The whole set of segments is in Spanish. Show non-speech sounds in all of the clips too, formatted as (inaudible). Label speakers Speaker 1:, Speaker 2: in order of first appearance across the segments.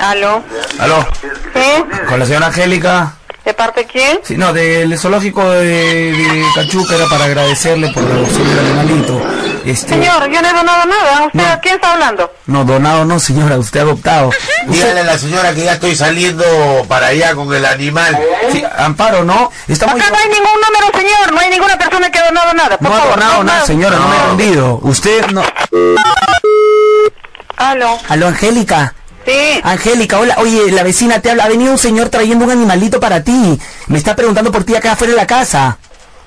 Speaker 1: Aló.
Speaker 2: Aló,
Speaker 1: ¿Sí?
Speaker 2: con la señora Angélica.
Speaker 1: ¿De parte quién?
Speaker 2: Sí, no, del zoológico de, de Cachuca era para agradecerle por el auxilio del animalito. Este,
Speaker 1: Señor, yo no he donado nada. ¿Usted
Speaker 2: No.
Speaker 1: a quién está hablando?
Speaker 2: No, donado no, señora, usted adoptado.
Speaker 3: Dígale a la señora que ya estoy saliendo para allá con el animal.
Speaker 2: Sí, Amparo, ¿no? Estamos
Speaker 1: Acá no hay ningún número, señor. No hay ninguna persona que ha donado nada. Por
Speaker 2: No ha
Speaker 1: favor,
Speaker 2: donado nada, señora, no me ha
Speaker 3: No.
Speaker 2: vendido. Usted no... eh,
Speaker 1: Aló.
Speaker 2: Aló, Angélica.
Speaker 1: Sí.
Speaker 2: Angélica, hola, oye, la vecina te habla, ha venido un señor trayendo un animalito para ti, me está preguntando por ti acá afuera de la casa.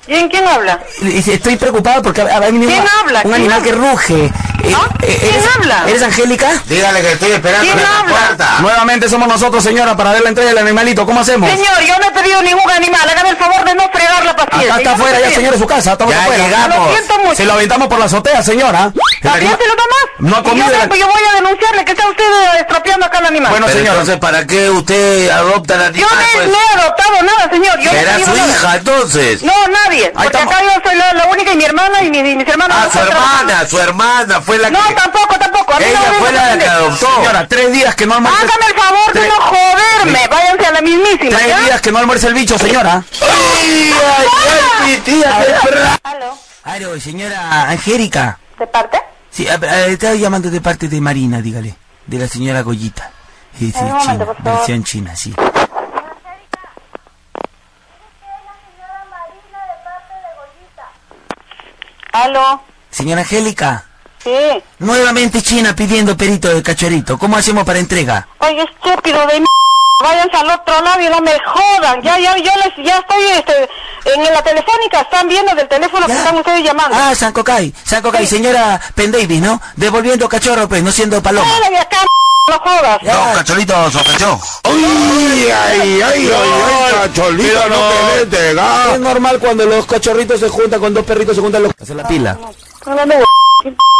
Speaker 1: ¿Quién, quién habla?
Speaker 2: Dice, Estoy preocupado porque ha ha venido
Speaker 1: ¿Quién
Speaker 2: una-
Speaker 1: habla?
Speaker 2: un
Speaker 1: ¿Quién
Speaker 2: animal
Speaker 1: habla?
Speaker 2: que ruge. Eh,
Speaker 1: ¿Ah?
Speaker 2: eh,
Speaker 1: ¿Quién
Speaker 2: ¿eres-
Speaker 1: habla?
Speaker 2: ¿Eres Angélica?
Speaker 3: Dígale que estoy esperando
Speaker 1: ¿Quién
Speaker 3: en la
Speaker 1: habla?
Speaker 3: puerta.
Speaker 2: Nuevamente somos nosotros, señora, para ver la entrega del animalito, ¿cómo hacemos?
Speaker 1: Señor, yo no he pedido ningún animal. Hágame el favor de no fregar la paciencia.
Speaker 2: Acá
Speaker 1: Yo
Speaker 2: está
Speaker 1: no
Speaker 2: afuera,
Speaker 1: sé
Speaker 2: ya
Speaker 1: qué.
Speaker 2: señor, en su casa, estamos
Speaker 3: Ya
Speaker 2: afuera.
Speaker 3: llegamos.
Speaker 1: Lo siento mucho.
Speaker 2: Se lo aventamos por la azotea, señora. El
Speaker 1: También
Speaker 2: anima-
Speaker 1: se lo da más.
Speaker 2: No ha comido
Speaker 1: Yo,
Speaker 2: el-
Speaker 1: tengo- yo voy a denunciarle que está usted eh, estropeando acá el animal.
Speaker 2: Bueno,
Speaker 3: Pero
Speaker 2: señora.
Speaker 3: entonces, ¿para qué usted adopta el
Speaker 1: yo
Speaker 3: animal?
Speaker 1: no, he-
Speaker 3: pues?
Speaker 1: no he adoptado nada, señor. Yo no he
Speaker 3: Será
Speaker 1: pedido
Speaker 3: su
Speaker 1: nada.
Speaker 3: hija, entonces.
Speaker 1: No, nadie. Porque
Speaker 2: estamos.
Speaker 1: acá yo soy la, la única y mi hermana y, mi- y mis hermanos.
Speaker 3: Ah,
Speaker 1: no
Speaker 3: su
Speaker 1: están trabajando.
Speaker 3: hermana, su hermana fue la que...
Speaker 1: No, tampoco, tampoco. A mí no
Speaker 3: Ella
Speaker 1: me
Speaker 3: fue
Speaker 1: gusta
Speaker 3: la que
Speaker 1: atender.
Speaker 3: adoptó.
Speaker 2: Señora, tres días que no almuerza.
Speaker 1: Hágame el favor de
Speaker 2: tres-
Speaker 1: no joderme. Váyanse a la mismísima,
Speaker 2: Tres
Speaker 1: ¿ya?
Speaker 2: días que no almuerza el bicho, señora.
Speaker 3: ¡Ay, ay, ay, mi tía, qué perra!
Speaker 1: Aló,
Speaker 2: Claro, señora Angélica.
Speaker 1: ¿de parte?
Speaker 2: Sí, a- a- estaba llamando de parte de Marina, dígale. De la señora Goyita. Sí, sí,
Speaker 1: Un momento,
Speaker 2: china,
Speaker 1: por favor.
Speaker 2: versión china, sí.
Speaker 1: Aló,
Speaker 2: Señora Angélica,
Speaker 1: sí.
Speaker 2: nuevamente China pidiendo perito de cachorrito. ¿Cómo hacemos para entrega?
Speaker 1: Oye, estúpido de m... Váyanse al otro lado y no me jodan. Ya, ya, yo les, ya estoy este, en la telefónica. Están viendo del teléfono que
Speaker 2: Ya.
Speaker 1: están ustedes llamando.
Speaker 2: Ah, San Cocay, San Cocay, señora Penn Davis, ¿no? Devolviendo cachorro, pues, no siendo paloma.
Speaker 1: Sale de acá, m... no jodas.
Speaker 2: Ya.
Speaker 3: No, cachorrito, sospechoso.
Speaker 4: ¡Ay, ay, ay, ay, ay, cacholito, no te metes, ga.
Speaker 2: Es normal cuando los cachorritos se juntan con dos perritos, se juntan los... Hacer la pila.
Speaker 1: No me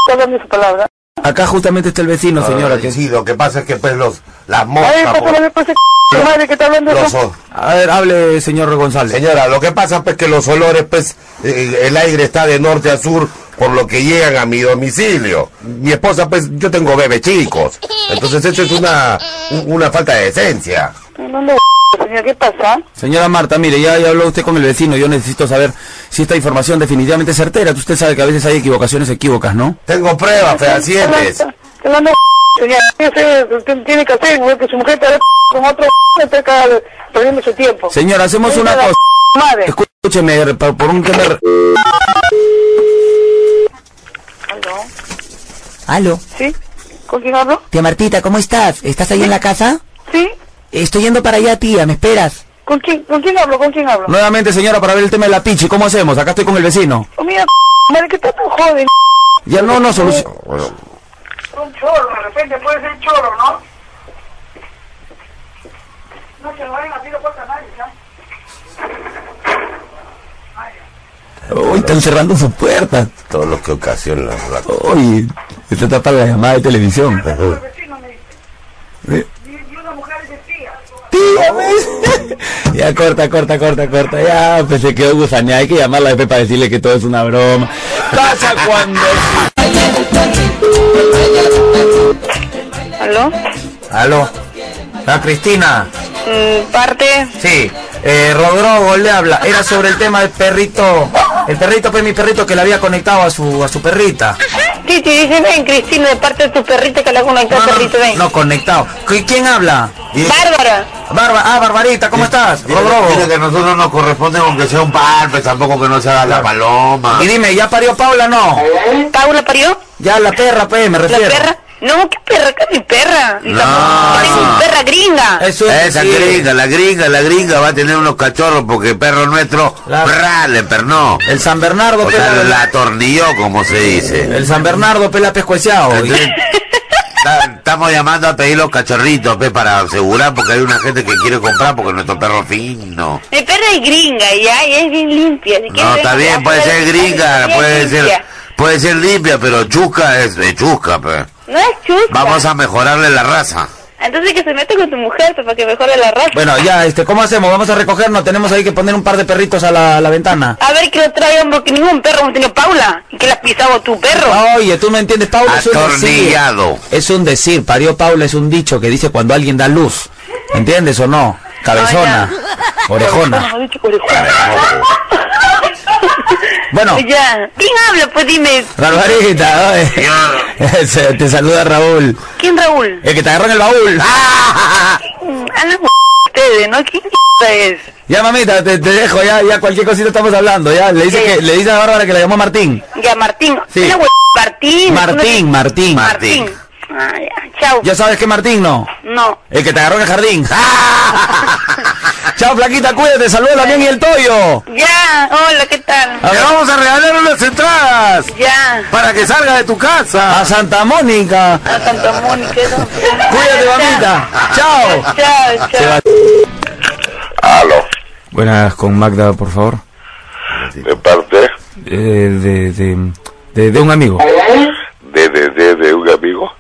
Speaker 1: jodan su palabra.
Speaker 2: Acá justamente está el vecino, señora,
Speaker 3: Ay,
Speaker 2: que...
Speaker 3: Ah, sí, lo que pasa es que pues los... Las
Speaker 1: Ay, pues,
Speaker 3: moscas...
Speaker 1: pásame
Speaker 3: por-
Speaker 1: la cosa, c- madre que está hablando
Speaker 3: los
Speaker 1: eso.
Speaker 3: o-
Speaker 2: A ver, hable, señor González.
Speaker 3: Señora, lo que pasa pues que los olores, pues, eh, el aire está de norte a sur, por lo que llegan a mi domicilio. Mi esposa, pues, yo tengo bebés chicos. Entonces eso es una, un- una falta de esencia.
Speaker 1: No me señor, ¿qué pasa?
Speaker 2: Señora Marta, mire, ya, ya habló usted con el vecino, yo necesito saber si esta información definitivamente es certera. Usted sabe que a veces hay equivocaciones equívocas, ¿no?
Speaker 3: Tengo pruebas fehacientes.
Speaker 1: Que no me señor. Usted usted tiene que hacer, güey, que su mujer está con otro está acá perdiendo su tiempo.
Speaker 2: Señora, hacemos una cosa.
Speaker 1: Madre.
Speaker 2: Escúcheme, por por un tema... de- Aló,
Speaker 1: ¿Sí? ¿Con quién hablo?
Speaker 2: tía Martita, ¿cómo estás? ¿Estás ahí en la casa?
Speaker 1: ¿Sí?
Speaker 2: Estoy yendo para allá, tía, ¿me esperas?
Speaker 1: ¿Con quién, ¿Con quién hablo? ¿Con quién hablo?
Speaker 2: Nuevamente, señora, para ver el tema de la pichi, ¿cómo hacemos? Acá estoy con el vecino.
Speaker 1: Oh, mira, madre, que está tan joven.
Speaker 2: Ya no, no, solución.
Speaker 5: Un choro, de repente puede ser choro, ¿no? No se lo vayan a abrir la puerta a nadie, ¿ya?
Speaker 2: Uy, están cerrando sus puertas.
Speaker 3: Todo lo que ocasiona la...
Speaker 2: Uy, está tapando la llamada de televisión.
Speaker 5: Los vecinos me dicen.
Speaker 2: Eh.
Speaker 5: Y, y una mujer de tía.
Speaker 2: Dígame. (laughs) Ya corta, corta, corta, corta. Ya, pues se quedó gusaneada. Hay que llamarla después para decirle que todo es una broma. Pasa cuando.
Speaker 1: ¿Aló?
Speaker 2: Aló. La Cristina.
Speaker 1: Mm, parte.
Speaker 2: Sí. Eh, Rodrogo le habla. Era sobre el tema del perrito. El perrito, pues mi perrito que le había conectado a su, a su perrita.
Speaker 1: Sí, sí, dice, ven, Cristina, de parte de tu perrita que le hago una encuesta, perrito, ven.
Speaker 2: no conectado. ¿Qui- ¿Quién habla?
Speaker 1: Bárbara.
Speaker 2: Barba, ah, Barbarita, ¿cómo estás?
Speaker 3: Dile,
Speaker 2: Rodrogo.
Speaker 3: dile que a nosotros nos corresponde aunque sea un par, pues tampoco que no se haga la paloma.
Speaker 2: Y dime, ¿ya parió Paula no?
Speaker 1: ¿Paula parió?
Speaker 2: Ya la perra, pues, me
Speaker 1: ¿La
Speaker 2: refiero.
Speaker 1: perra? No, ¿qué perra? ¿Qué es mi perra?
Speaker 3: No.
Speaker 1: Es mi perra gringa.
Speaker 2: Ah, Eso es
Speaker 3: Esa
Speaker 2: sí.
Speaker 3: gringa, la gringa, la gringa va a tener unos cachorros porque el perro nuestro,
Speaker 2: La-
Speaker 3: bra, le pernó.
Speaker 2: El San Bernardo,
Speaker 3: O
Speaker 2: pues,
Speaker 3: sea,
Speaker 2: la-
Speaker 3: la atornilló, como se dice.
Speaker 2: El San Bernardo pela pescueciao.
Speaker 3: Entonces, ta- Estamos llamando a pedir los cachorritos, pe, para asegurar, porque hay una gente que quiere comprar, porque nuestro perro fino.
Speaker 1: Mi perra es gringa, ya, y es bien limpia. así que
Speaker 3: No,
Speaker 1: ven,
Speaker 3: está bien,
Speaker 1: ya,
Speaker 3: puede
Speaker 1: ya,
Speaker 3: ser
Speaker 1: ya,
Speaker 3: gringa,
Speaker 1: ya es
Speaker 3: puede
Speaker 1: limpia.
Speaker 3: ser, puede ser limpia, pero chusca es de chusca, pe.
Speaker 1: No es chusca.
Speaker 3: Vamos a mejorarle la raza.
Speaker 6: Entonces que se meta con tu mujer, pues, para que mejore la raza.
Speaker 1: Bueno, ya, este, ¿cómo hacemos? Vamos a recogernos. Tenemos ahí que poner un par de perritos a la, a la ventana.
Speaker 6: A ver que lo traigan porque ningún perro hemos tenido Paula. ¿Y que la has pisado tu perro?
Speaker 1: Ah, Oye, tú no entiendes, Paula es un decir.
Speaker 3: Atornillado.
Speaker 1: Es un decir, parió Paula, es un dicho que dice cuando alguien da luz. ¿Entiendes o no? Cabezona, orejona.
Speaker 6: Bueno, dicho, orejona.
Speaker 1: (laughs) Bueno,
Speaker 6: Ya. ¿Quién habla? Pues dime.
Speaker 1: Barbarita, oye.
Speaker 2: (laughs)
Speaker 1: Ese, te saluda Raúl. Ah,
Speaker 6: ¿Quién Raúl?
Speaker 1: El que te agarró en el baúl.
Speaker 2: ¡Ah,
Speaker 6: mm, A la ustedes, ¿no? ¿Quién es?
Speaker 1: Ya, mamita, te, te dejo, ya, ya cualquier cosita estamos hablando, ya. Le dice,
Speaker 6: Ya, ya.
Speaker 1: que, le dice a Bárbara que la llamó Martín.
Speaker 6: Ya, Martín.
Speaker 1: Sí.
Speaker 6: Una hue- Martín.
Speaker 1: Martín,
Speaker 6: Una-
Speaker 1: Martín.
Speaker 6: Martín. Ah, ya. Chao.
Speaker 1: Ya sabes que Martín no.
Speaker 6: No.
Speaker 1: El que te agarró en el jardín. (laughs) Chao, flaquita, cuídate. Saludos también y el Toyo.
Speaker 6: Ya. Hola, ¿qué tal?
Speaker 1: A,
Speaker 3: Te vamos a regalar unas entradas
Speaker 6: Ya.
Speaker 3: para que salga de tu casa.
Speaker 1: a Santa Mónica.
Speaker 6: A Santa Mónica. ¿no?
Speaker 1: Cuídate,
Speaker 6: Chao.
Speaker 1: mamita. Chao.
Speaker 6: Chao, chao.
Speaker 4: Aló,
Speaker 2: Buenas, con Magda, por favor.
Speaker 4: de parte
Speaker 2: Eh, de, de, de, de un amigo.
Speaker 4: de, de, de, de un amigo.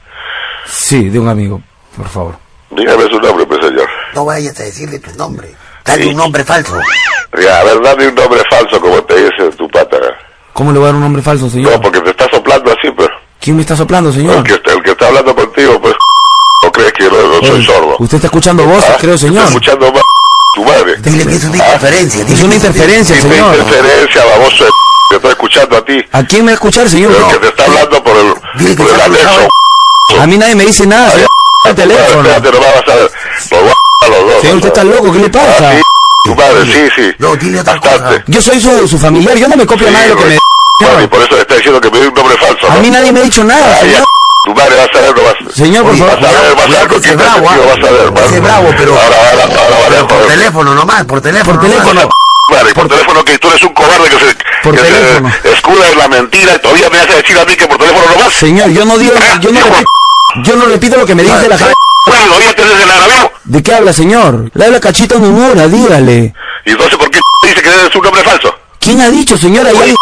Speaker 2: Sí, de un amigo, por favor.
Speaker 4: Dígame su nombre, pues, señor.
Speaker 7: No vayas a decirle tu nombre. Dale un nombre falso.
Speaker 4: Ya, a ver, dame un nombre falso como te dice tu pata.
Speaker 2: ¿Cómo le voy a dar un nombre falso,
Speaker 4: No,
Speaker 2: señor?
Speaker 4: porque te está soplando así, pero
Speaker 2: ¿Quién me está soplando,
Speaker 4: el
Speaker 2: señor?
Speaker 4: que, está- el que está hablando contigo, pues, no crees que yo no, no soy
Speaker 2: Ey,
Speaker 4: sordo.
Speaker 2: Usted está escuchando voces,
Speaker 4: ¿Ah?
Speaker 2: creo, señor.
Speaker 4: Está escuchando más tu madre. Ah.
Speaker 7: Dile que es una interferencia. dile
Speaker 2: Es una
Speaker 7: que es
Speaker 2: interferencia,
Speaker 4: Dime
Speaker 2: señor.
Speaker 4: interferencia, baboso de p- que estoy escuchando a ti.
Speaker 2: ¿A quién me va a escuchar, señor?
Speaker 4: Pero el que te está hablando por el,
Speaker 7: Dile que
Speaker 4: por el
Speaker 7: está
Speaker 4: anexo.
Speaker 2: A mí nadie me dice nada, señor. El teléfono.
Speaker 4: Espérate, no vas a ver. Los voy a los dos.
Speaker 2: Señor, usted está loco, ¿qué le pasa?
Speaker 4: Sí, tu madre, sí, sí.
Speaker 7: No, dile otra cosa.
Speaker 4: Bastante.
Speaker 2: Yo soy su, su familiar, yo no me copio
Speaker 4: Sí,
Speaker 2: nada de lo que me...
Speaker 4: Bueno, y por eso le está diciendo que me dio un nombre falso.
Speaker 2: A
Speaker 4: ¿no?
Speaker 2: mí nadie me ha dicho nada,
Speaker 4: Ah, ya.
Speaker 2: señor.
Speaker 4: Tu madre va a saber, no vas.
Speaker 2: Señor, por
Speaker 4: Oye,
Speaker 2: favor.
Speaker 4: Vas a ver, vas a ver
Speaker 7: Cuidado
Speaker 4: con
Speaker 7: que
Speaker 4: quién
Speaker 7: ese
Speaker 4: te
Speaker 7: bravo,
Speaker 4: metió,
Speaker 7: ah.
Speaker 4: vas a ver. vas-
Speaker 7: Ese bravo, pero-
Speaker 4: Ahora, ahora, ahora, ahora,
Speaker 7: Por
Speaker 4: ahora.
Speaker 7: teléfono nomás, por teléfono.
Speaker 2: Por teléfono.
Speaker 4: Madre, por teléfono que tú eres un cobarde que se,
Speaker 2: Por
Speaker 4: que se
Speaker 2: teléfono.
Speaker 4: escuda en la mentira y todavía me hace decir a mí que por teléfono no vas.
Speaker 2: Señor, yo no digo... Yo
Speaker 4: Ah,
Speaker 2: no repito, yo no repito lo que me dice la gente.
Speaker 4: Bueno, todavía tenés el agravio.
Speaker 2: ¿De qué habla, señor? Le habla Cachito Nunura, dígale.
Speaker 4: Y entonces, ¿por qué dice que eres un nombre falso?
Speaker 2: ¿Quién ha dicho, señora? Ya-
Speaker 4: Madre,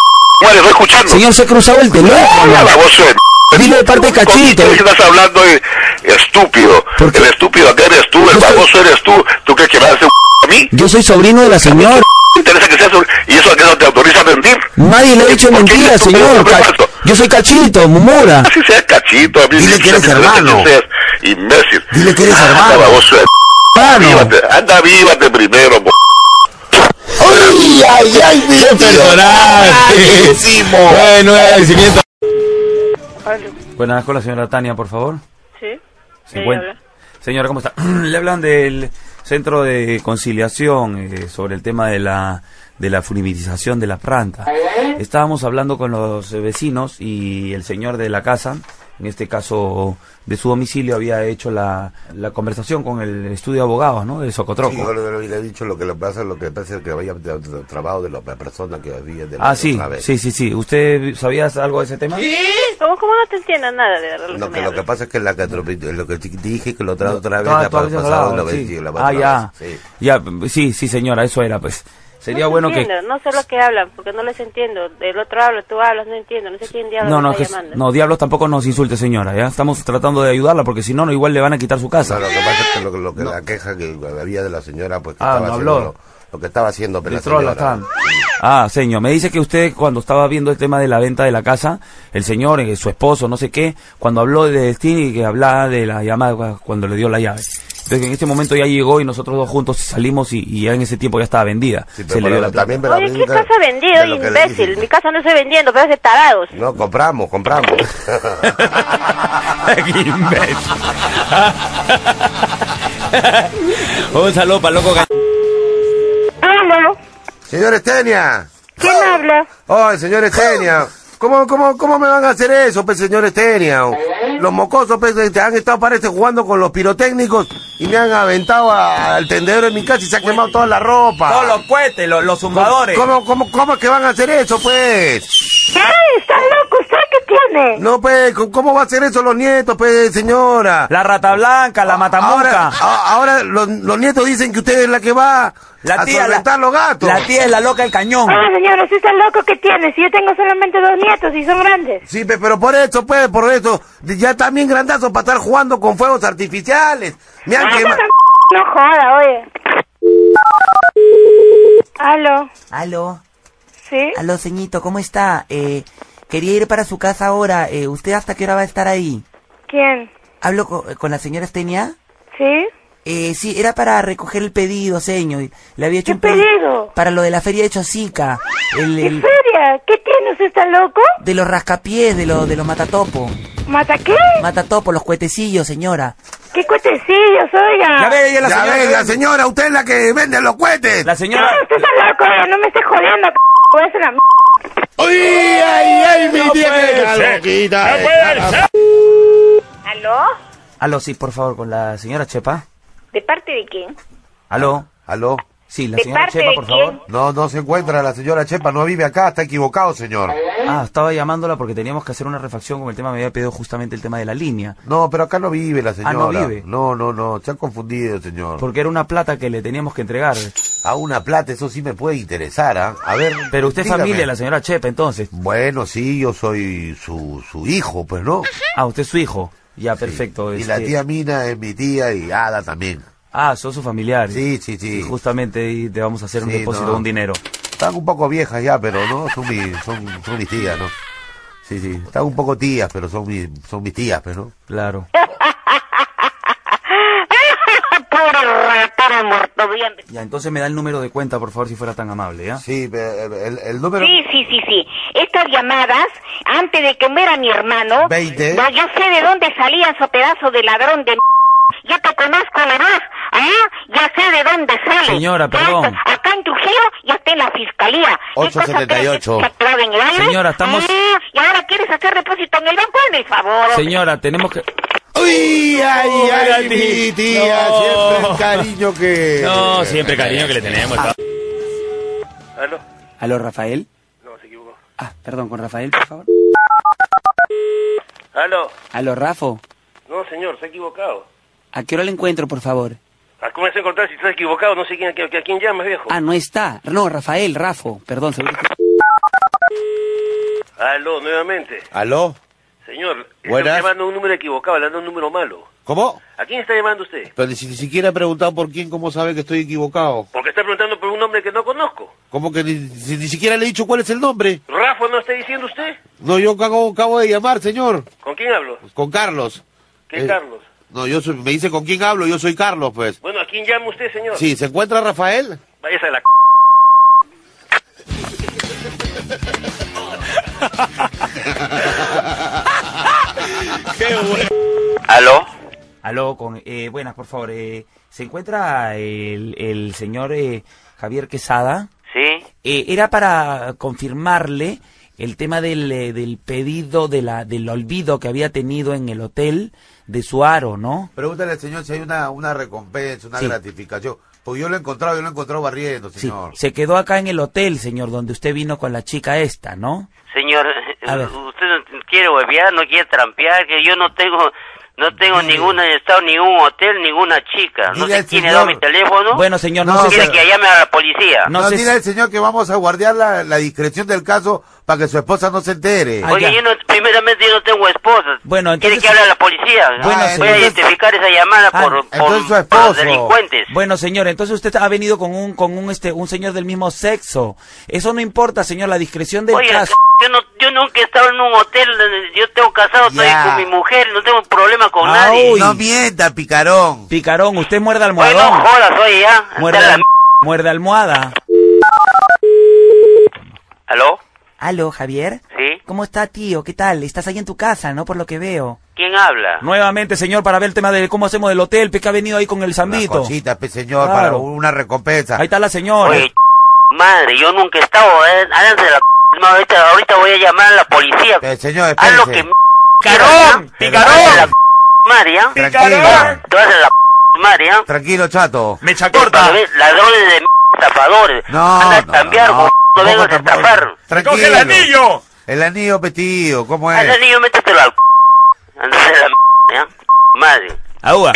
Speaker 4: estoy escuchando.
Speaker 2: Señor, se ha cruzado el
Speaker 4: Hola,
Speaker 2: teléfono.
Speaker 4: la voz de...
Speaker 2: Dile de parte de
Speaker 4: ¿Con quién
Speaker 2: Cachito.
Speaker 4: estás hablando eh, estúpido?
Speaker 2: ¿Por qué?
Speaker 4: El estúpido acá eres tú, el
Speaker 2: Yo soy-
Speaker 4: baboso eres tú. ¿Tú crees que me vas a hacer un (laughs) a mí?
Speaker 2: Yo soy sobrino de la señora.
Speaker 4: ¿Te interesa que seas un... ¿Y eso a qué no te autoriza a mentir?
Speaker 2: Nadie le ha dicho
Speaker 4: ¿Por qué
Speaker 2: mentira,
Speaker 4: eres tú,
Speaker 2: señor.
Speaker 4: hombre
Speaker 2: Ca-
Speaker 4: falso?
Speaker 2: Yo soy Cachito, Mumura.
Speaker 4: Así sea cachito, a mí
Speaker 7: Dile
Speaker 4: sí
Speaker 7: que
Speaker 4: me
Speaker 7: eres
Speaker 4: interesa
Speaker 7: hermano.
Speaker 4: Que seas imbécil.
Speaker 7: Dile que eres
Speaker 4: Anda,
Speaker 7: hermano.
Speaker 4: baboso de...
Speaker 2: Hermano.
Speaker 4: Vívate, anda, vívate primero, bo-
Speaker 1: ¡Ay, ay, ay! ¡Qué personaje! Bueno, agradecimiento.
Speaker 2: Buenas, con la señora Tania, por favor.
Speaker 6: Sí.
Speaker 2: Se encuentra- Señora, ¿cómo está? (clears throat) Le hablan del Centro de Conciliación eh, sobre el tema de la de la funibilización de la planta. Estábamos hablando con los eh, vecinos y el señor de la casa, en este caso de su domicilio, había hecho la, la conversación con el estudio de abogados, ¿no? De Socotroco.
Speaker 3: Sí, yo le había dicho lo que le pasa, lo que pasa es que había trabajo de la persona que había de la
Speaker 2: ah, sí,
Speaker 3: otra vez.
Speaker 2: sí, sí, sí. ¿Usted sabía algo de ese tema?
Speaker 6: ¿Cómo, cómo no te entiendo nada de verdad?
Speaker 3: Lo que, lo que pasa es que la que atropelló- lo que dije que lo trajo otra vez,
Speaker 2: Todas-
Speaker 3: la
Speaker 2: todas las veces
Speaker 3: pasada
Speaker 2: hablaba,
Speaker 3: la
Speaker 2: sí.
Speaker 3: vez, la
Speaker 2: Ah, ya.
Speaker 3: otra vez, sí.
Speaker 2: Ya, sí, sí, señora, eso era, pues. Sería bueno que...
Speaker 6: No sé lo que hablan, porque no les entiendo. Del otro habla, tú hablas, no entiendo. No sé quién diablos
Speaker 2: No, no,
Speaker 6: me
Speaker 2: es que,
Speaker 6: está llamando.
Speaker 2: no, diablos tampoco nos insulte, señora, ¿ya? Estamos tratando de ayudarla porque si no, no igual le van a quitar su
Speaker 3: No,
Speaker 2: casa.
Speaker 3: lo que pasa es que, lo, lo que la queja que había de la señora, pues que
Speaker 2: Ah,
Speaker 3: estaba
Speaker 2: no
Speaker 3: haciendo
Speaker 2: habló.
Speaker 3: lo, lo que estaba haciendo. pero
Speaker 2: De
Speaker 3: la
Speaker 2: trola,
Speaker 3: señora-
Speaker 2: tan. Ah, señor, me dice que usted cuando estaba viendo el tema de la venta de la casa, el señor, eh, su esposo, no sé qué, cuando habló de destino y que hablaba de la llamada cuando le dio la llave. Entonces, en este momento ya llegó y nosotros dos juntos salimos y, y ya en ese tiempo ya estaba vendida.
Speaker 3: Sí, pero
Speaker 2: Se le dio
Speaker 3: pero
Speaker 2: la plata.
Speaker 3: también, pero
Speaker 6: Oye,
Speaker 3: había
Speaker 6: ¿qué
Speaker 3: otra-
Speaker 6: casa vendido,
Speaker 3: de lo que le
Speaker 6: imbécil?
Speaker 3: dije.
Speaker 6: Mi casa no estoy vendiendo, pero de tarados.
Speaker 3: No, compramos, compramos.
Speaker 2: (laughs) Qué imbécil. Un saludo para loco. Gan-
Speaker 6: Hola,
Speaker 3: señor Estenia,
Speaker 6: ¿quién habla?
Speaker 3: oh, señor Estenia. ¿Cómo, cómo, ¿Cómo me van a hacer eso, pues, señor Estenia? Los mocosos, pues, te han estado, parece, jugando con los pirotécnicos y me han aventado a- al tendedero de mi casa y se ha quemado toda la ropa.
Speaker 2: Todos los cohetes, los, los zumbadores.
Speaker 3: ¿Cómo, cómo, ¿Cómo es que van a hacer eso, pues?
Speaker 6: ¿Qué? ¿Están locos? ¿Saben qué tiene?
Speaker 3: No, pues, ¿cómo- ¿cómo va a ser eso los nietos, pues, señora?
Speaker 2: La rata blanca, la matamuca.
Speaker 3: Ah, Ahora, a- ahora los, los nietos dicen que usted es la que va
Speaker 2: La
Speaker 3: a
Speaker 2: tía, la,
Speaker 3: solventar los gatos.
Speaker 2: la tía es la loca del cañón.
Speaker 6: Ah, señora, usted está loco que tiene. Si yo tengo solamente dos nietos y son grandes.
Speaker 3: Sí, pe- pero por eso, pues, por eso, ya también grandazos para estar jugando con fuegos artificiales. Me han quemado.
Speaker 6: Ah, No joda, oye. Aló,
Speaker 8: Aló,
Speaker 6: ¿sí?
Speaker 8: aló, ceñito, ¿cómo está? Eh, quería ir para su casa ahora. Eh, ¿Usted hasta qué hora va a estar ahí?
Speaker 6: ¿Quién?
Speaker 8: ¿Hablo co- con, la señora Estenia?
Speaker 6: ¿Sí?
Speaker 8: Eh, sí, era para recoger el pedido, señor. Le había hecho
Speaker 6: ¿Qué
Speaker 8: un pedi-
Speaker 6: pedido?
Speaker 8: Para lo de la feria de Chosica. El,
Speaker 6: ¿Qué
Speaker 8: el-
Speaker 6: feria? ¿Qué tiene? ¿Usted está loco?
Speaker 8: de los rascapiés, de, lo, de los matatopo.
Speaker 6: ¿Mata qué?
Speaker 8: Matatopo, los cuetecillos, señora.
Speaker 6: ¿Qué cuetecillos, oiga?
Speaker 2: Ya ve, ella es la
Speaker 3: Ya
Speaker 2: señora.
Speaker 3: ve, la señora, usted es la que vende los cohetes.
Speaker 2: La
Speaker 6: No,
Speaker 2: señora.
Speaker 6: usted está loco, oiga, no me esté jodiendo, p***, voy a hacer la m***.
Speaker 4: ¡Ay, ay, ay, mi tía! que la
Speaker 3: Ah,
Speaker 4: loquita, eh.
Speaker 3: pues.
Speaker 9: ¿Aló?
Speaker 2: Aló, sí, por favor, con la señora Chepa.
Speaker 9: ¿De parte de quién?
Speaker 2: Aló.
Speaker 3: ¿Aló?
Speaker 2: Sí, la
Speaker 9: ¿De
Speaker 2: señora
Speaker 9: parte
Speaker 2: Chepa,
Speaker 9: de
Speaker 2: por favor.
Speaker 3: No, no se encuentra la señora Chepa, no vive acá, está equivocado, señor.
Speaker 2: Ah, estaba llamándola porque teníamos que hacer una refacción con el tema, me había pedido justamente el tema de la línea.
Speaker 3: No, pero acá no vive la señora.
Speaker 2: ah, no vive.
Speaker 3: No, no, no, se ha confundido, señor.
Speaker 2: Porque era una plata que le teníamos que entregar.
Speaker 3: A una plata, eso sí me puede interesar, ¿ah? A ver.
Speaker 2: Pero usted es
Speaker 3: dígame.
Speaker 2: familia, de la señora Chepa, entonces.
Speaker 3: Bueno, sí, yo soy su, su hijo, pues, ¿no?
Speaker 2: Ah, usted es su hijo. Ya, perfecto.
Speaker 3: Y la
Speaker 2: este-
Speaker 3: tía Mina es mi tía y Ada también.
Speaker 2: Ah, son sus familiares.
Speaker 3: Sí, sí, sí.
Speaker 2: Y justamente ahí te vamos a hacer un
Speaker 3: Sí,
Speaker 2: depósito
Speaker 3: no.
Speaker 2: de un dinero.
Speaker 3: Están un poco viejas ya, pero no, son, mi- son, son mis tías, ¿no? Sí, sí. Están un poco tías, pero son, mi- son mis tías, pues, ¿no?
Speaker 2: Claro.
Speaker 9: Pobre Ah, ratero muerto bien.
Speaker 2: Ya, entonces me da el número de cuenta, por favor, si fuera tan amable, ¿ya?
Speaker 3: Sí, pe- el, el número...
Speaker 9: Sí, sí, sí, sí. Estas llamadas, antes de que muera mi hermano,
Speaker 3: Veinte.
Speaker 9: no, yo sé de dónde salías o pedazo de ladrón de m***. Ya te conozco la voz, ¿ah? Ya sé de dónde sale.
Speaker 2: Señora, perdón.
Speaker 4: pues,
Speaker 9: Tanto, Acá en Trujillo ya está en la fiscalía. ¿Qué cosa
Speaker 3: 878.
Speaker 9: crees que
Speaker 4: pues,
Speaker 9: te ha quedado en el aire?
Speaker 2: Señora, estamos-
Speaker 9: Ah, ¿Y ahora quieres hacer depósito en el banco? Hazme el favor. hombre.
Speaker 2: Señora, tenemos que...
Speaker 4: ¡Uy, pues, ay, ay, mi tía!
Speaker 2: No.
Speaker 4: Siempre el cariño que... Ah.
Speaker 10: No, siempre cariño que le tenemos.
Speaker 1: ¿Aló?
Speaker 8: ¿Aló, Rafael?
Speaker 1: No, se equivocó.
Speaker 8: Ah, perdón, con Rafael, por favor.
Speaker 1: ¿Aló?
Speaker 8: ¿Aló, Rafo?
Speaker 1: No, señor, se ha equivocado.
Speaker 8: ¿A qué hora le encuentro, por favor?
Speaker 1: ¿A cómo se encontrar si estás equivocado? No sé quién, a, quién llamas, viejo.
Speaker 8: Ah, no está. No, Rafael, Rafo. Perdón, seguro que-
Speaker 1: Aló, nuevamente.
Speaker 4: ¿Aló?
Speaker 1: Señor, está
Speaker 4: Buenas.
Speaker 1: llamando a un número equivocado, hablando a un número malo.
Speaker 4: ¿Cómo?
Speaker 1: ¿A quién está llamando usted?
Speaker 4: Pero si ni siquiera he preguntado por quién, ¿cómo sabe que estoy equivocado?
Speaker 1: Porque está preguntando por un nombre que no conozco.
Speaker 4: ¿Cómo que ni, si ni siquiera le he dicho cuál es el nombre?
Speaker 1: ¿Rafa no está diciendo usted?
Speaker 4: No, yo acabo, acabo de llamar, señor.
Speaker 1: ¿Con quién hablo?
Speaker 4: Con Carlos.
Speaker 1: ¿Qué
Speaker 4: Eh,
Speaker 1: Carlos?
Speaker 4: No, yo soy- me dice con quién hablo, yo soy Carlos, pues.
Speaker 1: Bueno, ¿a quién llama usted, señor?
Speaker 4: Sí, ¿se encuentra Rafael?
Speaker 1: Váyase
Speaker 4: (laughs)
Speaker 1: a la (laughs) c... Ah, ¿Aló?
Speaker 2: Aló, con... eh, buenas, por favor. eh, ¿Se encuentra el, el señor eh, Javier Quesada?
Speaker 1: Sí.
Speaker 2: Eh, era para confirmarle el tema del, eh, del pedido de la, del olvido que había tenido en el hotel de Suaro, ¿no?
Speaker 3: Pregúntale al señor si hay una, una recompensa, una
Speaker 2: Sí.
Speaker 3: gratificación. Porque yo lo he encontrado, yo lo he encontrado barriendo,
Speaker 2: Sí,
Speaker 3: señor.
Speaker 2: se quedó acá en el hotel, señor, donde usted vino con la chica esta, ¿no?
Speaker 1: Señor,
Speaker 2: A ver.
Speaker 1: (laughs) usted no quiere huevear, no quiere trampear, que yo no tengo, no tengo ningún estado, ningún hotel, ninguna chica. No
Speaker 3: Diga
Speaker 1: sé
Speaker 3: el
Speaker 1: quién le
Speaker 3: señor.
Speaker 1: da mi teléfono.
Speaker 2: Bueno, señor, no,
Speaker 3: No,
Speaker 2: sé si-
Speaker 1: ¿Quiere que llame a la policía?
Speaker 2: No
Speaker 3: No,
Speaker 2: sé
Speaker 3: dile
Speaker 2: si-
Speaker 3: al señor que vamos a guardar la, la discreción del caso para que su esposa no se entere.
Speaker 2: Ah, ya.
Speaker 1: Oye, yo no, primeramente yo no tengo esposa.
Speaker 2: Bueno, entonces-
Speaker 1: ¿Quiere que hable a la policía?
Speaker 2: Bueno,
Speaker 1: Voy
Speaker 2: señor.
Speaker 1: a identificar esa llamada
Speaker 2: Ah,
Speaker 1: por, por,
Speaker 3: entonces su
Speaker 1: por los
Speaker 3: esposo.
Speaker 1: delincuentes.
Speaker 2: Bueno, señor, entonces usted ha venido con un con un este un señor del mismo sexo. Eso no importa, señor, la discreción del
Speaker 1: Oiga,
Speaker 2: caso.
Speaker 1: yo, no, yo nunca he estado en un hotel, yo tengo casado
Speaker 3: Ya.
Speaker 1: todavía con mi mujer, no tengo problema con
Speaker 2: Ah,
Speaker 1: nadie.
Speaker 2: uy.
Speaker 3: No mienta, picarón.
Speaker 2: Picarón, usted muerde
Speaker 1: Oye,
Speaker 2: almohadón.
Speaker 1: no jodas, oye, ya.
Speaker 2: muerde,
Speaker 1: Hasta la m-
Speaker 2: muerde almohada.
Speaker 1: ¿Aló?
Speaker 8: Aló, Javier.
Speaker 1: ¿Sí?
Speaker 8: ¿Cómo está, tío? ¿Qué tal? Estás ahí en tu casa, ¿no? Por lo que veo.
Speaker 1: ¿Quién habla?
Speaker 2: Nuevamente, señor, para ver el tema de cómo hacemos del hotel, pe, que ha venido ahí con el
Speaker 3: Una
Speaker 2: zambito.
Speaker 3: cosita, pe, señor,
Speaker 2: Claro.
Speaker 3: para una recompensa.
Speaker 2: Ahí está la señora.
Speaker 1: Oye, ch- madre, yo nunca he estado, eh, háganse la c- madre, ahorita, ahorita voy a llamar a la policía.
Speaker 3: Pe, Eh, señor,
Speaker 2: Ah,
Speaker 1: Haz lo
Speaker 3: espérese.
Speaker 1: que m-
Speaker 2: Picarón,
Speaker 1: quieras, ¿ya?
Speaker 2: picarón.
Speaker 1: Háganse la c- madre, ¿ya?
Speaker 3: Tranquilo,
Speaker 1: Tú haces la p- madre, ¿ya?
Speaker 3: tranquilo, chato.
Speaker 2: Mecha
Speaker 1: Para ver, Ladrones de m- estafadores.
Speaker 3: No,
Speaker 1: Anda a
Speaker 3: no,
Speaker 1: cambiar,
Speaker 3: no,
Speaker 1: no,
Speaker 3: no,
Speaker 1: vengas a
Speaker 3: tampoco.
Speaker 1: estafar.
Speaker 3: Tranquilo.
Speaker 2: anillo!
Speaker 3: El anillo petido, ¿cómo es?
Speaker 11: Al anillo métetelo al c... Antes de la m... ¿ya? Madre.
Speaker 2: Agua.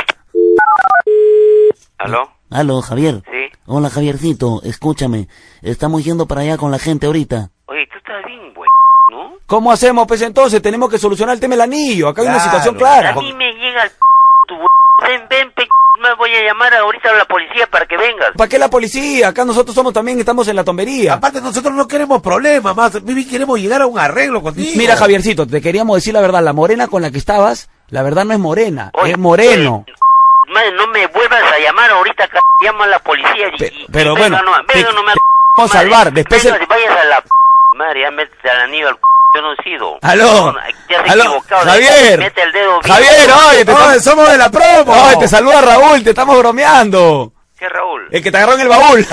Speaker 11: ¿Aló?
Speaker 12: Aló, Javier.
Speaker 11: Sí.
Speaker 12: Hola, Javiercito. Escúchame. Estamos yendo para allá con la gente ahorita.
Speaker 11: Oye, tú estás bien, güey, ¿no?
Speaker 2: ¿Cómo hacemos, pues entonces? Tenemos que solucionar el tema del anillo. Acá hay una
Speaker 11: Claro.
Speaker 2: situación clara.
Speaker 11: A mí me llega el c... tu güey. Ven, ven, pe... Me voy a llamar ahorita a la policía para que vengas.
Speaker 2: ¿Para qué la policía? Acá nosotros somos también, estamos en la tombería.
Speaker 3: Aparte, nosotros no queremos problemas más. Vivi, queremos llegar a un arreglo contigo.
Speaker 2: Mira, Javiercito, te queríamos decir la verdad. La morena con la que estabas, la verdad no es morena,
Speaker 11: Oye,
Speaker 2: es moreno.
Speaker 11: Madre, no me vuelvas a llamar ahorita, c... Llama a la policía y... y-
Speaker 2: pero
Speaker 11: y
Speaker 2: bueno,
Speaker 11: venga, no,
Speaker 2: te-
Speaker 11: venga, no me...
Speaker 2: te vamos a salvar, después
Speaker 11: Venga,
Speaker 2: el-
Speaker 11: si vayas a la... p- Madre, ya métete al anillo al c... Yo no he sido.
Speaker 2: Aló.
Speaker 11: No, te has
Speaker 2: Aló.
Speaker 11: equivocado.
Speaker 2: Javier.
Speaker 11: Mete el dedo. bien.
Speaker 2: Javier, oye, te
Speaker 3: Oye,
Speaker 2: estamos-
Speaker 3: somos de la promo.
Speaker 2: Oye, te saluda Raúl, te estamos bromeando.
Speaker 11: ¿Qué Raúl?
Speaker 2: El que te agarró en el baúl.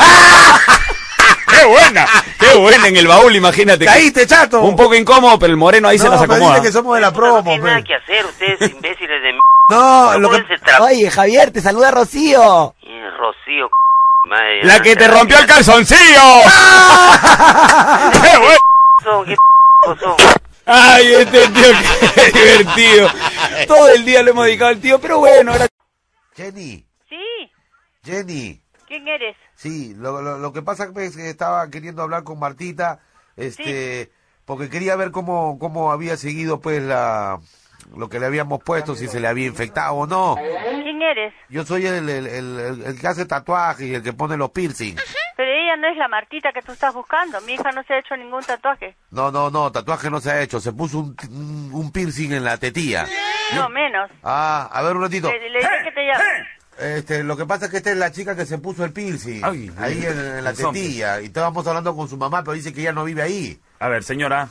Speaker 2: (laughs) ¡Qué buena! ¡Qué buena en el baúl, imagínate!
Speaker 3: Caíste, chato.
Speaker 2: Un poco incómodo, pero el moreno ahí se las acomoda.
Speaker 3: que somos de la promo. pues.
Speaker 11: No hay nada que hacer, ustedes
Speaker 3: (laughs)
Speaker 11: imbéciles de m...
Speaker 3: No,
Speaker 11: lo que...
Speaker 8: Oye, Javier, te saluda Rocío.
Speaker 11: Rocío, c... madre,
Speaker 8: La que te rompió el
Speaker 2: calzoncillo. (laughs)
Speaker 11: ¡Qué
Speaker 2: bueno!
Speaker 11: ¿Qué pasó?
Speaker 2: Ay, este tío, qué (laughs) divertido. Todo el día lo hemos dedicado al tío, pero bueno, ahora...
Speaker 3: Jenny,
Speaker 9: Sí,
Speaker 3: Jenny.
Speaker 9: ¿quién eres?
Speaker 3: Sí, lo, lo, lo que pasa es que estaba queriendo hablar con Martita, este, porque quería ver cómo, cómo había seguido pues la lo que le habíamos puesto, si se le había infectado o no.
Speaker 9: ¿Quién eres?
Speaker 3: Yo soy el, el, el- el- el que hace tatuajes y el que pone los piercing.
Speaker 9: Pero ella no es la Martita que tú estás buscando. Mi hija no se ha hecho ningún tatuaje.
Speaker 3: No, no, no, tatuaje no se ha hecho, se puso un, un- un piercing en la tetilla.
Speaker 9: No menos.
Speaker 3: Ah, a ver un ratito.
Speaker 9: Le, le dije que te llame.
Speaker 3: Este, lo que pasa es que esta es la chica que se puso el piercing ahí en, en la
Speaker 2: los hombres.
Speaker 3: tetilla y estábamos hablando con su mamá, pero dice que ella no vive ahí.
Speaker 2: A ver, señora,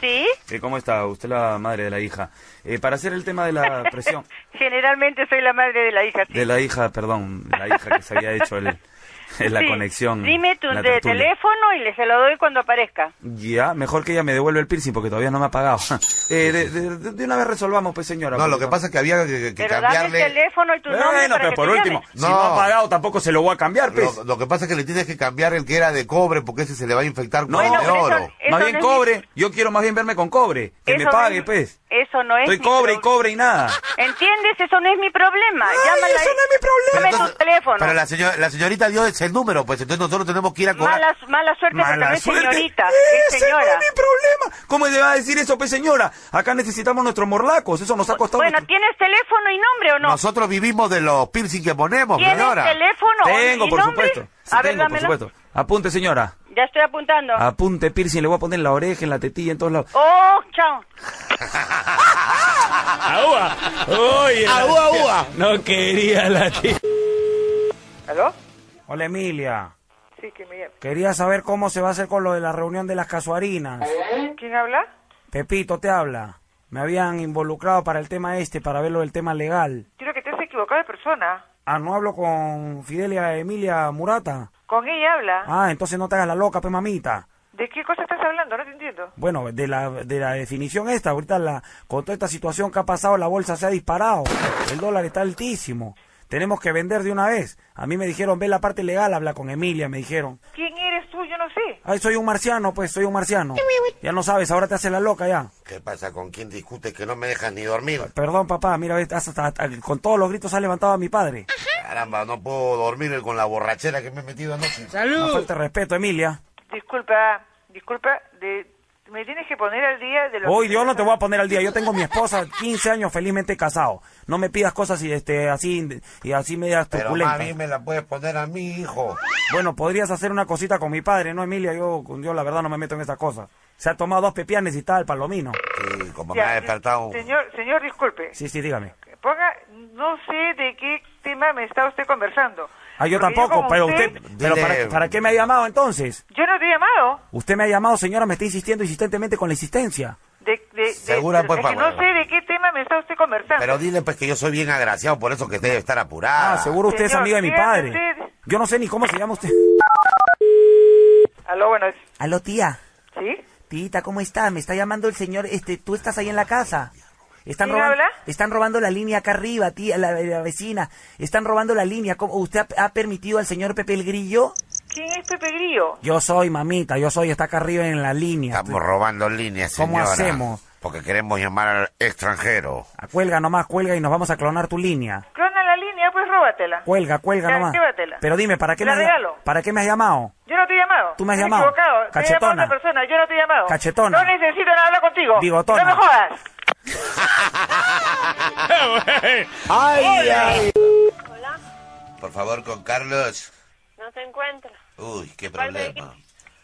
Speaker 9: ¿Sí?
Speaker 2: eh, ¿cómo está? Usted la madre de la hija. Eh, para hacer el tema de
Speaker 9: (laughs)
Speaker 2: la presión...
Speaker 9: Generalmente soy la madre de la hija. sí.
Speaker 2: De la hija, perdón, la hija que se había hecho el, (laughs) la
Speaker 9: Sí.
Speaker 2: conexión.
Speaker 9: Dime tu
Speaker 2: la
Speaker 9: de
Speaker 2: tertulia.
Speaker 9: teléfono y le se lo doy cuando aparezca.
Speaker 2: Ya, mejor que ella me devuelva el piercing porque todavía no me ha pagado. (laughs) Eh, de, de- de- de una vez resolvamos, pues señora.
Speaker 3: No, lo que pasa es que había que, que
Speaker 9: Pero
Speaker 3: cambiarle.
Speaker 9: dame el teléfono y tu nombre
Speaker 2: Bueno,
Speaker 9: para
Speaker 2: pero
Speaker 9: que
Speaker 2: por
Speaker 9: te
Speaker 2: último,
Speaker 9: llame.
Speaker 2: si no ha pagado tampoco se lo voy a cambiar, pues.
Speaker 3: Lo, lo que pasa es que le tienes que cambiar el que era de cobre porque ese se le va a infectar con
Speaker 2: No,
Speaker 3: el de oro.
Speaker 2: más bien cobre. Yo quiero más bien verme con cobre. Que me
Speaker 9: Eso no
Speaker 2: pague,
Speaker 9: es-
Speaker 2: pues.
Speaker 9: Eso no es
Speaker 2: Estoy
Speaker 9: mi
Speaker 2: cobre y cobre y nada.
Speaker 9: ¿Entiendes? Eso no es mi problema. Llámala. Eso no es mi problema. Dame tu teléfono.
Speaker 3: Pero la, señor- la señorita dio ese número, pues entonces nosotros tenemos que ir a cobrar.
Speaker 9: Mala, mala suerte porque
Speaker 2: Mala
Speaker 9: no es
Speaker 2: suerte. (laughs)
Speaker 9: señorita.
Speaker 2: Ese
Speaker 9: Es señora.
Speaker 2: no es mi problema. ¿Cómo le va a decir eso, pues señora? Acá necesitamos nuestros morlacos. Eso nos ha costado.
Speaker 9: Bueno,
Speaker 2: nuestro-
Speaker 9: ¿tienes teléfono y nombre o no?
Speaker 3: Nosotros vivimos de los piercing que ponemos,
Speaker 9: ¿Tienes
Speaker 3: señora.
Speaker 9: teléfono o-
Speaker 2: Tengo,
Speaker 9: y
Speaker 2: por
Speaker 9: nombre?
Speaker 2: supuesto. Sí,
Speaker 9: A ver,
Speaker 2: tengo, por
Speaker 9: dámelo.
Speaker 2: supuesto. Apunte, señora.
Speaker 9: Ya estoy apuntando.
Speaker 2: Apunte piercing, le voy a poner en la oreja, en la tetilla, en todos lados.
Speaker 9: Oh, chao.
Speaker 2: ¡Agua! ¡Oye!
Speaker 9: Agua, agua.
Speaker 2: No quería la tía.
Speaker 1: ¿Aló?
Speaker 2: Hola, Emilia.
Speaker 1: Sí, que me llame.
Speaker 2: Quería saber cómo se va a hacer con lo de la reunión de las casuarinas.
Speaker 1: ¿Quién habla?
Speaker 2: Pepito te habla. Me habían involucrado para el tema este, para ver lo del tema legal.
Speaker 1: Creo que te has equivocado de persona.
Speaker 2: Ah, no hablo con Fidelia Emilia Murata.
Speaker 1: ¿Con ella habla?
Speaker 2: Ah, entonces no te hagas la loca, pe mamita.
Speaker 1: ¿De qué cosa estás hablando? No te entiendo.
Speaker 2: Bueno, de la, de la definición esta, ahorita la, con toda esta situación que ha pasado, la bolsa se ha disparado, el dólar está altísimo, tenemos que vender de una vez. A mí me dijeron, ve la parte legal, habla con Emilia, me dijeron.
Speaker 1: ¿Quién eres tú? Yo no sé.
Speaker 2: Ay, soy un marciano, pues, soy un marciano. Ya no sabes, ahora te hace la loca ya.
Speaker 13: ¿Qué pasa? ¿Con quién discutes que no me dejas ni dormir?
Speaker 2: Perdón, papá, mira, ves, hasta, hasta- con todos los gritos ha levantado a mi padre.
Speaker 13: Caramba, no puedo dormir con la borrachera que me he metido anoche.
Speaker 2: No falta de respeto, Emilia.
Speaker 1: Disculpa, disculpa. De... Me tienes que poner al día de lo
Speaker 2: Hoy
Speaker 1: que-
Speaker 2: yo no te voy a poner al día. Yo tengo mi esposa 15 años felizmente casado. No me pidas cosas y este así y así medias
Speaker 13: Pero más
Speaker 2: truculentas.
Speaker 13: bien me la puedes poner a mi hijo.
Speaker 2: Bueno, podrías hacer una cosita con mi padre, ¿no, Emilia? Yo, yo la verdad no me meto en esas cosas. Se ha tomado dos pepianes y tal, el palomino.
Speaker 13: Sí, como
Speaker 1: Ya, Señor, señor, disculpe.
Speaker 2: Sí, sí, dígame.
Speaker 1: Ponga, no sé de qué tema me está usted conversando.
Speaker 2: Ah, yo
Speaker 1: Porque
Speaker 2: tampoco,
Speaker 1: como
Speaker 2: pero usted... Pero para, ¿para qué me ha llamado entonces?
Speaker 1: Yo no te he llamado.
Speaker 2: Usted me ha llamado, señora, me está insistiendo insistentemente con la insistencia.
Speaker 1: De, de, de-
Speaker 13: Segura,
Speaker 1: de-
Speaker 13: pues,
Speaker 1: es que
Speaker 13: papá.
Speaker 1: no sé de qué tema me está usted conversando.
Speaker 13: Pero dile pues que yo soy bien agraciado, por eso que debe estar apurada.
Speaker 2: Ah, seguro usted es
Speaker 1: Señor,
Speaker 2: amigo de mi
Speaker 1: dígame
Speaker 2: padre.
Speaker 1: usted.
Speaker 2: Yo no sé ni cómo se llama usted.
Speaker 1: Aló, buenas.
Speaker 8: Aló, tía.
Speaker 1: ¿Sí?
Speaker 8: Tita, ¿cómo está? Me está llamando el señor, este, tú estás ahí en la casa. Están
Speaker 1: ¿Quién
Speaker 8: roban-
Speaker 1: habla?
Speaker 8: Están robando la línea acá arriba, tía, la, la vecina. Están robando la línea. ¿Cómo- ¿Usted ha, ha permitido al señor Pepe el Grillo?
Speaker 1: ¿Quién es Pepe Grillo?
Speaker 14: Yo soy mamita, yo soy, está acá arriba en la línea.
Speaker 3: Estamos robando líneas,
Speaker 14: ¿Cómo
Speaker 3: señora,
Speaker 14: hacemos?
Speaker 3: Porque queremos llamar al extranjero.
Speaker 14: Cuelga nomás, cuelga y nos vamos a clonar tu línea.
Speaker 1: Clona la línea, pues róbatela.
Speaker 14: Cuelga, cuelga
Speaker 1: Ya,
Speaker 14: nomás.
Speaker 1: llévatela.
Speaker 14: Pero dime, ¿para qué,
Speaker 1: La
Speaker 14: me has,
Speaker 1: regalo.
Speaker 14: ¿para qué me has llamado?
Speaker 1: Yo no te he llamado.
Speaker 14: Tú me has
Speaker 1: Te he
Speaker 14: llamado.
Speaker 1: equivocado. Te he llamado a
Speaker 14: Cachetona.
Speaker 1: otra persona, yo no te he llamado.
Speaker 14: Cachetona.
Speaker 1: No necesito nada hablar contigo.
Speaker 14: Bigotona.
Speaker 1: No me jodas.
Speaker 3: ¡Ay,
Speaker 1: ay!
Speaker 6: Hola,
Speaker 3: Por favor, con Carlos.
Speaker 6: no te encuentro.
Speaker 3: Uy, qué
Speaker 6: ¿Cuál me
Speaker 3: problema.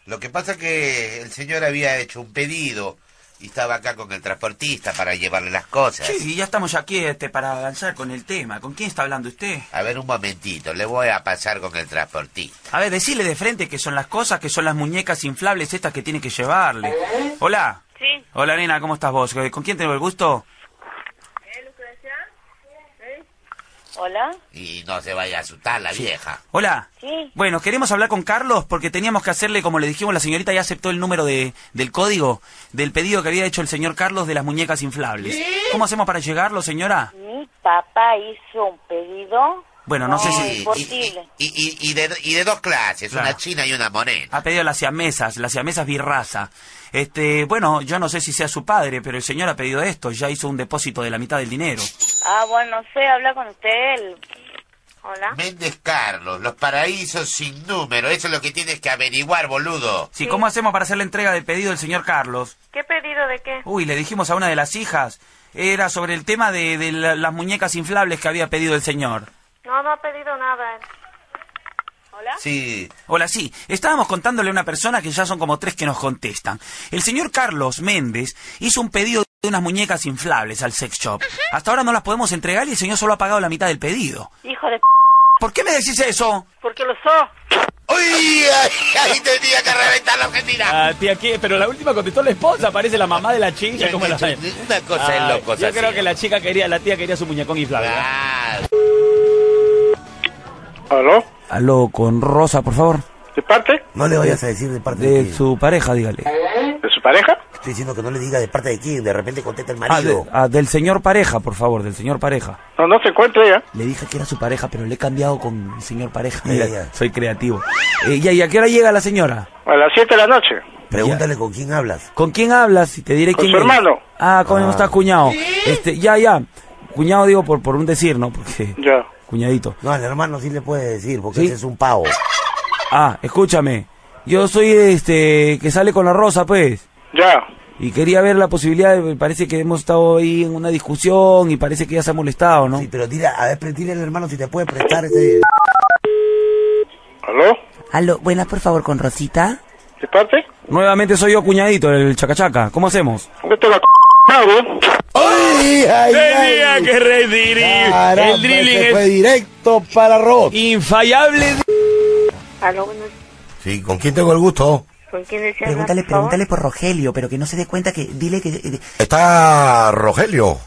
Speaker 3: Lo que pasa que el señor había hecho un pedido y estaba acá con el transportista para llevarle las cosas.
Speaker 2: Sí, ya estamos aquí este, para avanzar con el tema. ¿Con quién está hablando usted?
Speaker 3: A ver un momentito, le voy a pasar con el transportista.
Speaker 2: A ver, decile de frente que son las cosas, que son las muñecas inflables estas que tiene que llevarle. Hola.
Speaker 6: Sí.
Speaker 2: Hola, nena, ¿cómo estás vos? Eh, ¿Con quién tengo el gusto?
Speaker 6: ¿Eh, Hola,
Speaker 3: Y no se vaya a asustar la vieja.
Speaker 2: Hola.
Speaker 6: sí.
Speaker 2: Bueno, queremos hablar con Carlos porque teníamos que hacerle, como le dijimos, la señorita ya aceptó el número de, del código del pedido que había hecho el señor Carlos de las muñecas inflables. ¿Cómo hacemos para llegarlo, señora?
Speaker 6: Mi papá hizo un pedido.
Speaker 2: Bueno, no sé si...
Speaker 6: Imposible.
Speaker 3: Y, y, y, de, y de dos clases, una china y una morena.
Speaker 2: Ha pedido las siamesas, las siamesas birraza. Este, bueno, yo no sé si sea su padre, pero el señor ha pedido esto, ya hizo un depósito de la mitad del dinero.
Speaker 6: Ah, bueno, no sé, habla con usted. él. Hola.
Speaker 3: Méndez Carlos, los paraísos sin número, eso es lo que tienes que averiguar, boludo.
Speaker 2: Sí, ¿cómo hacemos para hacer la entrega del pedido del señor Carlos?
Speaker 1: ¿Qué pedido de qué?
Speaker 2: Uy, le dijimos a una de las hijas, era sobre el tema de, de la- las muñecas inflables que había pedido el señor.
Speaker 6: No, no ha pedido nada. Hola.
Speaker 3: Sí.
Speaker 2: Hola, sí. Estábamos contándole a una persona que ya son como tres que nos contestan. El señor Carlos Méndez hizo un pedido de unas muñecas inflables al sex shop. Hasta ahora no las podemos entregar y el señor solo ha pagado la mitad del pedido.
Speaker 6: Hijo de p.
Speaker 2: ¿Por qué me decís eso?
Speaker 6: Porque lo so.
Speaker 3: ¡Uy! Ahí tenía que reventar la Argentina.
Speaker 15: Ah, tía, ¿qué? Pero la última contestó la esposa, parece la mamá de la chica. ¿Cómo la saben?
Speaker 3: Una cosa es
Speaker 15: Ay,
Speaker 3: loco, Ah.
Speaker 15: Yo
Speaker 3: así.
Speaker 15: creo que la chica quería, la tía quería su muñecón inflable.
Speaker 16: ¿Aló?
Speaker 2: Aló, con Rosa, por favor.
Speaker 16: ¿De parte?
Speaker 4: No le vayas a decir de parte de,
Speaker 2: De Ah,
Speaker 4: quién.
Speaker 2: su pareja, dígale.
Speaker 16: ¿De su pareja?
Speaker 4: Estoy diciendo que no le diga de parte de quién, de repente contesta el
Speaker 2: Ah, de-
Speaker 4: marido.
Speaker 2: ah, del señor pareja, por favor, del señor pareja.
Speaker 16: No, no se encuentra ella.
Speaker 2: Le dije que era su pareja, pero le he cambiado con el señor pareja.
Speaker 4: Ya,
Speaker 2: Mira,
Speaker 4: ya.
Speaker 2: Soy creativo. Eh, ya, ¿Y a qué hora llega la señora?
Speaker 16: A las 7 de la noche.
Speaker 4: Pregúntale con quién hablas.
Speaker 2: ¿Con quién hablas? Y te diré
Speaker 4: Con
Speaker 2: quién
Speaker 4: su
Speaker 2: eres.
Speaker 4: hermano.
Speaker 2: Ah, ¿cómo
Speaker 4: Ah.
Speaker 2: estás, cuñado? Este, ya, ya. Cuñado digo por, por un decir, ¿no?
Speaker 4: (laughs)
Speaker 2: Porque...
Speaker 16: Ya.
Speaker 2: Cuñadito.
Speaker 4: No, al hermano sí le puede decir, porque ese es un pavo.
Speaker 2: Ah, escúchame. Yo soy este que sale con la rosa, pues.
Speaker 16: Ya.
Speaker 2: Y quería ver la posibilidad, de- parece que hemos estado ahí en una discusión y parece que ya se ha molestado, ¿no? Sí,
Speaker 4: pero dile, a ver, pre- dile al hermano si te puede prestar ese...
Speaker 16: ¿Aló?
Speaker 8: Aló, buenas, por favor, con Rosita.
Speaker 16: ¿De parte?
Speaker 2: Nuevamente soy yo, cuñadito, el chacachaca. ¿Cómo hacemos?
Speaker 16: Vete a la c...
Speaker 17: ¡Ay, ay,
Speaker 15: Tenía
Speaker 17: ay!
Speaker 15: que redirir.
Speaker 17: Caramba,
Speaker 15: el drilling
Speaker 17: se
Speaker 15: es
Speaker 17: fue directo para
Speaker 4: Oh.
Speaker 17: Rock.
Speaker 15: infallable.
Speaker 6: Aló, buenas-
Speaker 4: Sí, ¿con quién tengo el gusto?
Speaker 6: ¿con quién desea hablar,
Speaker 8: Pregúntale,
Speaker 6: por favor?
Speaker 8: pregúntale por Rogelio, pero que no se dé cuenta que... Dile que... eh,
Speaker 4: Está Rogelio.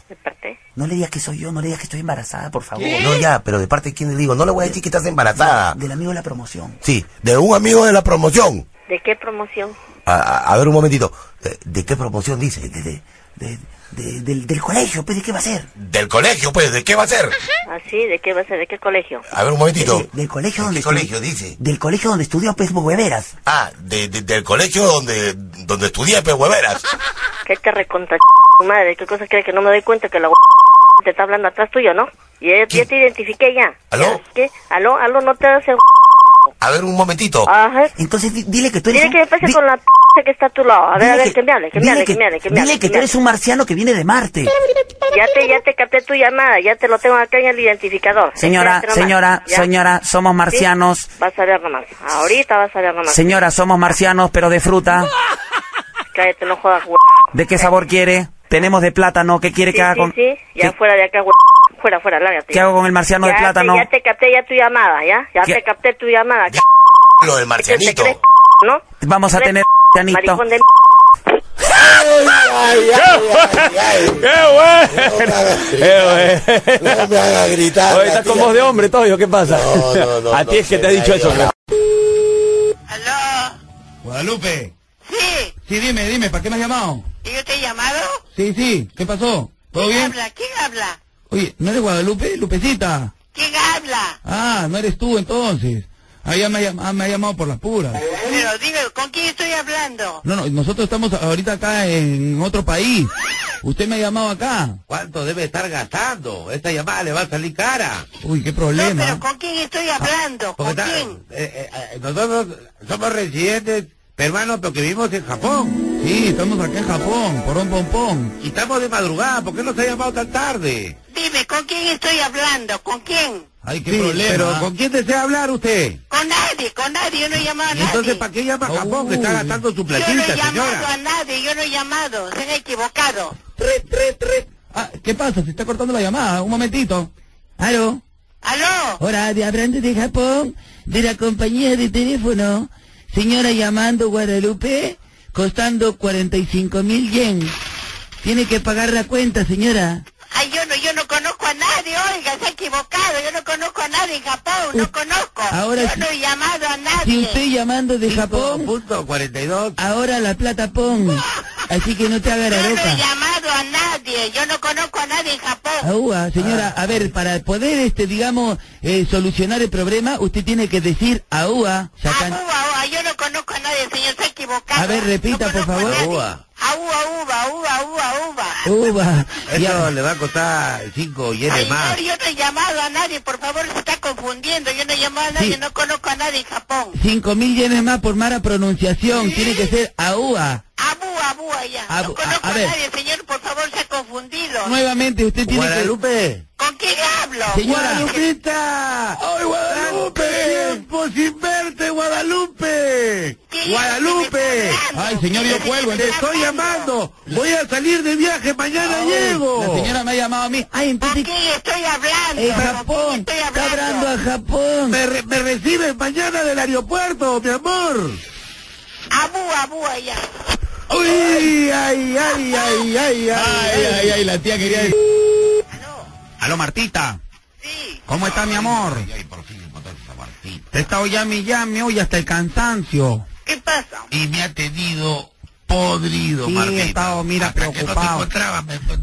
Speaker 8: no le digas que soy yo, no le digas que estoy embarazada, por favor.
Speaker 4: No, ya, pero de parte de quién le digo, no le voy a decir que estás embarazada.
Speaker 8: Del amigo de la promoción.
Speaker 4: Sí, de un amigo de la promoción.
Speaker 6: ¿De qué promoción?
Speaker 4: A, a- a ver un momentito, ¿de, de qué promoción dice?
Speaker 8: De- del, del colegio, pues, ¿de qué va a ser?
Speaker 4: Del colegio, pues, ¿de qué va a ser?
Speaker 9: Ah,
Speaker 6: Así, ¿de qué va a ser? ¿De qué colegio?
Speaker 4: A ver un momentito.
Speaker 8: Del colegio
Speaker 4: ¿De
Speaker 8: donde...
Speaker 4: qué colegio dice?
Speaker 8: Del colegio donde estudió, pues, Hueveras.
Speaker 4: Ah, de- de- del colegio donde, donde estudié, pues, (laughs) hueveras.
Speaker 6: ¿Qué te recontra tu madre? ¿Qué cosa crees que no me doy cuenta que la te está hablando atrás tuyo, no? Y ya, ya te identifiqué ya.
Speaker 4: ¿Aló?
Speaker 6: ¿Qué? ¿Aló? ¿Aló? ¿No te das el
Speaker 4: A ver un momentito.
Speaker 6: Ajá.
Speaker 8: Entonces, di- dile que tú eres
Speaker 6: Dile
Speaker 8: un-
Speaker 6: que empiece
Speaker 8: di-
Speaker 6: con la p que está a tu lado. A ver, a
Speaker 8: dile
Speaker 6: ver, que me hable, que me
Speaker 8: dile
Speaker 6: hable, que me hable, que me
Speaker 8: dile
Speaker 6: hable,
Speaker 8: que
Speaker 6: que
Speaker 8: tú
Speaker 6: me hable.
Speaker 8: eres un marciano que viene de Marte.
Speaker 6: Ya te, ya te capté tu llamada, ya te lo tengo acá en el identificador.
Speaker 8: Señora,
Speaker 6: Espérate nomás,
Speaker 8: señora,
Speaker 6: ya.
Speaker 8: señora, somos
Speaker 6: ¿Sí?
Speaker 8: marcianos.
Speaker 6: Vas a ver nomás, ahorita vas a ver nomás.
Speaker 8: Señora, somos marcianos, pero de fruta.
Speaker 6: Cállate, no jodas, hue-
Speaker 8: ¿De qué sabor quiere? Tenemos de plátano. ¿Qué quiere
Speaker 6: Sí,
Speaker 8: que haga
Speaker 6: sí,
Speaker 8: con...?
Speaker 6: sí, ya
Speaker 8: ¿Qué-
Speaker 6: fuera de acá, hue- Fuera, fuera, lárgate.
Speaker 8: ¿Qué hago con el marciano de
Speaker 6: Ya te-
Speaker 8: plátano?
Speaker 6: ya te capté ya tu llamada, ya. Ya
Speaker 8: ¿Qué?
Speaker 6: te capté tu llamada.
Speaker 4: Lo del
Speaker 6: ¿Qué te
Speaker 4: marcianito.
Speaker 6: crees, ¿no?
Speaker 8: Vamos a
Speaker 6: ¿Crees,
Speaker 8: tener marcianito.
Speaker 6: Maricón de
Speaker 15: ¡Qué bueno! No me hagas
Speaker 17: gritar,
Speaker 15: Oye, estás con voz de hombre, Toyo, ¿qué pasa?
Speaker 4: (laughs)
Speaker 17: no, no,
Speaker 15: A ti
Speaker 17: no
Speaker 15: es que
Speaker 17: sé,
Speaker 15: te ha dicho
Speaker 17: ahí
Speaker 15: eso,
Speaker 17: va.
Speaker 15: creo.
Speaker 18: Guadalupe. Sí. Sí, dime, dime, ¿para qué me has llamado?
Speaker 9: ¿Y yo te he llamado?
Speaker 18: Sí, sí, ¿qué pasó? ¿Todo
Speaker 9: ¿Quién
Speaker 18: bien?
Speaker 9: habla? ¿Quién habla?
Speaker 18: Oye, ¿no eres Guadalupe? Lupecita.
Speaker 9: ¿Quién habla?
Speaker 18: Ah, no eres tú entonces.
Speaker 2: Ah, ya me ha, llam- ah, me ha llamado por las puras.
Speaker 9: Pero dime, ¿con quién estoy hablando?
Speaker 2: No, no, nosotros estamos ahorita acá en otro país. Usted me ha llamado acá.
Speaker 4: ¿Cuánto debe estar gastando? Esta llamada le va a salir cara.
Speaker 2: Uy, qué problema.
Speaker 9: ¿Con quién estoy hablando?
Speaker 4: Porque está- eh, eh, eh, nosotros somos residentes peruanos, pero que vivimos en Japón.
Speaker 2: Sí, estamos acá en Japón, por un pompón.
Speaker 4: Y estamos de madrugada, ¿por qué nos ha llamado tan tarde?
Speaker 9: Dime, ¿con quién estoy hablando? ¿Con quién?
Speaker 2: Ay,
Speaker 4: qué problema. Pero ¿con quién desea hablar usted?
Speaker 9: Con nadie, con nadie, yo no he llamado a
Speaker 4: ¿Y
Speaker 9: nadie.
Speaker 4: entonces para qué llama a Japón que está gastando su platita,
Speaker 9: yo no he llamado
Speaker 4: señora?
Speaker 9: a nadie, yo no he llamado, se han equivocado.
Speaker 2: Ah, ¿qué pasa? Se está cortando la llamada. Un momentito. ¿Aló?
Speaker 9: ¿Aló?
Speaker 8: Hola, de hablando de Japón, de la compañía de teléfono. Señora llamando Guadalupe, costando 45 mil yen. Tiene que pagar la cuenta, señora.
Speaker 9: Ay, yo no, yo no conozco a nadie, oiga, se ha equivocado, yo no conozco a nadie en Japón, no conozco.
Speaker 8: ahora
Speaker 9: yo
Speaker 8: sí.
Speaker 9: no he llamado a nadie.
Speaker 8: Si usted llamando de Japón,
Speaker 4: Punto 42.
Speaker 8: ahora la plata pon. Así que no te haga la
Speaker 9: Yo no he
Speaker 8: loca.
Speaker 9: llamado a nadie, yo no conozco a nadie en Japón.
Speaker 8: Aúa, señora, a ver, para poder, este, digamos, eh, solucionar el problema, usted tiene que decir aúa, sacan-
Speaker 9: Uva, uva, yo no conozco a nadie, señor, se ha equivocado.
Speaker 8: A ver, repita, por favor.
Speaker 9: Auba, uva, uva, uva, uva.
Speaker 8: Uva.
Speaker 4: Eso le va a costar 5 yenes
Speaker 9: Ay,
Speaker 4: más.
Speaker 9: no, yo no he llamado a nadie, por favor, se está confundiendo. Yo no he llamado a nadie, no conozco a nadie en Japón.
Speaker 8: Cinco mil yenes más por mala pronunciación. Tiene que ser AUA.
Speaker 9: Abu, abu, allá.
Speaker 8: Abu,
Speaker 9: no
Speaker 8: a-
Speaker 9: conozco a,
Speaker 8: a ver.
Speaker 9: nadie, señor, por favor, se ha confundido.
Speaker 8: Nuevamente, usted tiene
Speaker 4: Guadalupe.
Speaker 9: ¿Con quién hablo?
Speaker 8: Señora.
Speaker 4: Guadalupita. ¡Ay, Guadalupe! ¡Tiempo sin verte, Guadalupe! ¡Guadalupe!
Speaker 2: Ay, señor, yo cuelgo.
Speaker 4: Te
Speaker 2: entonces.
Speaker 4: estoy llamando. Voy a salir de viaje. Mañana
Speaker 2: Ay,
Speaker 4: llego.
Speaker 2: La señora me ha llamado a mí. Ay, entonces...
Speaker 9: estoy hablando?
Speaker 2: En Japón. Está hablando a
Speaker 8: Japón.
Speaker 4: Me, re- me recibes mañana del aeropuerto, mi amor.
Speaker 9: que... Abu, abu, allá.
Speaker 4: ¡Uy! ¡Ay, ay, ay, ay, ay!
Speaker 2: Ay, ay, ay, la tía quería... Aló, Martita. Sí. ¿Cómo está, mi amor? Te he estado llame y llame hoy hasta el cansancio.
Speaker 9: ¿Qué pasa?
Speaker 2: Y me ha tenido podrido,
Speaker 4: Sí, he
Speaker 2: estado, mira,
Speaker 4: preocupado.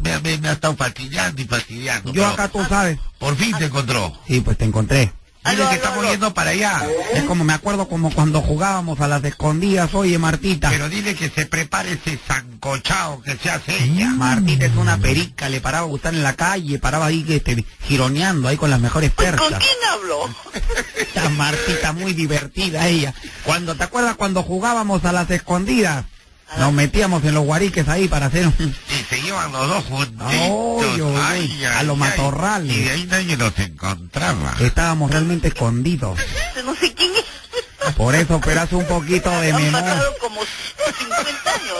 Speaker 4: Me, me- me ha estado fastidiando y fastidiando. Yo acá
Speaker 2: tú sabes.
Speaker 4: Por fin te encontró.
Speaker 2: Sí, pues te encontré.
Speaker 4: Dile que estamos yendo para allá.
Speaker 2: Es como me acuerdo como cuando jugábamos a las escondidas, oye Martita.
Speaker 4: Pero dile que se prepare ese sancochao que se hace
Speaker 2: Martita es una perica, le paraba a gustar en la calle, paraba ahí que este, gironeando ahí con las mejores
Speaker 9: ¿Con
Speaker 2: persas.
Speaker 9: quién hablo?
Speaker 2: Esta Martita muy divertida ella. Cuando te acuerdas cuando jugábamos a las escondidas,
Speaker 9: Ah.
Speaker 2: nos metíamos en los guariques ahí para hacer un
Speaker 4: Y se llevan los dos juntitos.
Speaker 2: Ay, oye, a los matorrales.
Speaker 4: Y de ahí nadie los encontraba.
Speaker 2: Estábamos realmente escondidos.
Speaker 9: No sé quién es.
Speaker 2: Por eso, pero hace un poquito de
Speaker 9: Han
Speaker 2: memoria.
Speaker 9: pasado como 50 años.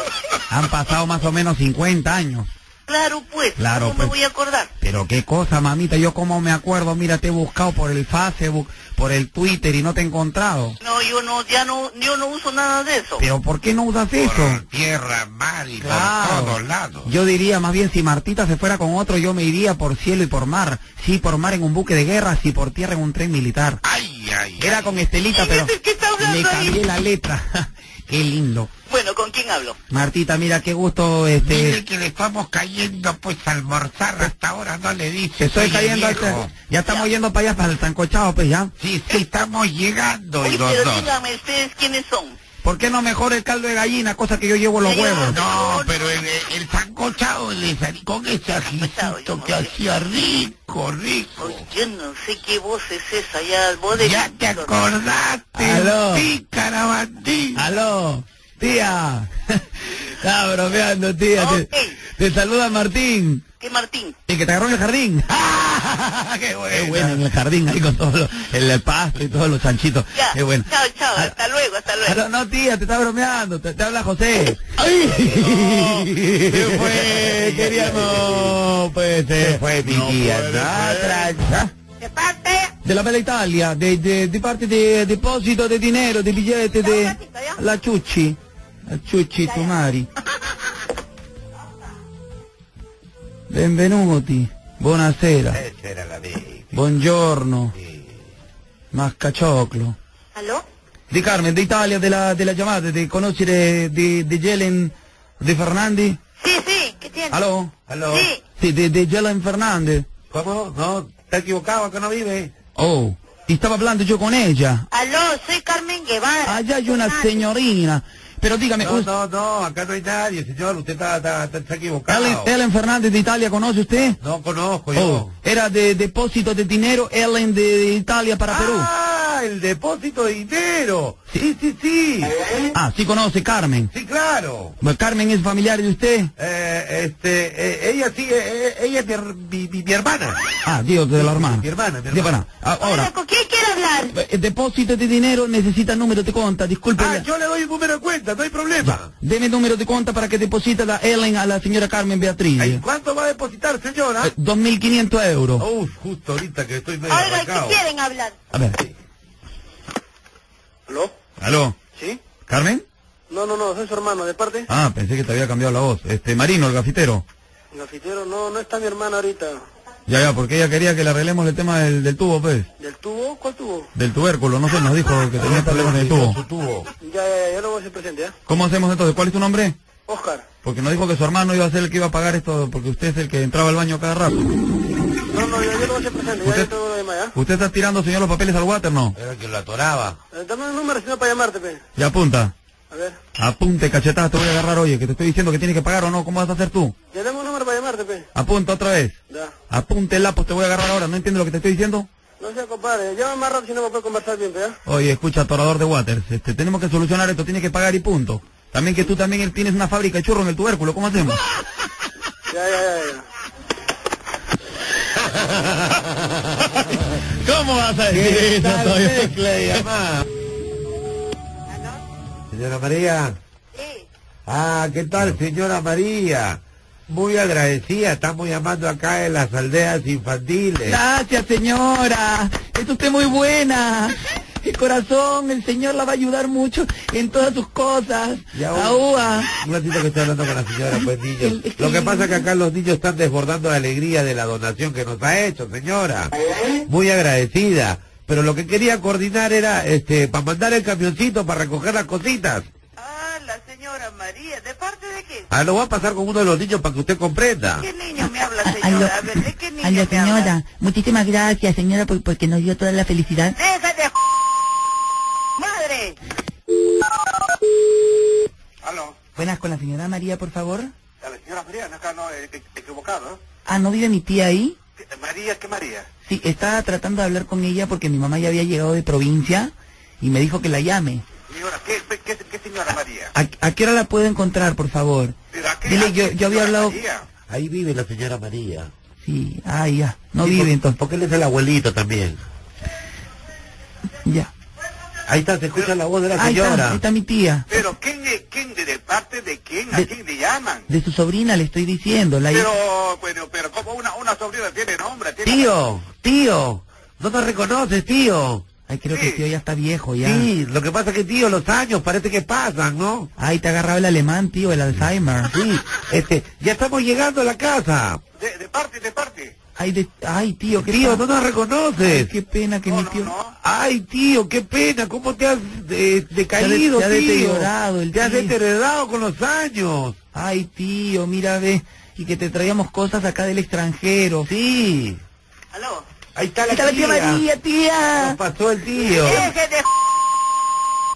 Speaker 2: Han pasado más o menos 50 años.
Speaker 9: Claro, pues.
Speaker 2: Claro,
Speaker 9: ¿Cómo
Speaker 2: pues.
Speaker 9: me voy a acordar?
Speaker 2: Pero qué cosa, mamita, yo como me acuerdo, mira, te he buscado por el Facebook, por el Twitter y no te he encontrado.
Speaker 9: No, yo no, ya no, yo no uso nada de eso.
Speaker 2: Pero ¿por qué no usas eso?
Speaker 4: Tierra, mar y
Speaker 2: Claro.
Speaker 4: por todos lados.
Speaker 2: Yo diría, más bien, si Martita se fuera con otro, yo me iría por cielo y por mar. Sí, por mar en un buque de guerra, sí, por tierra en un tren militar. Era con Estelita, pero le cambié la letra. (laughs) qué lindo.
Speaker 9: Bueno, ¿con quién hablo?
Speaker 2: Martita, mira, qué gusto,
Speaker 4: Dile
Speaker 2: este...
Speaker 4: que le estamos cayendo pues a almorzar hasta ahora, no le dices.
Speaker 2: Te estoy
Speaker 4: oye,
Speaker 2: cayendo
Speaker 4: viejo.
Speaker 2: ahorita. Ya estamos yendo para allá, para el sancochado, pues ya.
Speaker 4: Sí, sí, estamos llegando
Speaker 9: Oye,
Speaker 4: los
Speaker 9: pero
Speaker 4: dos.
Speaker 9: díganme ustedes quiénes son.
Speaker 2: ¿Por qué no mejor el caldo de gallina, cosa que yo llevo los huevos?
Speaker 4: No, pero el, el sancochado le salí con ese ajicito que hacía rico, rico.
Speaker 9: Yo no sé qué voz es esa, ya, voz de...
Speaker 4: Ya te acordaste,
Speaker 2: Aló.
Speaker 4: pícara bandida.
Speaker 2: Aló, tía. Está bromeando, tía. Te,
Speaker 9: Ok.
Speaker 2: te saluda Martín.
Speaker 9: ¿Qué Martín?
Speaker 2: Y que te agarró en el jardín.
Speaker 4: (laughs) ¡Qué bueno!
Speaker 2: Qué bueno, en el jardín, ahí con todo el, el pasto y todos los chanchitos.
Speaker 9: Ya,
Speaker 2: Qué bueno.
Speaker 9: chao, chao,
Speaker 2: Ah,
Speaker 9: hasta luego, hasta
Speaker 2: Ah,
Speaker 9: luego.
Speaker 2: no, no, tía, te está bromeando, te, te habla José. Se fue, queríamos, pues, se fue mi tía,
Speaker 9: ¿De parte?
Speaker 2: De la Bella Italia, de, de, de parte de depósito de dinero, de billetes, de... La Chuchi, la Chuchi, tu mari. Benvenuti, buonasera,
Speaker 4: Esa era la de...
Speaker 2: buongiorno, mascaccioclo.
Speaker 9: ¿Aló?
Speaker 2: Di Carmen, d'Italia, della, della chiamata, di conoscere di, di Gelen De Fernandi?
Speaker 9: (laughs) Sí, sí, ¿qué tiene?
Speaker 2: Aló?
Speaker 4: Aló.
Speaker 9: Sí.
Speaker 2: Sì, di, di Gelen Fernandez.
Speaker 4: ¿Cómo? No, está equivocado, acá no vive.
Speaker 2: Oh, y estaba hablando yo con ella.
Speaker 1: Aló, soy Carmen Guevara.
Speaker 2: Allá hay una señorina. Pero dígame,
Speaker 3: No,
Speaker 2: us-
Speaker 3: no, no, acá no hay nadie, señor. Usted está, está- está- está equivocado.
Speaker 2: Ellen, Ellen Fernández de Italia, ¿conoce usted?
Speaker 3: No conozco yo.
Speaker 2: Oh, era de depósito de dinero Ellen de, de Italia para Perú.
Speaker 3: Ah, el depósito de dinero. Sí, sí, sí.
Speaker 2: Ah, sí conoce Carmen.
Speaker 3: Sí, claro.
Speaker 2: Bueno, Carmen es familiar de usted.
Speaker 3: Eh, este, eh, ella sí, eh, eh, ella es mi, her- mi- mi- mi hermana.
Speaker 2: Ah, Dios de la hermana.
Speaker 3: Mi hermana, mi
Speaker 2: De
Speaker 3: hermana.
Speaker 2: pana. Ah, Ahora,
Speaker 1: ¿Con quién quiere hablar?
Speaker 2: eh, depósito de dinero necesita número de cuenta, disculpe.
Speaker 3: Ah, yo le doy un número de cuenta, no hay problema.
Speaker 2: Deme número de cuenta para que deposite la Ellen a la señora Carmen Beatriz.
Speaker 3: ¿Cuánto va a depositar, señora?
Speaker 2: Eh, 2.500 euros.
Speaker 3: Uf, justo ahorita que estoy medio
Speaker 1: Oiga,
Speaker 3: arrancado.
Speaker 1: ¿qué quieren hablar?
Speaker 2: A ver.
Speaker 4: ¿Aló?
Speaker 2: ¿Aló?
Speaker 4: ¿Sí?
Speaker 2: ¿Carmen?
Speaker 4: No, no, no, soy su hermano, ¿de parte?
Speaker 2: Ah, pensé que te había cambiado la voz. Este, Marino, el gafitero.
Speaker 4: El Gafitero, no, no está mi hermana ahorita.
Speaker 2: Ya, ya, porque ella quería que le arreglemos el tema del, del tubo, pues.
Speaker 4: ¿Del tubo? ¿Cuál tubo?
Speaker 2: Del tubérculo, no sé, nos dijo que tenía problemas en el tubo.
Speaker 4: Ya, ya, ya, ya lo voy a hacer presente, ¿ah?
Speaker 2: ¿Cómo hacemos entonces? ¿Cuál es tu nombre?
Speaker 4: Oscar.
Speaker 2: Porque nos dijo que su hermano iba a ser el que iba a pagar esto, porque usted es el que entraba al baño cada rato.
Speaker 4: No, no, ya, ya lo voy a hacer presente, ya,
Speaker 2: ¿Usted?
Speaker 4: ya todo lo demás, ¿ya?
Speaker 2: ¿Usted está tirando, señor, los papeles al water, no?
Speaker 3: Era que lo atoraba.
Speaker 4: Eh, Dame un número, señor, para llamarte, pe.
Speaker 2: Ya apunta.
Speaker 4: A ver.
Speaker 2: Apunte, cachetada, te voy a agarrar, oye, que te estoy diciendo que tienes que pagar o no, ¿cómo vas a hacer tú?
Speaker 4: Ya dame un número para llamarte, pe.
Speaker 2: Apunta otra vez.
Speaker 4: Ya.
Speaker 2: Apunte el pues te voy a agarrar ahora, ¿no entiendes lo que te estoy diciendo?
Speaker 4: No sea compadre, llama más rápido si no voy a poder conversar bien, pe, ¿ya?
Speaker 2: Oye, escucha, atorador de waters, este, tenemos que solucionar esto, tienes que pagar y punto. También que tú también tienes una fábrica de churro en el tubérculo, ¿cómo hacemos?
Speaker 4: Ya, ya, ya, ya.
Speaker 2: ¿Cómo vas a decir eso?
Speaker 3: Señora María. Ah, ¿qué tal, señora María? Muy agradecida, estamos llamando acá de las aldeas infantiles.
Speaker 8: Gracias, señora. Es usted muy buena. El corazón, el señor la va a ayudar mucho en todas sus cosas.
Speaker 3: Ya,
Speaker 8: La
Speaker 3: un-
Speaker 8: uva.
Speaker 3: Un ratito que estoy hablando con la señora, pues niños. Lo que pasa es que acá los niños están desbordando de alegría de la donación que nos ha hecho, señora. Muy agradecida. Pero lo que quería coordinar era, este, para mandar el camioncito para recoger las cositas.
Speaker 1: Ah, la señora María, ¿de parte de qué?
Speaker 3: Ah, lo voy a pasar con uno de los niños para que usted comprenda.
Speaker 1: ¿Qué niño me habla,
Speaker 8: Aló,
Speaker 1: señora? A ver, ¿de qué niño
Speaker 8: aló,
Speaker 1: me habla?
Speaker 8: señora. Muchísimas gracias, señora, por- porque nos dio toda la felicidad.
Speaker 1: ¡Deja de madre!
Speaker 4: Aló,
Speaker 8: Buenas, con la señora María, por favor.
Speaker 4: a la señora María, no, acá no, eh, eh, equivocado,
Speaker 8: Ah, ¿no vive mi tía ahí?
Speaker 4: ¿eh? María, ¿qué María?
Speaker 8: Sí, estaba tratando de hablar con ella porque mi mamá ya había llegado de provincia y me dijo que la llame.
Speaker 4: Señora, ¿qué, qué, qué, qué señora María?
Speaker 8: ¿A, a qué hora la puedo encontrar, por favor? Dile, yo, yo había hablado...
Speaker 3: Ahí vive la señora María.
Speaker 8: Sí, ah, ya. No
Speaker 3: Sí,
Speaker 8: vive
Speaker 3: por-
Speaker 8: entonces.
Speaker 3: Porque él es el abuelito también.
Speaker 8: Ya.
Speaker 3: Ahí está, se escucha la voz de la
Speaker 8: Ahí está, ahí
Speaker 3: señora.
Speaker 8: está mi tía.
Speaker 4: Pero ¿quién, es- quién de, de parte de quién? ¿A
Speaker 8: De-
Speaker 4: quién le llaman?
Speaker 8: De su sobrina le estoy diciendo. La...
Speaker 4: Pero, bueno, pero como una, una sobrina tiene nombre, tiene...
Speaker 3: Tío, tío, no nos reconoces, tío.
Speaker 8: Ay, creo que el tío ya está viejo ya.
Speaker 3: Sí, lo que pasa es que, tío, los años parece que pasan, ¿no?
Speaker 8: Ay, te ha agarrado el alemán, tío, el Alzheimer.
Speaker 3: Sí, este, ya estamos llegando a la casa.
Speaker 4: De, de parte, de parte.
Speaker 8: Ay, de- ay tío, qué
Speaker 3: Tío,
Speaker 8: pa-
Speaker 3: no nos reconoces.
Speaker 8: Ay, qué pena que mi tío...
Speaker 3: Ay, tío, qué pena, cómo te has eh, decaído,
Speaker 8: Te ha de- te ha
Speaker 3: tío.
Speaker 8: deteriorado el
Speaker 3: Te has
Speaker 8: tío.
Speaker 3: deteriorado con los años.
Speaker 8: Ay, tío, mira, ve. Y que te traíamos cosas acá del extranjero.
Speaker 3: Sí.
Speaker 1: Aló.
Speaker 3: Ahí está la
Speaker 8: Ahí está la tía María,
Speaker 3: Nos
Speaker 8: tía.
Speaker 3: pasó el
Speaker 2: (laughs)
Speaker 3: tío.
Speaker 1: Deje de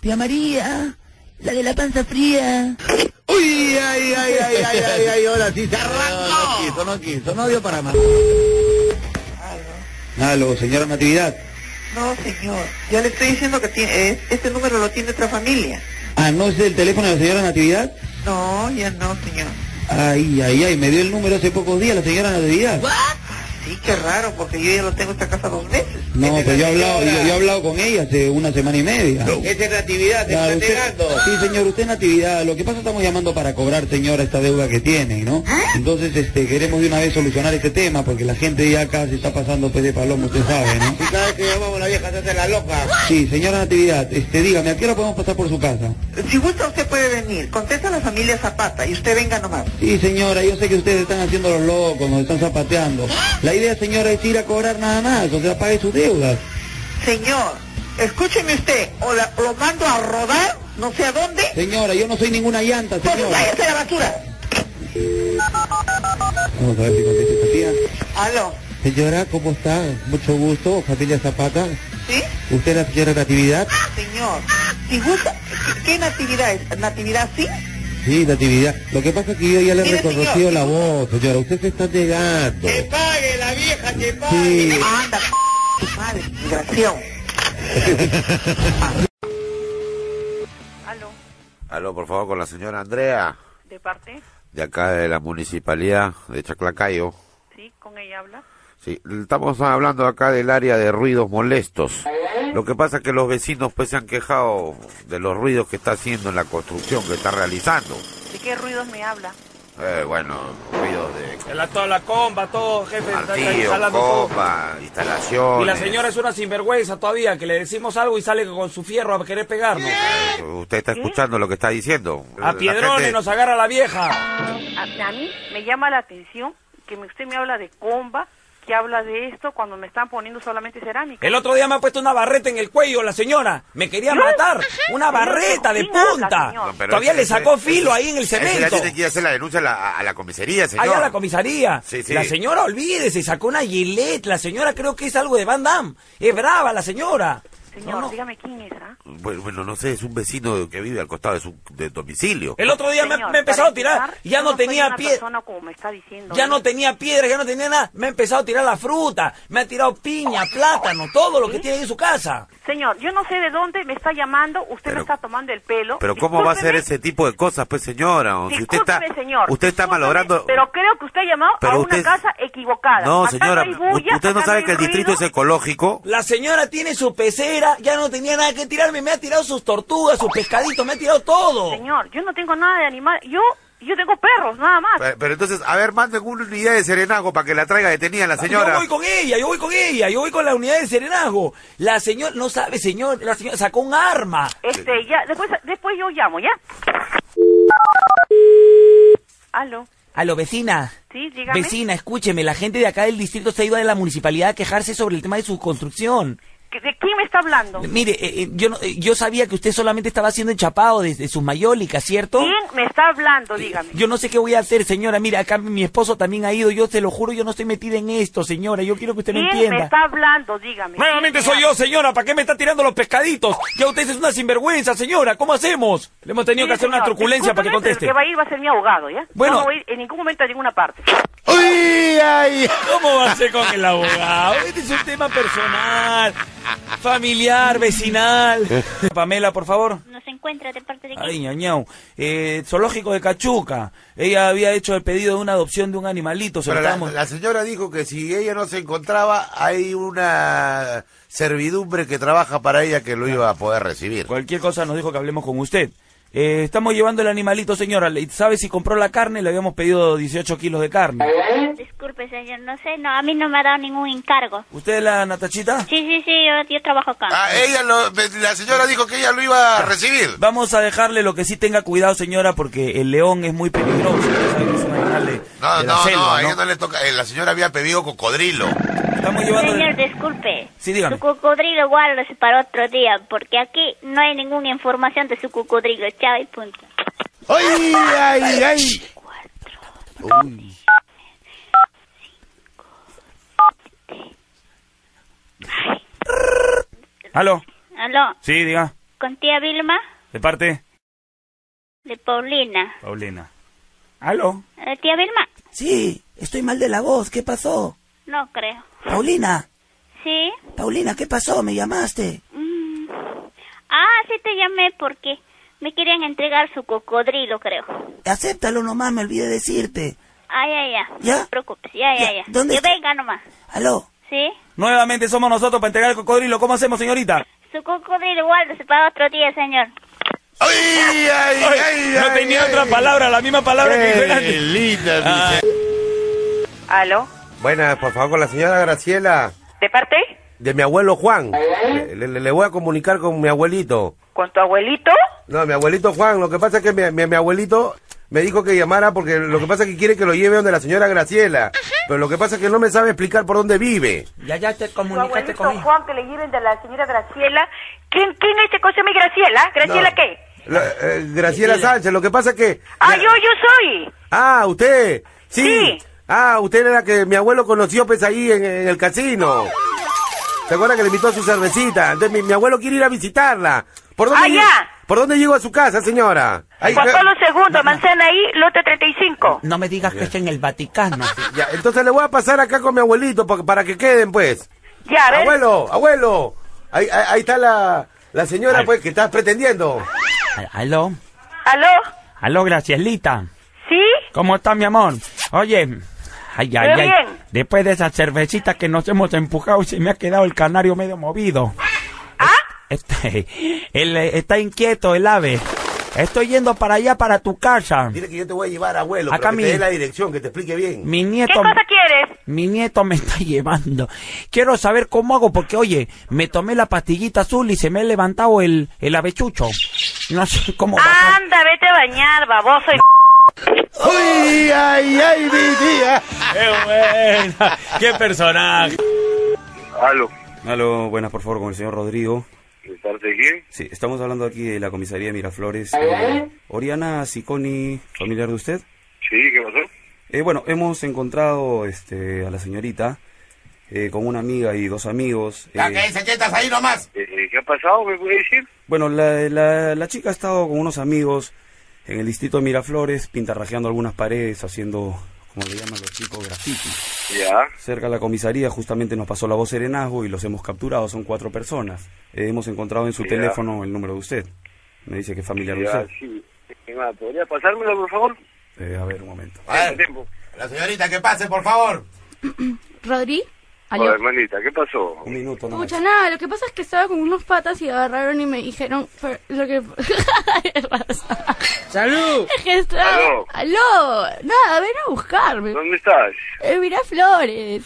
Speaker 8: Tía María, la de la panza fría.
Speaker 3: Uy, ay, ay, ay, ay, ay, ay, ahora sí se arrancó.
Speaker 2: No, no quiso, no dio para más. Ah, Aló, señora Natividad.
Speaker 1: No, señor. Yo le estoy diciendo que tiene, es- este número lo tiene otra familia.
Speaker 2: Ah, ¿no es el teléfono de la señora Natividad?
Speaker 1: No, ya no, señor.
Speaker 2: Ay, ay, ay, me dio el número hace pocos días la señora Natividad.
Speaker 1: Sí, qué raro, porque yo ya lo tengo esta casa dos veces.
Speaker 2: No, pero yo he hablado, yo, yo he hablado con ella hace una semana y media.
Speaker 1: Esa es la actividad,
Speaker 2: Claro, usted- sí, señor, usted en actividad. Lo que pasa estamos llamando para cobrar, señora, esta deuda que tiene, ¿no?
Speaker 1: ¿Ah?
Speaker 2: Entonces, este, queremos de una vez solucionar este tema, porque la gente ya acá se está pasando pues de palomo, usted sabe, ¿no?
Speaker 4: Y cada vez que llamamos a la vieja se hace la loca.
Speaker 2: Sí, señora Natividad, este, dígame, ¿a qué hora podemos pasar por su casa?
Speaker 1: Si gusta, usted puede venir. Contesta a la familia Zapata y usted venga nomás.
Speaker 2: Sí, señora, yo sé que ustedes están haciendo los locos, nos están zapateando.
Speaker 1: ¿Ah?
Speaker 2: La idea, señora, es ir a cobrar nada más, o sea, pague sus deudas.
Speaker 1: Señor, escúcheme usted, o la- lo mando a rodar, no sé a dónde.
Speaker 2: Señora, yo no soy ninguna llanta,
Speaker 1: Pues
Speaker 2: señora.
Speaker 1: váyase a la basura.
Speaker 2: Vamos a ver si contesta esta tía.
Speaker 1: Aló.
Speaker 2: Señora, ¿cómo está? Mucho gusto, familia Zapata.
Speaker 1: ¿Sí?
Speaker 19: ¿Usted es la señora Natividad?
Speaker 1: Señor, si gusta, ¿qué- ¿qué natividad es? ¿Natividad sí?
Speaker 19: Sí, Natividad. Lo que pasa es que yo ya le he
Speaker 1: Mire,
Speaker 19: reconocido la voz, señora. Usted se está negando.
Speaker 1: pague la vieja, que
Speaker 19: pague. Sí.
Speaker 1: Anda, p***, tu madre, desgraciado.
Speaker 6: Aló,
Speaker 3: Aló, por favor, con la señora Andrea,
Speaker 6: ¿de parte?
Speaker 3: de acá de la municipalidad de Chaclacayo.
Speaker 6: Sí, con ella habla.
Speaker 3: Sí, estamos hablando acá del área de ruidos molestos. Lo que pasa es que los vecinos pues se han quejado de los ruidos que está haciendo en la construcción que está realizando.
Speaker 6: ¿De qué ruidos me habla?
Speaker 3: Eh, bueno, ruidos de
Speaker 2: La, toda la comba, todo, jefe. está- está
Speaker 3: tío,
Speaker 2: instalando todo.
Speaker 3: copa, instalaciones.
Speaker 2: Y la señora es una sinvergüenza todavía, que le decimos algo y sale con su fierro a querer pegarnos.
Speaker 3: Usted está escuchando lo que está diciendo. La
Speaker 2: A piedrones
Speaker 3: gente-
Speaker 2: nos agarra la vieja.
Speaker 6: A, a mí me llama la atención que me- usted me habla de comba, que habla de esto cuando me están poniendo solamente cerámica.
Speaker 2: El otro día me ha puesto una barreta en el cuello la señora. Me quería
Speaker 6: ¿Yo?
Speaker 2: matar.
Speaker 6: Ajá.
Speaker 2: Una barreta de
Speaker 6: Sí, habla,
Speaker 2: punta.
Speaker 6: señor.
Speaker 3: Pero
Speaker 2: Todavía
Speaker 3: ese-
Speaker 2: le sacó
Speaker 3: ese- ese-
Speaker 2: filo ahí en el
Speaker 3: ese ya
Speaker 2: cemento.
Speaker 3: tiene que ir a hacer la denuncia a la, a la comisaría, señor.
Speaker 2: Allá a la comisaría.
Speaker 3: Sí, sí.
Speaker 2: La señora, olvídese, sacó una gilet. La señora creo que es algo de Van Damme. Es brava la señora.
Speaker 6: Señor, dígame quién es, ¿ah?
Speaker 3: Bueno, bueno, no sé, es un vecino que vive al costado de su de domicilio.
Speaker 2: El otro día me-
Speaker 6: Señor,
Speaker 2: me ha empezado
Speaker 6: para
Speaker 2: a tirar,
Speaker 6: empezar,
Speaker 2: ya
Speaker 6: yo
Speaker 2: no
Speaker 6: soy
Speaker 2: tenía
Speaker 6: una
Speaker 2: pie.
Speaker 6: persona como me está diciendo.
Speaker 2: Ya no tenía piedra, ya no tenía nada. Me ha empezado a tirar la fruta. Me ha tirado piña, plátano, todo lo que tiene ahí en su casa.
Speaker 6: Señor, yo no sé de dónde me está llamando, usted me está tomando el pelo.
Speaker 3: Pero ¿cómo va a ser
Speaker 6: Discúlpeme,
Speaker 3: ese tipo de cosas, pues, señora? Si usted está,
Speaker 6: discúlpeme, señor.
Speaker 3: usted está
Speaker 6: discúlpeme,
Speaker 3: malogrando...
Speaker 6: Pero creo que usted ha llamado
Speaker 3: Pero
Speaker 6: a
Speaker 3: usted-
Speaker 6: una casa equivocada.
Speaker 3: No,
Speaker 6: Acá
Speaker 3: señora,
Speaker 6: hay bulla,
Speaker 3: u- usted no
Speaker 6: acá
Speaker 3: sabe
Speaker 6: hay
Speaker 3: que el
Speaker 6: ruido.
Speaker 3: distrito es ecológico.
Speaker 2: La señora tiene su pecera, ya no tenía nada que tirarme, me ha tirado sus tortugas, sus pescaditos, me ha tirado todo.
Speaker 6: Señor, yo no tengo nada de animal. Yo, yo tengo perros, nada más.
Speaker 3: Pero, pero entonces, a ver, manden una unidad de serenago para que la traiga detenida la señora.
Speaker 2: Yo voy con ella, yo voy con ella, yo voy con la unidad de serenazgo. La señora, no sabe, señor, la señora sacó un arma.
Speaker 6: Este, ya, después, después yo llamo, ¿ya? Aló,
Speaker 2: A lo vecina.
Speaker 6: sí, dígame.
Speaker 2: Vecina, escúcheme, la gente de acá del distrito se ha ido de la municipalidad a quejarse sobre el tema de su construcción.
Speaker 6: ¿Que- ¿De quién me está hablando?
Speaker 2: Mire, eh, eh, yo, no- eh, yo sabía que usted solamente estaba haciendo enchapado desde sus mayólicas, ¿cierto?
Speaker 6: ¿Quién me está hablando? Dígame.
Speaker 2: Yo no sé qué voy a hacer, señora. Mira, acá mi esposo también ha ido. Yo se lo juro, yo no estoy metida en esto, señora. Yo quiero que usted me
Speaker 6: ¿Quién me
Speaker 2: entienda.
Speaker 6: está hablando? Dígame.
Speaker 2: Nuevamente soy yo, señora. ¿Para qué me está tirando los pescaditos? Ya usted es una sinvergüenza, señora. ¿Cómo hacemos? Le hemos tenido
Speaker 6: Sí,
Speaker 2: que hacer una
Speaker 6: señor,
Speaker 2: truculencia para que
Speaker 6: discúlpeme,
Speaker 2: conteste.
Speaker 6: pero El que va a ir va a ser mi abogado, ¿ya?
Speaker 2: este. Bueno.
Speaker 6: Yo no voy a ir en ningún momento a ninguna parte.
Speaker 2: ¡Uy! Ay. ¿Cómo va a ser con el abogado? Este es un tema personal, familiar, vecinal. Pamela, por favor.
Speaker 20: ¿Nos encuentra de parte de quién?
Speaker 2: Ay, ñau, Eh, zoológico de Cachuca. Ella había hecho el pedido de una adopción de un animalito. Se lo
Speaker 3: Pero la,
Speaker 2: estábamos-
Speaker 3: la señora dijo que si ella no se encontraba, hay una servidumbre que trabaja para ella que lo iba a poder recibir.
Speaker 2: Cualquier cosa nos dijo que hablemos con usted. Eh, estamos llevando el animalito, señora. Le- ¿Sabe si compró la carne? Le habíamos pedido 18 kilos de carne.
Speaker 20: Disculpe, señor, no sé, no, a mí no me ha dado ningún encargo.
Speaker 2: ¿Usted es la natachita?
Speaker 20: Sí, sí, sí, yo, yo trabajo acá.
Speaker 3: Ah, ella lo- la señora dijo que ella lo iba a recibir.
Speaker 2: Vamos a dejarle lo que sí tenga cuidado, señora, porque el león es muy peligroso. Usted sabe que es un animal de-
Speaker 3: No,
Speaker 2: de la
Speaker 3: no, no,
Speaker 2: selva,
Speaker 3: a
Speaker 2: ¿no?
Speaker 3: ella no le toca. eh, la señora había pedido cocodrilo.
Speaker 20: Señor, disculpe.
Speaker 3: Sí, dígame.
Speaker 20: Su cocodrilo igual lo es para otro día, porque aquí no hay ninguna información de su cocodrilo. Chao y punto.
Speaker 4: ¡Ay, ay, ay! Uy.
Speaker 2: ¿Aló?
Speaker 20: Aló,
Speaker 2: Sí, diga.
Speaker 20: con tía Vilma
Speaker 2: ¿De parte?
Speaker 20: de Paulina.
Speaker 2: Paulina. ¿Aló?
Speaker 20: Eh, tía Vilma,
Speaker 8: Sí, estoy mal de la voz, ¿qué pasó?
Speaker 20: no creo.
Speaker 8: Paulina,
Speaker 20: ¿Sí?
Speaker 8: Paulina, ¿qué pasó? ¿Me llamaste?
Speaker 20: Mm. Ah, sí te llamé porque me querían entregar su cocodrilo, creo.
Speaker 8: Acéptalo nomás, me olvidé decirte.
Speaker 20: Ay, ay, ay.
Speaker 8: ¿Ya?
Speaker 20: No te preocupes, Ah, ya, ya, ya.
Speaker 8: ¿dónde
Speaker 20: que
Speaker 8: está?
Speaker 20: venga nomás.
Speaker 8: ¿Aló?
Speaker 20: ¿Sí?
Speaker 2: Nuevamente somos nosotros para entregar el cocodrilo. ¿Cómo hacemos, señorita?
Speaker 20: Su cocodrilo igual se para otro día, señor.
Speaker 2: Ay, no tenía otra palabra, la misma palabra que dijo
Speaker 3: Qué
Speaker 2: antes.
Speaker 3: linda,
Speaker 2: Ah.
Speaker 6: ¿Aló?
Speaker 3: Buenas, por favor, con la señora Graciela,
Speaker 6: ¿De parte?
Speaker 3: de mi abuelo Juan. Le, le- le voy a comunicar con mi abuelito.
Speaker 6: ¿Con tu abuelito?
Speaker 3: No, mi abuelito Juan, lo que pasa es que mi, mi- mi abuelito me dijo que llamara porque lo que pasa es que quiere que lo lleve donde la señora Graciela. Pero lo que pasa es que no me sabe explicar por dónde vive.
Speaker 2: Ya, ya te
Speaker 6: Tu abuelito Juan, que le lleven de la señora Graciela. ¿Quién, quién es cosa mi Graciela? ¿Graciela
Speaker 3: No.
Speaker 6: qué?
Speaker 3: La- eh, Graciela Sánchez, lo que pasa es que...
Speaker 6: Ah, yo, yo soy.
Speaker 3: Ah, usted. Sí.
Speaker 6: Sí.
Speaker 3: Ah, usted era la que mi abuelo conoció pues ahí en, en el casino. ¿Se acuerda que le invitó a su cervecita? Entonces mi, mi abuelo quiere ir a visitarla. ¿Por dónde,
Speaker 1: Ah,
Speaker 3: llego,
Speaker 1: ya.
Speaker 3: ¿Por dónde llego a su casa, señora? Ahí-
Speaker 1: Juan Pablo II, manzana I, lote 35.
Speaker 21: No me digas que es en el Vaticano.
Speaker 3: (laughs) Ya, entonces le voy a pasar acá con mi abuelito porque- para que queden, pues.
Speaker 1: Ya, a ver.
Speaker 3: Abuelo, abuelo. Ahí, ahí- ahí está la, la señora, pues, que estás pretendiendo.
Speaker 21: Aló,
Speaker 1: ¿Aló?
Speaker 21: aló, Gracielita.
Speaker 1: ¿Sí?
Speaker 21: ¿Cómo está mi amor? Oye, ay, ay,
Speaker 1: Muy
Speaker 21: ay.
Speaker 1: bien.
Speaker 21: Después de esa cervecita que nos hemos empujado, se me ha quedado el canario medio movido.
Speaker 1: ¿Ah?
Speaker 21: Este, el, eh, está inquieto el ave. Estoy yendo para allá, para tu casa.
Speaker 3: Dile que yo te voy a llevar, abuelo,
Speaker 21: Acá
Speaker 3: para que
Speaker 21: mi-
Speaker 3: te dé la dirección, que te explique bien.
Speaker 21: Mi nieto.
Speaker 1: quieres?
Speaker 21: Mi nieto me está (laughs) llevando. Quiero saber cómo hago, porque oye, me tomé la pastillita azul y se me ha levantado el, el avechucho. No sé cómo.
Speaker 1: Anda, vete a bañar, baboso y...
Speaker 3: ¡Uy, ay, ay, mi tía!
Speaker 22: ¡Qué buena! ¡Qué personaje!
Speaker 4: Aló,
Speaker 2: Aló, buenas, por favor, con el señor Rodrigo.
Speaker 4: ¿de parte de quién?
Speaker 2: Sí, estamos hablando aquí de la comisaría de Miraflores.
Speaker 4: ¿Eh?
Speaker 2: Oriana Siconi, familiar de usted.
Speaker 4: Sí, ¿qué pasó?
Speaker 2: Eh, bueno, hemos encontrado este, a la señorita eh, con una amiga y dos amigos. eh,
Speaker 4: que estás ahí nomás? Eh, ¿Qué ha pasado? ¿Me puede decir?
Speaker 2: Bueno, la, la- la chica ha estado con unos amigos en el distrito de Miraflores, pintarrajeando algunas paredes, haciendo, como le llaman los chicos, graffiti.
Speaker 4: Ya.
Speaker 2: Cerca de la comisaría justamente nos pasó la voz serenazgo y los hemos capturado, son cuatro personas. Eh, hemos encontrado en su
Speaker 4: Ya.
Speaker 2: teléfono el número de usted. Me dice que es familiar de
Speaker 4: Ya,
Speaker 2: usted.
Speaker 4: sí. Estimado, ¿Podría pasármelo, por favor?
Speaker 2: Eh, a ver, un momento.
Speaker 4: A tiempo.
Speaker 23: La señorita, que pase, por favor.
Speaker 6: Rodri,
Speaker 4: Hola,
Speaker 6: aló.
Speaker 4: hermanita, ¿qué pasó?
Speaker 2: Un minuto,
Speaker 6: Mucha nada, lo que pasa es que estaba con unos patas y agarraron y me dijeron per- lo que...
Speaker 20: (laughs)
Speaker 4: ¡Salud!
Speaker 6: Es que estaba-
Speaker 4: Aló.
Speaker 6: Aló, nada, ven a buscarme.
Speaker 4: ¿Dónde estás?
Speaker 6: Eh, mira flores.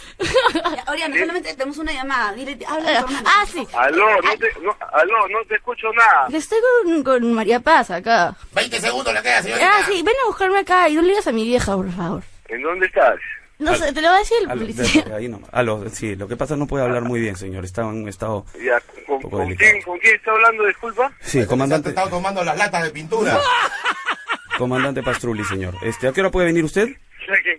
Speaker 24: Oriana, solamente tenemos una llamada. Dile, habla con tu hermana.
Speaker 6: Ah, sí.
Speaker 4: Aló, no te, no, aló, no te escucho nada.
Speaker 6: Estoy con, con María Paz acá.
Speaker 4: 20 segundos le queda, señorita.
Speaker 6: Ah, sí, ven a buscarme acá y no le digas a mi vieja, por favor.
Speaker 4: ¿En dónde estás?
Speaker 6: No sé, te lo va a decir el
Speaker 2: Aló,
Speaker 6: policía.
Speaker 2: (laughs) ahí nomás. Aló, sí, lo que pasa es que no puede hablar muy bien, señor. Está en un estado
Speaker 4: Ya, ¿con,
Speaker 2: un poco
Speaker 4: con
Speaker 2: delicado.
Speaker 4: quién, ¿con quién está hablando, disculpa?
Speaker 2: Sí, el comandante,
Speaker 23: Estaba tomando las latas de pintura.
Speaker 2: comandante Pastrulli, señor. Este, ¿A qué hora puede venir usted?
Speaker 4: Sé que-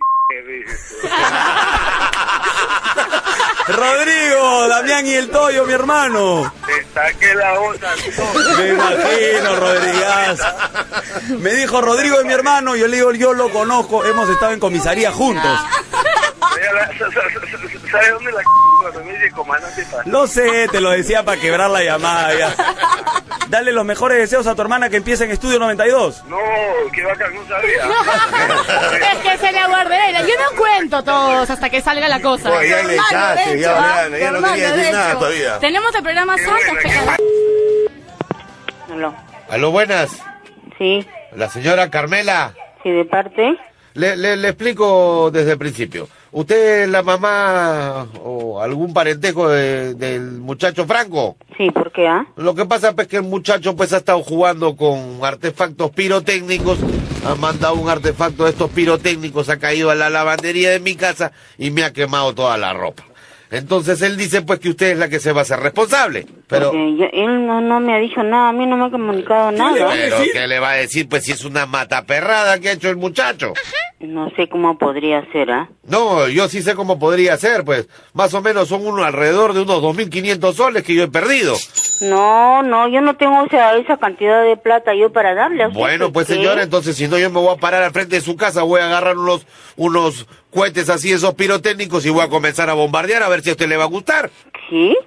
Speaker 4: (laughs)
Speaker 23: (laughs)
Speaker 2: Rodrigo, Damián y el Toyo, mi hermano.
Speaker 4: Te saqué la voz (laughs) al sol.
Speaker 2: Me imagino, Rodríguez. Me dijo Rodrigo es mi hermano, yo le digo, yo lo conozco, hemos estado en comisaría juntos.
Speaker 4: Mira, la- sa- sa- sa- ¿Sabes dónde la c cuando me dice comandante Paz?
Speaker 2: Lo sé, te lo decía para quebrar la llamada. ya. Dale los mejores deseos a tu hermana que empiece en Estudio 92.
Speaker 4: No, qué bacán, no sabía.
Speaker 6: Es que se la guardé. Yo no cuento todos hasta que salga la cosa.
Speaker 23: Oye, ya le echaste,
Speaker 6: de
Speaker 23: ya,
Speaker 6: hecho. ah,
Speaker 23: Oriana, ya no
Speaker 6: Hermano,
Speaker 23: quería decir
Speaker 6: de
Speaker 23: nada
Speaker 6: hecho.
Speaker 23: todavía.
Speaker 6: Tenemos el programa Santa.
Speaker 9: Aló.
Speaker 23: Aló, buenas.
Speaker 9: Sí,
Speaker 23: La señora Carmela.
Speaker 9: sí, de parte.
Speaker 3: Le, le, le explico desde el principio. ¿Usted es la mamá o algún parentesco de- del muchacho Franco?
Speaker 9: Sí, ¿por qué, ah?
Speaker 3: Lo que pasa pues, que el muchacho pues ha estado jugando con artefactos pirotécnicos. Ha mandado un artefacto de estos pirotécnicos, ha caído a la lavandería de mi casa y me ha quemado toda la ropa. Entonces él dice pues que usted es la que se va a ser responsable. Pero,
Speaker 9: Porque yo- él no, no me ha dicho nada, a mí no me ha comunicado
Speaker 3: pero
Speaker 9: nada.
Speaker 3: ¿qué le va a decir pues si es una mataperrada que ha hecho el muchacho?
Speaker 9: No sé cómo podría ser, ¿ah?
Speaker 3: No, yo sí sé cómo podría ser, pues. Más o menos son uno alrededor de unos 2.500 soles que yo he perdido.
Speaker 9: No, no, yo no tengo esa, esa cantidad de plata yo para darle a usted.
Speaker 3: Bueno, pues
Speaker 9: ¿qué?
Speaker 3: señor, entonces si no yo me voy a parar al frente de su casa, voy a agarrar unos, unos cohetes así, esos pirotécnicos, y voy a comenzar a bombardear a ver si a usted le va a gustar.
Speaker 9: ¿Sí?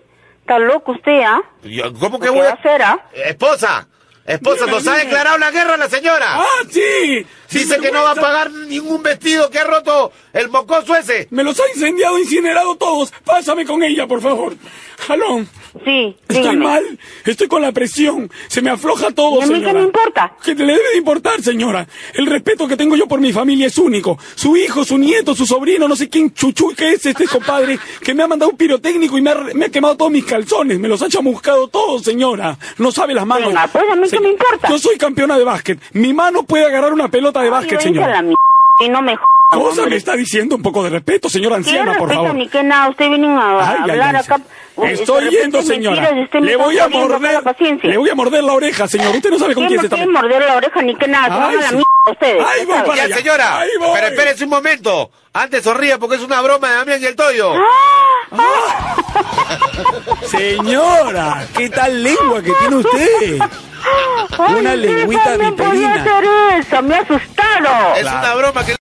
Speaker 9: Está loco usted, ¿ah?
Speaker 3: Yo- ¿Cómo que
Speaker 9: ¿Qué
Speaker 3: voy
Speaker 9: va a
Speaker 3: a...?
Speaker 9: hacer, ah?
Speaker 3: Esposa, esposa, nos ha
Speaker 9: Dime.
Speaker 3: declarado la guerra la señora.
Speaker 9: ¡Ah,
Speaker 3: sí! Dice que no va a pagar ningún vestido que ha roto el mocoso ese.
Speaker 25: Me los ha incendiado, incinerado todos. Pásame con ella, por favor. Jalón.
Speaker 9: Sí,
Speaker 25: Estoy
Speaker 9: dígame.
Speaker 2: (gasps)
Speaker 25: mal. Estoy con la presión. Se me afloja todo,
Speaker 9: ¿Y a mí qué
Speaker 25: señora.
Speaker 9: me importa?
Speaker 25: Que le debe de importar, señora. El respeto que tengo yo por mi familia es único. Su hijo, su nieto, su sobrino, no sé quién chuchu que es este compadre, que me ha mandado un pirotécnico y me ha, re- me ha quemado todos mis calzones. Me los ha chamuscado todos, señora. No sabe las manos.
Speaker 9: Venga, pues, a mí qué
Speaker 25: Se-
Speaker 9: me importa.
Speaker 25: Yo soy campeona de básquet. Mi mano puede agarrar una pelota de básquet,
Speaker 9: Ay, vente a
Speaker 25: señora.
Speaker 9: la m- y no me
Speaker 25: Cosa
Speaker 9: hombre.
Speaker 25: me está diciendo un poco de respeto, señora
Speaker 9: ¿Qué
Speaker 25: anciana, por
Speaker 9: respeto
Speaker 25: favor.
Speaker 9: ni qué nada? Usted viene a, a
Speaker 25: Ay, ay,
Speaker 9: hablar
Speaker 25: ay,
Speaker 9: acá. Uy,
Speaker 25: Estoy
Speaker 9: de repente
Speaker 25: yendo, señora.
Speaker 9: mentiras, usted me
Speaker 25: Le
Speaker 9: está
Speaker 25: voy a
Speaker 9: jodiendo acá
Speaker 25: morder.
Speaker 9: la paciencia.
Speaker 25: Le voy a morder la oreja, señor.
Speaker 3: (laughs)
Speaker 25: Usted no sabe con
Speaker 9: ¿Qué
Speaker 25: quién
Speaker 9: no
Speaker 25: se está
Speaker 9: quiere morder la oreja ni que nada? Se van
Speaker 25: Ay,
Speaker 9: a la
Speaker 25: sí.
Speaker 9: mierda ustedes.
Speaker 25: Ay,
Speaker 9: ya
Speaker 25: voy
Speaker 9: saben.
Speaker 25: para
Speaker 3: Ya,
Speaker 25: allá.
Speaker 3: señora,
Speaker 25: Ahí voy.
Speaker 3: Ah. pero espérese un momento. Antes sonría porque es una broma de Damián y el Toyo.
Speaker 4: Señora, qué tal lengua que tiene usted. Una
Speaker 26: Ay,
Speaker 4: lengüita
Speaker 26: déjame,
Speaker 4: viperina.
Speaker 26: podía hacer eso, me ha asustado.
Speaker 4: Es una
Speaker 26: broma que...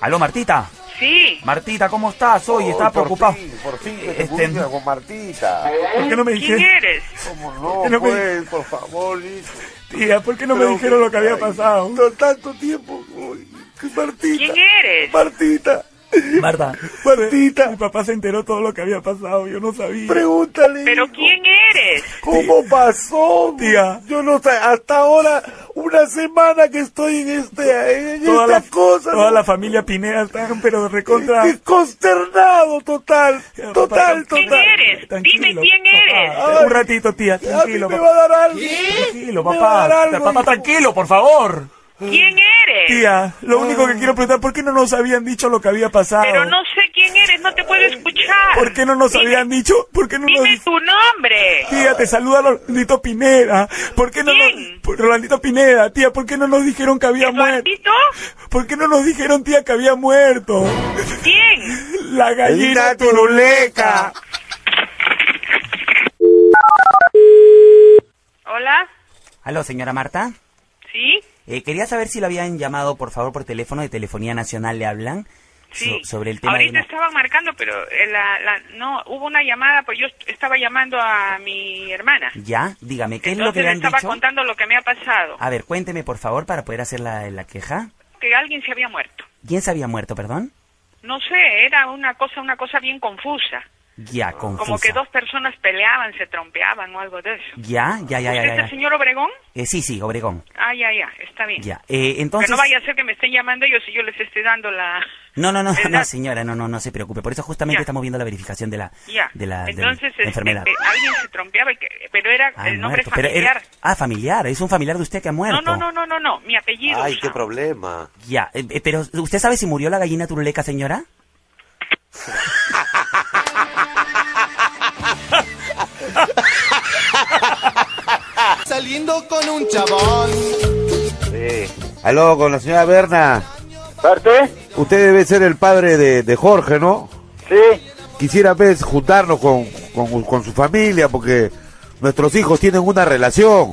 Speaker 2: Aló, Martita.
Speaker 26: Sí.
Speaker 2: Martita, ¿cómo estás? Hoy estaba preocupado.
Speaker 3: Oh, Por fin, que
Speaker 2: Este-
Speaker 3: te comunicas con Martita.
Speaker 2: ¿Por qué no me
Speaker 3: ¿Quién
Speaker 2: dijiste?
Speaker 3: eres? ¿Cómo no,
Speaker 2: ¿Por qué no me-
Speaker 3: pues, por favor, listo.
Speaker 4: Tía, ¿por qué no
Speaker 3: Pero
Speaker 4: me dijeron lo que había
Speaker 3: ay,
Speaker 4: pasado?
Speaker 3: No, tanto tiempo. uy, Martita.
Speaker 4: ¿Quién
Speaker 3: eres? Martita.
Speaker 2: Marta.
Speaker 3: Martita.
Speaker 4: Mi papá se enteró todo lo que había pasado, yo no sabía.
Speaker 3: Pregúntale. ¿Pero quién eres? ¿Cómo pasó?
Speaker 4: Tía.
Speaker 3: Yo no sé, hasta ahora, una semana que estoy en, este, en
Speaker 4: Toda la-
Speaker 3: estas cosas.
Speaker 4: Toda
Speaker 3: ¿no? Este,
Speaker 4: la familia Pineda está pero recontra...
Speaker 3: Consternado total, total, total.
Speaker 4: eres? Dime quién eres.
Speaker 3: Ay,
Speaker 4: un ratito, tía, tranquilo.
Speaker 3: a mí me
Speaker 4: papá.
Speaker 3: va a dar algo.
Speaker 4: Tranquilo,
Speaker 3: Me va a
Speaker 4: papá.
Speaker 3: dar algo,
Speaker 4: papá,
Speaker 3: hijo. Eh.
Speaker 4: tranquilo, por favor.
Speaker 1: ¿Quién eres?
Speaker 4: Tía, lo único
Speaker 3: Ah.
Speaker 4: que quiero preguntar, ¿por qué no nos habían dicho lo que había pasado?
Speaker 1: Pero no sé quién eres, no te puedo escuchar.
Speaker 4: ¿Por qué no nos habían dicho? ¿Por qué no nos
Speaker 1: Dime tu nombre.
Speaker 4: Tía, te saluda Rolandito Pineda. ¿Por qué no nos... Rolandito Pineda, tía, ¿por qué no nos dijeron que había muerto? ¿Por qué no nos dijeron, tía, que había muerto? ¿Quién? La gallina
Speaker 3: Gallina
Speaker 4: turuleca.
Speaker 1: Hola,
Speaker 8: Aló, señora Marta.
Speaker 1: ¿sí?
Speaker 8: Eh, quería saber si lo habían llamado, por favor, por teléfono de Telefonía Nacional. ¿Le hablan?
Speaker 1: Sí.
Speaker 8: So- sobre el tema de
Speaker 1: Ahorita
Speaker 8: una-
Speaker 1: estaban marcando, pero eh, la, la- no, hubo una llamada, pues yo est- estaba llamando a mi hermana.
Speaker 8: Ya, dígame, ¿qué es lo que
Speaker 1: Entonces
Speaker 8: le
Speaker 1: le
Speaker 8: han
Speaker 1: estaba
Speaker 8: dicho? Ah.
Speaker 1: contando lo que me ha pasado,
Speaker 8: A ver, cuénteme, por favor, para poder hacer la, la queja.
Speaker 1: que alguien se había muerto.
Speaker 8: ¿Quién se había muerto, perdón?
Speaker 1: No sé, era una cosa, una cosa bien confusa.
Speaker 8: Ya, confusa.
Speaker 1: Como que dos personas peleaban, se trompeaban o algo de eso.
Speaker 8: Ya, ya, ya, ya,
Speaker 1: ¿Usted
Speaker 8: ya.
Speaker 1: es el
Speaker 8: ya.
Speaker 1: señor Obregón?
Speaker 8: Eh, sí, sí, Obregón.
Speaker 1: Ah, ya, ya, está bien.
Speaker 8: Ya. Eh, entonces...
Speaker 1: Que no vaya a ser que me estén llamando ellos y yo les esté dando la...
Speaker 8: No, no, no, no, señora, no, no, no se preocupe. Por eso justamente estamos viendo la verificación de la,
Speaker 1: Ya.
Speaker 8: de la, de la
Speaker 1: Entonces, este,
Speaker 8: enfermedad.
Speaker 1: que alguien se trompeaba, y que- pero era
Speaker 8: Ah,
Speaker 1: el nombre
Speaker 8: muerto, pero él-
Speaker 1: familiar.
Speaker 8: ah, familiar, es un familiar de usted que ha muerto.
Speaker 1: No, no, no, no, no, no, mi apellido.
Speaker 8: qué problema. Ya, eh, eh, pero ¿usted sabe si murió la gallina turuleca, señora?
Speaker 27: (laughs) Saliendo con un chabón.
Speaker 3: Aló, con la señora Berna.
Speaker 27: ¿Parte?
Speaker 3: Usted debe ser el padre de, de Jorge, ¿no?
Speaker 27: Sí.
Speaker 3: Quisiera pues, juntarnos con, con, con su familia porque nuestros hijos tienen una relación.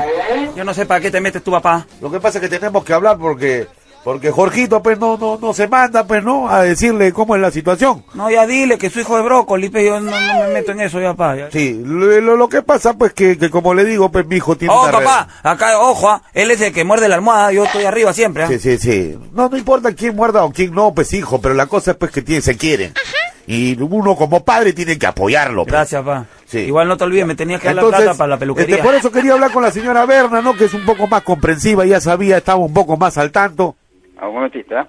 Speaker 4: Yo no sé para qué te metes tu papá.
Speaker 3: Lo que pasa es que tenemos que hablar porque porque Jorgito pues no no no se manda pues no a decirle cómo es la situación.
Speaker 4: No, ya dile que su hijo es brócoli, pero yo no, no me meto en eso ya, papá. ya.
Speaker 3: Sí, lo, lo- lo que pasa pues que, que como le digo pues mi hijo tiene
Speaker 4: Oh,
Speaker 3: una
Speaker 4: papá, acá, ojo, ah, él es el que muerde la almohada, yo estoy arriba siempre. ah.
Speaker 3: relación. Sí, sí, sí. No, no importa quién muerda o quién no, pues hijo, pero la cosa es pues que tiene, se quieren. Y uno como padre tiene que apoyarlo. pues.
Speaker 4: Gracias, papá.
Speaker 3: Sí.
Speaker 4: Igual no te olvides, me tenías que dar la plata para la peluquería.
Speaker 3: este, por eso quería hablar con la señora Berna, ¿no? Que es un poco más comprensiva, ya sabía, estaba un poco más al tanto.
Speaker 28: Ah, un momentito, ¿eh?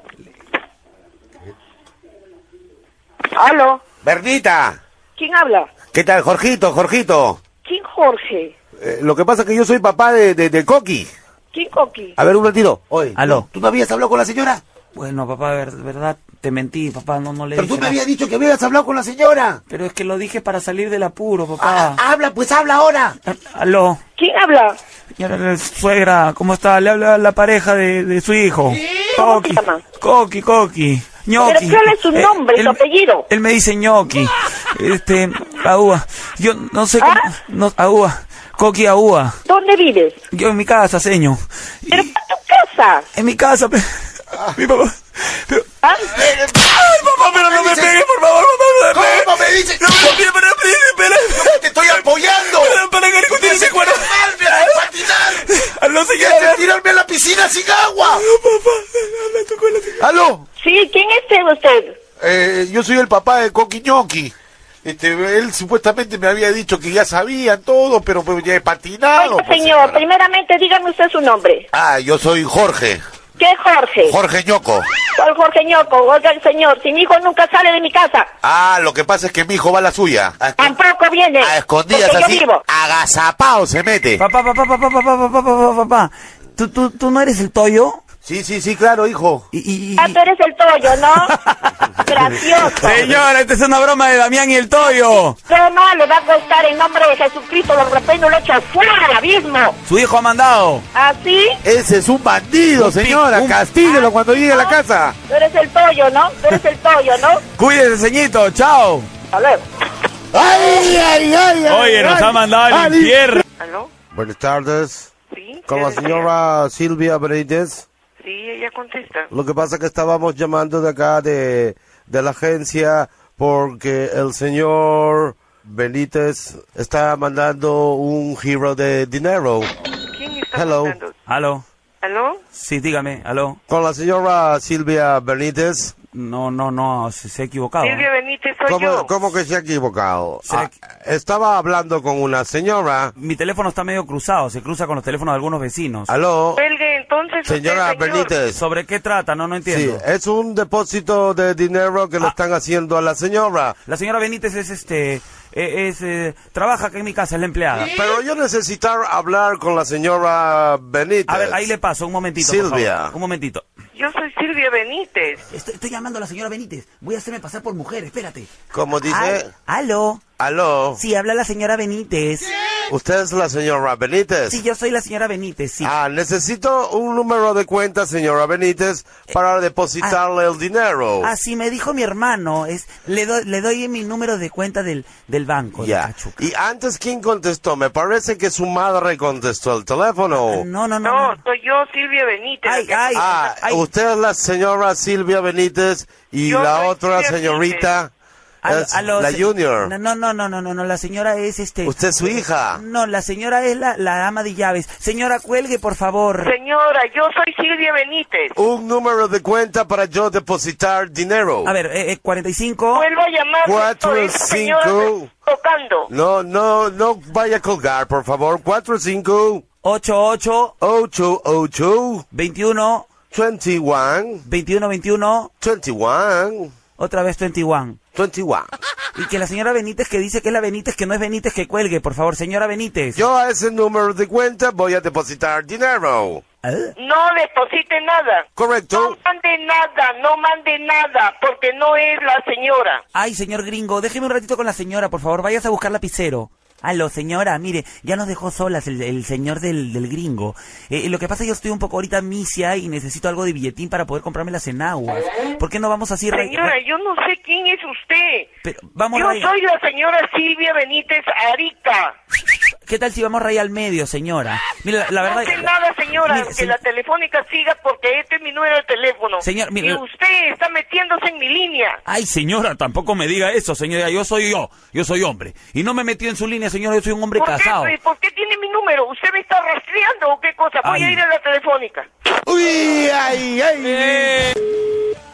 Speaker 3: ¡Aló! Bernita,
Speaker 26: ¿Quién habla?
Speaker 3: ¿qué tal, Jorgito, Jorgito?
Speaker 26: ¿Quién Jorge?
Speaker 3: Eh, lo que pasa es que yo soy papá de, de, de Coqui.
Speaker 26: ¿Quién Coqui?
Speaker 3: A ver, un ratito. Oye,
Speaker 4: Aló.
Speaker 3: ¿Tú no habías hablado con la señora?
Speaker 4: Bueno, papá, ver- verdad, te mentí, papá, no, no le
Speaker 3: Pero tú me
Speaker 4: dije nada.
Speaker 3: habías dicho que habías hablado con la señora.
Speaker 4: Pero es que lo dije para salir del apuro, papá.
Speaker 3: habla, pues habla ahora.
Speaker 4: Aló.
Speaker 26: ¿Quién habla?
Speaker 4: Señora, la suegra, ¿cómo está? Le habla la pareja de, de su hijo. Coqui, Coqui, Coqui. Ñoqui.
Speaker 26: Pero ¿cuál es su nombre, su apellido?
Speaker 4: Él me dice ñoqui. Este, Agua. Yo no sé cómo.
Speaker 26: ¿Ah?
Speaker 4: No, Agua. Coqui Agua.
Speaker 26: ¿Dónde vives?
Speaker 4: Yo en mi casa, seño.
Speaker 26: ¿Pero para tu casa?
Speaker 4: En mi casa, pe- mi papá.
Speaker 26: ¿Ah?
Speaker 4: ¡Ay, papá, pero no me pegues, por favor, papá, no me pegues!
Speaker 27: ¿Cómo me dices?
Speaker 4: ¡No me pegues, pero, pero, pero,
Speaker 27: ¡Te estoy apoyando!
Speaker 4: Pero, para que discutir ese cuerpo.
Speaker 27: ¡Salve a patinar!
Speaker 4: ¡Aló, señora!
Speaker 27: ¡Quieres tirarme a la piscina sin agua!
Speaker 3: ¡Aló!
Speaker 26: Sí, ¿quién es usted?
Speaker 3: Eh, yo soy el papá de Coqui Ñoqui. Este, él supuestamente me había dicho que ya sabían todo, pero pues ya he patinado.
Speaker 26: Oiga,
Speaker 3: pues,
Speaker 26: señor,
Speaker 3: señora.
Speaker 26: primeramente dígame usted su nombre.
Speaker 3: Ah, yo soy Jorge.
Speaker 26: ¿Qué Jorge?
Speaker 3: Jorge Ñoco.
Speaker 26: ¿Cuál Jorge Ñoco? Oiga, señor, si mi hijo nunca sale de mi casa,
Speaker 3: Ah, lo que pasa es que mi hijo va a la suya. A, esco-
Speaker 26: tampoco viene.
Speaker 3: a escondidas
Speaker 26: porque yo
Speaker 3: así.
Speaker 26: vivo.
Speaker 3: Agazapao se mete.
Speaker 4: Papá, papá, papá, papá, papá, papá, papá, papá, papá. ¿Tú, tú, ¿Tú no eres el Toyo?
Speaker 3: Sí, sí, sí, claro, hijo.
Speaker 1: Ah, tú eres el toyo, ¿no? Gracioso.
Speaker 2: Señora, esta es una broma de Damián y el Toyo.
Speaker 1: No, no, le va a costar en nombre de Jesucristo, lo reprendo, lo echo fuera del abismo.
Speaker 2: Su hijo ha mandado.
Speaker 26: ¿Ah,
Speaker 1: ¿Así?
Speaker 3: Ese es un bandido, señora. Castíguelo cuando llegue a
Speaker 1: Ah.
Speaker 3: la casa.
Speaker 1: Tú eres el toyo, ¿no? Tú eres el toyo, ¿no?
Speaker 2: Cuídese, ceñito. Chao.
Speaker 1: Hasta luego.
Speaker 3: ¡Ay, ay, ay!
Speaker 2: Oye, nos ha mandado al infierno.
Speaker 1: ¿Aló?
Speaker 3: Ah, Buenas tardes. Con la señora Silvia Breides.
Speaker 1: Sí, ella contesta.
Speaker 3: Lo que pasa es que estábamos llamando de acá de, de la agencia porque el señor Benítez está mandando un giro de dinero.
Speaker 1: ¿Quién
Speaker 3: Hello.
Speaker 2: ¿Aló?
Speaker 1: ¿Aló?
Speaker 2: Sí, dígame, aló.
Speaker 3: Con la señora Silvia Benítez.
Speaker 2: No, no, no, se, se ha equivocado. ¿eh?
Speaker 1: Silvia Benítez, soy
Speaker 3: ¿Cómo,
Speaker 1: yo.
Speaker 3: cómo que se ha equivocado? Ah, estaba hablando con una señora.
Speaker 2: Mi teléfono está medio cruzado, se cruza con los teléfonos de algunos vecinos.
Speaker 3: Aló.
Speaker 1: Cuelgue entonces
Speaker 3: Oh.
Speaker 1: usted,
Speaker 3: Señora
Speaker 1: señor.
Speaker 3: Benítez.
Speaker 2: ¿Sobre qué trata? No, no
Speaker 3: Sí,
Speaker 2: entiendo.
Speaker 3: es un depósito de dinero
Speaker 2: Ah.
Speaker 3: que le están haciendo a la señora.
Speaker 2: La señora Benítez es este, eh, es, eh, trabaja aquí en mi casa, es la empleada.
Speaker 3: Pero yo necesitar hablar con la señora Benítez.
Speaker 2: A ver, ahí le paso, un momentito. por
Speaker 3: Silvia.
Speaker 2: favor. Un momentito.
Speaker 1: Yo soy Silvia Benítez.
Speaker 8: Estoy, estoy llamando a la señora Benítez. Voy a hacerme pasar por mujer, espérate.
Speaker 3: Como dice,
Speaker 8: Al- aló.
Speaker 3: aló,
Speaker 8: Sí, habla la señora Benítez.
Speaker 3: usted es la señora Benítez.
Speaker 8: Sí, yo soy la señora Benítez, sí.
Speaker 3: Ah, necesito un número de cuenta, señora Benítez,
Speaker 8: Eh,
Speaker 3: para depositarle
Speaker 8: ah,
Speaker 3: el dinero.
Speaker 8: Así me dijo mi hermano. Es, le, doy, le doy mi número de cuenta del, del banco. de
Speaker 3: Ya.
Speaker 8: Cachuca.
Speaker 3: Y antes, ¿quién contestó? Me parece que su madre contestó el teléfono.
Speaker 8: Ah, No, no, no. no.
Speaker 1: Soy yo, Silvia Benítez. la que-
Speaker 3: Ah, usted es la señora Silvia Benítez y
Speaker 8: Yo
Speaker 3: la
Speaker 8: soy
Speaker 3: otra
Speaker 8: Silvia
Speaker 3: señorita
Speaker 8: Aló,
Speaker 3: es
Speaker 8: aló,
Speaker 3: la
Speaker 8: se-
Speaker 3: Junior.
Speaker 8: No, no, no, no, no, no, no, la señora es este...
Speaker 3: Usted es su hija.
Speaker 8: No, la señora es la, la ama de llaves. Señora, cuelgue, por favor.
Speaker 1: Señora, yo soy Silvia Benítez.
Speaker 3: Un número de cuenta para yo depositar dinero.
Speaker 8: A ver, eh, eh, 45...
Speaker 1: Vuelvo a llamar.
Speaker 3: Cuatro,
Speaker 1: doctor, esa señora
Speaker 3: cinco.
Speaker 1: me- Tocando.
Speaker 3: No, no, no vaya a colgar, por favor. 45
Speaker 2: 88
Speaker 3: 88
Speaker 2: 21
Speaker 3: 21
Speaker 2: 21 21
Speaker 3: 21
Speaker 2: Otra vez 21.
Speaker 3: 21.
Speaker 2: Y que la señora Benítez que dice que es la Benítez que no es Benítez que cuelgue, por favor, señora Benítez.
Speaker 3: Yo a ese número de cuenta voy a depositar dinero.
Speaker 2: ¿Eh?
Speaker 1: No deposite nada.
Speaker 3: Correcto.
Speaker 1: No mande nada, no mande nada, porque no es la señora.
Speaker 8: Ay, señor gringo, déjeme un ratito con la señora, por favor. Vayas a buscar lapicero. Aló, señora, mire, ya nos dejó solas el, el señor del, del gringo. Eh, lo que pasa es que yo estoy un poco ahorita misia y necesito algo de billetín para poder comprarme las enaguas. ¿Por qué no vamos así? ra-
Speaker 1: Señora,
Speaker 8: ra-
Speaker 1: yo no sé quién es usted.
Speaker 8: pero vamos
Speaker 1: yo
Speaker 8: ray-
Speaker 1: soy la señora Silvia Benítez Arica.
Speaker 8: ¿Qué tal si vamos rey al medio, señora? Mira, la, la
Speaker 1: No
Speaker 8: verdad...
Speaker 1: sé nada, señora,
Speaker 8: Mire,
Speaker 1: que
Speaker 8: se-
Speaker 1: la telefónica siga porque este es mi número de teléfono.
Speaker 2: Señor, mire- Ah,
Speaker 1: y usted está metiéndose en mi línea.
Speaker 2: Ay, señora, tampoco me diga eso, señora. Yo soy yo, yo soy hombre. Y no me metí en su línea, señora, yo soy un hombre
Speaker 1: ¿Por qué,
Speaker 2: casado.
Speaker 1: ¿Por qué tiene mi número? ¿Usted me está rastreando o qué cosa? Voy
Speaker 2: Ay.
Speaker 1: a ir a la telefónica.
Speaker 3: Uy, ay, ay.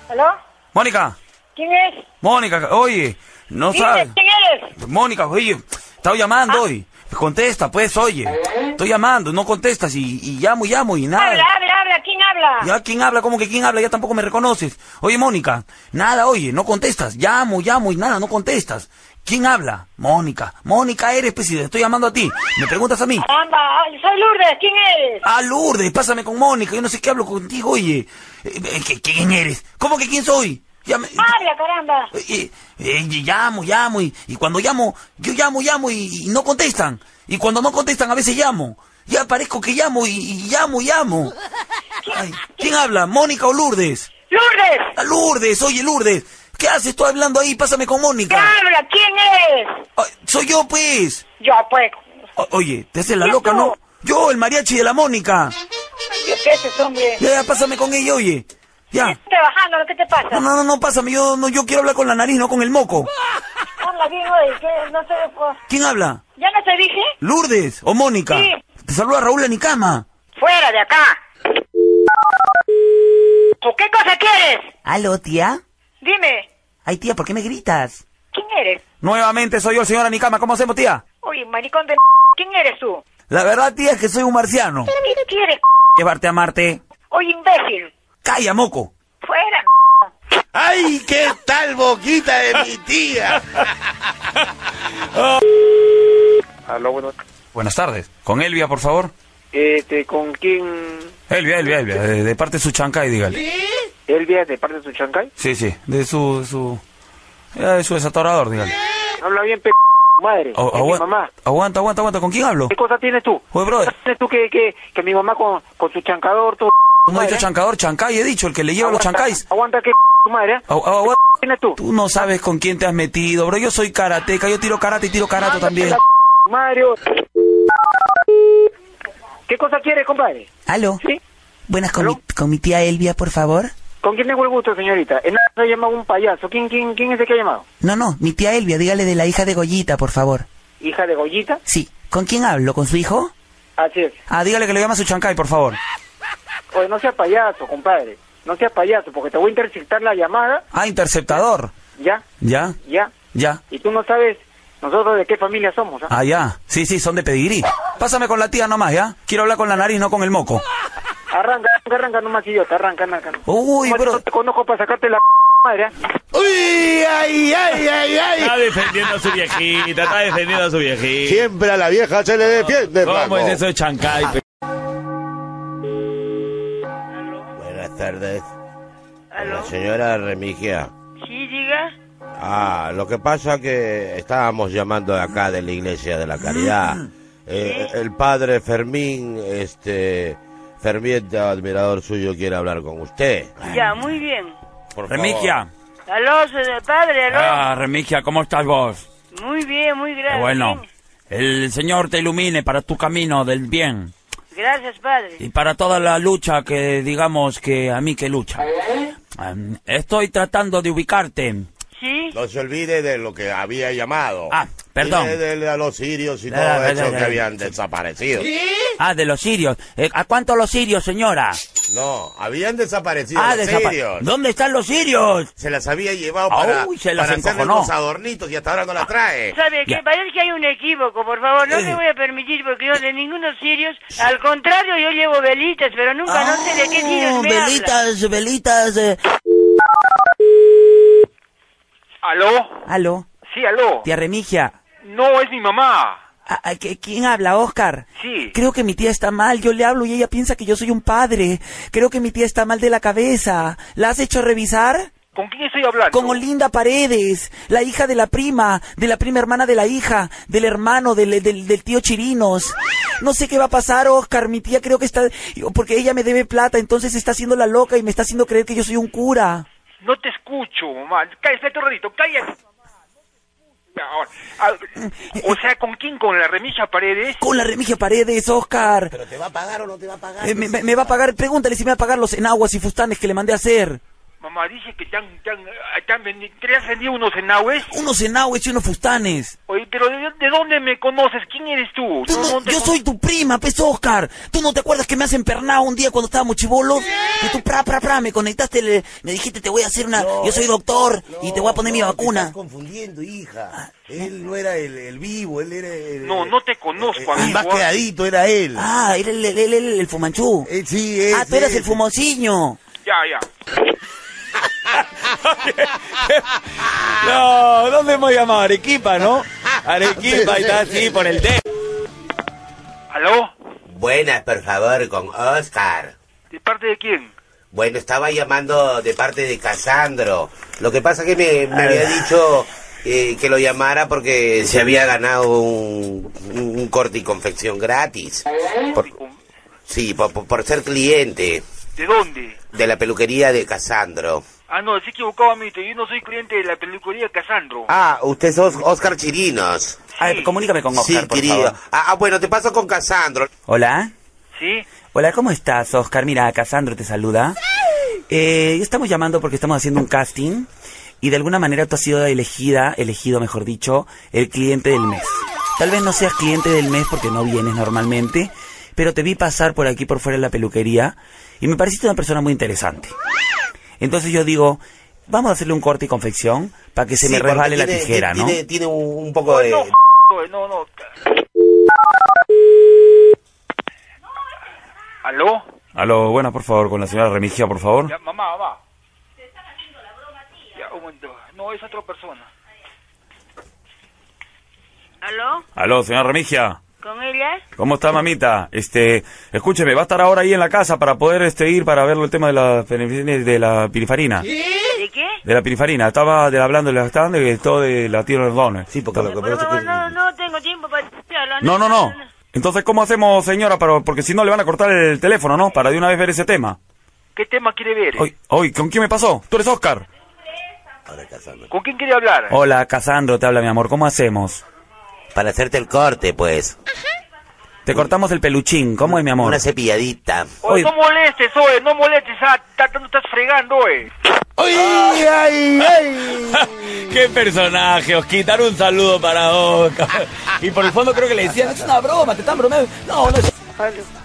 Speaker 1: ¿Aló?
Speaker 2: Eh, Mónica,
Speaker 1: ¿Quién es?
Speaker 2: Mónica, oye, no
Speaker 1: Dime,
Speaker 2: sabes.
Speaker 1: ¿Quién eres?
Speaker 2: Mónica, oye, estaba
Speaker 1: Ah.
Speaker 2: llamando hoy. Contesta, pues, oye. Estoy llamando, no contestas y, y llamo, y llamo y nada.
Speaker 1: ¿Eh? Habla, habla, habla. ¿Quién habla?
Speaker 2: Ya, ¿quién habla? ¿Cómo que quién habla? Ya tampoco me reconoces. Oye, Mónica, nada, oye, no contestas. Llamo, llamo y nada, no contestas. ¿Quién habla? Mónica. Mónica eres, pues, si te estoy llamando a ti. Me preguntas a mí.
Speaker 1: Caramba, ay, soy Lourdes. ¿Quién eres?
Speaker 2: Ah, Lourdes, pásame con Mónica, yo no sé qué hablo contigo, oye. Eh, eh, ¿qué- ¿Quién eres? ¿Cómo que quién soy? Ya me-
Speaker 1: Habla, caramba.
Speaker 2: eh, eh, y llamo, llamo, y, y cuando llamo, yo llamo, llamo y, y no contestan. Y cuando no contestan, a veces llamo. Ya parezco que llamo y, y llamo, llamo. Ay, ¿Quién habla? ¿Mónica o Lourdes?
Speaker 1: Lourdes.
Speaker 2: Ah, Lourdes, oye Lourdes, ¿qué haces tú hablando ahí? Pásame con
Speaker 1: ¿Qué
Speaker 2: Mónica.
Speaker 1: habla? ¿Quién es?
Speaker 2: Ay, soy yo, pues.
Speaker 1: Yo, pues.
Speaker 2: O- oye, te haces la
Speaker 1: ¿Quién
Speaker 2: loca,
Speaker 1: tú?
Speaker 2: ¿no? Yo, el mariachi de la Mónica.
Speaker 1: Yo ¿Qué es ese hombre?
Speaker 2: Ya, ya, pásame con ella, oye. Ya.
Speaker 1: Trabajando, ¿qué te pasa?
Speaker 2: No, no, no, no, pásame, yo, no, yo quiero hablar con la nariz, no con el moco.
Speaker 1: Habla bien hoy, que no sé. pues,
Speaker 2: ¿Quién habla?
Speaker 1: ¿Ya no te dije?
Speaker 2: ¿Lourdes o Mónica?
Speaker 1: Sí.
Speaker 2: Te saluda Raúl Anicama.
Speaker 1: ¡Fuera de acá! ¿O qué cosa quieres?
Speaker 8: Aló, tía.
Speaker 1: Dime,
Speaker 8: Ay, tía, ¿por qué me gritas?
Speaker 1: ¿quién eres?
Speaker 2: Nuevamente soy yo el señor Anicama, ¿cómo hacemos, tía?
Speaker 1: Oye, maricón de m***, ¿quién eres tú?
Speaker 2: La verdad, tía, es que soy un marciano.
Speaker 1: ¿Qué quieres?
Speaker 2: Llevarte a Marte.
Speaker 1: Oye, imbécil.
Speaker 2: Calla, moco.
Speaker 1: ¡Fuera!
Speaker 3: Ay, qué tal boquita de mi
Speaker 1: (laughs)
Speaker 3: tía. Oh.
Speaker 4: Aló, bueno.
Speaker 2: Buenas tardes. Con Elvia, por favor.
Speaker 4: Este, ¿con quién?
Speaker 2: Elvia, Elvia, Elvia, de, de parte de su chancay, dígale.
Speaker 1: Elvia, de parte de su chancay.
Speaker 2: Sí, sí, de su, de su, ya de su desatorador, dígale.
Speaker 1: Habla bien, p madre.
Speaker 29: Oh,
Speaker 2: Au-
Speaker 1: Es mi
Speaker 2: agua-
Speaker 1: mamá.
Speaker 2: Aguanta, aguanta, aguanta, ¿con quién hablo?
Speaker 1: ¿Qué cosa tienes tú?
Speaker 2: Oye, brother.
Speaker 1: ¿Qué cosa tienes tú que, que, que mi mamá con, con su chancador, todo?
Speaker 2: No he dicho chancador, chancay, he dicho, el que le lleva los chancáis.
Speaker 1: Aguanta que tu madre, ¿eh?
Speaker 2: Au- au- aguanta. Tú no sabes con quién te has metido, bro. Yo soy karateca, yo tiro karate y tiro karato también.
Speaker 1: Mario. oh. ¿Qué cosa quieres, compadre?
Speaker 8: ¿Aló?
Speaker 1: Sí.
Speaker 8: Buenas, con, Mi, con mi tía Elvia, por favor.
Speaker 1: ¿Con quién tengo el gusto, señorita? En nada se ha llamado un payaso. ¿Quién, quién, quién es el que ha llamado?
Speaker 8: No, no, mi tía Elvia, dígale de la hija de Goyita, por favor.
Speaker 1: ¿Hija de Goyita?
Speaker 8: Sí. ¿Con quién hablo? ¿Con su hijo?
Speaker 1: Así es.
Speaker 2: Ah, dígale que le llama su chancay, por favor.
Speaker 1: Oye, no seas payaso, compadre. No seas payaso, porque te voy a interceptar la llamada,
Speaker 2: Ah, interceptador.
Speaker 1: ya,
Speaker 2: ¿Ya?
Speaker 1: ya.
Speaker 2: ¿Ya?
Speaker 1: Y tú no sabes nosotros de qué familia somos, ¿ah?
Speaker 2: Ah, ya. Sí, sí, son de pedigrí. Pásame con la tía nomás, ¿ya? Quiero hablar con la nariz, no con el moco.
Speaker 1: Arranca, arranca, arranca nomás, idiota, arranca, arranca.
Speaker 2: Uy,
Speaker 1: bro. No te conozco para sacarte la madre, ¿ah?
Speaker 30: ¡Uy, ay, ay, ay, ay!
Speaker 29: Está defendiendo a su viejita, está defendiendo a su viejita.
Speaker 3: Siempre a la vieja se le defiende,
Speaker 29: ¿Cómo
Speaker 3: flaco.
Speaker 29: es eso de chancay? pe-
Speaker 3: Ah. Buenas tardes. La señora Remigia.
Speaker 4: Sí, diga.
Speaker 3: Ah, lo que pasa que estábamos llamando de acá de la Iglesia de la Caridad.
Speaker 2: Ah.
Speaker 3: Eh, el padre Fermín, este Fermín, admirador suyo, quiere hablar con usted.
Speaker 4: Ya, muy bien.
Speaker 3: Por favor.
Speaker 2: Remigia.
Speaker 4: Aló, señor padre, aló.
Speaker 2: Ah, Remigia, ¿cómo estás vos?
Speaker 4: Muy bien, muy
Speaker 2: Eh,
Speaker 4: gracias.
Speaker 2: bueno, el Señor te ilumine para tu camino del bien
Speaker 4: Gracias, padre.
Speaker 2: y para toda la lucha que digamos que a mí que lucha. Am, estoy tratando de ubicarte.
Speaker 4: Sí.
Speaker 3: No se olvide de lo que había llamado.
Speaker 2: Ah, perdón.
Speaker 3: Y de- de a los sirios y
Speaker 2: Ah,
Speaker 3: todo
Speaker 2: ah,
Speaker 3: eso
Speaker 2: ah,
Speaker 3: que
Speaker 2: ah.
Speaker 3: habían desaparecido.
Speaker 2: Ah, de los sirios. Eh, ¿A cuántos los sirios, señora?
Speaker 3: No, habían desaparecido
Speaker 2: Ah,
Speaker 3: los
Speaker 2: desapa-
Speaker 3: sirios.
Speaker 2: ¿Dónde están los sirios?
Speaker 3: Se las había llevado para,
Speaker 2: Uy, se las
Speaker 3: para hacerle
Speaker 2: encojonó.
Speaker 3: unos adornitos y hasta ahora no las trae.
Speaker 4: ¿Sabe qué? Parece que hay un equívoco, por favor. No
Speaker 3: Eh.
Speaker 4: me voy a permitir porque yo de ninguno sirios. Al contrario, yo llevo velitas, pero nunca no sé
Speaker 3: Ah,
Speaker 4: de qué sirios me habla.
Speaker 8: velitas, velitas. eh.
Speaker 4: ¿Aló?
Speaker 8: Aló,
Speaker 4: Sí, aló.
Speaker 8: tía Remigia.
Speaker 4: No, es mi mamá.
Speaker 8: Ah, ah, ¿qué- ¿Quién habla, Oscar?
Speaker 4: Sí.
Speaker 8: Creo que mi tía está mal, yo le hablo y ella piensa que yo soy un padre. Creo que mi tía está mal de la cabeza. ¿La has hecho revisar?
Speaker 4: ¿Con quién estoy hablando?
Speaker 8: Con Olinda Paredes, la hija de la prima, de la prima hermana de la hija, del hermano, del, del- del tío Chirinos. No sé qué va a pasar, Oscar. Mi tía creo que está... Porque ella me debe plata, entonces está haciendo la loca y me está haciendo creer que yo soy un cura.
Speaker 4: No te escucho, mamá. Cállate, un ratito, cállate. Ahora, ah, o sea, ¿con quién? ¿Con la remilla Paredes?
Speaker 8: Con la Remigia Paredes, Oscar.
Speaker 3: ¿Pero te va a pagar o no te va a pagar?
Speaker 8: Eh, me, me- me va a pagar, pregúntale si me va a pagar los enaguas y fustanes que le mandé a hacer.
Speaker 4: Mamá, dice que te han, te han- eh, te han vendi- te has vendido unos enahues.
Speaker 8: Unos enaguas y unos fustanes.
Speaker 4: Oye, pero ¿de, de dónde me conoces? ¿Quién eres tú?
Speaker 8: Tú no- yo soy tu prima, pues Oscar. ¿Tú no te acuerdas que me has empernado un día cuando estábamos chivolos? Que tú, pra, pra, pra, me conectaste, le- me dijiste, te voy a hacer una. yo soy doctor y te voy a poner mi
Speaker 3: No, te
Speaker 8: vacuna.
Speaker 3: estás confundiendo, hija. Él no era el, el vivo, él era el...
Speaker 4: No, no te conozco,
Speaker 3: El más
Speaker 4: amigo.
Speaker 3: quedadito era él. Eh,
Speaker 8: Ah, era el, el, el, el- el fumanchú.
Speaker 3: sí,
Speaker 8: Ah, tú eras el fumociño.
Speaker 4: Ya, ya.
Speaker 31: Ah.
Speaker 29: No, ¿dónde hemos llamado?
Speaker 31: (laughs)
Speaker 29: Arequipa, ¿no? Arequipa y está así por el té.
Speaker 4: ¿Aló?
Speaker 31: Buenas, por favor, con Oscar.
Speaker 4: ¿De parte de quién?
Speaker 31: Bueno, estaba llamando de parte de Casandro. Lo que pasa que me, me
Speaker 4: Ah.
Speaker 31: había dicho eh, que lo llamara porque se había ganado un, un- un corte y confección gratis. Por- sí, por, por- por ser cliente
Speaker 4: ¿De dónde?
Speaker 31: de la peluquería de Casandro.
Speaker 4: Ah, no, se equivocado, amito. Yo no soy cliente de la peluquería Casandro.
Speaker 31: Ah, usted sos Oscar Chirinos.
Speaker 8: Ah, comunícame con Oscar,
Speaker 31: Sí,
Speaker 8: por
Speaker 31: querido.
Speaker 8: favor.
Speaker 31: Ah, ah, bueno, te paso con Casandro.
Speaker 8: Hola.
Speaker 4: ¿Sí?
Speaker 8: Hola, ¿cómo estás, Oscar? Mira, Casandro te saluda. Eh, estamos llamando porque estamos haciendo un casting y de alguna manera tú has sido elegida, elegido mejor dicho, el cliente del mes. Tal vez no seas cliente del mes porque no vienes normalmente, pero te vi pasar por aquí por fuera de la peluquería y me pareciste una persona muy interesante. Entonces yo digo, vamos a hacerle un corte y confección para que se
Speaker 31: Sí,
Speaker 8: me
Speaker 31: porque
Speaker 8: resbale la
Speaker 31: tiene-
Speaker 8: tijera, ¿no?
Speaker 31: Tiene, tiene un, un poco de...
Speaker 4: Oye, No, no. ¿Aló?
Speaker 2: Aló, buena, por favor, con la señora Remigia, por favor.
Speaker 4: Ya, mamá, mamá. Ya, un momento. No, es otra persona.
Speaker 32: ¿Aló?
Speaker 2: Aló, señora Remigia.
Speaker 32: ¿Con él
Speaker 9: Hola.
Speaker 2: ¿Cómo está, mamita? Este, escúcheme, ¿va a estar ahora ahí en la casa para poder este, ir para ver el tema de la, pene- de la pirifarina?
Speaker 9: ¿De qué?
Speaker 2: De la pirifarina. Estaba de, hablando, le estaban de todo de la tierra del dones.
Speaker 3: Sí, porque lo
Speaker 9: Por favor, no, no tengo tiempo para escucharlo.
Speaker 2: No, no, no. Entonces, ¿cómo hacemos, señora? Para, porque si no, le van a cortar el teléfono, ¿no? Para de una vez ver ese tema.
Speaker 1: ¿Qué tema quiere ver?
Speaker 2: Hoy, hoy, ¿con quién me pasó? Tú eres Oscar.
Speaker 1: ¿Con quién quiere hablar?
Speaker 2: Hola, Casandro, te habla mi amor. ¿Cómo hacemos?
Speaker 7: Para hacerte el corte, pues.
Speaker 2: Te cortamos el peluchín. ¿Cómo es, mi amor?
Speaker 7: Una cepilladita.
Speaker 1: Oye, no molestes, oye, no molestes, ah, ta- ta- no estás fregando, oye.
Speaker 4: ¡Ay, ay, ay! ¡Qué personaje! Os quitaron un saludo para Oscar. Y por el fondo creo que le decían, es una broma, te están bromeando. No, no es...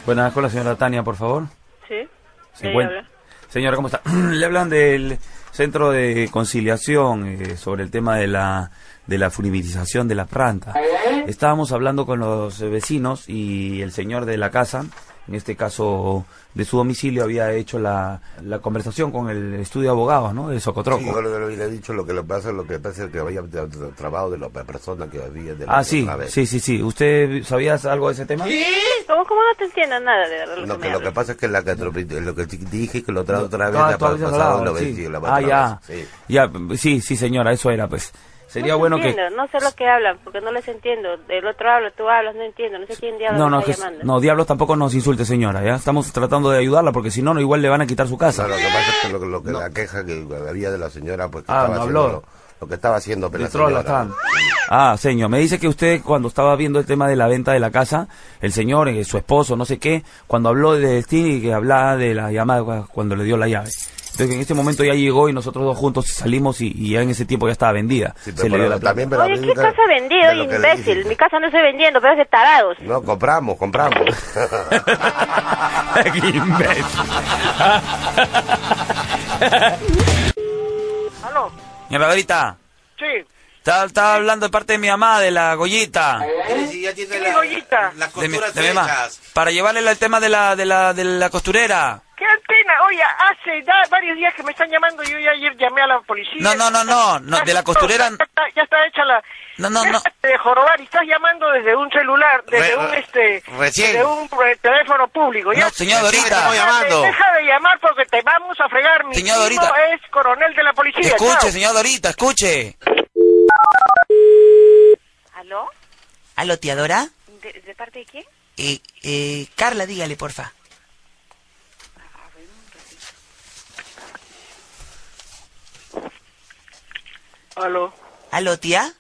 Speaker 2: Buenas, con la señora Tania, por favor.
Speaker 9: Sí.
Speaker 2: Se encuentra- Señora, ¿cómo está? (clears throat) Le hablan del Centro de Conciliación eh, sobre el tema de la, de la funivilización de la planta. Estábamos hablando con los eh, vecinos y el señor de la casa, en este caso de su domicilio, había hecho la, la conversación con el estudio de abogados, ¿no? De Socotroco.
Speaker 3: Sí, yo lo, lo había dicho, lo que le pasa, lo que pasa es que había tra- tra- trabajo de la persona que había de la
Speaker 2: ah, sí,
Speaker 3: otra vez.
Speaker 2: sí, sí, sí. ¿Usted sabía algo de ese tema?
Speaker 9: ¿Cómo, cómo no te entiendo nada de verdad?
Speaker 3: Lo que, lo que pasa es que la que atropelló- lo que dije que lo trajo otra vez,
Speaker 2: Ah,
Speaker 3: la
Speaker 2: tú habías
Speaker 3: pasada
Speaker 2: hablado,
Speaker 3: lo
Speaker 2: sí.
Speaker 3: vendí, la
Speaker 2: Ah,
Speaker 3: otra
Speaker 2: ya.
Speaker 3: vez, sí.
Speaker 2: Ya, sí, sí, señora, eso era, pues. Sería bueno que...
Speaker 6: entiendo, no sé lo que hablan, porque no les entiendo. El otro habla, tú hablas, no entiendo, no sé quién diablos
Speaker 2: No, no,
Speaker 6: está
Speaker 2: es que,
Speaker 6: llamando.
Speaker 2: no, diablos tampoco nos insulte, señora, ¿ya? Estamos tratando de ayudarla porque si no, no igual le van a quitar su casa.
Speaker 3: Lo que pasa es que, lo, que- lo que la queja que había de la señora, pues que
Speaker 2: Ah,
Speaker 3: estaba
Speaker 2: no
Speaker 3: haciendo
Speaker 2: habló.
Speaker 3: lo, lo que estaba haciendo, pero
Speaker 2: De
Speaker 3: la
Speaker 2: trola
Speaker 3: señora-
Speaker 2: estaban. Ah, señor, me dice que usted cuando estaba viendo el tema de la venta de la casa, el señor, eh, su esposo, no sé qué, cuando habló de destino y que hablaba de la llamada cuando le dio la llave. Entonces, en este momento ya llegó y nosotros dos juntos salimos y, y ya en ese tiempo ya estaba vendida.
Speaker 3: pero
Speaker 2: le dio la
Speaker 3: pero también,
Speaker 2: plata.
Speaker 3: pero
Speaker 6: Oye, ¿qué
Speaker 3: ahorita-
Speaker 6: casa vendido,
Speaker 3: de lo que le
Speaker 6: imbécil? Mi casa no estoy vendiendo, pero de tarados.
Speaker 3: No, compramos, compramos.
Speaker 2: (laughs) ¡Qué imbécil!
Speaker 1: ¿Aló?
Speaker 8: (laughs)
Speaker 2: Mi Margarita,
Speaker 1: Sí.
Speaker 2: estaba, estaba hablando de parte de mi mamá, de la Goyita.
Speaker 7: ya tiene
Speaker 1: ¿Qué ¿eh? joyita?
Speaker 7: las
Speaker 2: De mi,
Speaker 7: costuras
Speaker 2: de mi mamá.
Speaker 7: hechas.
Speaker 2: Para llevarle la- el tema de la, de la, de la costurera.
Speaker 1: ¡Qué antena! Oye, hace ya varios días que me están llamando. Yo ya ayer llamé a la policía.
Speaker 2: No, no, no, no, no,
Speaker 1: (laughs)
Speaker 2: de la costurera.
Speaker 1: Ya está, ya está hecha la.
Speaker 2: No, no, no.
Speaker 1: Déjate De jorobar, y estás llamando desde un celular, desde
Speaker 2: Re-
Speaker 1: un este.
Speaker 2: recién.
Speaker 1: Desde un eh, teléfono público. Ya.
Speaker 2: No, señor Recién Dorita. estamos
Speaker 1: Deja de-
Speaker 2: llamando.
Speaker 1: Deja de llamar porque te vamos a fregar. Mi
Speaker 2: Señor
Speaker 1: primo
Speaker 2: Dorita.
Speaker 1: es coronel de la policía.
Speaker 8: Escuche,
Speaker 1: chao.
Speaker 8: señor Dorita, escuche.
Speaker 6: ¿Aló?
Speaker 8: ¿Aló, tía Dora?
Speaker 6: ¿De, de parte de quién?
Speaker 8: Eh, eh, Carla, dígale, porfa.
Speaker 1: ¿Aló?
Speaker 8: ¿Aló, tía?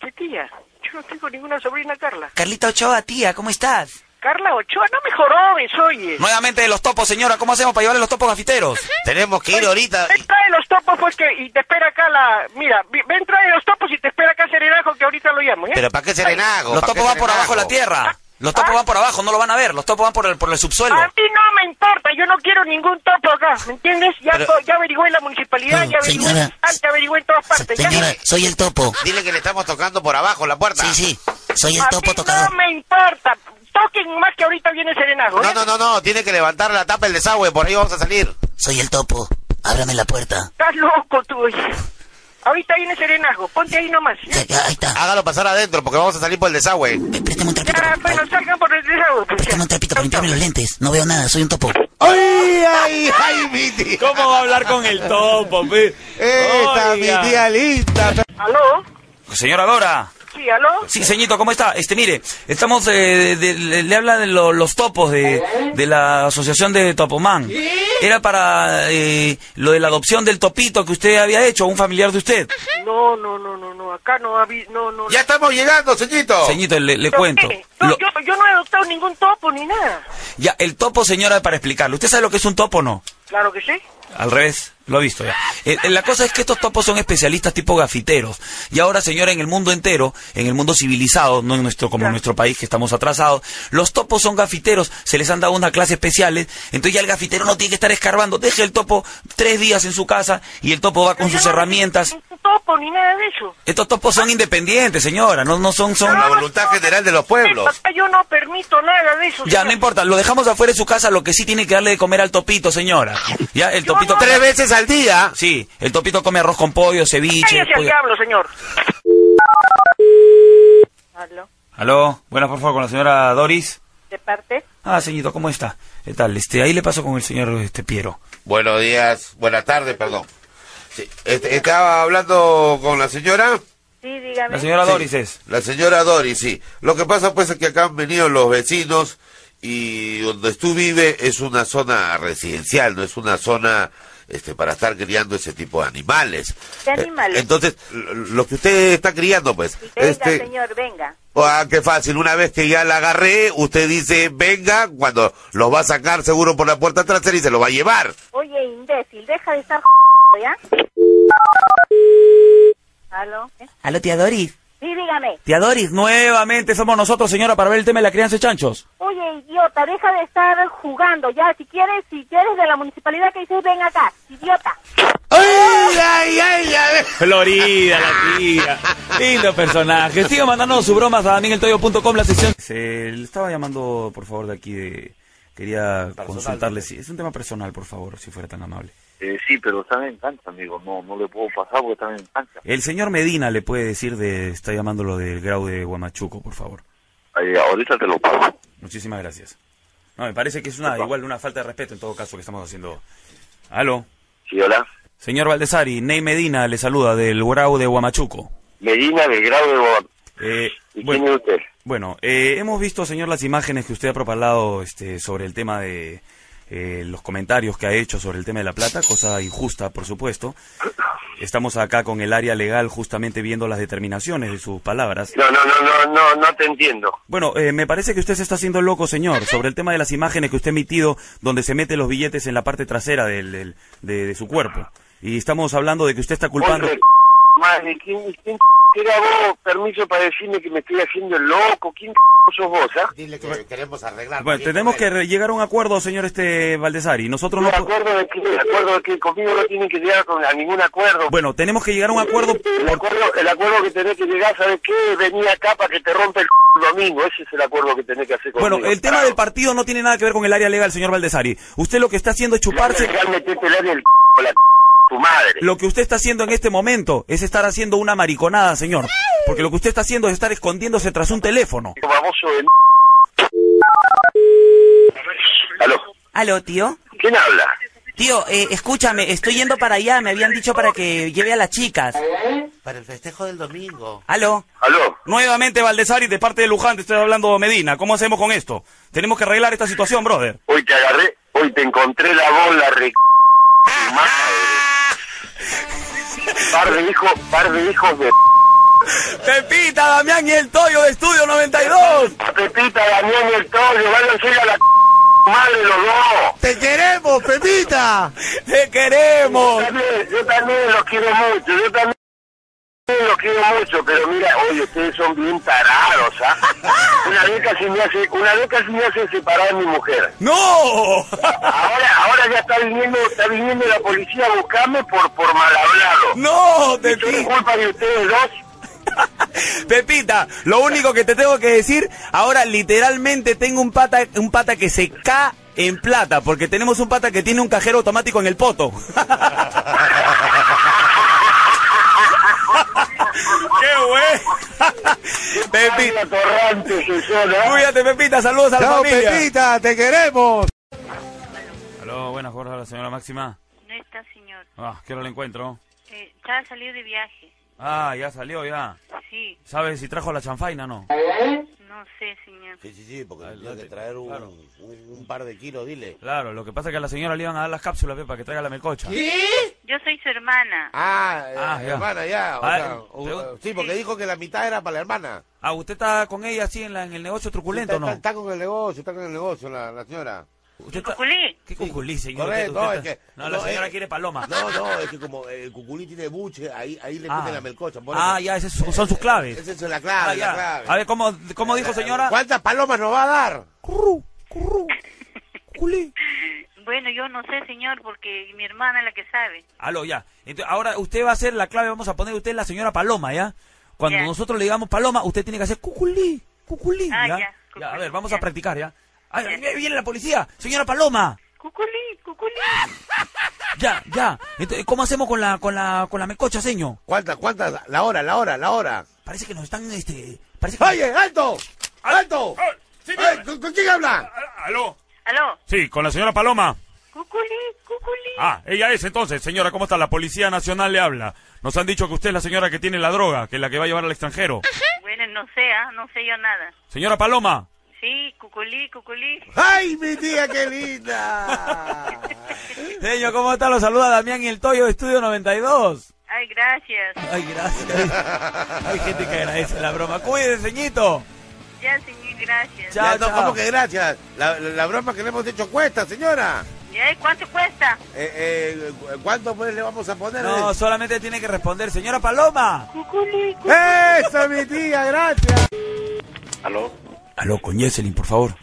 Speaker 1: ¿Qué tía? Yo no tengo ninguna sobrina, Carla.
Speaker 8: Carlita Ochoa, tía, ¿cómo estás?
Speaker 1: Carla Ochoa, no me jorobes, oye.
Speaker 8: Nuevamente de los topos, señora, ¿cómo hacemos para llevarle los topos gafiteros?
Speaker 7: Tenemos que ir ahorita.
Speaker 1: Ven, trae los topos, pues, que, y te espera acá la... Mira, vi- ven, trae los topos y te espera acá Serenajo, que ahorita lo llamo, ¿eh?
Speaker 7: Pero ¿para qué serenago?
Speaker 8: Los
Speaker 7: ¿Para
Speaker 8: topos
Speaker 7: qué
Speaker 8: van por
Speaker 7: serenago?
Speaker 8: abajo de la tierra. Los topos van por abajo, no lo van a ver. Los topos van por el, por el subsuelo.
Speaker 7: Ah.
Speaker 1: A mí no me importa, yo no quiero ningún topo acá, ¿me entiendes? Ya,
Speaker 8: Pero-
Speaker 1: co- ya averigüé en la municipalidad, ya averigüé en
Speaker 7: señora.
Speaker 1: el SAT, ya averigüé en todas partes. ya.
Speaker 7: soy el topo. Dile que le estamos tocando por abajo la puerta. Sí, sí. Soy
Speaker 1: a mí no me importa, toquen más que ahorita viene ¿eh? Serenajo,
Speaker 7: No, no, no, no. Tiene que levantar la tapa del desagüe. Por ahí vamos a salir. Soy el topo. Ábrame la puerta.
Speaker 1: Estás loco tú, oye. Ahorita viene Serenajo, ponte ahí nomás. ¿ya?
Speaker 7: Ahí está. Hágalo pasar adentro porque vamos a salir por el desagüe.
Speaker 1: Ya, bueno, salgan por el desagüe. pues, ya.
Speaker 7: un trapito para limpiarme los lentes.
Speaker 8: No veo nada, soy un topo.
Speaker 7: ¡Ay, ay, ay, mi tía!
Speaker 4: ¿Cómo va a hablar con el topo, pe?
Speaker 7: Esta,
Speaker 4: Oiga.
Speaker 7: mi tía linda.
Speaker 1: ¿Aló?
Speaker 8: Señora Dora.
Speaker 1: Sí, ¿aló?
Speaker 8: Sí, señito, ¿cómo está? Este, mire, estamos, eh, de- de- le, le habla de lo- los topos de, de la asociación de Topomán. Era para eh, lo de la adopción del topito que usted había hecho, un familiar de usted.
Speaker 1: No, no, no, no, no, acá no había... No, no,
Speaker 7: Ya estamos llegando, señito.
Speaker 8: Señito, le, le
Speaker 1: ¿Pero
Speaker 8: cuento.
Speaker 1: qué? No,
Speaker 8: Lo-
Speaker 1: yo, yo no he adoptado ningún topo ni nada.
Speaker 8: ya, el topo, señora, para explicarlo. ¿Usted sabe lo que es un topo o no?
Speaker 1: Claro que sí.
Speaker 8: Al revés, lo he visto ya. Eh, eh, la cosa es que estos topos son especialistas tipo gafiteros. Y ahora, señora, en el mundo entero, en el mundo civilizado, no en nuestro, como en nuestro país que estamos atrasados, los topos son gafiteros, se les han dado una clase especiales, entonces ya el gafitero no tiene que estar escarbando, deja el topo tres días en su casa y el topo va con sus herramientas.
Speaker 1: Un topo ni nada de eso.
Speaker 8: Estos topos son independientes, señora, no, no son, son...
Speaker 1: La
Speaker 7: voluntad general de los
Speaker 1: Papá, yo no permito nada de eso.
Speaker 8: Ya,
Speaker 1: señor.
Speaker 8: no importa, lo dejamos afuera de su casa, lo que sí tiene que darle de comer al topito, señora. Ya, el topito...
Speaker 7: Tres veces al día.
Speaker 8: Sí, el topito come arroz
Speaker 4: pues.
Speaker 8: con pollo, ceviche...
Speaker 1: Cállese al
Speaker 8: pollo-
Speaker 1: diablo, señor.
Speaker 2: Aló, buenas por favor con la señora Doris.
Speaker 1: ¿De parte?
Speaker 2: Ah, señorito, ¿cómo está? ¿Qué tal? Este, ahí le paso con el señor este Piero.
Speaker 3: Buenos días, buenas tardes, perdón. Sí, este, estaba hablando con la señora.
Speaker 1: Sí, dígame.
Speaker 3: Sí, La señora Doris, sí. Lo que pasa pues es que acá han venido los vecinos y donde tú vives es una zona residencial, no es una zona este para estar criando ese tipo de animales.
Speaker 1: ¿Qué animales?
Speaker 3: Eh, entonces, lo- lo que usted está criando pues,
Speaker 1: Venga,
Speaker 3: este
Speaker 1: señor, venga.
Speaker 3: Ah, qué fácil. Una vez que ya la agarré, usted dice, venga, cuando los va a sacar seguro por la puerta trasera y se lo va a llevar.
Speaker 1: Oye, imbécil, deja de estar ¿ya? ¿Aló? ¿Eh?
Speaker 8: Aló, tía Doris.
Speaker 1: Sí, dígame.
Speaker 8: Tía Doris,
Speaker 2: nuevamente somos nosotros, señora, para ver el tema de la crianza de chanchos.
Speaker 1: Oye, idiota, deja de estar jugando, ya. Si quieres, si quieres de la municipalidad que dices, ven acá, idiota.
Speaker 2: ¡Ay, ay, ay! Florida, la tía. Lindo personaje. Siga mandando sus bromas a migueltoyo.com, la sección. Se le estaba llamando, por favor, de aquí de... Quería consultarle, si es un tema personal, por favor, si fuera tan amable.
Speaker 4: Eh, sí, pero también en cancha, amigo. No, no le puedo pasar porque también en cancha.
Speaker 2: El señor Medina le puede decir de... Está llamándolo del grau de Guamachuco, por favor.
Speaker 4: Eh, ahorita te lo paso.
Speaker 2: Muchísimas gracias. No, me parece que es una igual una falta de respeto en todo caso que estamos haciendo. Aló.
Speaker 4: Sí, hola.
Speaker 2: Señor Valdesari, Ney Medina le saluda del Grau de Huamachuco.
Speaker 4: Medina de grado de Bogotá. ¿Y quién es usted?
Speaker 2: Bueno, eh, hemos visto, señor, las imágenes que usted ha propalado este, sobre el tema de eh, los comentarios que ha hecho sobre el tema de la plata, cosa injusta, por supuesto. Estamos acá con el área legal justamente viendo las determinaciones de sus palabras.
Speaker 4: No, no, no, no, no, no te entiendo.
Speaker 2: Bueno, eh, me parece que usted se está haciendo loco, señor, sobre el tema de las imágenes que usted ha emitido donde se mete los billetes en la parte trasera del, del- de, de su cuerpo. Y estamos hablando de que usted está culpando...
Speaker 4: Hombre, Madre, ¿quién, quién era vos permiso para decirme que me estoy haciendo el loco? ¿Quién sos vos, ah?
Speaker 3: Dile que queremos arreglar.
Speaker 2: Bueno, tenemos que re- llegar a un acuerdo, señor este Valdesari. Nosotros no...
Speaker 4: De
Speaker 2: po-
Speaker 4: acuerdo de que, de acuerdo de que conmigo no tienen que llegar con- a ningún acuerdo.
Speaker 2: Bueno, tenemos que llegar a un acuerdo...
Speaker 4: El acuerdo, el acuerdo que tenés que llegar, ¿sabes qué? Venía acá para que te rompe el domingo. Ese es el acuerdo que tenés que hacer conmigo.
Speaker 2: Bueno, el tema del partido no tiene nada que ver con el área legal, señor Valdesari. Usted lo que está haciendo es chuparse...
Speaker 4: Dejar meterte el área del c- la c- tu madre.
Speaker 2: Lo que usted está haciendo en este momento es estar haciendo una mariconada, señor. Porque lo que usted está haciendo es estar escondiéndose tras un teléfono.
Speaker 4: Baboso de m-
Speaker 8: Aló, tío.
Speaker 4: ¿Quién habla?
Speaker 8: Tío, eh, escúchame, estoy yendo para allá, me habían dicho para que lleve a las chicas.
Speaker 33: Para el festejo del domingo.
Speaker 8: Aló.
Speaker 4: Aló.
Speaker 2: Nuevamente Valdesari de parte de Luján, te estoy hablando Medina. ¿Cómo hacemos con esto? Tenemos que arreglar esta situación, brother.
Speaker 4: Hoy te agarré, hoy te encontré la bola,
Speaker 2: (laughs)
Speaker 4: re... tu madre. Par de hijos, par de hijos de...
Speaker 2: Pepita, Damián y el Toyo de Estudio 92.
Speaker 4: Pepita, Damián y el Toyo, váyanse a la c- madre los dos.
Speaker 34: ¡Te queremos, Pepita!
Speaker 2: ¡Te queremos!
Speaker 4: Yo también, yo también los quiero mucho, yo también los quiero mucho, pero mira, oye, ustedes son bien tarados, ¿ah? Una vez casi me hace, una vez casi me hace separar a mi mujer.
Speaker 2: ¡No!
Speaker 4: Ahora, ahora ya está viniendo, está viniendo la policía a buscarme por, por mal hablado.
Speaker 2: ¡No,
Speaker 4: te es culpa de ustedes dos.
Speaker 2: Pepita, lo único que te tengo que decir, ahora literalmente tengo un pata, un pata que se cae en plata, porque tenemos un pata que tiene un cajero automático en el poto. (laughs) ¡Qué
Speaker 4: (laughs)
Speaker 2: güey! Pepita. Cuídate, Pepita, saludos a la
Speaker 35: Chao,
Speaker 2: familia.
Speaker 35: Pepita, te queremos.
Speaker 2: Aló, buenas, Jorge, la señora Máxima.
Speaker 9: No está, señor.
Speaker 2: Ah, que no la encuentro.
Speaker 9: Eh, ya salió de viaje.
Speaker 2: Ah, ya salió, ya.
Speaker 9: Sí.
Speaker 2: ¿Sabes si trajo la chanfaina o no?
Speaker 36: ¿Eh?
Speaker 9: No sé, señor.
Speaker 36: Sí, sí, sí, porque tiene que traer un, un- un par de kilos, dile.
Speaker 2: Claro, lo que pasa es que a la señora le iban a dar las cápsulas, pe, para que traiga la melcocha.
Speaker 9: Yo soy su hermana.
Speaker 36: Ah,
Speaker 2: Ah, ya.
Speaker 36: hermana, ya. o
Speaker 2: Ah,
Speaker 36: sea, u- sí, porque dijo que la mitad era para la hermana.
Speaker 2: Ah, usted está con ella así en, la, en el negocio
Speaker 36: Sí,
Speaker 2: truculento, ¿o
Speaker 36: está,
Speaker 2: ¿no?
Speaker 36: Está, está con el negocio, está con el negocio la, la señora.
Speaker 2: ¿Usted está- ¿Qué cuculí, señor?
Speaker 36: Correcto,
Speaker 2: Usted- usted
Speaker 36: es
Speaker 2: está-
Speaker 36: que-
Speaker 2: no, la
Speaker 36: no,
Speaker 2: señora
Speaker 36: eh,
Speaker 2: quiere paloma.
Speaker 36: No, no, es que como el cuculí tiene buche, ahí, ahí le
Speaker 2: Ah.
Speaker 36: mete la melcocha. por
Speaker 2: Ah,
Speaker 36: eso.
Speaker 2: ya, esas son, son sus claves.
Speaker 36: Esa es la clave,
Speaker 2: Ah,
Speaker 36: la
Speaker 2: ya.
Speaker 36: clave.
Speaker 2: A ver, ¿cómo, cómo dijo, señora?
Speaker 36: ¿Cuántas palomas nos va a dar?
Speaker 9: Bueno, yo no sé, señor, porque mi hermana es la que sabe.
Speaker 2: Aló, ya. Entonces, ahora usted va a hacer la clave, vamos a poner usted la señora Paloma, ¿ya? Cuando
Speaker 9: Ya.
Speaker 2: nosotros le digamos Paloma, usted tiene que hacer cuculí, cuculí,
Speaker 9: Ah,
Speaker 2: ¿ya?
Speaker 9: ya,
Speaker 2: Ya, a ver, vamos a practicar, ¿ya? Ay, viene la policía, señora Paloma.
Speaker 9: Cuculí, cuculí.
Speaker 2: Ya, ya. Entonces, ¿cómo hacemos con la con la con la mecocha, seño?
Speaker 36: ¿Cuántas, cuántas? La hora, la hora, la hora.
Speaker 2: Parece que Ah, nos están este, parece
Speaker 36: ¡Oye, alto!
Speaker 37: ¡Alto! Ay, ¿con, con quién
Speaker 2: Ah,
Speaker 37: habla?
Speaker 38: ¿Aló?
Speaker 1: ¿Aló?
Speaker 38: Sí, con la señora Paloma.
Speaker 1: Cuculi, cuculi.
Speaker 38: Ah, ella es entonces, señora, ¿cómo está? La Policía Nacional le habla. Nos han dicho que usted es la señora que tiene la droga, que es la que va a llevar al extranjero.
Speaker 1: Bueno, no sé, ah, no sé yo nada.
Speaker 38: Señora Paloma.
Speaker 1: Sí, cuculí, cuculí.
Speaker 37: ¡Ay, mi tía, qué linda!
Speaker 2: Señor, ¿cómo está? Lo saluda Damián y el Toyo de Estudio 92.
Speaker 1: Ay, gracias.
Speaker 2: Ay, gracias. Hay gente que agradece la broma. Cuídense, señito.
Speaker 1: Ya, señor, gracias.
Speaker 37: Ya, no, ¿Cómo que gracias? La, la- la broma que le hemos hecho cuesta, señora.
Speaker 1: Ya, ¿y ¿Cuánto cuesta?
Speaker 37: Eh, eh, ¿Cuánto pues le vamos a poner?
Speaker 2: No, solamente tiene que responder, señora Paloma.
Speaker 37: ¡Eso, mi tía, gracias!
Speaker 2: ¿Aló? Aló, con Yeselin, por favor.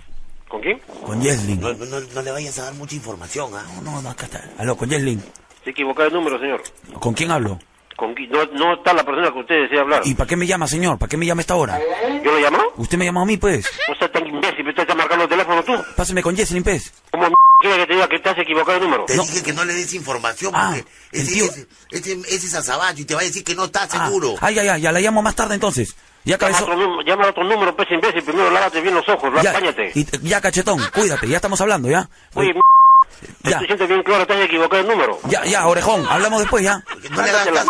Speaker 3: ¿Con quién?
Speaker 2: Con Yeslin.
Speaker 3: No, no, no le vayas a dar mucha información, ¿ah?
Speaker 2: No, no, acá está. Aló, con Yeslin.
Speaker 4: Se equivocó el número, señor.
Speaker 2: ¿Con quién hablo?
Speaker 4: Con qui- no, no está la persona que usted desea hablar.
Speaker 2: ¿Y para qué me llama, señor? ¿Para qué me llama a esta hora?
Speaker 4: ¿Yo lo llamo?
Speaker 2: ¿Usted me llamó a mí, pues?
Speaker 4: No seas tan imbécil, pero estás marcando el teléfono tú.
Speaker 2: Páseme con Yeslin, pues.
Speaker 4: ¿Cómo m- quieres que te diga que te has equivocado el número?
Speaker 3: Te dije que no le des información
Speaker 2: Ah,
Speaker 3: porque ese, ese, ese, ese es azabache y te va a decir que no está seguro.
Speaker 2: Ay, ay, ay, ya la llamo más tarde entonces. Ah,
Speaker 4: Llama a
Speaker 2: Ya cabezón.
Speaker 4: otro, nú- llama a otro número, pues imbécil. Primero lávate bien los ojos,
Speaker 2: Ya,
Speaker 4: lá- báñate.
Speaker 2: y- ya, cachetón, cuídate, ya estamos hablando, ¿ya?
Speaker 4: Oye, m-
Speaker 2: Ya.
Speaker 4: te sientes bien claro, te has equivocado el número.
Speaker 2: Ya, ya, orejón, hablamos después, ¿ya?
Speaker 4: Mándasela.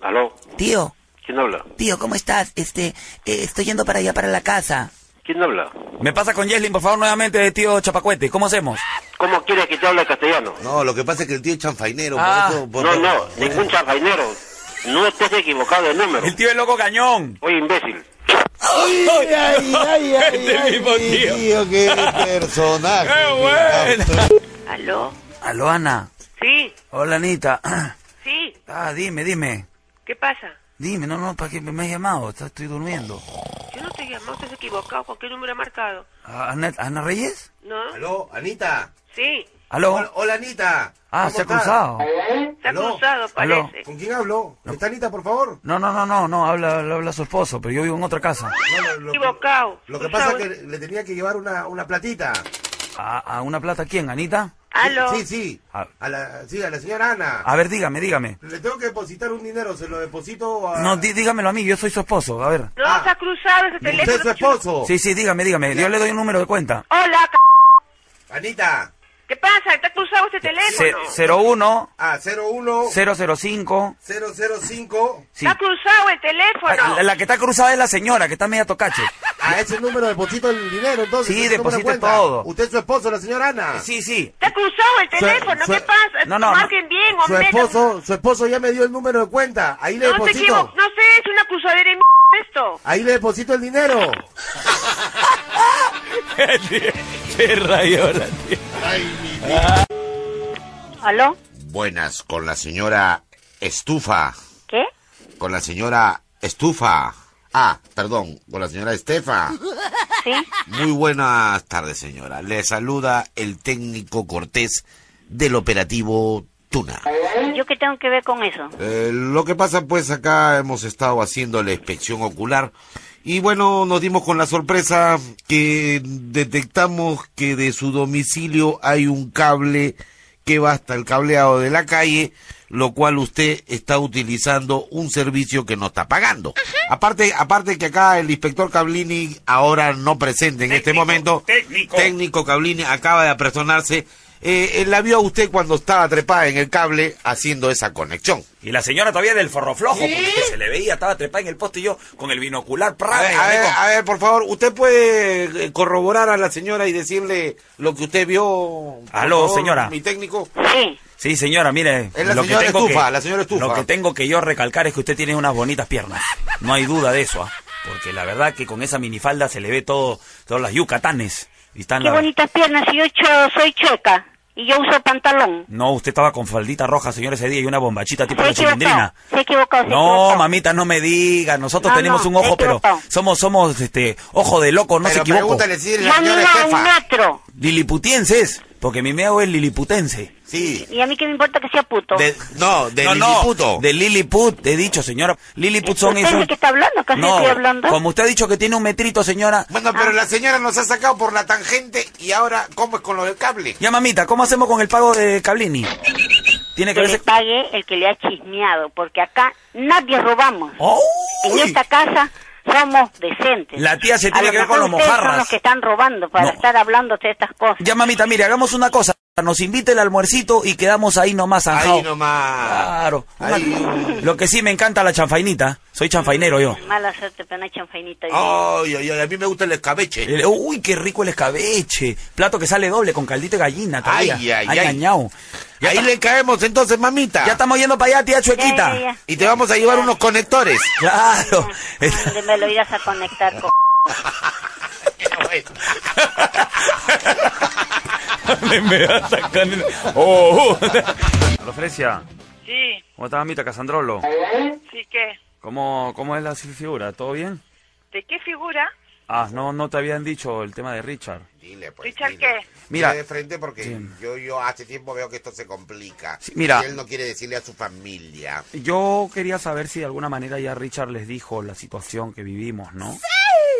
Speaker 4: Aló,
Speaker 39: Tío,
Speaker 4: ¿quién habla?
Speaker 39: tío, ¿cómo estás? Este, eh, estoy yendo para allá, para la casa.
Speaker 4: ¿Quién habla?
Speaker 2: Me pasa con Yeslin, por favor, nuevamente, tío Chapacuete. ¿Cómo hacemos?
Speaker 4: ¿Cómo quieres que te hable castellano?
Speaker 3: No, lo que pasa es que el tío es chanfainero.
Speaker 2: Ah.
Speaker 3: por eso- por-
Speaker 36: (laughs)
Speaker 4: No,
Speaker 3: por-
Speaker 4: no, ningún chafainero. No estés equivocado el número.
Speaker 2: El tío es loco cañón.
Speaker 4: Oye, imbécil.
Speaker 37: ¡Ay, ay,
Speaker 2: (laughs)
Speaker 37: ay, ay!
Speaker 4: Este
Speaker 37: ay,
Speaker 4: mismo
Speaker 37: mi
Speaker 4: tío.
Speaker 37: ¡Qué personaje!
Speaker 2: ¡Qué
Speaker 1: ¿Aló?
Speaker 2: Aló, Ana.
Speaker 1: Sí,
Speaker 2: Hola, Anita. (clears throat)
Speaker 1: sí.
Speaker 2: Ah, dime, dime.
Speaker 1: ¿Qué pasa?
Speaker 2: Dime, no, no, ¿para qué me has llamado? Está- Estoy durmiendo.
Speaker 1: Yo no te llamo, estás equivocado. ¿Con qué número he marcado?
Speaker 2: Ah, ¿Ana, Ana Reyes?
Speaker 1: ¿No?
Speaker 37: Aló, Anita.
Speaker 1: Sí.
Speaker 2: ¿Aló?
Speaker 37: Hola, Anita.
Speaker 2: Ah,
Speaker 37: ¿Cómo
Speaker 2: se ha
Speaker 37: estás?
Speaker 2: cruzado.
Speaker 1: Está
Speaker 37: Aló.
Speaker 1: cruzado,
Speaker 2: Aló.
Speaker 1: parece.
Speaker 37: ¿Con quién habló? ¿Está Anita, por favor?
Speaker 2: No, no, no, no, no, habla, habla, habla su esposo, pero yo vivo en otra casa.
Speaker 37: No, lo, lo-
Speaker 1: Equivocado.
Speaker 37: lo que pasa es que le tenía que llevar una, una platita.
Speaker 2: ¿A, a una plata quién, Anita?
Speaker 1: Aló.
Speaker 37: Sí, sí.
Speaker 2: A,
Speaker 37: A la, sí, a la señora Ana.
Speaker 2: a ver, dígame, dígame.
Speaker 37: Le tengo que depositar un dinero, se lo deposito a... Ah.
Speaker 2: No, di- dígamelo a mí, yo soy su esposo, a ver.
Speaker 1: No, se ha cruzado ese
Speaker 37: ¿Usted es su
Speaker 1: teléfono.
Speaker 37: esposo?
Speaker 2: Sí, sí, dígame, dígame, yo le doy un número de cuenta.
Speaker 1: Hola, c-
Speaker 37: Anita.
Speaker 1: ¿qué pasa? Está cruzado ese
Speaker 2: Ce-
Speaker 1: teléfono.
Speaker 2: 01
Speaker 37: Ah, 01
Speaker 2: 005
Speaker 37: 005.
Speaker 2: sí.
Speaker 1: Está cruzado el teléfono.
Speaker 2: La, la que está cruzada es la señora, que está media tocache.
Speaker 37: A Ah, ese número deposito el dinero, entonces.
Speaker 2: Sí,
Speaker 37: ese número
Speaker 2: deposite
Speaker 37: cuenta.
Speaker 2: todo.
Speaker 37: Usted es su esposo, la señora Ana.
Speaker 2: Sí, sí.
Speaker 1: Está cruzado el teléfono.
Speaker 37: su-
Speaker 1: ¿Qué pasa?
Speaker 2: no, no,
Speaker 1: Marquen bien,
Speaker 37: Su
Speaker 1: hombre. no-
Speaker 37: esposo, su esposo ya me dio el número de cuenta. Ahí le
Speaker 1: No, te equivo-
Speaker 37: deposito.
Speaker 1: no sé, es una cruzadera de m esto.
Speaker 37: Ahí le deposito el
Speaker 2: (laughs)
Speaker 37: dinero.
Speaker 40: Qué rayola, tío.
Speaker 20: Ah.
Speaker 9: ¿Aló?
Speaker 3: Buenas, con la señora Estufa.
Speaker 9: ¿Qué?
Speaker 3: Con la señora Estufa. Ah, perdón, con la señora Estefa.
Speaker 9: ¿Sí?
Speaker 3: Muy buenas tardes, señora. Le saluda el técnico Cortés del operativo Tuna.
Speaker 9: ¿Yo qué tengo que ver con eso?
Speaker 3: Eh, lo que pasa, pues acá hemos estado haciendo la inspección ocular y bueno, nos dimos con la sorpresa que detectamos que de su domicilio hay un cable que va hasta el cableado de la calle, lo cual usted está utilizando un servicio que no está pagando. Aparte, aparte que acá el inspector Cablini ahora no presente en este momento. Técnico. Cablini acaba de apersonarse. Eh, eh, la vio a usted cuando estaba trepada en el cable haciendo esa conexión.
Speaker 2: Y la señora todavía del forro flojo, porque se le veía, estaba trepada en el poste y yo con el binocular.
Speaker 3: A
Speaker 2: prave,
Speaker 3: ver, a ver,
Speaker 2: amigo.
Speaker 3: a ver, por favor, ¿usted puede eh, corroborar a la señora y decirle lo que usted vio? Por
Speaker 2: Aló,
Speaker 3: favor,
Speaker 2: señora.
Speaker 3: Mi técnico.
Speaker 9: Sí.
Speaker 2: Sí, señora, mire.
Speaker 3: Es la señora estufa,
Speaker 2: que,
Speaker 3: la señora estufa.
Speaker 2: Lo que tengo que yo recalcar es que usted tiene unas bonitas piernas. No hay duda de eso, ¿ah? Porque la verdad que con esa minifalda se le ve todo, todas las yucatanes. Y están
Speaker 9: Qué
Speaker 2: la-
Speaker 9: bonitas piernas, y yo cho- soy choca y yo uso pantalón.
Speaker 2: No, usted estaba con faldita roja, señor, ese día y una bombachita tipo
Speaker 9: Se ha
Speaker 2: de
Speaker 9: equivocado,
Speaker 2: cilindrina.
Speaker 9: se ha equivocado. se ha
Speaker 2: No,
Speaker 9: equivocado.
Speaker 2: mamita, no me diga. Nosotros
Speaker 9: No,
Speaker 2: tenemos
Speaker 9: no,
Speaker 2: un ojo, pero
Speaker 9: equivocado.
Speaker 2: somos, somos, este, ojo de loco, no se
Speaker 3: Pero
Speaker 2: equivoco.
Speaker 3: pregúntale si
Speaker 9: Y
Speaker 3: la
Speaker 9: a mí
Speaker 3: señora
Speaker 9: no, un
Speaker 3: Estefa.
Speaker 9: metro.
Speaker 2: Liliputienses, porque mi meo es liliputense.
Speaker 3: Sí.
Speaker 9: Y a mí que me importa que sea puto.
Speaker 3: De- no, de
Speaker 2: No, no,
Speaker 3: Liliputo.
Speaker 2: de Lilliput, he dicho, señora. Lilliput son
Speaker 9: ¿Usted es
Speaker 2: esos...
Speaker 9: de qué está hablando? ¿Casi
Speaker 2: No,
Speaker 9: estoy hablando? Ah.
Speaker 2: como usted ha dicho que tiene un metrito, señora.
Speaker 3: Bueno, pero la señora nos ha sacado por la tangente y ahora, ¿cómo es con lo del cable?
Speaker 2: Ya, mamita, ¿cómo hacemos con el pago de Cablini? Tiene que
Speaker 9: Que le
Speaker 2: verse...
Speaker 9: pague el que le ha chismeado, porque acá nadie robamos.
Speaker 2: ¡Oh!
Speaker 9: En esta casa
Speaker 41: somos decentes.
Speaker 42: La tía se
Speaker 41: A
Speaker 42: tiene que ver
Speaker 41: mejor
Speaker 42: con los
Speaker 41: ustedes son
Speaker 42: mojarras.
Speaker 41: los que están robando para
Speaker 42: No.
Speaker 41: estar hablando de estas cosas.
Speaker 42: Ya, mamita, mire, hagamos una cosa. Nos invita el almuercito y quedamos ahí nomás, zanjao.
Speaker 41: Ahí
Speaker 42: nomás. Claro. Una- Lo que sí me encanta la chanfainita. Soy chanfainero yo.
Speaker 41: Mala suerte, pero una chanfainita.
Speaker 42: Ay, ay, ay, a mí me gusta el escabeche. uy, qué rico el escabeche. Plato que sale doble con caldito de gallina todavía.
Speaker 3: Ay, ay, ay.
Speaker 42: ñau.
Speaker 3: Y ahí le caemos entonces, mamita.
Speaker 42: Ya estamos yendo para allá, tía Chuequita.
Speaker 41: Ya, ya, ya.
Speaker 3: Y te vamos a llevar unos conectores.
Speaker 42: Claro.
Speaker 41: Donde me lo irás a conectar con...
Speaker 2: (laughs) Me va a sacar el- Oh. (laughs) Aló, Fresia.
Speaker 9: Sí,
Speaker 2: ¿Cómo estás, mamita Casandrolo?
Speaker 9: sí que.
Speaker 2: ¿Cómo, ¿Cómo es la figura? ¿Todo bien?
Speaker 9: ¿De qué figura?
Speaker 2: Ah, no, no te habían dicho el tema de Richard.
Speaker 43: Dile, pues.
Speaker 3: eh,
Speaker 9: ¿Richard qué?
Speaker 2: Mira.
Speaker 43: Mira. de frente porque yo, yo hace tiempo veo que esto se complica.
Speaker 2: mira.
Speaker 43: Y él no quiere decirle a su familia.
Speaker 2: Yo quería saber si de alguna manera ya Richard les dijo la situación que vivimos, ¿no?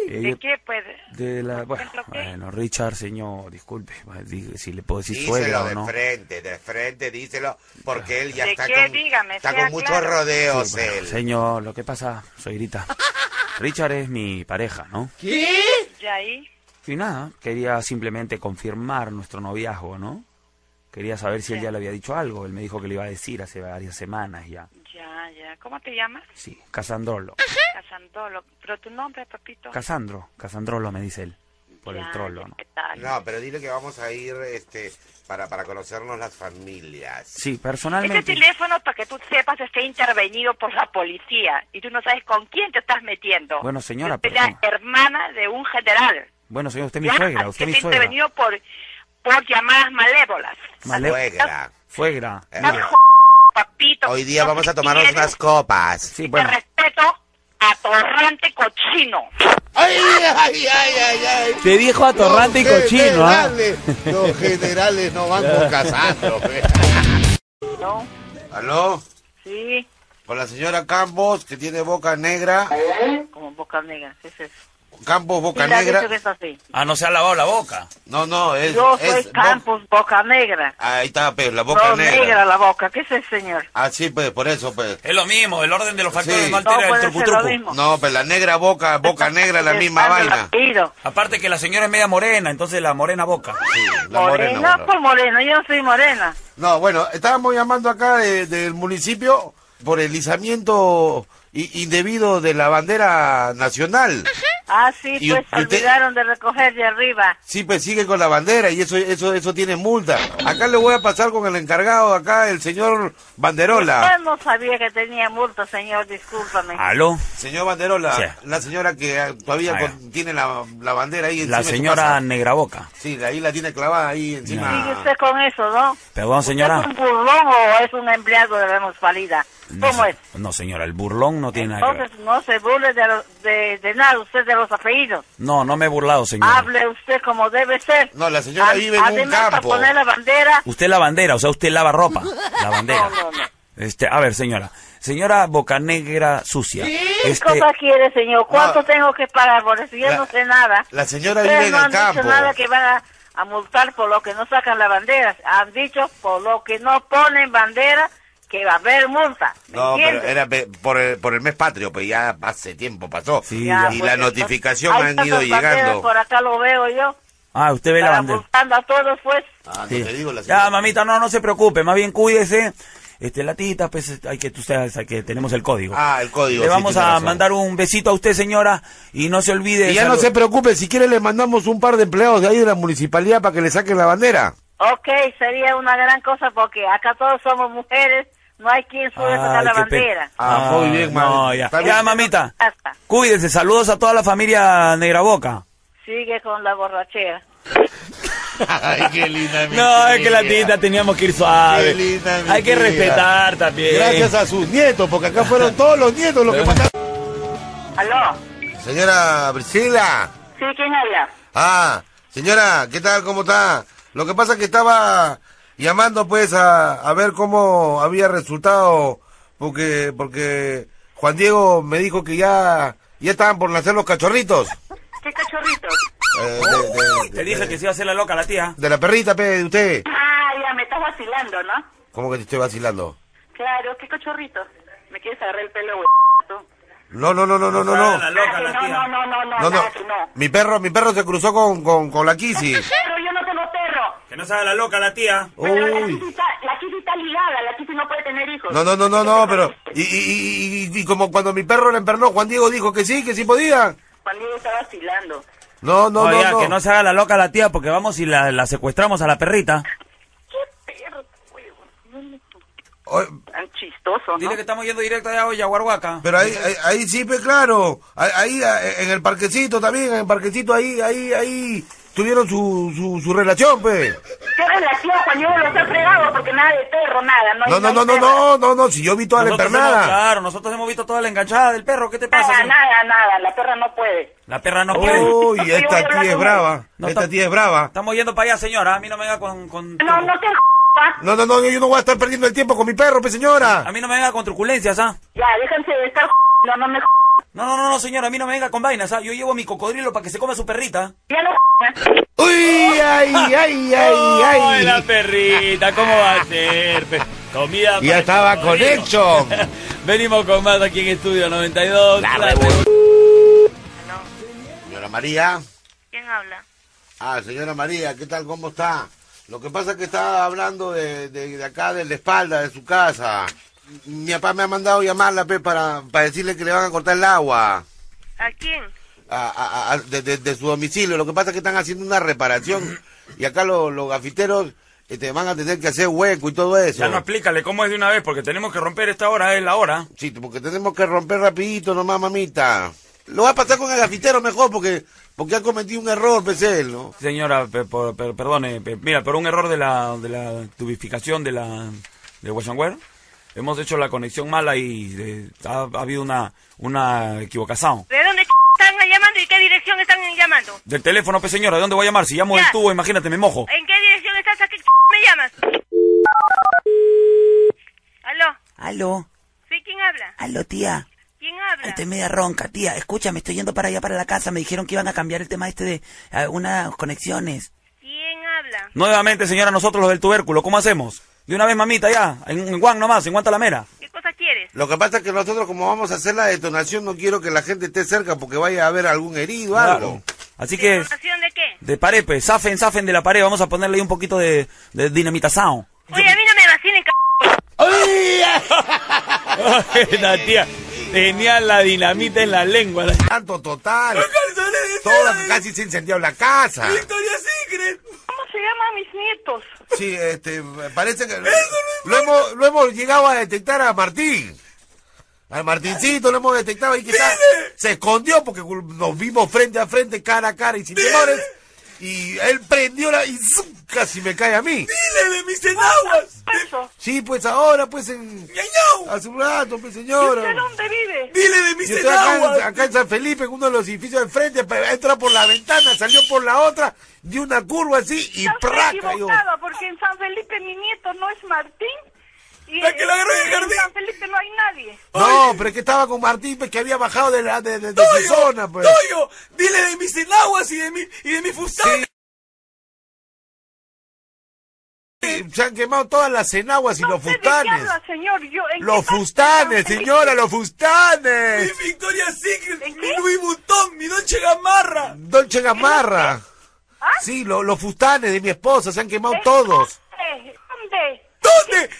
Speaker 2: Eh,
Speaker 9: ¿De
Speaker 2: yo-
Speaker 9: qué? Pues
Speaker 2: de la, bueno,
Speaker 9: ejemplo, ¿qué?
Speaker 2: bueno, Richard, señor, disculpe, va, di- si le puedo decir suegra
Speaker 43: díselo
Speaker 2: o
Speaker 43: de
Speaker 2: no.
Speaker 43: frente, de frente, díselo. Porque él ya
Speaker 9: ¿De
Speaker 43: está
Speaker 9: qué?
Speaker 43: con,
Speaker 9: Dígame,
Speaker 43: está
Speaker 9: sea
Speaker 43: con muchos
Speaker 9: claro.
Speaker 43: rodeos
Speaker 2: Sí, bueno,
Speaker 43: él.
Speaker 2: Señor, lo que pasa,
Speaker 43: (laughs)
Speaker 2: suegrita. Richard es mi pareja, ¿no?
Speaker 9: ¿Qué? ¿Y ahí?
Speaker 2: Y nada, quería simplemente confirmar nuestro noviazgo, ¿no? Quería saber si él ya le había dicho algo. Él me dijo que le iba a decir hace varias semanas ya.
Speaker 9: Ya, ya. ¿Cómo te llamas?
Speaker 2: Sí, Casandrolo.
Speaker 9: Casandolo. Pero tu nombre, papito.
Speaker 2: Casandro, Casandrolo me dice él. Por el
Speaker 9: Ya,
Speaker 2: trolo, ¿no?
Speaker 43: No, pero dile que vamos a ir este para, para conocernos las familias.
Speaker 2: Sí,
Speaker 9: Este
Speaker 2: personalmente.
Speaker 9: teléfono, para que tú sepas, está intervenido por la policía y tú no sabes con quién te estás metiendo.
Speaker 2: Bueno, señora,
Speaker 9: Yo soy la
Speaker 2: perdón.
Speaker 9: hermana de un general.
Speaker 2: Bueno, señor, usted es mi
Speaker 9: ¿ya?
Speaker 2: suegra,
Speaker 9: Así
Speaker 2: usted es
Speaker 9: que
Speaker 2: mi
Speaker 9: está
Speaker 2: suegra.
Speaker 9: intervenido por, por llamadas malévolas.
Speaker 2: Male-
Speaker 9: Suegra.
Speaker 2: Suegra.
Speaker 9: No
Speaker 2: mire.
Speaker 9: me papito.
Speaker 43: Eh, Hoy día
Speaker 9: no
Speaker 43: vamos
Speaker 9: te
Speaker 43: a tomarnos
Speaker 9: quiero.
Speaker 43: unas copas. Sí,
Speaker 9: Te respeto, atorrante cochino.
Speaker 44: ¡Ay, ay, ay, ay! ay.
Speaker 42: Te dijo atorrante y
Speaker 44: Los
Speaker 42: cochino, ¿ah?
Speaker 44: generales, Los generales no van
Speaker 2: (laughs)
Speaker 44: con Casandro,
Speaker 43: pues.
Speaker 44: pe.
Speaker 9: ¿No?
Speaker 3: ¿Aló?
Speaker 9: Sí,
Speaker 3: Con la señora Campos, que tiene boca negra.
Speaker 9: como boca negra. ¿qué es eso?
Speaker 3: Campos, boca
Speaker 9: Sí, le has
Speaker 3: negra.
Speaker 9: dicho que es así.
Speaker 3: Ah, no se ha lavado la boca. No, no, es.
Speaker 9: Yo
Speaker 3: es
Speaker 9: soy
Speaker 3: bo-
Speaker 9: Campos, boca negra.
Speaker 3: Ahí está, pues, la boca
Speaker 9: no,
Speaker 3: negra.
Speaker 9: la boca. ¿Qué es el señor?
Speaker 3: Así, pues, por eso, pues.
Speaker 2: Es lo mismo, el orden de los factores
Speaker 3: Sí.
Speaker 2: no altera
Speaker 9: No
Speaker 2: el
Speaker 9: puede ser lo
Speaker 2: trucutruco.
Speaker 9: mismo.
Speaker 3: No, pues la negra boca, boca negra, la misma vaina.
Speaker 2: Aparte que la señora es media morena, entonces la morena boca.
Speaker 3: la morena,
Speaker 9: Morena, por morena. Yo no soy morena.
Speaker 3: No, bueno, estábamos llamando acá de- del municipio por el izamiento i- indebido de la bandera nacional.
Speaker 9: Ah, sí,
Speaker 3: Y
Speaker 9: pues
Speaker 3: usted-
Speaker 9: olvidaron de recoger de arriba.
Speaker 3: Sí, pues sigue con la bandera y eso, eso, eso tiene multa. Acá le voy a pasar con el encargado, acá el señor Banderola.
Speaker 9: Yo no sabía que tenía multa, señor, discúlpame.
Speaker 2: ¿Aló?
Speaker 3: Señor Banderola,
Speaker 2: Sí.
Speaker 3: la señora que ah, todavía
Speaker 2: Ahí.
Speaker 3: con- tiene la, la bandera ahí encima.
Speaker 2: La
Speaker 3: de su
Speaker 2: señora
Speaker 3: casa.
Speaker 2: negra boca.
Speaker 3: Sí, ahí la tiene clavada ahí
Speaker 9: Sigue
Speaker 3: encima.
Speaker 9: usted con eso, ¿no?
Speaker 2: Perdón, señora.
Speaker 9: ¿Es un burlón o es un empleado de la municipalidad?
Speaker 2: No,
Speaker 9: ¿Cómo
Speaker 2: se-
Speaker 9: es?
Speaker 2: No, señora, el burlón no tiene nada que ver.
Speaker 9: Entonces no se burle de, lo- de, de nada usted de los apellidos.
Speaker 2: No, no me he burlado, señora.
Speaker 9: Hable usted como debe ser.
Speaker 3: No, la señora vive en un
Speaker 9: además,
Speaker 3: campo.
Speaker 9: para poner la bandera...
Speaker 2: Usted la bandera, o sea, usted lava ropa. La bandera.
Speaker 9: No, no, no.
Speaker 2: Este, a ver, señora. Señora boca negra sucia.
Speaker 9: ¿Qué
Speaker 2: Este,
Speaker 9: cosa quiere, señor? ¿Cuánto
Speaker 43: Ah,
Speaker 3: No.
Speaker 9: tengo que pagar por eso? Yo
Speaker 3: La-
Speaker 9: no sé nada.
Speaker 3: la señora
Speaker 9: Ustedes
Speaker 3: vive en
Speaker 9: no
Speaker 3: el
Speaker 9: han dicho
Speaker 3: campo.
Speaker 9: nada que van a, a multar por lo que no sacan la bandera. Han dicho por lo que no ponen bandera que va a haber multa. ¿Me
Speaker 43: No, pero
Speaker 9: entiendes?
Speaker 43: era pe- por el, por el mes patrio, pues ya hace tiempo pasó.
Speaker 9: Ya,
Speaker 43: y
Speaker 9: pues,
Speaker 43: la
Speaker 9: entonces,
Speaker 43: notificación
Speaker 9: hay
Speaker 43: han ido
Speaker 9: tantas banderas
Speaker 43: llegando.
Speaker 9: Por acá lo veo yo.
Speaker 2: ah, usted ve la
Speaker 9: para
Speaker 2: bandera.
Speaker 9: multando a todos, pues.
Speaker 43: Ah,
Speaker 2: Sí. ya, mamita, no, no se preocupe, más bien cuídese. Este, latita, pues hay que, tú sabes, hay que tenemos el código.
Speaker 3: Ah, el código.
Speaker 2: Le
Speaker 3: sí,
Speaker 2: vamos
Speaker 3: tiene
Speaker 2: a
Speaker 3: razón.
Speaker 2: mandar un besito a usted, señora, y no se olvide.
Speaker 3: Y ya no
Speaker 2: salud-
Speaker 3: se preocupe, si quiere le mandamos un par de empleados de ahí de la municipalidad para que le saquen la bandera.
Speaker 9: Ok, sería una gran cosa porque acá todos somos mujeres. No hay quien sube a sacar
Speaker 2: Ay,
Speaker 9: la
Speaker 2: qué pe-
Speaker 9: bandera.
Speaker 3: Ah, muy bien,
Speaker 2: no,
Speaker 3: mami.
Speaker 2: ya.
Speaker 3: Está
Speaker 2: Ya,
Speaker 3: bien.
Speaker 2: mamita.
Speaker 9: Hasta.
Speaker 2: Cuídese, saludos a toda la familia Negra Boca.
Speaker 9: Sigue con la borrachera.
Speaker 3: Ay, qué linda. mi
Speaker 2: No, es que la
Speaker 3: tía.
Speaker 2: tita teníamos que ir suave.
Speaker 3: Qué linda, mi
Speaker 2: Hay que
Speaker 3: tía.
Speaker 2: respetar también.
Speaker 3: Gracias a sus nietos, porque acá fueron todos los nietos los que mandaron.
Speaker 9: ¿Aló?
Speaker 3: Señora Priscila.
Speaker 9: Sí, ¿quién habla?
Speaker 3: Ah, señora, ¿qué tal? ¿Cómo está? Lo que pasa es que estaba llamando pues a, a ver cómo había resultado, porque porque Juan Diego me dijo que ya, ya estaban por nacer los cachorritos.
Speaker 9: ¿Qué cachorrito?
Speaker 3: Eh, de- de-
Speaker 2: Te dije que se iba a hacer la loca la tía.
Speaker 3: de la perrita, pe, de usted.
Speaker 9: Ah, ya, me estás vacilando, ¿no?
Speaker 3: ¿Cómo que te estoy vacilando?
Speaker 9: Claro, ¿qué cachorrito? Me quieres agarrar el pelo, güey.
Speaker 3: No, no, no, no, no, no, no.
Speaker 45: no, no, no, no,
Speaker 3: No, no.
Speaker 45: Nacho, no.
Speaker 3: Mi perro, mi perro se cruzó con, con, con la Kissy.
Speaker 45: Pero yo no tengo perro.
Speaker 46: Que no se haga la loca la tía.
Speaker 45: Pero la
Speaker 3: Uy.
Speaker 45: Kissy está, la Kissy está ligada, la Kissy no puede tener hijos.
Speaker 3: No, no, no, no, no, pero... Y, y, y, y- y como cuando mi perro la empernó, Juan Diego dijo que sí, que sí podía.
Speaker 45: Juan Diego está vacilando.
Speaker 3: No, no, no,
Speaker 8: Oiga,
Speaker 3: no.
Speaker 8: que no se haga la loca la tía porque vamos y la, la secuestramos a la perrita.
Speaker 45: Tan chistoso, ¿no?
Speaker 2: Dile que estamos yendo directo allá hoy a Huarhuaca.
Speaker 3: Pero ahí, ahí, ahí sí, pues claro. Ahí, ahí, eh, en el parquecito también, en el parquecito ahí, ahí, ahí tuvieron su, su, su relación, pues.
Speaker 45: ¿Qué relación? Juan Diego lo está fregado porque nada de perro, nada. No, hay-
Speaker 3: No, no, no, no, no, no, no, si yo vi toda la
Speaker 2: Nosotros hemos-
Speaker 3: empernada.
Speaker 2: claro, nosotros hemos visto toda la enganchada del perro. ¿Qué te pasa?
Speaker 45: Nada,
Speaker 2: señor?
Speaker 45: nada, nada. La perra no puede.
Speaker 2: La perra no puede.
Speaker 3: Uy, esta tía es brava.
Speaker 2: No,
Speaker 3: Esta
Speaker 2: tam-
Speaker 3: tía es brava.
Speaker 2: Estamos yendo para allá, señora. A mí no me venga con... con-
Speaker 45: No, no te
Speaker 3: No, no, no, yo no voy a estar perdiendo el tiempo con mi perro, pues señora.
Speaker 2: A mí no me venga con truculencias, ¿ah?
Speaker 45: Ya, déjense de estar No, no me
Speaker 2: No, no, no, no, señora. A mí no me venga con vainas, ¿ah? Yo llevo a mi cocodrilo para que se coma su perrita.
Speaker 45: Ya no
Speaker 3: ¡Uy, ay, ay, ay, ay!
Speaker 47: la perrita! ¿Cómo va a ser? pe? Comida
Speaker 3: Ya estaba con hecho.
Speaker 47: (laughs) Venimos con más aquí en Estudio 92. La
Speaker 3: Señora María.
Speaker 6: ¿Quién habla?
Speaker 3: Ah, señora María, ¿qué tal? ¿Cómo está? Lo que pasa es que estaba hablando de, de, de acá, de la espalda, de su casa. Mi papá me ha mandado llamarla pe, para, para decirle que le van a cortar el agua
Speaker 6: ¿A quién?
Speaker 3: a- a- a- de, de- de su domicilio. Lo que pasa es que están haciendo una
Speaker 46: (clears throat)
Speaker 3: reparación y acá los, los gafiteros te van a tener que hacer hueco y todo eso.
Speaker 46: Ya no explícale cómo es de una vez porque tenemos que romper esta hora, es la hora.
Speaker 3: Sí, porque tenemos que romper rapidito nomás, mamita. Lo va a pasar con el gafitero mejor porque porque ha cometido un error, pues él, ¿no?
Speaker 2: Señora, pe- por- per- perdone, pe- mira, por un error de la, de la tubificación de la de Washington, hemos hecho la conexión mala y eh, ha, ha habido una una equivocación.
Speaker 6: ¿De dónde ch- están llamando y qué dirección están llamando?
Speaker 2: Del teléfono, pues señora, ¿de dónde voy a llamar? Si llamo
Speaker 6: Ya.
Speaker 2: del tubo, imagínate, me mojo.
Speaker 6: ¿En qué dirección estás? ¿A qué ch- me llamas? ¿Aló?
Speaker 8: Aló,
Speaker 6: ¿Sí? ¿Quién habla?
Speaker 8: aló tía.
Speaker 6: ¿Quién habla?
Speaker 8: Estoy media ronca, tía. Escúchame, estoy yendo para allá, para la casa. Me dijeron que iban a cambiar el tema este de algunas conexiones.
Speaker 6: ¿Quién habla?
Speaker 2: Nuevamente, señora, nosotros los del tubérculo, ¿cómo hacemos? De una vez, mamita, ya, en, en Guan nomás, en Guantalamera.
Speaker 6: ¿Qué cosa quieres?
Speaker 3: Lo que pasa es que nosotros como vamos a hacer la detonación no quiero que la gente esté cerca porque vaya a haber algún herido o algo.
Speaker 2: Así que,
Speaker 6: ¿Información de qué?
Speaker 2: de pared, pues, zafen, zafen de la pared, vamos a ponerle ahí un poquito de, de dinamita sound.
Speaker 6: Oye, a mí no me vacinen, c...
Speaker 2: (laughs)
Speaker 47: La tía tenía la dinamita en la lengua. la-
Speaker 3: Tanto total. Toda casi se incendió la casa.
Speaker 6: ¿Cómo se llaman mis nietos?
Speaker 3: Sí, este, parece que lo hemos, lo hemos llegado a detectar a Martín. Al Martincito lo hemos detectado y quizás se escondió porque nos vimos frente a frente, cara a cara y sin temores. Y él prendió la y ¡zum! casi me cae a mí.
Speaker 4: ¡Dile de mis enaguas!
Speaker 3: Sí, pues ahora, pues en... Hace un rato, pues señora.
Speaker 6: dónde vive?
Speaker 4: ¡Dile de mis
Speaker 3: Yo estoy acá, en-
Speaker 4: enaguas!
Speaker 3: acá en San Felipe, en uno de los edificios del frente, pe- entra por la ventana, salió por la otra, dio una curva así y
Speaker 6: Estás
Speaker 3: ¡praca! yo.
Speaker 6: equivocado, porque en San Felipe mi nieto no es Martín. Y
Speaker 4: La que la agarró en el
Speaker 6: en
Speaker 4: jardín.
Speaker 6: San Felipe no hay nadie.
Speaker 3: No, pero es que estaba con Martín, pues que había bajado de, la, de, de- de su
Speaker 4: ¡Toyo!
Speaker 3: zona, pues.
Speaker 4: ¡Toyo! ¡Dile de mis enaguas y de mi, y de mi fustán!
Speaker 3: Sí, Se han quemado todas las enaguas y los
Speaker 6: ¿De qué
Speaker 3: fustanes.
Speaker 6: habla, señor? Yo, ¿en qué
Speaker 3: Los
Speaker 6: parte de
Speaker 3: fustanes,
Speaker 6: San Felipe?
Speaker 3: señora, los fustanes.
Speaker 4: ¡Mi Victoria Secret! ¡Mi Louis Vuitton! ¡Mi Dolce Gamarra!
Speaker 3: Dolce Gamarra.
Speaker 6: ¿Ah?
Speaker 3: Sí, lo- los fustanes de mi esposa se han quemado todos.
Speaker 6: Eh, ¿Dónde?
Speaker 4: ¿Dónde?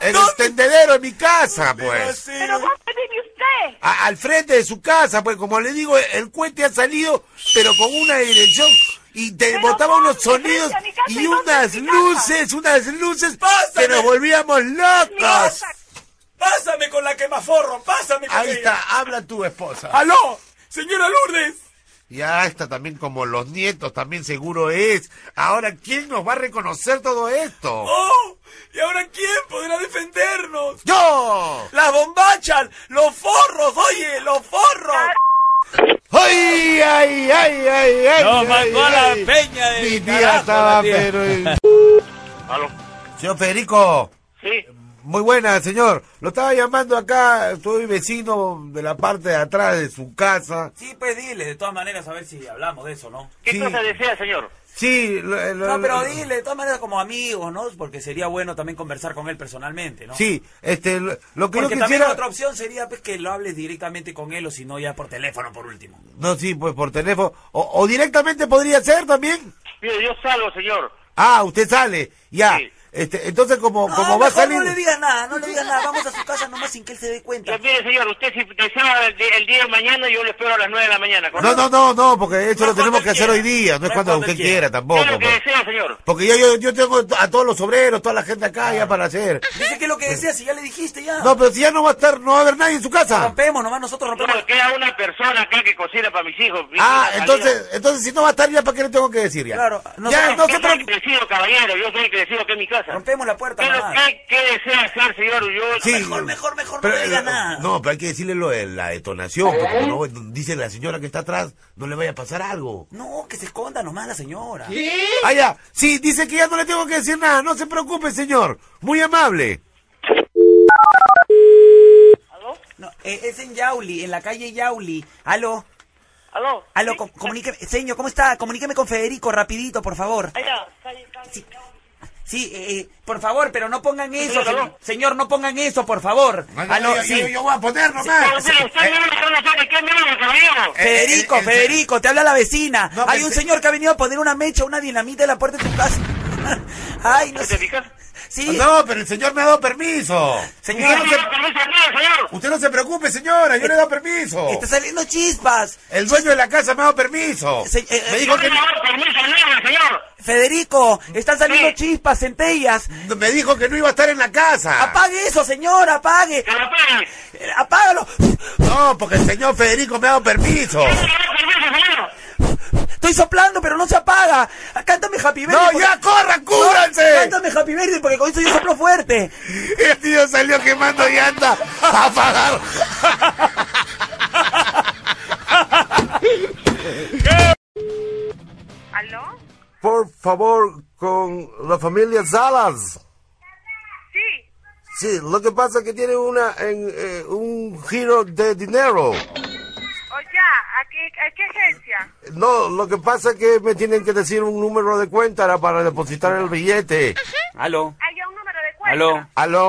Speaker 3: En el tendedero de mi casa, pues.
Speaker 6: ¿Pero dónde vive usted?
Speaker 3: A- al frente de su casa, pues como le digo, el cohete ha salido, pero con una dirección y te
Speaker 6: Pero
Speaker 3: botaba
Speaker 6: ¿dónde?
Speaker 3: unos sonidos
Speaker 6: Frente a mi casa,
Speaker 3: y
Speaker 6: ¿y dónde
Speaker 3: unas
Speaker 6: es mi casa?
Speaker 3: luces, unas luces
Speaker 4: ¡Pásame!
Speaker 3: que nos volvíamos locos.
Speaker 4: ¡Pásame con la quemaforro! ¡Pásame con
Speaker 3: Ahí
Speaker 4: ella!
Speaker 3: está, habla tu esposa.
Speaker 4: ¡Aló! ¡Señora Lourdes!
Speaker 3: Ya está también como los nietos, también seguro es. Ahora, ¿quién nos va a reconocer todo esto?
Speaker 4: ¡Oh! ¿Y ahora quién podrá defendernos?
Speaker 3: ¡Yo!
Speaker 4: ¡Las bombachas! ¡Los forros! ¡Oye! ¡Los forros!
Speaker 3: ¡Ay, ay, ay, ay, ay!
Speaker 47: Nos
Speaker 3: ay,
Speaker 47: mató a
Speaker 3: ay!
Speaker 47: la peña de
Speaker 3: Mi tía
Speaker 47: carajo,
Speaker 3: estaba,
Speaker 47: la tía.
Speaker 3: pero...
Speaker 45: Aló.
Speaker 3: Señor Federico,
Speaker 45: Sí.
Speaker 3: Muy buena, señor. Lo estaba llamando acá, soy vecino de la parte de atrás de su casa.
Speaker 2: Sí, pues dile, de todas maneras, a ver si hablamos de eso, ¿no?
Speaker 12: ¿Qué cosa desea, señor?
Speaker 3: Sí, lo- lo-
Speaker 2: No, pero
Speaker 3: lo-
Speaker 2: dile, de todas maneras, como amigos, ¿no? Porque sería bueno también conversar con él personalmente, ¿no?
Speaker 3: Sí, este, lo, lo que
Speaker 2: Porque
Speaker 3: yo
Speaker 2: también
Speaker 3: quisiera...
Speaker 2: otra opción sería pues, que lo hables directamente con él o si no ya por teléfono por último.
Speaker 3: No, sí, pues por teléfono. O, o directamente podría ser también.
Speaker 12: Mire, yo salgo, señor.
Speaker 3: Ah, usted sale. Ya. Este, entonces, como,
Speaker 6: Ah,
Speaker 3: como va a salir...
Speaker 2: No le digas nada, no le digas nada. Vamos a su casa nomás sin que él se dé cuenta.
Speaker 12: Pues Mire, señor, usted si desea el, di- el día de mañana, yo le espero a las 9 de la mañana.
Speaker 3: No, no, no, no, porque eso lo tenemos que hacer hoy día. No es cuando usted quiera tampoco.
Speaker 12: ¿Qué es lo que
Speaker 3: pues.
Speaker 12: desea, señor?
Speaker 3: Porque yo, yo, yo tengo a todos los obreros, toda la gente acá ya para hacer.
Speaker 2: Dice que es lo que deseas si ya le dijiste ya.
Speaker 3: No, pero si ya no va a estar, no va a haber nadie en su casa.
Speaker 2: Rompemos nomás, nosotros rompemos.
Speaker 12: No, queda una persona acá que cocina para mis hijos.
Speaker 3: Ah, entonces, entonces si no va a estar ya, ¿para qué le tengo que decir ya? ya, no
Speaker 12: yo
Speaker 3: se
Speaker 12: soy
Speaker 3: preocupe.
Speaker 12: el crecido, caballero, yo soy el crecido que es mi casa.
Speaker 2: Rompemos la puerta,
Speaker 12: Pero,
Speaker 2: nomás.
Speaker 12: ¿qué, ¿Qué desea hacer, señor? Yo...
Speaker 3: Sí.
Speaker 12: Mejor,
Speaker 2: mejor, mejor,
Speaker 3: Pero, eh,
Speaker 12: no diga nada.
Speaker 3: no, pero hay que decirle lo de la detonación, porque no, dice la señora que está atrás, no le vaya a pasar algo.
Speaker 2: No, que se esconda nomás la señora.
Speaker 3: Ah, ya, sí, dice que ya no le tengo que decir nada, no se preocupe, señor. Muy amable.
Speaker 2: No, eh, es en Yauli, en la calle Yauli. Aló.
Speaker 9: Aló.
Speaker 2: Aló, com- comuníqueme. Señor, ¿cómo está? Comuníqueme con Federico, rapidito, por favor. Sí, eh, eh, por favor, pero no pongan eso. se- señor, no pongan eso, por favor.
Speaker 3: no, yo- yo- yo voy a poner Eh,
Speaker 2: nomás. Federico, Federico, te habla la vecina.
Speaker 3: No, pues, eh.
Speaker 2: Hay
Speaker 3: pero
Speaker 2: un
Speaker 3: se-
Speaker 2: señor que ha venido a poner una mecha, una dinamita en la puerta de tu casa. (laughs) Ay, no sé. Sí.
Speaker 3: No, pero el señor me ha dado permiso.
Speaker 2: Señor,
Speaker 3: usted no se, Usted no se preocupe, señora, yo le he dado permiso.
Speaker 2: Está saliendo chispas. eh,
Speaker 3: El dueño de la casa me ha dado permiso. me dijo que...
Speaker 2: Federico, están saliendo chispas, centellas.
Speaker 3: Me dijo que no iba a estar en la casa.
Speaker 2: Apague eso, señor, apague. Eh, Apágalo.
Speaker 3: No, porque el señor Federico me ha dado permiso.
Speaker 2: Estoy soplando, pero no se apaga. Cántame Happy Verde.
Speaker 3: No, ya, corran, cúbranse.
Speaker 2: cántame Happy Verde porque con eso yo soplo fuerte.
Speaker 3: (laughs) El tío salió quemando llanta a apagar.
Speaker 6: ¿Aló?
Speaker 3: Por favor, con la familia Salas.
Speaker 6: Sí.
Speaker 3: Sí, lo que pasa es que tiene una, en, eh, un giro de dinero.
Speaker 6: O ya, ¿a qué, a qué agencia?
Speaker 3: No, lo que pasa es que me tienen que decir un número de cuenta para depositar el billete.
Speaker 2: Aló,
Speaker 6: Hay un número de cuenta.
Speaker 2: aló,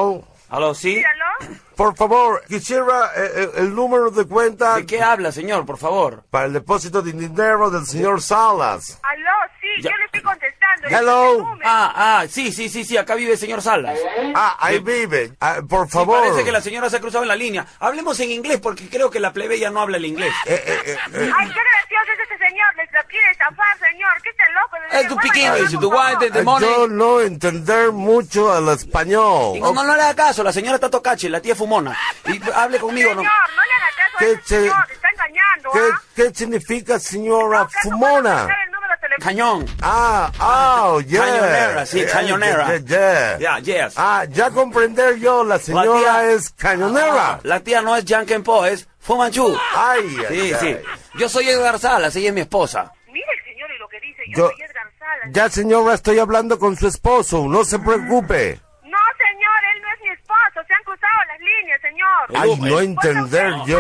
Speaker 3: Aló.
Speaker 2: aló, sí.
Speaker 6: Sí, aló.
Speaker 3: Por favor, quisiera eh, eh, el número de cuenta
Speaker 2: ¿De qué habla, señor, por favor?
Speaker 3: para el depósito de dinero del señor Salas.
Speaker 6: Aló, sí, yo le estoy contestando.
Speaker 3: Hello.
Speaker 2: Ah, ah, sí, sí, sí, sí, acá vive el señor Salas.
Speaker 3: Ah, ahí vive. Ah, por
Speaker 2: Sí,
Speaker 3: favor.
Speaker 2: parece que la señora se ha cruzado en la línea. Hablemos en inglés porque creo que la plebeya no habla el inglés.
Speaker 3: Eh, eh, eh, eh.
Speaker 6: Ay, qué gracioso es ese señor. Les la quiere zafar, señor. ¿Qué está loco?
Speaker 2: Es tu piquín, es tu guante,
Speaker 3: Ah, Yo no entender mucho al español.
Speaker 2: Y no, no, no le haga caso, la señora está tocache, la tía fumona. Y hable conmigo, ¿no?
Speaker 6: Señor, no le haga caso a
Speaker 3: ¿Qué
Speaker 6: ese
Speaker 3: se-
Speaker 6: señor. Está engañando,
Speaker 3: ¿Qué,
Speaker 6: ¿ah?
Speaker 3: qué significa señora fumona?
Speaker 6: Dar el número telefónico.
Speaker 2: Cañón.
Speaker 3: Ah, ah, yeah.
Speaker 2: Cañonera, sí,
Speaker 3: Yeah,
Speaker 2: cañonera.
Speaker 3: yeah, yeah.
Speaker 2: Ya, yes.
Speaker 3: Ah, ya comprender yo, la señora
Speaker 2: tía-
Speaker 3: es cañonera.
Speaker 2: La tía no es Janken Po, es Fumanchu.
Speaker 3: Ay, ay,
Speaker 2: Sí,
Speaker 3: ay.
Speaker 2: sí. Yo soy Edgar Salas, ella es mi esposa.
Speaker 6: Mire el señor y lo que dice. Yo,
Speaker 3: Yo-
Speaker 6: soy Edgar Salas.
Speaker 3: Ya, señora, estoy hablando con su esposo, no se preocupe.
Speaker 6: No, señor, él no es mi esposo. Se han cruzado las líneas, señor.
Speaker 3: Ay, no entender yo.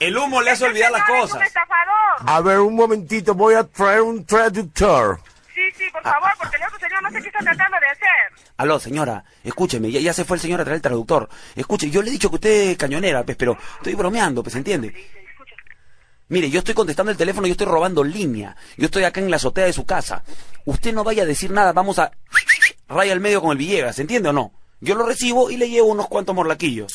Speaker 2: El humo le hace olvidar las
Speaker 6: Señor, es un
Speaker 2: cosas.
Speaker 6: estafador.
Speaker 3: A ver, un momentito, voy a traer un traductor.
Speaker 6: Sí, sí,
Speaker 3: Ah.
Speaker 6: por favor, porque el otro señor no sé qué está tratando de hacer.
Speaker 2: Aló, señora, escúcheme, ya, ya se fue el señor a traer el traductor. Escuche, yo le he dicho que usted es cañonera, pues, pero estoy bromeando, pues, ¿entiende? Mire, yo estoy contestando el teléfono, yo estoy robando línea. Yo estoy acá en la azotea de su casa. Usted no vaya a decir nada, vamos a... Raya al medio con el Villegas, ¿entiende o no? Yo lo recibo y le llevo unos cuantos morlaquillos.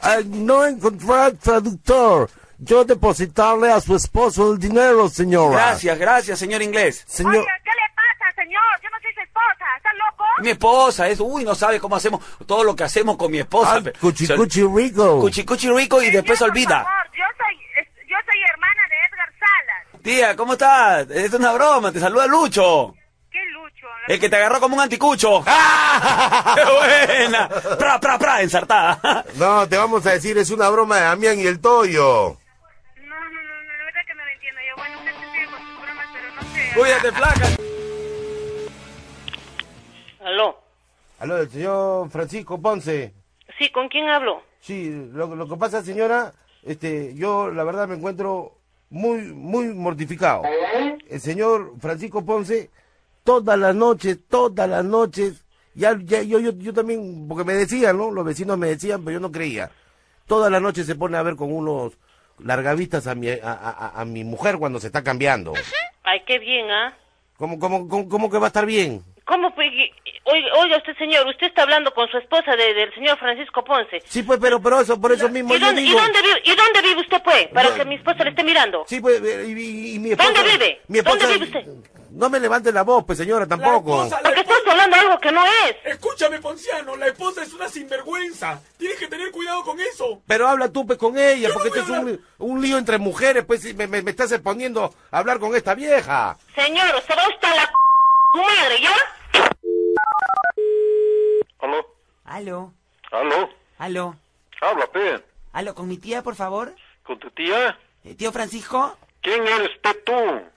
Speaker 3: Al no encontrar traductor, yo depositarle a su esposo el dinero, señora.
Speaker 2: Gracias, gracias, señor inglés.
Speaker 3: Señor,
Speaker 6: Oiga, ¿qué le pasa, señor? Yo no soy su esposa. ¿Está loco?
Speaker 2: Mi esposa, eso, uy, no sabe cómo hacemos todo lo que hacemos con mi esposa. pero- se-
Speaker 3: cuchicuchi Ah, rico.
Speaker 2: Cuchicuchi rico y después se olvida.
Speaker 6: Por favor, yo soy, es- yo soy hermana de Edgar Salas.
Speaker 2: Tía, ¿cómo estás? Es una broma, te saluda Lucho.
Speaker 6: ¿Qué lucho?
Speaker 2: El que te agarró como un
Speaker 8: (laughs)
Speaker 2: anticucho. ¡Ah! ¡Qué buena! ¡Pra, pra, pra! Ensartada. (laughs)
Speaker 3: No, te vamos a decir, es una broma de Damián y el Toyo.
Speaker 6: No, no, no, no, la verdad que no lo entiendo. Yo, bueno, usted se sigue con sus bromas, pero no sé.
Speaker 2: Cuídate, flaca.
Speaker 9: Aló.
Speaker 3: Aló, el señor Francisco Ponce.
Speaker 6: Sí, ¿con quién hablo?
Speaker 3: Sí, lo, lo que pasa, señora, este, yo la verdad me encuentro muy, muy mortificado. El señor Francisco Ponce, todas las noches, todas las noches, ya, ya- yo, yo, yo también, porque me decían, ¿no? Los vecinos me decían, pero yo no creía. Todas las noches se pone a ver con unos largavistas a mi, a, a- a- a mi mujer cuando se está cambiando.
Speaker 6: Ay, qué bien, ¿ah?
Speaker 3: ¿Cómo, cómo, cómo, cómo que va a estar bien?
Speaker 6: ¿Cómo? pues, y- Oiga, oiga usted, señor, usted está hablando con su esposa de- del señor Francisco Ponce.
Speaker 3: Sí, pues, pero, pero eso, por eso mismo
Speaker 6: ¿Y
Speaker 3: yo
Speaker 6: dónde, y
Speaker 3: digo...
Speaker 6: dónde vive, ¿Y dónde vive usted, pues? Para que mi esposa le esté mirando.
Speaker 3: Sí, pues, y, y- y mi esposa...
Speaker 6: ¿Dónde vive?
Speaker 3: Mi esposa,
Speaker 6: ¿Dónde vive usted?
Speaker 3: No me levante la voz, pues, señora, tampoco.
Speaker 6: Porque estás hablando algo que no es.
Speaker 48: Escúchame, Ponciano, la esposa es una sinvergüenza. Tienes que tener cuidado con eso.
Speaker 3: Pero habla tú pues con ella,
Speaker 48: Yo
Speaker 3: porque
Speaker 48: no voy
Speaker 3: esto es
Speaker 48: a
Speaker 3: un, un lío entre mujeres, pues y me, me- me estás exponiendo a hablar con esta vieja.
Speaker 6: Señor, se va usted a la c... su madre, ¿ya?
Speaker 49: ¿Aló?
Speaker 8: Aló,
Speaker 49: ¿Aló?
Speaker 8: aló,
Speaker 49: Habla, pe.
Speaker 8: aló, con mi tía, por favor.
Speaker 49: ¿Con tu tía?
Speaker 8: Eh, tío Francisco.
Speaker 49: ¿Quién eres usted tú?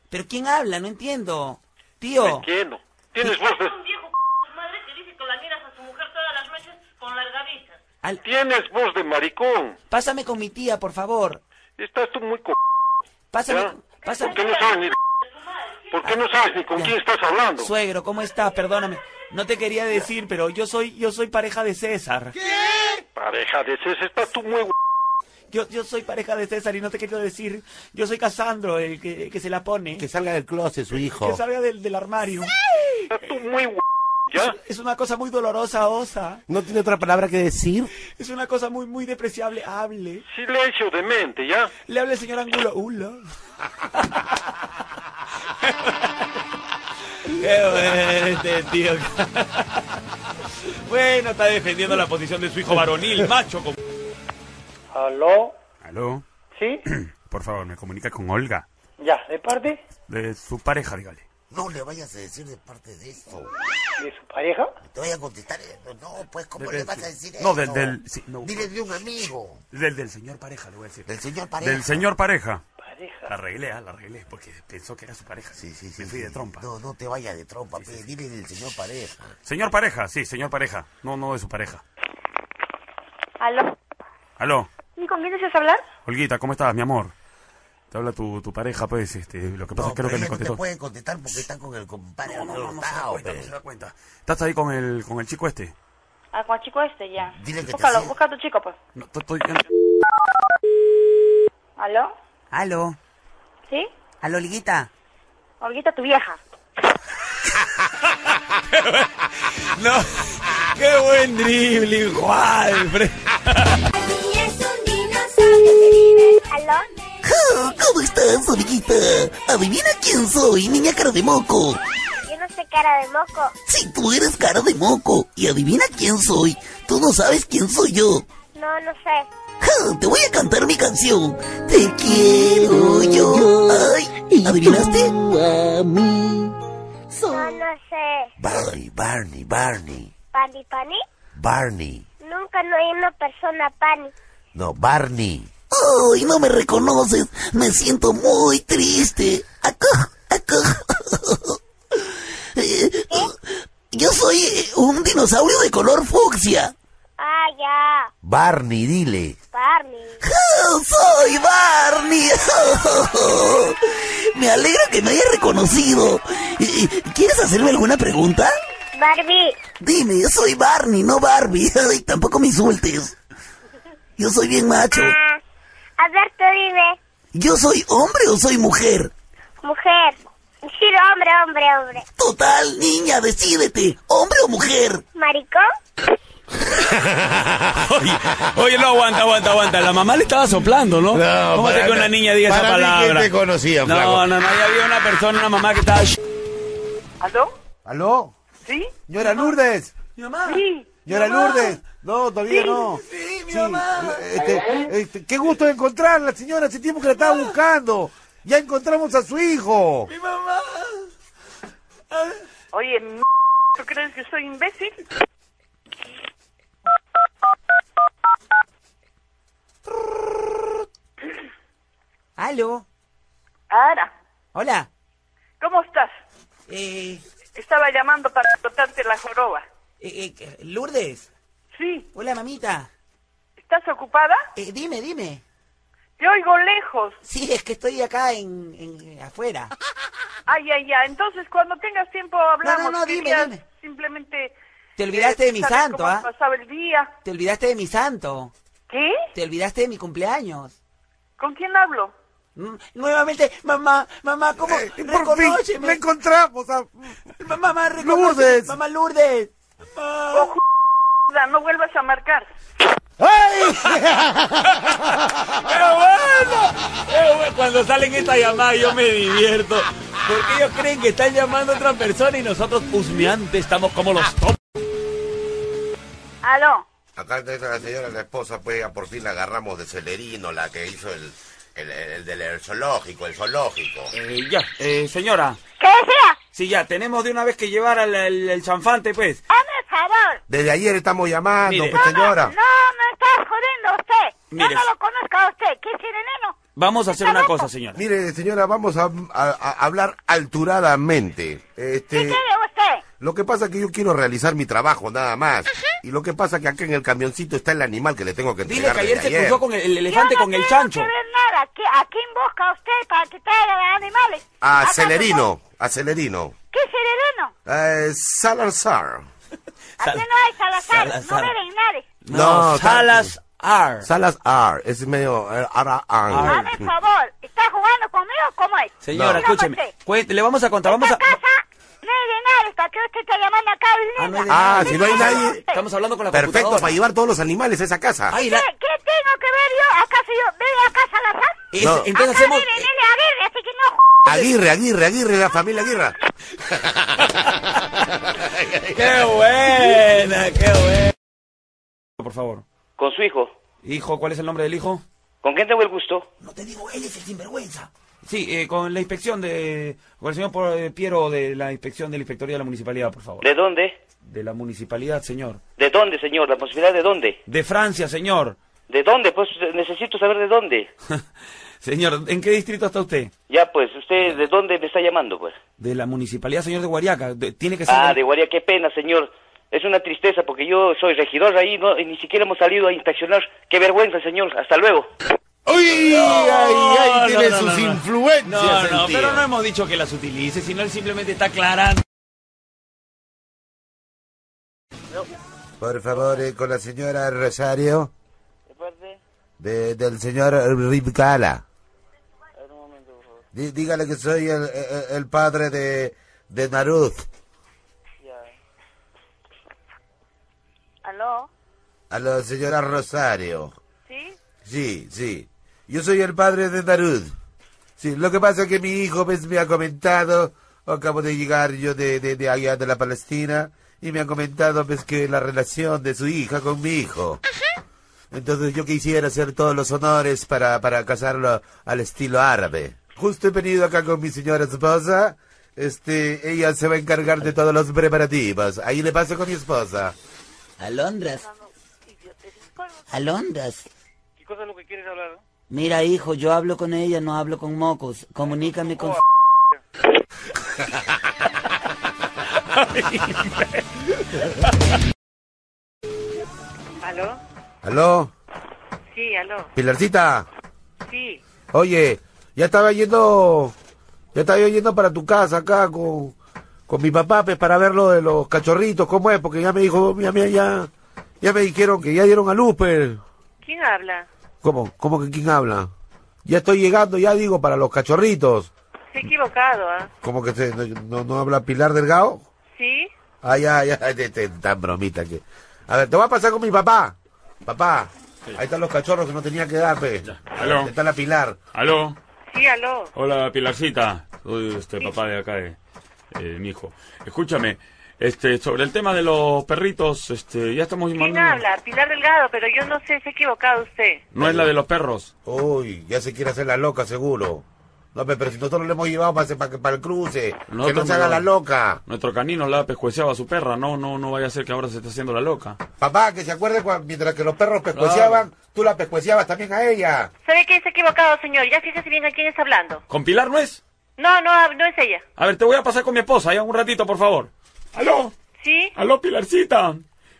Speaker 8: ¿Pero quién habla? No entiendo.
Speaker 49: No
Speaker 8: Tío.
Speaker 49: entiendo. Tienes voz de...
Speaker 6: madre que dice que la miras a su mujer todas las noches con largavistas.
Speaker 49: Tienes voz de maricón.
Speaker 8: Pásame con mi tía, por favor.
Speaker 49: Estás tú muy co...
Speaker 8: Pásame,
Speaker 49: ¿ya?
Speaker 8: pásame.
Speaker 49: ¿Por qué no sabes ni... ¿Por qué no sabes ni con quién estás hablando?
Speaker 8: Suegro, ¿cómo estás? Perdóname. No te quería decir, pero yo soy yo soy pareja de César.
Speaker 49: Pareja de César, estás tú muy...
Speaker 8: Yo, yo soy pareja de César y no te quiero decir. Yo soy Casandro, el que, que se la pone.
Speaker 3: Que salga del closet su hijo.
Speaker 8: Que salga del, del armario.
Speaker 49: muy
Speaker 8: Es, es una cosa muy dolorosa, Osa.
Speaker 3: ¿No tiene otra palabra que decir?
Speaker 8: Es una cosa muy, muy despreciable. Hable.
Speaker 49: Silencio de mente, ¿ya?
Speaker 8: Le habla el señor Angulo. Hola.
Speaker 2: este tío. bueno, está defendiendo la posición de su hijo
Speaker 6: (laughs)
Speaker 2: varonil, macho. como-
Speaker 7: ¿Aló?
Speaker 2: ¿Aló?
Speaker 7: ¿Sí?
Speaker 2: (clears throat) Por favor, me comunica con Olga,
Speaker 7: Ya, ¿de parte?
Speaker 2: de su pareja, dígale.
Speaker 7: No le vayas a decir de parte de esto. ¿De su pareja? Te voy a contestar. No, pues, ¿cómo
Speaker 2: De-
Speaker 7: le
Speaker 2: de-
Speaker 7: vas a decir
Speaker 2: no,
Speaker 7: eso?
Speaker 2: del- del- sí, no.
Speaker 7: Dile de un amigo.
Speaker 2: Del, del señor pareja, le voy a decir. Del
Speaker 7: señor pareja.
Speaker 2: Del señor pareja.
Speaker 7: Pareja.
Speaker 2: La arreglé, ah, la arreglé, porque pensó que era su pareja. Sí, sí, sí. Me fui de trompa.
Speaker 7: No, no te vayas de trompa, pe, dile del señor pareja.
Speaker 2: Señor pareja, sí, señor pareja. No, no de su pareja.
Speaker 20: ¿Aló?
Speaker 2: Aló,
Speaker 20: ¿Y con quién deseas hablar?
Speaker 2: Olguita, ¿cómo estás, mi amor? Te habla tu, tu pareja, pues, este, lo que pasa es que creo que le
Speaker 7: no te
Speaker 2: contestó.
Speaker 7: puede contestar porque está con el compadre. No, no, no, se da
Speaker 2: (laughs)
Speaker 7: cuenta.
Speaker 2: ¿Estás ahí con el, con el chico este?
Speaker 20: Ah, con el chico este, ya.
Speaker 2: Dile que te
Speaker 20: Búscalo,
Speaker 2: siga.
Speaker 20: busca a tu chico, pues.
Speaker 2: No, to- to-
Speaker 20: ¿Aló?
Speaker 8: Aló.
Speaker 20: ¿Sí?
Speaker 8: Aló, Liguita.
Speaker 20: Olguita, tu vieja.
Speaker 4: No, qué buen dribbling, Juan.
Speaker 20: ¿Aló?
Speaker 7: ¿Cómo estás, amiguita? Adivina quién soy, niña cara de moco.
Speaker 20: Yo no sé cara de moco.
Speaker 7: Sí, tú eres cara de moco. Y adivina quién soy. Tú no sabes quién soy yo.
Speaker 20: No, no sé.
Speaker 7: Ja, te voy a cantar mi canción. Te quiero yo. Ay, ¿adivinaste?
Speaker 20: No, no sé.
Speaker 7: Barney, Barney, Barney,
Speaker 20: ¿Pani, pani?
Speaker 7: Barney.
Speaker 20: Nunca no hay una persona pani.
Speaker 7: No, Barney. Ay, no me reconoces. Me siento muy triste. Acá, acá. Eh, (laughs) Yo soy eh, un dinosaurio de color fucsia.
Speaker 20: Ah, ya.
Speaker 7: Barney, dile.
Speaker 20: Barney.
Speaker 7: Soy Barney. (laughs) Me alegra que me hayas reconocido. Eh, eh, ¿Quieres hacerme alguna pregunta?
Speaker 20: Barbie.
Speaker 7: Dime, yo soy Barney, no Barbie. (laughs) Ay, tampoco me insultes. Yo soy bien macho.
Speaker 20: A ver, tú dime.
Speaker 7: ¿Yo soy hombre o soy mujer?
Speaker 20: Mujer. Sí, hombre, hombre, hombre.
Speaker 7: Total, niña, decídete. ¿Hombre o mujer?
Speaker 20: (laughs) ¿Maricón?
Speaker 4: (laughs) oye, oye, no, aguanta, aguanta, aguanta. La mamá le estaba soplando, ¿no?
Speaker 50: No,
Speaker 4: ¿Cómo hace
Speaker 50: para-
Speaker 4: que una niña diga
Speaker 50: para
Speaker 4: esa
Speaker 50: mí que
Speaker 4: palabra?
Speaker 50: te conocía,
Speaker 4: no,
Speaker 50: flaco.
Speaker 4: no, no, ya había una persona, una mamá que estaba...
Speaker 51: ¿Aló?
Speaker 3: ¿Aló?
Speaker 51: ¿Sí?
Speaker 3: Señora Lourdes.
Speaker 51: Mi mamá.
Speaker 3: Señora
Speaker 51: Mamá.
Speaker 3: Lourdes. No, todavía
Speaker 51: Sí,
Speaker 3: no.
Speaker 51: sí, mi
Speaker 3: Sí,
Speaker 51: mamá.
Speaker 3: este, este, qué gusto encontrarla, señora. Hace tiempo que la estaba buscando. Ya encontramos a su
Speaker 8: Oh.
Speaker 3: hijo.
Speaker 51: Mi mamá.
Speaker 1: Oye, m- ¿tú crees que soy imbécil?
Speaker 8: Aló.
Speaker 1: Ara,
Speaker 8: Hola.
Speaker 1: ¿cómo estás?
Speaker 8: Eh,
Speaker 1: Estaba llamando para contarte la joroba.
Speaker 8: eh, eh, Lourdes.
Speaker 9: Sí.
Speaker 8: Hola, mamita.
Speaker 9: ¿Estás ocupada?
Speaker 8: Eh, dime, dime.
Speaker 9: Te oigo lejos.
Speaker 8: Sí, es que estoy acá en, en- eh, afuera.
Speaker 9: Ay, ay, ay. Entonces, cuando tengas tiempo hablamos.
Speaker 8: No, no, no, dime,
Speaker 9: Quería
Speaker 8: dime.
Speaker 9: Simplemente...
Speaker 8: Te olvidaste de mi
Speaker 9: saber
Speaker 8: santo,
Speaker 9: cómo
Speaker 8: ¿ah?
Speaker 9: has pasado el día.
Speaker 8: Te olvidaste de mi santo.
Speaker 9: ¿Qué?
Speaker 8: Te olvidaste de mi cumpleaños. Mm,
Speaker 9: ¿Con quién hablo?
Speaker 8: Nuevamente, mamá, mamá, ¿cómo?
Speaker 4: Eh,
Speaker 8: Reconóceme. encontramos.
Speaker 4: ah.
Speaker 8: Mamá, reconóceme.
Speaker 9: Lourdes.
Speaker 8: Mamá Lourdes.
Speaker 9: Ojo, Oh, no vuelvas a marcar.
Speaker 8: (laughs)
Speaker 4: bueno! ¡Qué bueno! Cuando salen esta llamada yo me divierto. Porque ellos creen que están llamando a otra persona y nosotros husmeantes estamos como los top.
Speaker 20: Ah,
Speaker 1: Aló.
Speaker 20: Acá está la señora, la esposa, pues ya por fin la agarramos de celerino, la que hizo el, el, el del el zoológico, el zoológico.
Speaker 2: Eh, ya, eh, señora.
Speaker 1: ¿Qué desea?
Speaker 2: Sí, ya, tenemos de una vez que llevar al, al- al chanfante, pues.
Speaker 1: Hazme el favor.
Speaker 20: Desde ayer estamos llamando,
Speaker 2: Mire.
Speaker 20: pues, señora.
Speaker 1: No me estás jodiendo a usted.
Speaker 2: Mire.
Speaker 1: Yo no lo conozco a usted. ¿Qué es neno?
Speaker 2: Vamos a hacer una cosa, señora.
Speaker 20: Mire, señora, vamos a, a- a hablar alturadamente. Este,
Speaker 1: usted?
Speaker 20: lo que pasa es que yo quiero realizar mi trabajo, nada más. Y lo que pasa es que acá en el camioncito está el animal que le tengo que
Speaker 2: Dile
Speaker 20: entregar
Speaker 2: que ayer
Speaker 20: desde
Speaker 2: se cruzó con el, el elefante, con el chancho.
Speaker 1: No ver nada. ¿Qué- ¿A quién busca usted para quitar a los animales?
Speaker 20: A Ah, celerino, a celerino.
Speaker 1: ¿Qué sereno?
Speaker 20: Eh, Salazar.
Speaker 1: Aquí no hay Salazar.
Speaker 20: Salazar.
Speaker 1: No viven nadie.
Speaker 20: No,
Speaker 2: Salas R.
Speaker 20: Salas R, es medio... eh, ara- ar.
Speaker 1: Hazme el favor. ¿Está jugando conmigo o cómo es?
Speaker 2: Ah, Señora,
Speaker 1: Dígame
Speaker 2: escúcheme.
Speaker 1: usted.
Speaker 2: cué- le vamos a contar, vamos a...
Speaker 1: No hay de nadie. ¿Para qué usted está llamando acá?
Speaker 2: Ah, no hay de
Speaker 20: Ah,
Speaker 2: nadie.
Speaker 20: si no hay nadie...
Speaker 2: Estamos hablando con la
Speaker 20: Perfecto,
Speaker 2: computadora.
Speaker 20: para llevar todos los animales a esa casa.
Speaker 2: Ay, la-
Speaker 1: ¿Qué tengo que ver yo? ¿Acaso yo veo acá a Salazar?
Speaker 20: Es- No. entonces
Speaker 1: acá
Speaker 20: hacemos-
Speaker 1: vive Nelly Aguirre, así que no
Speaker 20: Aguirre, Aguirre, Aguirre, la familia Aguirre.
Speaker 4: ¡Qué buena! ¡Qué buena!
Speaker 2: Por favor.
Speaker 4: Con su hijo.
Speaker 2: Hijo, ¿cuál es el nombre del hijo?
Speaker 4: ¿Con quién tengo el gusto?
Speaker 2: Él es el sinvergüenza. Sí, eh, con la inspección de... Con el señor por- eh, Piero de la inspección de la Inspectoría de la Municipalidad, por favor.
Speaker 4: ¿De dónde?
Speaker 2: De la Municipalidad, señor.
Speaker 4: ¿De dónde, señor? ¿La posibilidad de dónde?
Speaker 2: De Francia, señor.
Speaker 4: ¿De dónde? Pues necesito saber de dónde.
Speaker 2: Señor, ¿en qué distrito está usted?
Speaker 4: Ya, pues, ¿usted de dónde me está llamando, (laughs) pues?
Speaker 2: De la Municipalidad, señor de Guariaca. De- (laughs) tiene que ser...
Speaker 4: Ah,
Speaker 2: del-
Speaker 4: de Guaría, qué pena, señor. Es una tristeza porque yo soy regidor ahí ¿no? y ni siquiera hemos salido a inspeccionar. Qué vergüenza, señor. Hasta luego.
Speaker 20: ¡Uy!
Speaker 4: ay, ay!
Speaker 20: tiene sus influencias
Speaker 4: No, no,
Speaker 20: el tío.
Speaker 4: pero no hemos dicho que las utilice, sino él simplemente está aclarando.
Speaker 3: Por favor, eh, con la señora Rosario. De- del señor Rivkala. Dí- Dígale que soy el, el- el padre de, de Narut.
Speaker 1: ¿Aló?
Speaker 3: A la señora Rosario.
Speaker 1: ¿Sí?
Speaker 3: Sí, sí. Yo soy el padre de Narud. Sí, lo que pasa es que mi hijo pues, me ha comentado, acabo de llegar yo de, de, de allá de la Palestina, y me ha comentado pues, que la relación de su hija con mi hijo. Entonces yo quisiera hacer todos los honores para, para casarlo al estilo árabe. Justo he venido acá con mi señora esposa. Este, ella se va a encargar de todos los preparativos. Ahí le paso con mi esposa.
Speaker 8: Alondras. Alondras.
Speaker 52: ¿Qué cosa es lo que quieres hablar?
Speaker 8: Mira, hijo, yo hablo con ella, no hablo con mocos. Comunícame con...
Speaker 6: ¿Aló?
Speaker 3: ¿Aló?
Speaker 6: Sí, aló.
Speaker 3: Pilarcita.
Speaker 6: Sí.
Speaker 3: Oye, ya estaba yendo, ya estaba yo yendo para tu casa acá con, con mi papá pues, para ver lo de los cachorritos, cómo es, porque ya me dijo, ya, ya, ya, ya me dijeron que ya dieron a luz, pues.
Speaker 6: ¿Quién habla?
Speaker 3: ¿Cómo? ¿Cómo que quién habla? Ya estoy llegando, ya digo, para los cachorritos.
Speaker 6: Se ha equivocado, ¿ah?
Speaker 3: ¿Cómo que se- no, no- no habla Pilar Delgado?
Speaker 6: ¿Sí?
Speaker 3: Ah, ya, ya, (laughs) te- te- tan bromita que... A ver, te voy a pasar con mi papá. Papá, ahí están los cachorros que no tenía que dar, pues.
Speaker 53: Aló.
Speaker 3: Está la Pilar.
Speaker 53: Aló.
Speaker 6: Sí, aló.
Speaker 53: Hola, Pilarcita. Soy este papá de acá, de, eh, mi hijo. Escúchame, este, sobre el tema de los perritos, este, ya estamos
Speaker 6: ¿Quién
Speaker 53: mandando-
Speaker 6: habla? Pilar Delgado, pero yo no sé, se ha equivocado usted.
Speaker 53: No es la de los perros.
Speaker 3: Uy, ya se quiere hacer la loca, seguro. No, pe- pero si nosotros le hemos llevado para, para, el cruce, que no se haga la loca.
Speaker 53: Nuestro canino la pescueceaba a su perra. No, no, no vaya a ser que ahora se esté haciendo la loca.
Speaker 3: Papá, que se acuerde cua- mientras que los perros pescueciaban, tú la pescueciabas también a ella.
Speaker 6: ¿Sabe que se ha equivocado, señor? Ya fíjese bien a quién está hablando.
Speaker 53: ¿Con Pilar no es?
Speaker 6: No, no, no es ella.
Speaker 53: A ver, te voy a pasar con mi esposa, ya un ratito, por favor. Aló.
Speaker 6: ¿Sí?
Speaker 53: Aló, Pilarcita.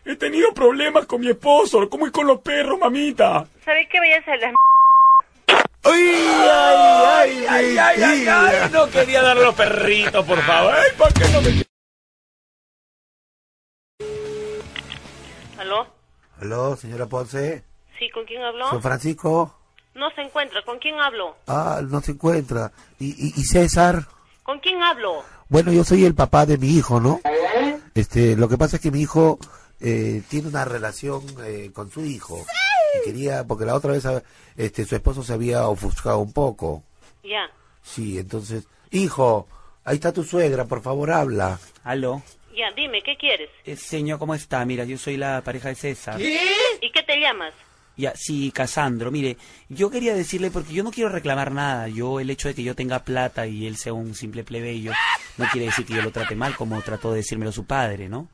Speaker 54: He tenido problemas con mi esposo, como y con los perros, mamita.
Speaker 55: ¿Sabéis que vayas a las
Speaker 54: ay, ay, ay, ay, ay, ay, no quería dar a los perritos, por favor. Ay,
Speaker 3: (laughs)
Speaker 54: ¿por qué no me...
Speaker 6: ¿Aló?
Speaker 56: Aló, señora Ponce.
Speaker 6: Sí, ¿con quién habló?
Speaker 56: San Francisco.
Speaker 6: No se encuentra. ¿Con quién hablo?
Speaker 56: Ah, no se encuentra. ¿Y, y, y César?
Speaker 6: ¿Con quién hablo?
Speaker 56: Bueno, yo soy el papá de mi hijo, ¿no? Este, lo que pasa es que mi hijo eh, tiene una relación eh, con su hijo. Y quería, porque la otra vez ah, este, su esposo se había ofuscado un poco.
Speaker 6: Ya.
Speaker 56: Sí, entonces, hijo, ahí está tu suegra, por favor, habla.
Speaker 8: Aló.
Speaker 6: Ya, dime, ¿qué quieres?
Speaker 8: Eh, señor, ¿cómo está? Mira, yo soy la pareja de César.
Speaker 6: ¿Y qué te llamas?
Speaker 8: (laughs) Ya, sí, Casandro, mire, yo quería decirle, porque yo no quiero reclamar nada, yo el hecho de que yo tenga plata y él sea un simple plebeyo, no quiere decir que yo lo trate mal, como trató de decírmelo su padre, ¿no?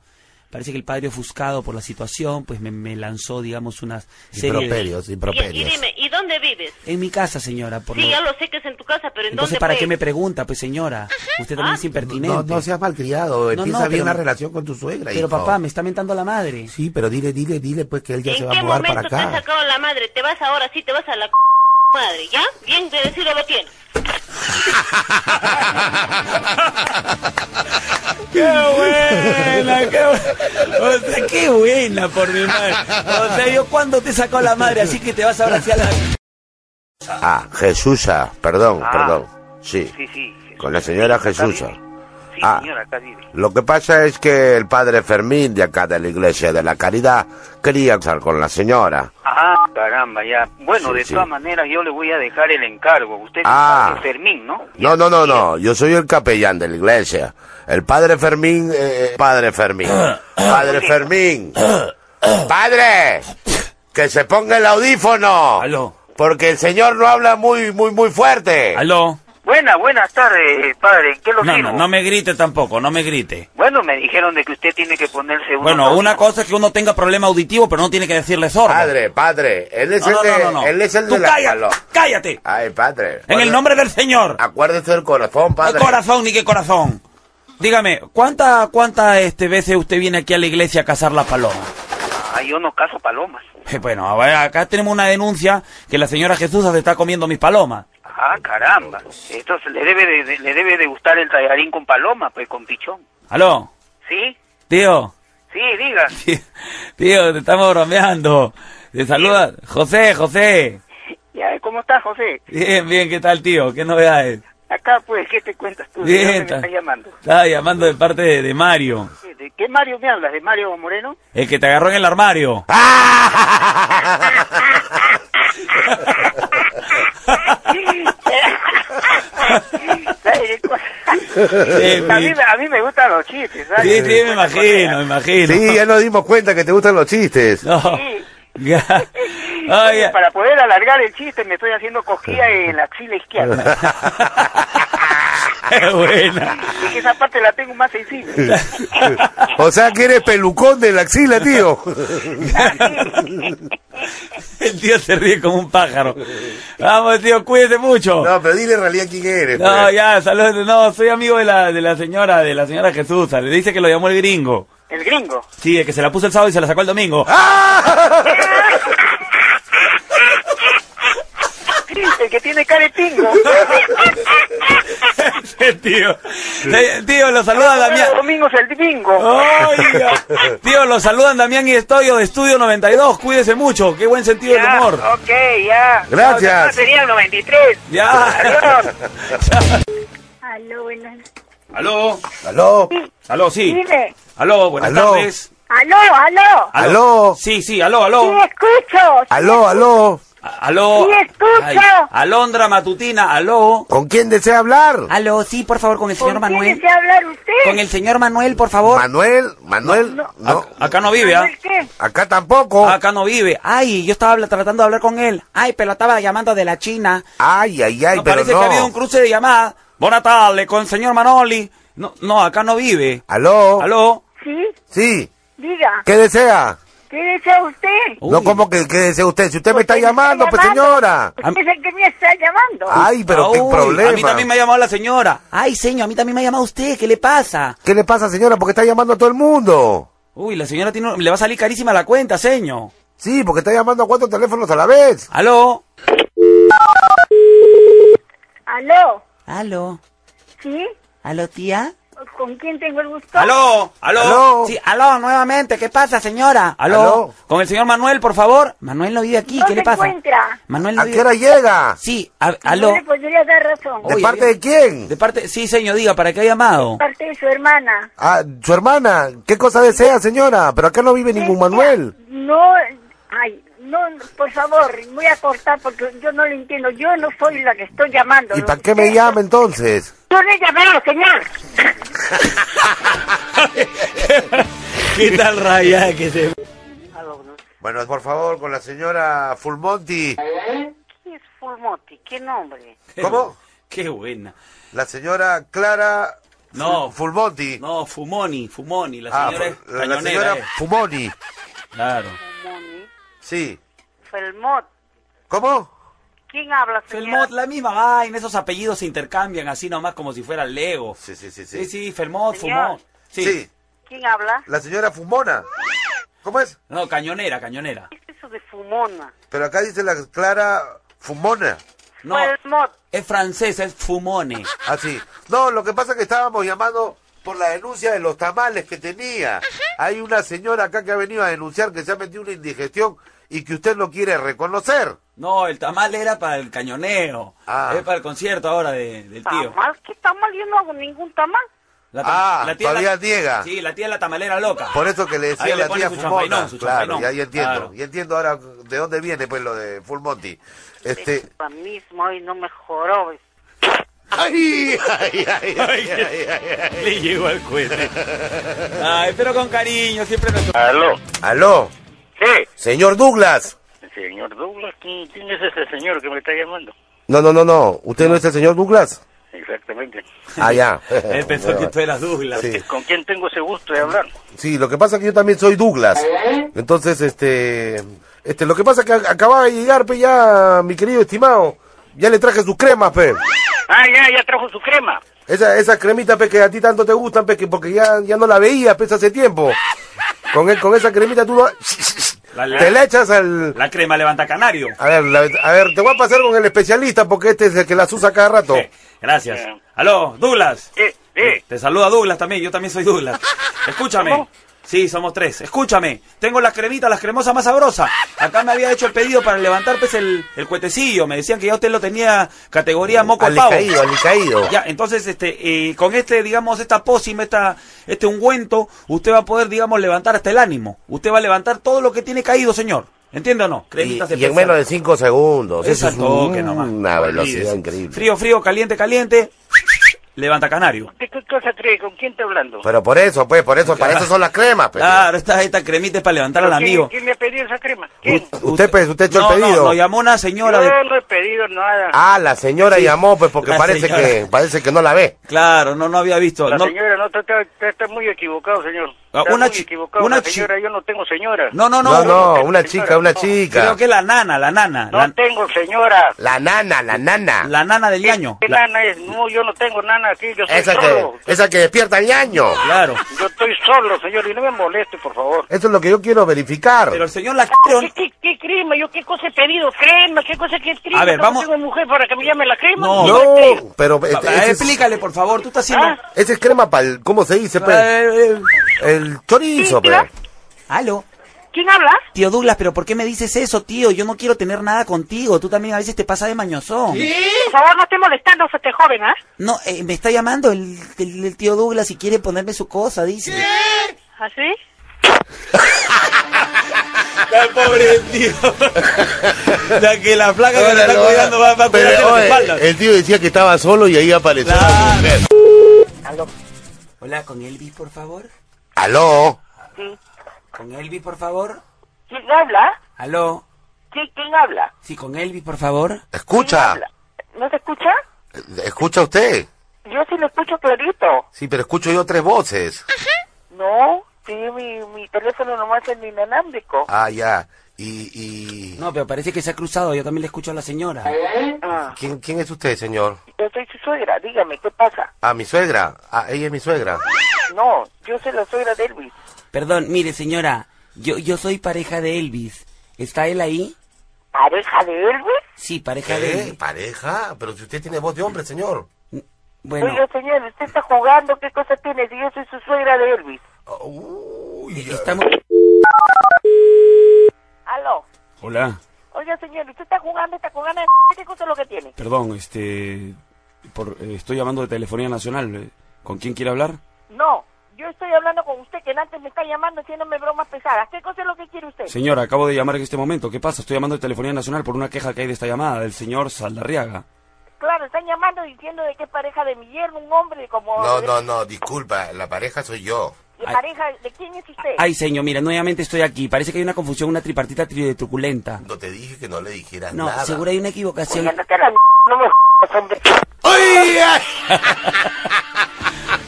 Speaker 8: Parece que el padre ofuscado por la situación, pues me, me lanzó, digamos, unas serie de-
Speaker 56: Improperios,
Speaker 6: Ya, y dime, ¿y dónde vives?
Speaker 8: En mi casa, señora, por
Speaker 6: Sí,
Speaker 8: lo-
Speaker 6: ya lo sé que es en tu casa, pero ¿en
Speaker 8: Entonces,
Speaker 6: dónde
Speaker 8: ¿para
Speaker 6: fue?
Speaker 8: qué me pregunta, pues señora? Usted también es impertinente.
Speaker 56: No, no seas malcriado, empieza bien
Speaker 8: pero-
Speaker 56: la relación con tu suegra.
Speaker 8: Pero
Speaker 56: hijo.
Speaker 8: papá, me está mentando la madre.
Speaker 56: Sí, pero dile, dile, dile, pues que él ya se va
Speaker 6: ¿En
Speaker 56: a
Speaker 6: qué
Speaker 56: mudar para
Speaker 6: momento te has
Speaker 56: acá.
Speaker 6: sacado la madre? Te vas ahora, sí, te vas a la c madre, ¿ya? Bien de decirlo lo tienes.
Speaker 57: ¡Qué buena! ¡Qué
Speaker 2: (laughs)
Speaker 57: buena! O sea, qué buena por mi madre.
Speaker 8: O sea, yo cuando te sacó la madre, así que te vas ahora hacia la...
Speaker 3: Ah, Jesusa, perdón,
Speaker 4: Ah.
Speaker 3: perdón. Sí,
Speaker 4: Sí, sí.
Speaker 3: con la señora Jesusa.
Speaker 4: Sí,
Speaker 3: Ah.
Speaker 4: señora, acá vive.
Speaker 3: Lo que pasa es que el padre Fermín de acá de la Iglesia de la Caridad quería estar con la señora.
Speaker 4: Ah, caramba, ya. Bueno,
Speaker 3: Sí,
Speaker 4: de
Speaker 3: sí.
Speaker 4: todas maneras, yo le voy a dejar el encargo. Usted es
Speaker 3: Ah.
Speaker 4: el padre Fermín, ¿no?
Speaker 3: No, no, no, no, yo soy el capellán de la iglesia. El padre Fermín, eh, padre Fermín, padre Fermín, padre, que se ponga el audífono. Porque el señor no habla muy, muy, muy fuerte.
Speaker 2: Aló.
Speaker 4: Buenas, buenas tardes, eh, padre. ¿En qué lo
Speaker 2: No,
Speaker 4: sirvo?
Speaker 2: no, no me grite tampoco, no me grite.
Speaker 4: Bueno, me dijeron de que usted tiene que ponerse uno
Speaker 2: Bueno,
Speaker 4: más.
Speaker 2: una cosa es que uno tenga problema auditivo, pero no tiene que decirle sordo.
Speaker 3: Padre, padre, él es
Speaker 2: No,
Speaker 3: el
Speaker 2: no,
Speaker 3: de,
Speaker 2: no, no, no.
Speaker 3: él es el
Speaker 2: Tú
Speaker 3: de la
Speaker 2: calla,
Speaker 3: palo-
Speaker 2: cállate.
Speaker 3: Ay, padre.
Speaker 2: En el nombre del Señor.
Speaker 3: Acuérdese del corazón, padre.
Speaker 2: ¿Qué corazón ni qué corazón? Dígame, ¿cuánta, cuánta este, veces usted viene aquí a la iglesia a cazar las palomas? (laughs)
Speaker 4: Ah, yo no caso palomas.
Speaker 2: Eh, Bueno, a ver, acá tenemos una denuncia que la señora Jesús se está comiendo mis palomas.
Speaker 4: Ah, caramba. Entonces le debe de, de- le debe de gustar el tallarín con paloma, pues con pichón.
Speaker 2: Aló,
Speaker 4: ¿Sí?
Speaker 2: tío,
Speaker 4: Sí, diga.
Speaker 2: tío, te estamos bromeando. Te saluda José, José.
Speaker 1: Ya, ¿cómo estás, José?
Speaker 2: Bien, bien, ¿qué tal, tío? ¿Qué novedades?
Speaker 1: Acá, pues, ¿qué te cuentas tú?
Speaker 2: Bien,
Speaker 1: ¿De dónde
Speaker 2: está-
Speaker 1: me estás llamando?
Speaker 2: Estaba llamando de parte de, de Mario,
Speaker 1: ¿De qué Mario me hablas? ¿De Mario
Speaker 2: (laughs)
Speaker 1: Moreno?
Speaker 2: el que te agarró en el armario.
Speaker 3: Ah.
Speaker 1: ¿Sabes qué cosa?
Speaker 2: Sí,
Speaker 1: a,
Speaker 2: mi-
Speaker 1: mí, me- a mí me gustan los chistes, ¿sabes?
Speaker 2: Sí, sí, me imagino, me imagino.
Speaker 58: Sí, ya nos dimos cuenta que te gustan los chistes. (laughs)
Speaker 2: Ay,
Speaker 1: Para poder alargar el chiste me estoy haciendo cosquilla en la axila izquierda.
Speaker 2: (laughs) Qué buena.
Speaker 1: Es que esa parte la tengo más sensible.
Speaker 58: o sea que eres pelucón de la axila, tío.
Speaker 2: El (laughs) tío se ríe como un pájaro. Vamos, tío, cuídese mucho. No,
Speaker 3: pero dile en realidad quién
Speaker 2: (laughs)
Speaker 3: eres. pues.
Speaker 2: No, ya, saludos. No, soy amigo de la, de la señora, de la señora Jesús. Le dice que lo llamó el gringo.
Speaker 1: El gringo.
Speaker 2: Sí, el que se la puso el sábado y se la sacó el domingo. (laughs) ¡Ah!
Speaker 1: El que tiene caretingo.
Speaker 2: Ese tío. Eh, Tío, lo saluda Damián.
Speaker 1: domingo es el bingo.
Speaker 2: Oiga. (laughs) Tío, lo saludan Damián y Estoyo de Estudio 92. Cuídese mucho. Qué buen sentido del humor.
Speaker 1: Ok, ya.
Speaker 2: Gracias.
Speaker 1: No, sería el 93.
Speaker 2: Ya.
Speaker 59: Aló, buenas.
Speaker 2: Aló. (laughs) Aló. Aló, sí.
Speaker 59: Dime.
Speaker 2: Aló, buenas
Speaker 59: Aló.
Speaker 2: tardes.
Speaker 59: Aló, aló.
Speaker 2: Aló. Sí, sí, aló,
Speaker 59: Sí,
Speaker 2: aló.
Speaker 59: escucho.
Speaker 58: Aló, aló.
Speaker 2: Aló.
Speaker 59: Sí, escucho.
Speaker 2: Alondra Matutina, aló.
Speaker 58: ¿Con quién desea hablar?
Speaker 8: Aló, sí, por favor, con el señor Manuel.
Speaker 59: ¿Quiere hablar usted?
Speaker 8: Con el señor Manuel, por favor.
Speaker 58: Manuel, Manuel.
Speaker 2: A- acá no vive, ¿ah?
Speaker 59: ¿Qué?
Speaker 58: Acá tampoco.
Speaker 2: Acá no vive.
Speaker 8: Ay, yo estaba habla- tratando de hablar con él. Ay, pero estaba llamando de la China.
Speaker 58: Ay, ay, ay,
Speaker 2: No,
Speaker 58: pero
Speaker 2: parece que ha habido un
Speaker 58: no.
Speaker 2: cruce de llamadas. Buenas tardes, con el señor Manoli. No, no, acá no vive.
Speaker 58: Aló.
Speaker 2: Aló.
Speaker 59: Sí,
Speaker 58: Sí.
Speaker 59: diga.
Speaker 58: ¿Qué desea?
Speaker 59: ¿Qué desea usted?
Speaker 58: No, ¿cómo que qué desea usted? Si usted me está llamando, pues señora.
Speaker 59: Usted es el que me está llamando.
Speaker 58: Ay, pero
Speaker 2: Ah,
Speaker 58: qué
Speaker 8: Uy,
Speaker 58: problema.
Speaker 8: a mí también
Speaker 2: me ha llamado la señora.
Speaker 8: Ay, señor, a mí también me ha llamado usted. ¿Qué le pasa?
Speaker 58: ¿Qué le pasa, señora? Porque está llamando a todo el mundo.
Speaker 2: Uy, la señora tiene, le va a salir carísima la cuenta, señor.
Speaker 3: Sí, porque está llamando a cuatro teléfonos a la vez.
Speaker 2: ¿Aló?
Speaker 1: ¿Aló?
Speaker 60: ¿Aló?
Speaker 1: ¿Sí?
Speaker 60: ¿Aló, tía?
Speaker 1: ¿Con quién tengo el gusto?
Speaker 2: ¿Aló? ¿Aló?
Speaker 60: ¿Aló? Sí, aló, nuevamente. ¿Qué pasa, señora?
Speaker 2: ¿Aló? Con el señor Manuel, por favor. Manuel no vive aquí,
Speaker 1: ¿No
Speaker 2: ¿qué le
Speaker 1: se
Speaker 2: pasa?
Speaker 1: encuentra?
Speaker 2: Manuel
Speaker 3: ¿A qué hora llega?
Speaker 2: Sí, a- aló.
Speaker 1: No le podría dar razón.
Speaker 2: Oye, eh,
Speaker 3: de quién?
Speaker 2: De parte, sí, señor, diga, ¿para qué ha llamado?
Speaker 1: Parte de su hermana.
Speaker 3: Ah, su hermana, ¿qué cosa desea, señora? Pero acá no vive ningún Manuel.
Speaker 1: No, ay, no, no, por favor, voy a cortar porque yo no lo entiendo. Yo no soy la que estoy llamando.
Speaker 3: ¿Y para qué me llama entonces?
Speaker 1: Yo le llamé al
Speaker 58: (laughs)
Speaker 1: señor.
Speaker 2: (laughs) ¿Qué tal raya que se...
Speaker 3: Bueno, por favor, con la señora Fulmonti.
Speaker 1: ¿Qué es Fulmoti? ¿Qué nombre?
Speaker 3: ¿Cómo?
Speaker 2: (laughs) Qué buena.
Speaker 3: La señora Clara...
Speaker 2: No.
Speaker 3: Fulmonti.
Speaker 2: No, Fumoni, Fumoni, la
Speaker 3: Ah,
Speaker 2: señora
Speaker 3: fu-
Speaker 2: es
Speaker 3: la, la
Speaker 2: cañonera,
Speaker 3: señora
Speaker 2: eh.
Speaker 3: Fumoni.
Speaker 2: Claro.
Speaker 3: Sí.
Speaker 1: Felmot.
Speaker 3: ¿Cómo?
Speaker 1: ¿Quién habla,
Speaker 2: Felmot, la misma vaina, esos apellidos se intercambian así nomás como si fuera Lego.
Speaker 3: Sí, sí, sí.
Speaker 2: Sí, sí, Felmot,
Speaker 1: Señor.
Speaker 2: Fumot. Sí.
Speaker 1: ¿Quién habla?
Speaker 3: La señora Fumona. ¿Cómo es?
Speaker 2: No, cañonera, cañonera.
Speaker 1: Eso de Fumona.
Speaker 3: Pero acá dice la Clara Fumona.
Speaker 2: No, es francesa, es Fumone.
Speaker 3: Así. Ah, No, lo que pasa es que estábamos llamando por la denuncia de los tamales que tenía. Hay una señora acá que ha venido a denunciar que se ha metido una indigestión y que usted no quiere reconocer.
Speaker 2: No, el tamal era para el cañoneo.
Speaker 3: Ah.
Speaker 2: Es para el concierto ahora de- del tío.
Speaker 1: ¿Tamal? ¿Qué tamal? Yo no hago ningún tamal.
Speaker 2: La
Speaker 3: Ah, todavía
Speaker 2: la-
Speaker 3: niega.
Speaker 2: Sí, la tía la tamalera loca.
Speaker 3: Por eso que le decía
Speaker 2: Ahí le
Speaker 3: la
Speaker 2: pone
Speaker 3: tía
Speaker 2: su
Speaker 3: Fumona.
Speaker 2: champainón, su
Speaker 3: Claro,
Speaker 2: champainón.
Speaker 3: ya, ya entiendo.
Speaker 2: Claro.
Speaker 3: Ya entiendo ahora de dónde viene pues lo de Full Monty. Este,
Speaker 1: Lo mismo, hoy no mejoró.
Speaker 3: ¡Ay, ay,
Speaker 2: (laughs)
Speaker 3: ay! (laughs) ay, ay,
Speaker 2: Le llegó al cohete. Ay, pero con cariño, siempre nuestro...
Speaker 9: Aló.
Speaker 3: Aló.
Speaker 9: Sí.
Speaker 3: Señor Douglas.
Speaker 9: Señor Douglas, ¿quién, quién es este señor que me está llamando?
Speaker 3: No, no, no, no. ¿Usted no es el señor Douglas?
Speaker 9: Exactamente.
Speaker 3: Ah, ya.
Speaker 2: Él pensó que tú eras Douglas.
Speaker 3: Sí.
Speaker 9: ¿Con quién tengo ese gusto de hablar?
Speaker 3: Sí, lo que pasa es que yo también soy Douglas. Entonces, este, este, lo que pasa es que ac- acababa de llegar, pe, ya, mi querido estimado. Ya le traje sus cremas, pe.
Speaker 9: Ah, ya, ya trajo su crema.
Speaker 3: Esa, esas cremitas, pe, que a ti tanto te gustan, pe, que porque ya, ya no la veías, pe, hace tiempo. Con, e- con esa cremita tú no-
Speaker 2: La-
Speaker 3: (laughs)
Speaker 2: la-
Speaker 3: te la echas al...
Speaker 2: La crema levanta canario.
Speaker 3: A ver, la- a ver, te voy a pasar con el especialista porque este es el que las usa cada rato.
Speaker 2: Gracias. Aló, Douglas. Eh,
Speaker 9: Sí, sí.
Speaker 2: Te saluda Douglas también, yo también soy
Speaker 9: (laughs)
Speaker 2: Douglas. Escúchame. Sí, somos tres. Escúchame, tengo las cremitas, las cremosas más sabrosas. Acá me había hecho el pedido para levantar pues, el, el cuetecillo. Me decían que ya usted lo tenía categoría moco de pavo.
Speaker 3: Alicaído, alicaído.
Speaker 2: Ya, entonces, este, eh, con este, digamos, esta pócima, esta, este ungüento, usted va a poder, digamos, levantar hasta el ánimo. Usted va a levantar todo lo que tiene caído, señor. ¿Entiende o no?
Speaker 3: Y,
Speaker 2: Cremitas
Speaker 3: y en menos de 5 segundos.
Speaker 2: Es
Speaker 3: Eso es
Speaker 2: al toque
Speaker 3: un-
Speaker 2: nomás.
Speaker 3: una velocidad
Speaker 2: Olvídese.
Speaker 3: increíble.
Speaker 2: Frío, frío, caliente, caliente. Levanta canario.
Speaker 9: ¿De qué cosa cree? ¿Con quién está hablando?
Speaker 3: Pero por eso, pues, por eso, para eso son las cremas, pues. pe.
Speaker 2: Claro, esta, esta cremita es para levantar al
Speaker 9: ¿Pero quién-
Speaker 2: amigo.
Speaker 9: ¿Quién le ha pedido esa crema?
Speaker 3: U- Usted, pues, usted echó
Speaker 2: No,
Speaker 3: el pedido.
Speaker 2: no, nos llamó una señora de...
Speaker 9: Yo no he pedido nada.
Speaker 3: Ah, la señora
Speaker 2: Sí.
Speaker 3: llamó, pues, porque
Speaker 2: La
Speaker 3: parece
Speaker 2: señora.
Speaker 3: que parece que no la ve.
Speaker 2: Claro, no, no había visto.
Speaker 9: La
Speaker 2: no,
Speaker 9: señora, no, está, está- está muy equivocado, señor.
Speaker 2: Ah,
Speaker 9: Está
Speaker 2: una
Speaker 9: muy
Speaker 2: chi-
Speaker 9: equivocado.
Speaker 2: una
Speaker 9: la
Speaker 2: chi-
Speaker 9: señora, yo no tengo señora.
Speaker 2: no, no, no.
Speaker 3: No, no, una chica, una chica.
Speaker 2: Creo que la nana, la nana.
Speaker 9: No
Speaker 2: la,
Speaker 9: tengo señora.
Speaker 3: La nana, la nana.
Speaker 2: la nana del ñaño.
Speaker 9: ¿Qué
Speaker 2: La-
Speaker 9: nana es? No, yo no tengo nana aquí, yo soy
Speaker 3: Esa que,
Speaker 9: solo.
Speaker 3: esa que despierta el ñaño.
Speaker 2: Claro.
Speaker 9: Yo estoy solo, señor, y no me moleste, por favor.
Speaker 3: Eso es lo que yo quiero verificar.
Speaker 2: Pero el señor la
Speaker 9: Ah, ¿Qué, qué, qué crema? ¿Yo qué cosa he pedido? ¿Crema? ¿Qué cosa que es crema?
Speaker 2: A ver,
Speaker 9: ¿Tampoco
Speaker 2: vamos-
Speaker 9: tengo mujer para que me llame la crema?
Speaker 2: No. Ah,
Speaker 3: No, pero
Speaker 2: Pa-
Speaker 3: este-
Speaker 2: pa-
Speaker 3: ese, es,
Speaker 2: explícale, por favor, tú estás haciendo...
Speaker 9: Ah.
Speaker 3: ese es crema para el, ¿cómo se dice, pues? pe?
Speaker 2: Eh, eh,
Speaker 3: El chorizo, pe.
Speaker 60: Aló.
Speaker 1: ¿Quién habla?
Speaker 60: Tío Douglas, pero ¿por qué me dices eso, tío? Yo no quiero tener nada contigo. Tú también a veces te pasa de mañosón.
Speaker 1: Por favor, no esté molestando a este joven, ¿ah?
Speaker 60: No, eh, me está llamando el, el- el tío Douglas y quiere ponerme su cosa, dice.
Speaker 2: (laughs)
Speaker 1: ¿Así?
Speaker 2: La pobre tío. La que la flaca que la está cuidando va, va a
Speaker 3: Pero,
Speaker 2: cuidarse las
Speaker 3: oye,
Speaker 2: espaldas.
Speaker 3: el tío decía que estaba solo y ahí apareció la mujer.
Speaker 60: Hola, con Elvis, por favor.
Speaker 3: Aló.
Speaker 60: Con Elvis, por favor.
Speaker 1: ¿Quién habla?
Speaker 60: Aló.
Speaker 1: ¿Qui- ¿Quién habla?
Speaker 60: Sí, con Elvis, por favor.
Speaker 3: Escucha,
Speaker 1: ¿No se escucha?
Speaker 3: escucha usted.
Speaker 1: Yo sí lo escucho clarito.
Speaker 3: Sí, pero escucho yo tres voces.
Speaker 1: No, sí, mi, mi teléfono nomás es inalámbrico.
Speaker 3: Ah, ya. Y, y...
Speaker 61: No, pero parece que se ha cruzado. Yo también le escucho a la señora.
Speaker 1: Ah,
Speaker 3: ¿Quién, quién es usted, señor?
Speaker 1: yo soy su suegra, dígame, ¿qué pasa?
Speaker 3: Ah, mi suegra. Ah, ella es mi suegra.
Speaker 1: No, yo soy la suegra de Elvis.
Speaker 61: Perdón, mire, señora. Yo, yo soy pareja de Elvis. ¿Está él ahí?
Speaker 1: ¿Pareja de Elvis?
Speaker 61: Sí, pareja de
Speaker 3: ¿Qué?
Speaker 61: Elvis.
Speaker 3: ¿Pareja? Pero si usted tiene voz de hombre, señor.
Speaker 61: Bueno,
Speaker 1: Oiga, señor, usted está jugando, ¿qué cosa tiene? Si yo soy su suegra de Elvis.
Speaker 61: estamos...
Speaker 1: Aló.
Speaker 2: Hola.
Speaker 1: Oiga, señor, usted está jugando, está con ganas de... (laughs) ¿Qué cosa es lo que tiene?
Speaker 2: Perdón, este... por- eh, estoy llamando de Telefonía Nacional. eh, ¿Con quién quiere hablar?
Speaker 1: No, yo estoy hablando con usted, que antes me está llamando haciéndome bromas pesadas. ¿Qué cosa es lo que quiere usted?
Speaker 2: Señora, acabo de llamar en este momento. ¿Qué pasa? Estoy llamando de Telefonía Nacional por una queja que hay de esta llamada del señor Saldarriaga.
Speaker 1: Claro, están llamando diciendo de qué pareja de mi yerno, un hombre como...
Speaker 3: No, no, no, disculpa. La pareja soy yo.
Speaker 1: ¿De pareja? ¿De quién es usted?
Speaker 61: Ay, señor, mira, nuevamente estoy aquí. Parece que hay una confusión, una tripartita tri- truculenta.
Speaker 3: No te dije que no le dijeras
Speaker 61: No,
Speaker 3: nada.
Speaker 61: seguro hay una equivocación.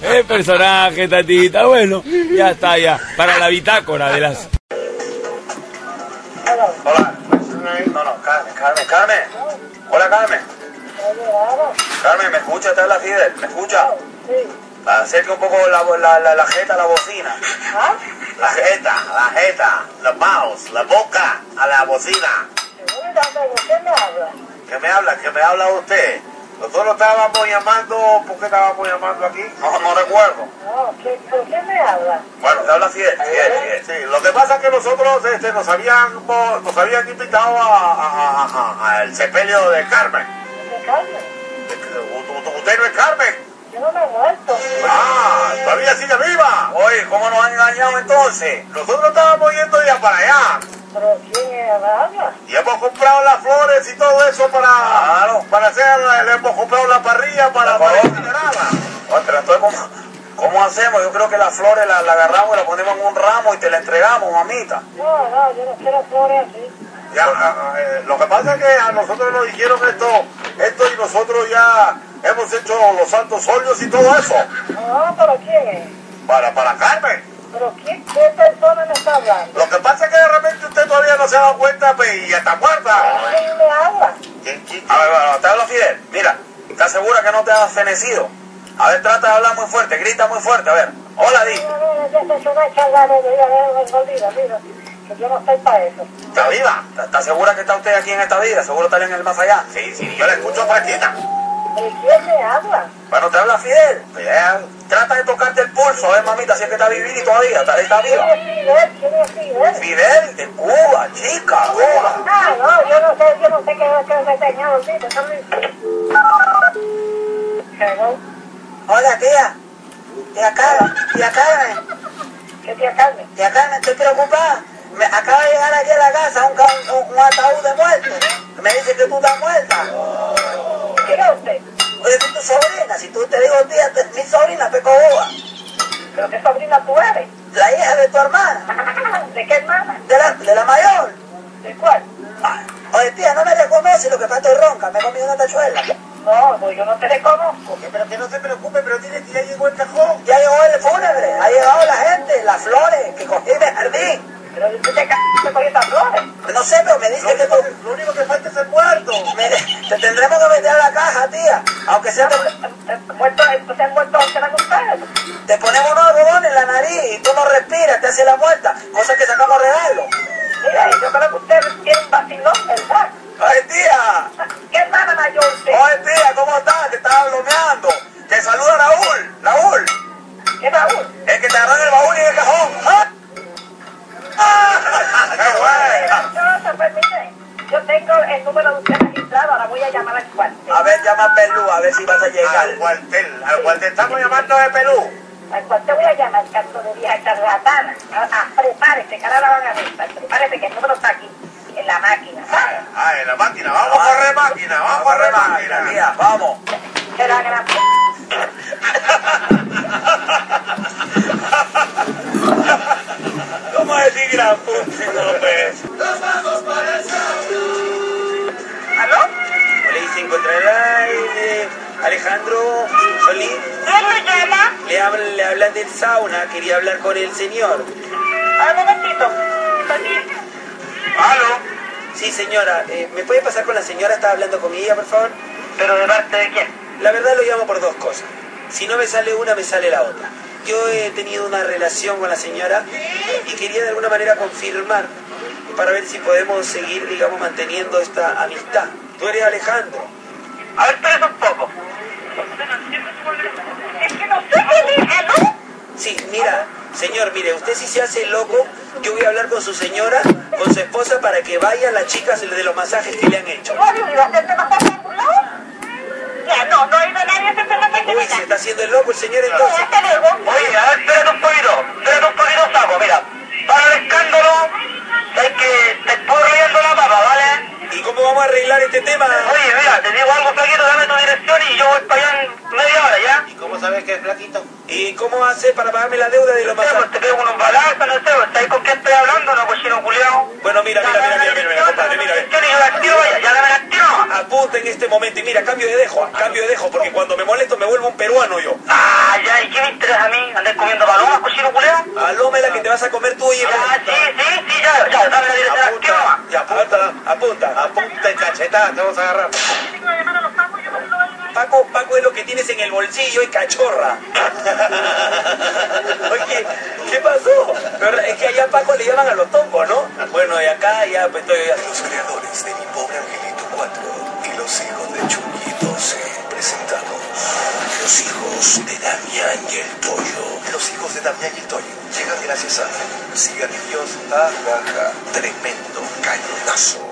Speaker 62: ¡Eh, personaje, tatita! Bueno, ya está, ya. Para la bitácora de las...
Speaker 4: Hola. No, no, Carmen, Carmen, Carmen. Hola, Carmen.
Speaker 1: ¿Ah?
Speaker 4: Carmen, ¿me escucha? Te habla Fidel. ¿Me escucha? Acerca un poco la, bo- la, la, la jeta a la bocina. La jeta, la jeta, la mouse, la boca a la bocina. ¿Qué me habla? ¿Qué me habla usted? Nosotros estábamos llamando, ¿por qué estábamos llamando aquí? No, no recuerdo.
Speaker 1: ¿Por qué me habla?
Speaker 4: Bueno, te habla Fidel, Fidel, Fidel. Sí, lo que pasa es que nosotros este, nos, habían, mo- nos habían invitado a- a- a- a- a- al sepelio de Carmen. ¿De Carmen? ¿Usted no es Carmen?
Speaker 1: Yo no me he muerto.
Speaker 4: ¡Ah! ¡Todavía sigue viva! Oye, ¿cómo nos han engañado entonces? Nosotros estábamos yendo ya para allá.
Speaker 1: ¿Pero quién habla?
Speaker 4: Y hemos comprado las flores y todo eso para... Para hacer... Le hemos comprado la parrilla para... para Otra, estoy como- ¿Cómo hacemos? Yo creo que las flores las la agarramos y las ponemos en un ramo y te las entregamos, mamita.
Speaker 1: No, no, yo no quiero flores así.
Speaker 4: Ya, a- a- eh, lo que pasa es que a nosotros nos dijeron esto, esto y nosotros ya hemos hecho los santos óleos y todo eso.
Speaker 1: No, ¿pero quién es?
Speaker 4: Para, para Carmen.
Speaker 1: ¿Pero quién, qué persona me está hablando?
Speaker 4: Lo que pasa es que de repente usted todavía no se ha dado cuenta pues, y ya está muerta.
Speaker 1: ¿Quién me habla?
Speaker 4: ¿Quién- quién- A ver, bueno, te hablo Fidel. Mira, ¿estás segura que no te has fenecido? A ver, trata de hablar muy fuerte, grita muy fuerte, a ver. Hola, Di.
Speaker 1: Mira, mira, ya se echó una charla, mira, mira, maldita, mira, que yo no estoy para eso.
Speaker 4: ¿Está viva? ¿Está- ¿Está segura que está usted aquí en esta vida? ¿Seguro está en el más allá? Sí, sí, yo la escucho fresquita.
Speaker 1: ¿De quién me habla?
Speaker 4: Bueno, te habla Fidel. Ya, Trata de tocarte el pulso, a ver, mamita, si es que está vivir y todavía, está, está viva.
Speaker 1: ¿Quién es Fidel?
Speaker 4: Fidel de Cuba, chica, Cuba.
Speaker 1: Ah, no, yo no sé, yo no sé qué qué es ese señor, sí, pero también. Hello.
Speaker 8: Hola, tía. Tía Carmen. Tía Carmen.
Speaker 1: ¿Qué tía Carmen?
Speaker 8: Tía Carmen, estoy preocupada. Me acaba de llegar aquí a la casa un, ca- un- un ataúd de muerte. Me dice que tú estás muerta.
Speaker 1: ¿Quién es usted?
Speaker 8: Oye, que tu sobrina. Si tú te digo tía, te- mi sobrina te coboba.
Speaker 1: ¿Pero qué sobrina tú eres?
Speaker 8: La hija de tu hermana.
Speaker 1: ¿De qué hermana?
Speaker 8: De la, de la mayor.
Speaker 1: ¿De cuál?
Speaker 8: Oye, tía, no me reconoces lo que pasa estoy ronca. Me he comido una tachuela.
Speaker 1: No, pues yo no te reconozco.
Speaker 8: Pero que no se preocupe, pero tiene que ya llegó el cajón. Ya llegó el fúnebre. Ha llegado la gente, las flores que cogí del jardín.
Speaker 1: Pero yo te c***** con estas flores.
Speaker 8: No sé, pero me dice que tú-
Speaker 4: Lo único que falta es el muerto.
Speaker 8: Me- (laughs) te tendremos que meter a la caja, tía. Aunque sea te...
Speaker 1: Muerto, pues han muerto que la gustar.
Speaker 8: te ponemos unos algodones en la nariz y tú no respiras, te hace la muerta. Cosa que sacamos regalo.
Speaker 1: Mira, yo creo que usted tiene un vacilón, ¿verdad?
Speaker 4: ¡Ay, tía!
Speaker 1: ¿Qué hermana mayor usted?
Speaker 4: ¡Oye, tía!
Speaker 1: (laughs)
Speaker 4: ¿Cómo estás? Te estaba bromeando. Te saluda Raúl. Raúl.
Speaker 1: ¿Qué Raúl?
Speaker 4: El que te agarró en el baúl y en el cajón. ¡Ah! ¡Ah! ¡Qué buena!
Speaker 1: Yo no te permite. pues, Yo tengo el número de usted registrado, ahora voy a llamar al cuartel.
Speaker 4: A ver, llama a Perú, a ver si vas a llegar. Al cuartel, al cuartel. Estamos llamando de Perú.
Speaker 1: Al cuartel voy a llamar, canto de vieja charlatana. Ah, ah, prepárese, que ahora la van a arrestar. Prepárese, que el número está aquí, en la máquina.
Speaker 4: Ah, en la máquina. Vamos a correr máquina, vamos a correr máquina. Tía, vamos.
Speaker 1: Que la gran p-
Speaker 4: ¿Cómo decir gran puta si no lo ves? ¡Nos vamos para el ¿Aló? Feliz encontrará eh, Alejandro Solís. Le habla, le habla del sauna, quería hablar con el señor.
Speaker 1: Ah, un momentito. Solís.
Speaker 4: ¿Aló?
Speaker 8: Sí, señora, eh, ¿me puede pasar con la señora? Estaba hablando con ella, por favor. ¿Pero de parte de quién? La verdad lo llamo por dos cosas. Si no me sale una, me sale la otra. Yo he tenido una relación con la señora y quería de alguna manera confirmar para ver si podemos seguir, digamos, manteniendo esta amistad. Tú eres Alejandro. A ver, espérate un poco. Es que no Sí, mira, señor, mire, usted si se hace loco, yo voy a hablar con su señora, con su esposa, para que vayan las chicas de los masajes que le han hecho.
Speaker 9: Ya, no, no ha ido nadie a hacerte masaje
Speaker 8: Uy, se está haciendo el loco el señor entonces.
Speaker 9: Hasta luego.
Speaker 2: Oye, a ver, espérate un poquito, espérate un poquito, sapo, mira. Para el escándalo, es que te estoy riendo la papa, ¿vale?
Speaker 8: ¿Y cómo vamos a arreglar este tema?
Speaker 2: Oye, mira, te digo algo, flaquito, dame tu dirección y yo voy para allá en media hora, ¿ya?
Speaker 8: ¿Y cómo sabes que es flaquito? ¿Y cómo hace para pagarme la deuda de los masajes?
Speaker 2: Te pego unos balazos, no sé, ¿estáis con quién estoy hablando, no, cochino culiao?
Speaker 8: Bueno, mira, mira, mira, mira, mira, mira, compadre, mira.
Speaker 2: Yo ni yo la activo, ya, ya dame la activo.
Speaker 8: Apunta en este momento y mira, cambio de dejo, ah, cambio de dejo, porque cuando me molesto me vuelvo un peruano yo.
Speaker 2: Ah, ya, ¿y qué me interesa a mí? ¿Andás comiendo pues, palomas, cochino culiao?
Speaker 8: Paloma es la que te vas a comer tú y el...
Speaker 2: Ah, sí, sí, sí, ya, ya, dame la dirección activa.
Speaker 8: Y apunta, apunta, apunta en cachetada, te vamos a agarrar. Paco, Paco es lo que tienes en el bolsillo y cachorra. (laughs) Oye, ¿qué pasó? Pero es que allá Paco le llaman a los tombos, ¿no? Bueno, y acá ya pues estoy...
Speaker 4: Los creadores de Mi Pobre Angelito 4 y Los Hijos de Chucky 12 presentamos Los Hijos de Damián y el Toyo. Los Hijos de Damián y el Toyo llegan gracias a cigarrillos a baja. Tremendo cañonazo.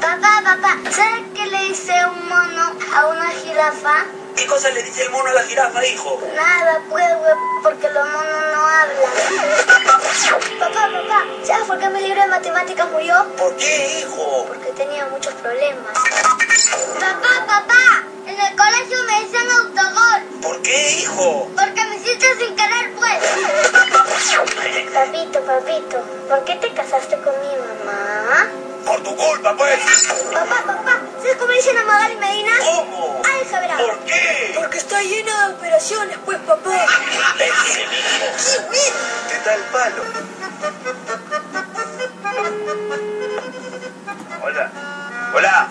Speaker 1: Papá, papá, ¿sabes qué le dice un mono a una jirafa?
Speaker 8: ¿Qué cosa le dice el mono a la jirafa, hijo?
Speaker 1: Nada, pues, güey, porque los monos no hablan. papá, papá, ¿sabes por qué mi libro de matemáticas murió?
Speaker 8: ¿Por qué, hijo?
Speaker 1: Porque tenía muchos problemas. Papá, papá, en el colegio me dicen autogol.
Speaker 8: ¿Por qué, hijo?
Speaker 1: Porque me hiciste sin querer, pues. papito, papito, ¿por qué te casaste con mi mamá?
Speaker 8: Por tu culpa, pues.
Speaker 1: Papá, papá, ¿sabes cómo le dicen a Magali Medina?
Speaker 8: ¿Cómo?
Speaker 1: Álgebra.
Speaker 8: ¿Por qué?
Speaker 1: Porque está llena de operaciones, pues, papá.
Speaker 8: Imbécil, hijo.
Speaker 1: ¡Qué bien!
Speaker 4: Te da el palo.
Speaker 2: Hola.
Speaker 8: Hola,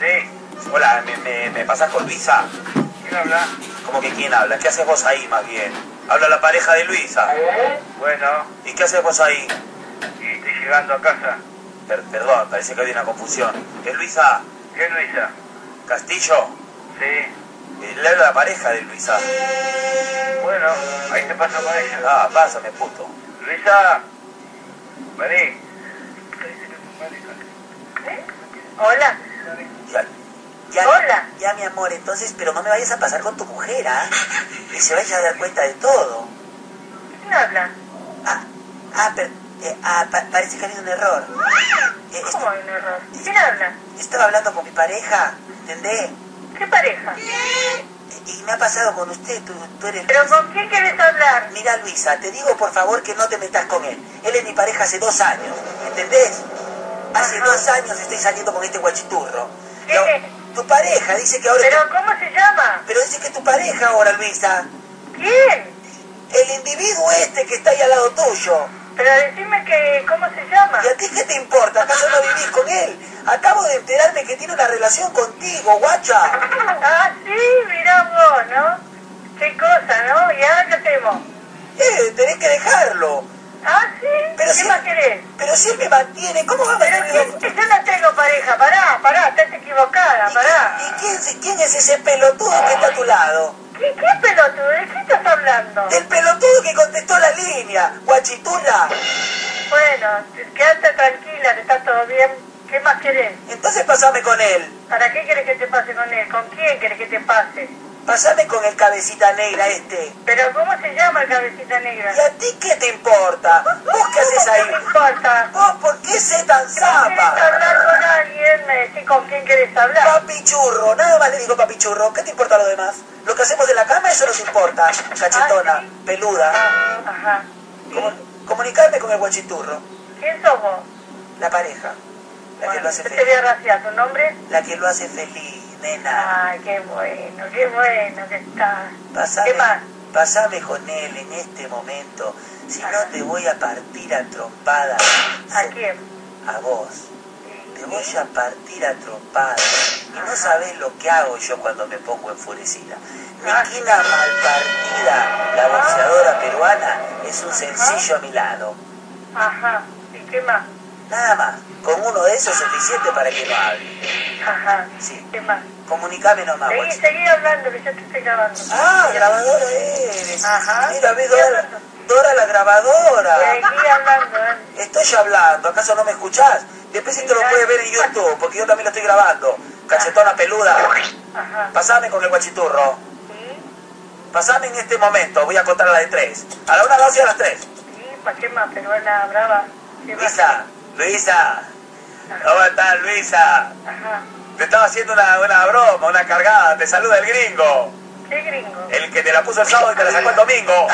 Speaker 2: Sí,
Speaker 8: hola, ¿me, me, me pasas con Luisa?
Speaker 2: ¿quién habla?
Speaker 8: ¿Cómo que quién habla? ¿Qué haces vos ahí, más bien? Habla la pareja de Luisa.
Speaker 2: ¿Eh? Bueno,
Speaker 8: ¿Y qué haces vos ahí?
Speaker 2: y estoy llegando a casa.
Speaker 8: Per- perdón, parece que hay una confusión. ¿Es Luisa
Speaker 2: ¿Qué, Luisa?
Speaker 8: Castillo?
Speaker 2: Sí.
Speaker 8: Eh, Le habla la pareja de Luisa.
Speaker 2: Bueno, ahí te paso para ella.
Speaker 8: Ah, pásame, puto.
Speaker 2: Luisa, vení.
Speaker 8: Hola. Ya, ya-
Speaker 9: Hola.
Speaker 8: Ya, mi amor, entonces, pero no me vayas a pasar con tu mujer, ¿ah? Que se vaya a dar cuenta de todo.
Speaker 9: ¿Quién habla?
Speaker 8: Ah, pero, eh, ah, pa- parece que ha habido un error. Eh,
Speaker 9: ¿Cómo hay un error? ¿Quién habla?
Speaker 8: estaba hablando con mi pareja, ¿entendés?
Speaker 9: ¿Qué pareja?
Speaker 8: Y me ha pasado con usted, tú, tú eres...
Speaker 9: ¿Pero con quién quieres hablar?
Speaker 8: Mira, Luisa, te digo por favor que no te metas con él. Él es mi pareja hace dos años, ¿entendés? Hace dos años estoy saliendo con este guachiturro.
Speaker 9: ¿Quién
Speaker 8: Lo-
Speaker 9: es?
Speaker 8: Tu pareja dice que ahora...
Speaker 9: ¿Pero cómo se llama?
Speaker 8: Pero dice que es tu pareja ahora, Luisa.
Speaker 9: ¿Quién?
Speaker 8: El individuo este que está ahí al lado tuyo.
Speaker 9: Pero decime que, ¿cómo se llama?
Speaker 8: ¿Y a ti qué te importa? ¿Acaso no vivís con él? Acabo de enterarme que tiene una relación contigo, guacha.
Speaker 9: Ah, sí, mirá vos, ¿no? Qué cosa, ¿no? ¿Y ahora qué hacemos?
Speaker 8: Eh, tenés que dejarlo.
Speaker 9: Ah, sí.
Speaker 8: Pero
Speaker 9: ¿Qué
Speaker 8: si-
Speaker 9: más querés?
Speaker 8: Pero si él me mantiene, ¿cómo va a
Speaker 9: Pero
Speaker 8: mantener
Speaker 9: si es que yo no tengo pareja, pará, pará, estás equivocada, pará.
Speaker 8: ¿Y quién, se- quién es ese pelotudo que está a tu lado?
Speaker 9: ¿Qué, qué pelotudo? ¿De qué estás hablando?
Speaker 8: El pelotudo que contestó la línea, guachiturra.
Speaker 9: Bueno, quédate tranquila, que está todo bien. ¿Qué más querés?
Speaker 8: Entonces pasame con él.
Speaker 9: ¿Para qué querés que te pase con él? ¿Con quién querés que te pase?
Speaker 8: Pasame con el cabecita negra este.
Speaker 9: ¿Pero cómo se llama el cabecita negra?
Speaker 8: ¿Y a ti qué te importa? ¿Vos qué haces
Speaker 9: ¿Cómo
Speaker 8: ahí?
Speaker 9: que me importa?
Speaker 8: ¿Vos por qué sé tan
Speaker 9: ¿Querés
Speaker 8: zapa?
Speaker 9: hablar con alguien? Me decís con quién querés hablar.
Speaker 8: Papi churro, nada más le digo papi churro. ¿Qué te importa lo demás? Lo que hacemos de la cama, eso nos importa.
Speaker 9: Ah,
Speaker 8: Cachetona, peluda.
Speaker 9: Ajá.
Speaker 8: Comu- comunicarme con el guachiturro,
Speaker 9: ¿Quién sos vos?
Speaker 8: la pareja. La que lo
Speaker 9: Bueno,
Speaker 8: hace
Speaker 9: yo te voy
Speaker 8: feliz.
Speaker 9: a raciar. ¿Tu nombre?
Speaker 8: La que lo hace feliz, nena.
Speaker 9: Ay, qué bueno, qué bueno que está.
Speaker 8: Pasame,
Speaker 9: ¿Qué más?
Speaker 8: pasame con él en este momento. Si no, te voy a partir a trompada
Speaker 9: ¿A quién?
Speaker 8: a vos.
Speaker 9: ¿Y
Speaker 2: te voy a partir a trompadas. Y no sabes lo que hago yo cuando me pongo enfurecida.
Speaker 8: Ah.
Speaker 2: Miquina Malpartida, la boxeadora peruana, es un sencillo a mi lado.
Speaker 8: Ajá. ¿Y qué más?
Speaker 2: Nada más. Con uno de esos es suficiente para que no hable.
Speaker 8: Ajá.
Speaker 2: Sí.
Speaker 8: ¿Qué más?
Speaker 2: Comunicame nomás,
Speaker 8: Seguí,
Speaker 2: guachín.
Speaker 8: seguí hablando, que yo te estoy grabando.
Speaker 2: Ah, grabadora eres. Mira, ve Dora, Dora la grabadora.
Speaker 8: Seguí hablando, eh.
Speaker 2: Estoy hablando, ¿acaso no me escuchás? Después si te lo puedes ver en YouTube, porque yo también lo estoy grabando. Cachetona peluda. Pasame con el guachiturro. Pasame en este momento, voy a contar a la de tres. A la una, a la dos y a las tres.
Speaker 8: Sí, ¿Para qué más? Peruana brava. ¿Qué más?
Speaker 2: Luisa, Luisa. ¿Cómo estás, Luisa?
Speaker 8: Ajá.
Speaker 2: Te estaba haciendo una, una broma, una cargada. Te saluda el gringo.
Speaker 8: ¿Qué gringo?
Speaker 2: El que te la puso el sábado y te la sacó el (laughs) domingo.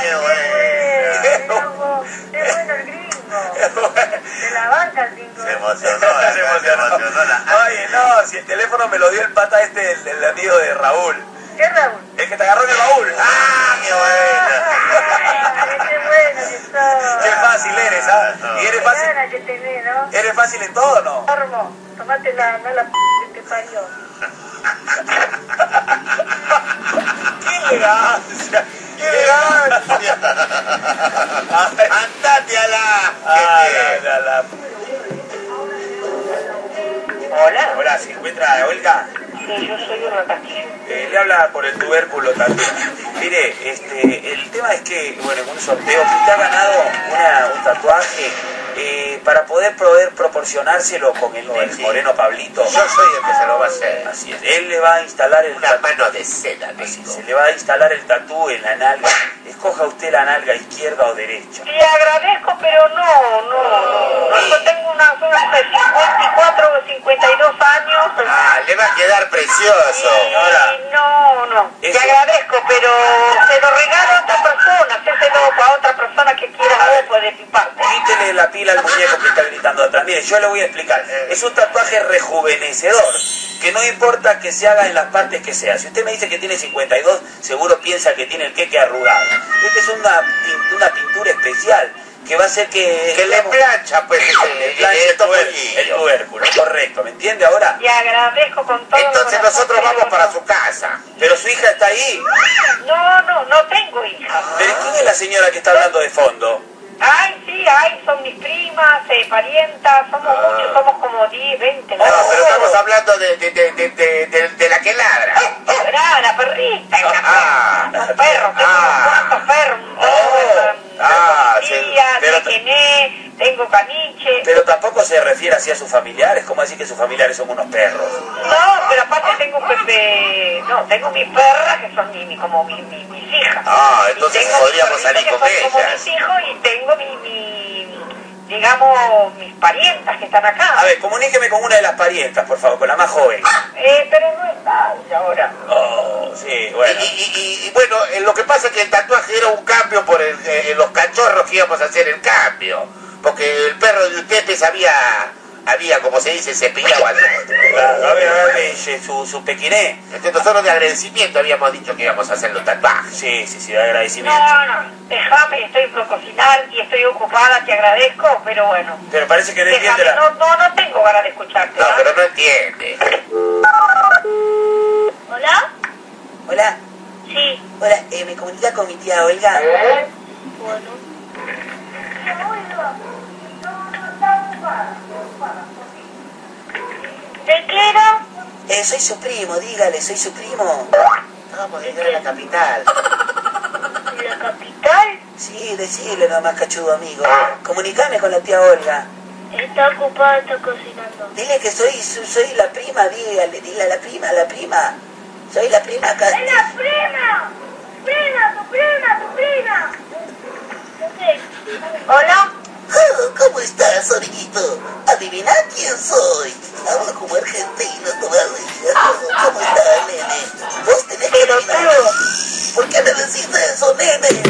Speaker 2: ¡Qué bueno!
Speaker 8: ¡Qué bueno el gringo! De la banca el gringo.
Speaker 2: Se emocionó, (laughs) se emocionó. Oye, no, si el teléfono me lo dio el pata este, el, el amigo de Raúl.
Speaker 8: ¿Qué Raúl?
Speaker 2: El que te agarró en el baúl. ¡Ah, qué bueno!
Speaker 8: ¡Qué bueno que sos!
Speaker 2: ¡Qué fácil eres, ah! Y eres fácil,
Speaker 8: Qué gana que tenés, ¿no?
Speaker 2: eres fácil en todo, ¿no?
Speaker 8: Armo, tomate la, no la p*** que te parió.
Speaker 2: ¡Qué elegancia! ¡Qué elegancia! ¡Andate a la! ¡Andate a la! Hola. Hola, ¿se encuentra Olga?
Speaker 1: Sí, yo soy una castillo.
Speaker 2: Eh, le habla por el tubérculo también. Mire, este, el tema es que, bueno, en un sorteo, que usted ha ganado una- un tatuaje eh, para poder proveer, proporcionárselo con el, el moreno Pablito. Yo soy el que se lo va a hacer. Así es, él le va a instalar el Una mano de seda, Se le va a instalar el tatú en la nalga. Escoja usted la nalga izquierda o derecha.
Speaker 1: Le agradezco, pero no, no, no. no. Yo tengo una zona de 54 o 52 años.
Speaker 3: Ah, le va a quedar precioso.
Speaker 1: Y no, no. Te agradezco, pero se lo regalo a otra persona. Hacéselo a otra persona que quiera
Speaker 2: Ah.
Speaker 1: después de tu parte.
Speaker 2: Quítele la pila al muñeco que está gritando atrás. Mire, yo le voy a explicar. Es un tatuaje rejuvenecedor, que no importa que se haga en las partes que sea. Si usted me dice que tiene 52, seguro piensa que tiene el queque arrugado. Esta es una, pin- una pintura especial que va a hacer que... Que le plancha, pues, le plancha el, tuber- el tubérculo. Correcto, ¿me entiende ahora?
Speaker 1: Te agradezco con todo.
Speaker 2: Entonces nosotros vamos para su casa. Pero su hija está ahí.
Speaker 1: No, no, no tengo hija.
Speaker 2: Pero ¿quién es la señora que está hablando de fondo?
Speaker 1: Ay, sí, ay, son mis primas, eh, parientas, somos
Speaker 56: Ah.
Speaker 1: muchos, somos como 10, 20. No,
Speaker 3: Pero estamos hablando de, de, de, de, de, de- de la que ladra.
Speaker 1: la perrita, esa perra, un perro, tengo cuantos perros, un perro,
Speaker 2: Ah, sí.
Speaker 1: tengo tía,
Speaker 2: Pero-
Speaker 1: tené, tengo caniche,
Speaker 2: Pero tampoco se refiere así a sus familiares. ¿Cómo decir que sus familiares son unos perros?
Speaker 1: no, pero aparte tengo pepe, no, tengo mis perras que son mi- mi- como mi- mi- mis hijas.
Speaker 3: Ah, entonces
Speaker 1: Y tengo
Speaker 3: podríamos
Speaker 1: mis
Speaker 3: salir
Speaker 1: perritas
Speaker 3: con
Speaker 1: que son como
Speaker 3: ellas.
Speaker 1: mis hijos y tengo mi, mi, digamos, mis parientas que están acá.
Speaker 2: A ver, comuníqueme con una de las parientas, por favor, con la más joven.
Speaker 1: Eh, pero no está ella ahora.
Speaker 2: Oh, sí, bueno.
Speaker 3: Y, y- y bueno, eh, lo que pasa es que el tatuaje era un cambio por el- eh, los cachorros que íbamos a hacer el cambio. Porque el perro del Pepe sabía, había, como se dice, cepillado al
Speaker 2: Claro, a ver, a ver, eh, su, su pequiné.
Speaker 3: Entonces nosotros de agradecimiento habíamos dicho que íbamos a hacer los tatuajes.
Speaker 2: Sí, sí, sí, de agradecimiento.
Speaker 1: No, no, déjame, estoy por cocinar y estoy ocupada, te agradezco, pero bueno.
Speaker 2: Pero parece que no entiende
Speaker 1: Déjame,
Speaker 2: la...
Speaker 1: no, no, no tengo ganas de escucharte.
Speaker 3: No, pero no entiende.
Speaker 1: ¿Hola?
Speaker 2: Hola.
Speaker 1: Sí.
Speaker 2: Hola, eh, ¿me comunica con mi tía Olga?
Speaker 1: Bueno. ¿De qué era?
Speaker 2: Eh, soy su primo, dígale, soy su primo.
Speaker 3: No, porque yo era la capital.
Speaker 1: ¿De la capital?
Speaker 2: Sí, decirle nomás, cachudo amigo. Comunicame con la tía Olga.
Speaker 8: Está ocupada, está cocinando.
Speaker 2: Dile que soy, soy la prima, dígale, dile a la prima, a la prima. Soy la prima acá.
Speaker 8: ¡Es la prima! ¡Prima, tu prima, tu prima!
Speaker 1: ¿Hola?
Speaker 2: (laughs) ¿Cómo estás, amiguito? Adivina quién soy. Hablo como argentino todavía. ¿Cómo estás, nene? Vos tenés que adivinar. ¿Por qué me decís eso, nene?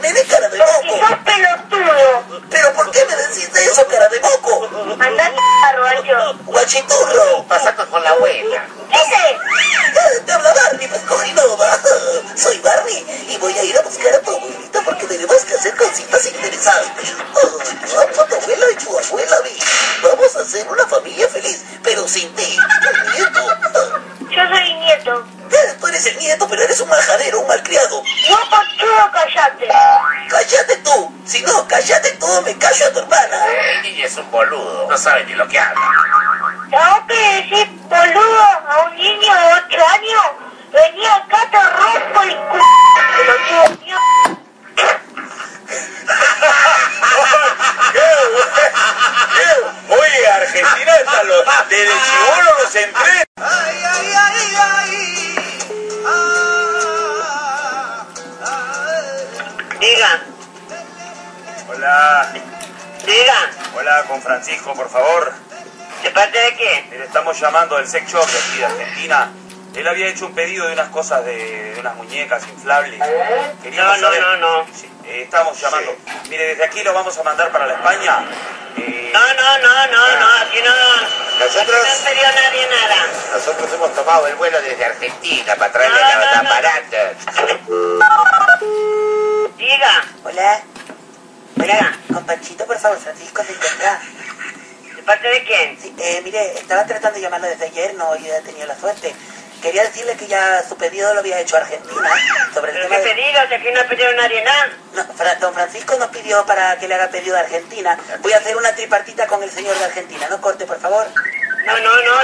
Speaker 2: Nene, cara de moco.
Speaker 1: ¡Sos pelotudo!
Speaker 2: ¿Pero por qué me decís eso, cara de moco?
Speaker 1: ¡Andate a Roacho!
Speaker 2: Guachiturro.
Speaker 3: Pasando con la abuela.
Speaker 1: ¡Ese!
Speaker 2: Te habla Barney, pues Corinova. Soy Barney y voy a ir a buscar a tu abuelita porque tenemos que hacer cositas interesantes. Ay, vamos a tu abuela y tu abuela, vi. Vamos a
Speaker 1: ser nieto, pero eres un majadero, un malcriado. Guapo, tú cállate. Cállate tú. Si no, cállate tú, me callo a tu hermana.
Speaker 3: El niño es un boludo, no sabe ni lo que habla.
Speaker 1: No te decís boludo a un niño de 8 años. Vení acá, te rompo el culo.
Speaker 2: Oye, Argentina hasta los, desde chivolo los entrena.
Speaker 1: Diga,
Speaker 2: Hola,
Speaker 1: diga.
Speaker 2: hola con Francisco, por favor.
Speaker 1: ¿De parte de quién?
Speaker 2: Le estamos llamando del sex shop de aquí de Argentina. Él había hecho un pedido de unas cosas de, de unas muñecas inflables. Queríamos
Speaker 1: No, no,
Speaker 2: saber-
Speaker 1: no, no.
Speaker 2: Sí, eh, estamos llamando. Mire, desde aquí lo vamos a mandar para la España. Eh, Ah.
Speaker 1: No, no, no, no, no, aquí no.
Speaker 3: Nosotros,
Speaker 1: No se dio nadie nada.
Speaker 3: nosotros hemos tomado el vuelo desde Argentina para traerle
Speaker 1: No,
Speaker 3: las
Speaker 1: no,
Speaker 3: tan
Speaker 1: no.
Speaker 3: baratas.
Speaker 1: Diga.
Speaker 8: Hola. Hola, con Panchito, por favor, Francisco, se encuentra.
Speaker 1: ¿De parte de quién?
Speaker 8: Sí, eh, mire, estaba tratando de llamarlo desde ayer, no había tenido la suerte. Quería decirle que ya su pedido lo había hecho Argentina. Sobre el
Speaker 1: ¿Pero
Speaker 8: tema
Speaker 1: qué
Speaker 8: de-
Speaker 1: pedido? Si aquí no ha pedido nadie nada.
Speaker 8: No, Fra- don Francisco nos pidió para que le haga pedido a Argentina. Voy a hacer una tripartita con el señor de Argentina. No corte, por favor.
Speaker 1: No, no, no, no.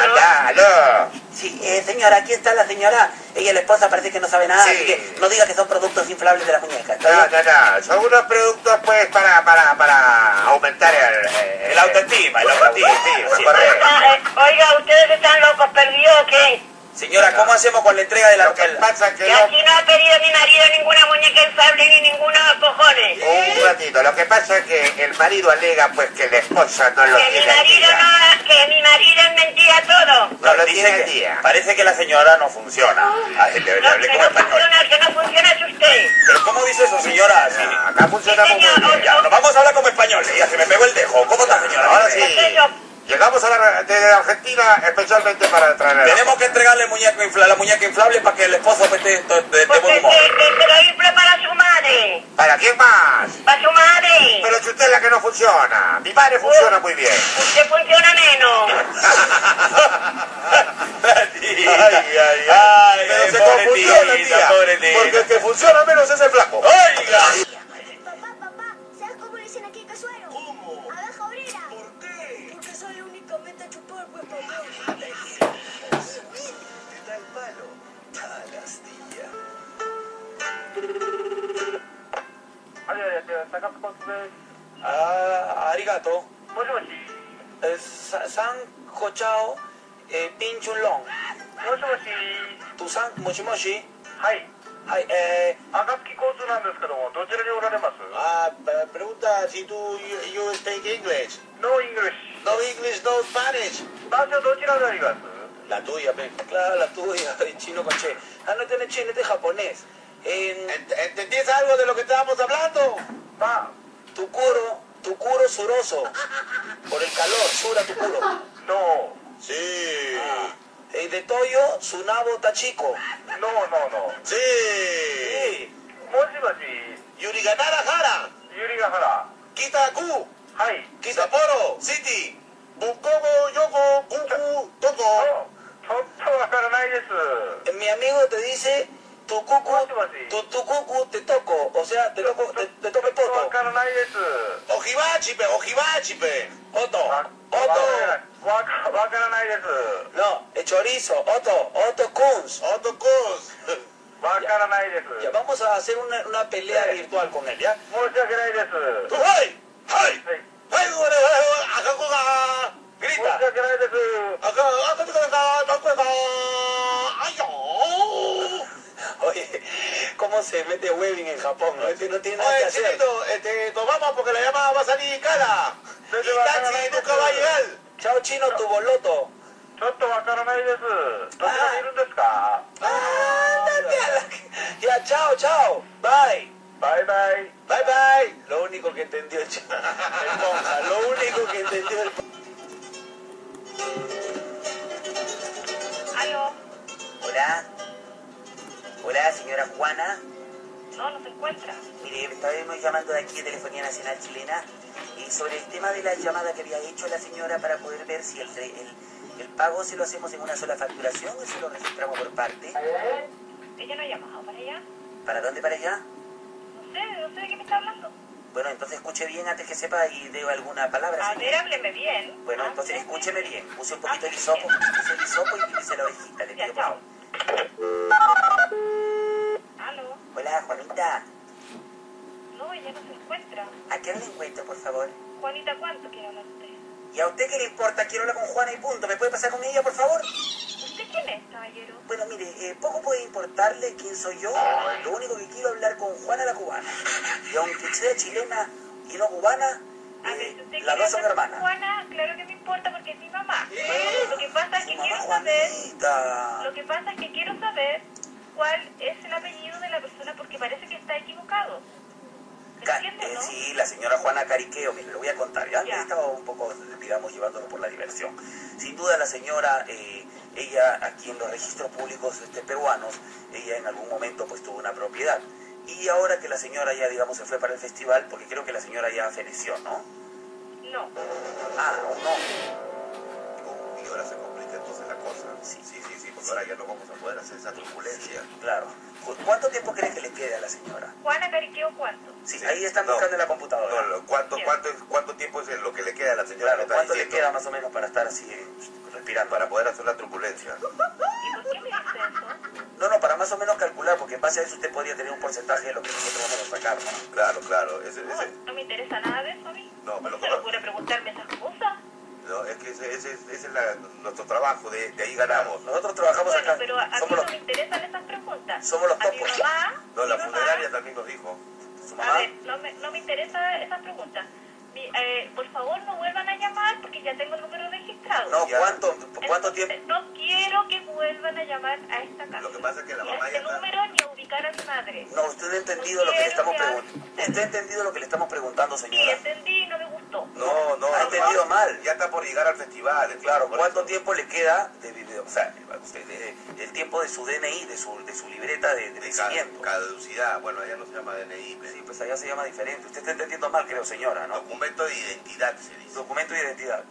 Speaker 8: Sí, eh, señora, aquí está la señora. Ella, la esposa, parece que no sabe nada,
Speaker 3: Sí.
Speaker 8: así que no diga que son productos inflables de las muñecas.
Speaker 3: No, no, no, son unos productos pues para, para, para aumentar el, eh, el, autoestima, el autoestima, sí, correcto.
Speaker 1: Ah, eh, Oiga, ustedes están locos, perdidos o qué?
Speaker 2: señora, ¿cómo hacemos con la entrega de la Lo que
Speaker 3: pasa
Speaker 1: Que aquí no ha pedido mi marido ninguna muñeca inflable ni ninguna cojones.
Speaker 3: Un ratito, lo que pasa es que el marido alega pues que la esposa no lo
Speaker 1: Que mi
Speaker 3: tiene al
Speaker 1: marido
Speaker 3: día.
Speaker 1: no, que mi marido es mentira todo.
Speaker 3: No lo tiene al día.
Speaker 2: Parece que la señora no funciona.
Speaker 1: Ah.
Speaker 2: Ay, le, le hablé como español.
Speaker 1: Funciona, el que no funciona es usted. Ah.
Speaker 2: Pero ¿cómo dice eso, señora? Sí.
Speaker 3: Acá funcionamos
Speaker 2: muy bien. Ya, nos vamos a hablar como español. Ya se me pegó el dejo. ¿Cómo está, señora?
Speaker 3: Ahora sí. Llegamos a la, de Argentina especialmente para traer
Speaker 2: Tenemos que entregarle el muñeco infla- la muñeca inflable para que el esposo pues, esté de, de- de buen humor.
Speaker 1: Este, Que lo infle para su madre.
Speaker 3: ¿Para quién más?
Speaker 1: Para su madre.
Speaker 3: Pero si usted es la que no funciona. Mi madre funciona muy bien.
Speaker 1: Usted funciona menos.
Speaker 3: ay, ay, ay. Pero se confundió la tía. Porque el que funciona menos es el flaco.
Speaker 2: ¡Oiga!
Speaker 63: ¿Sabes cómo le dicen aquí casuero? ¿Cómo? Abeja obrera. ¿Por qué? Porque sale únicamente a chupar, pues, papá.
Speaker 4: Ah, arigato. Eh, sa- sanko chao, eh, pinchun long. Tu san, moshi moshi. Ay, eh,
Speaker 3: Ah, pre- pregunta si tú, you, you speak English. No English. No English, no Spanish.
Speaker 4: La tuya, pe. Claro, la tuya, el chino con che. Ah, no tiene chino, este es japonés. ¿Entendés algo de lo que estábamos hablando? Pa, tu curo, tu curo suroso. Por el calor, sura tu curo. No. Sí. de Toyo, su nabo está chico. No, no, no. Sí. Sí. Yuri Ganara Jara. Yuri Ganara. Kita Ku. Hai. Kitaporo. City. Bukogo, Yoko, Kuku, Toko. Eh, Mi amigo te dice, tu cucu, tu, tu cucu te toco, o sea, te toco, te, te toco el poto. eh, Ojibachi, pe, ojibachi, pe. Oto, oto. No, eh, chorizo, oto, oto kunz. Oto kunz. Ya, ya, vamos a hacer una, una pelea virtual con él, ¿ya? Muchas gracias. ¡Ay! ¡Ay! ¡Ay, güey, ay, güey! eh, ¡Acá, güey, ah! ¡Grita! Muchas gracias. ¡Acá, acá, acá, acá, acá, acá! ¡Ay, oh! Oye, ¿cómo se mete Webbing en Japón? No, Este no tiene nada que hacer. este, nos vamos porque la llamada va a salir cara. Y taxi nunca va a llegar. Chao, chino, tu boloto. Ah. Ándate a la... Ya, chao, chao. Bye. Bye, bye. Bye, bye. Lo único que entendió el ch- (laughs) el monja, Lo único que entendió el...
Speaker 8: Aló. Hola. Hola, señora Juana. No, no se encuentra. Mire, estábamos llamando de aquí de Telefonía Nacional Chilena y sobre el tema de la llamada que había hecho la señora para poder ver si el, el, el pago se lo hacemos en una sola facturación o se lo registramos por parte.
Speaker 6: llamado para allá?
Speaker 2: ¿Para dónde para allá?
Speaker 6: No sé, no sé de qué me está hablando.
Speaker 2: Bueno, entonces escuche bien antes que sepa y dé alguna palabra.
Speaker 6: A
Speaker 2: señor.
Speaker 6: ver, hábleme bien.
Speaker 64: Ah,
Speaker 2: Bueno, entonces escúcheme bien. Use un poquito el hisopo, use el hisopo y pídese la orejita, le pido por favor.
Speaker 6: ¿Aló?
Speaker 2: Hola, Juanita.
Speaker 6: No, ella no se encuentra.
Speaker 2: ¿A quién le encuentro, por favor?
Speaker 6: Juanita, ¿cuánto quiere hablar usted?
Speaker 2: ¿Y a usted qué le importa? Quiero hablar con Juana y punto. ¿Me puede pasar con ella, por favor?
Speaker 6: ¿Usted quién es, caballero?
Speaker 2: Bueno, mire, eh, poco puede importarle quién soy yo. Lo único que quiero es hablar con Juana la cubana. Y aunque sea chilena y no cubana, eh,
Speaker 6: ¿Usted
Speaker 2: las
Speaker 6: quiere
Speaker 2: dos son
Speaker 6: hablar con
Speaker 2: hermanas.
Speaker 6: Juana, claro que me importa porque es mi mamá.
Speaker 2: ¿Eh?
Speaker 6: Lo que pasa es que
Speaker 2: Mamá
Speaker 6: quiero saber...
Speaker 2: Juanita.
Speaker 6: Lo que pasa es que quiero saber cuál es el apellido de la persona porque parece que está equivocado.
Speaker 2: Ca- eh, sí, la señora Juana Cariqueo, mire, lo voy a contar. Yo antes
Speaker 6: Ya.
Speaker 2: estaba un poco, digamos, llevándolo por la diversión. Sin duda la señora, eh, ella aquí en los registros públicos este, peruanos, ella en algún momento pues tuvo una propiedad. Y ahora que la señora ya, digamos, se fue para el festival, porque creo que la señora ya feneció, ¿no?
Speaker 6: No.
Speaker 2: Ah, no.
Speaker 3: Y ahora se complica entonces la cosa. Sí, sí, sí, porque ahora ya no vamos a poder hacer esa turbulencia.
Speaker 2: Claro. Ju- ¿Cuánto tiempo cree que le quede a la señora?
Speaker 6: Juana Cariqueo, ¿cuánto?
Speaker 2: Sí, ahí están buscando en la computadora.
Speaker 3: ¿Cuánto, cuánto, ¿Cuánto tiempo es lo que le queda a la señora?
Speaker 2: Claro, ¿cuánto le queda más o menos para estar así eh, respirando?
Speaker 3: Para poder hacer la turbulencia.
Speaker 6: ¿Y por qué me dice eso?
Speaker 2: No, no, para más o menos calcular, porque en base a eso usted podría tener un porcentaje de lo que nosotros vamos a sacar, ¿no?
Speaker 3: Claro, claro. Ese, ese,
Speaker 6: No me interesa nada de eso a mí.
Speaker 3: no, me lo
Speaker 6: ¿No se le ocurre preguntarme esas cosas?
Speaker 3: No, es que ese, ese, ese es la- nuestro trabajo, de, de ahí ganamos.
Speaker 2: Nosotros trabajamos
Speaker 6: Bueno, pero a, a mí
Speaker 3: Somos
Speaker 6: no
Speaker 3: los,
Speaker 6: me interesan esas preguntas.
Speaker 3: somos los
Speaker 6: a mi
Speaker 3: topos.
Speaker 6: mamá,
Speaker 3: No, la
Speaker 6: mi mamá-
Speaker 3: funeraria también nos dijo.
Speaker 6: A ver, no me, no me interesan esas preguntas. Mi- eh, por favor, no vuelvan a llamar porque ya tengo el número registrado.
Speaker 3: No, ¿cuánto, cuánto tiempo?
Speaker 6: Eh, No quiero que vuelvan a llamar a esta casa. Lo que
Speaker 3: pasa es que
Speaker 6: la mamá este número ni a ubicar a mi madre.
Speaker 2: No, usted ha entendido lo que le estamos preguntando. Usted ha entendido lo que le estamos preguntando,
Speaker 6: Sí,
Speaker 2: señora.
Speaker 6: entendí, no me gustó.
Speaker 3: No, no,
Speaker 2: Ha
Speaker 3: no,
Speaker 2: entendido
Speaker 3: no.
Speaker 2: mal.
Speaker 3: Ya está por llegar al festival.
Speaker 2: Claro, ¿cuánto tiempo le queda de video? O sea, usted, de- el tiempo de su DNI, de su, de su libreta de, de vencimiento.
Speaker 3: Caducidad, bueno, allá no se llama DNI.
Speaker 2: Sí, pues allá se llama diferente. Usted está entendiendo mal, creo, señora, ¿no?
Speaker 3: Documento de identidad, se dice.
Speaker 2: Documento de identidad.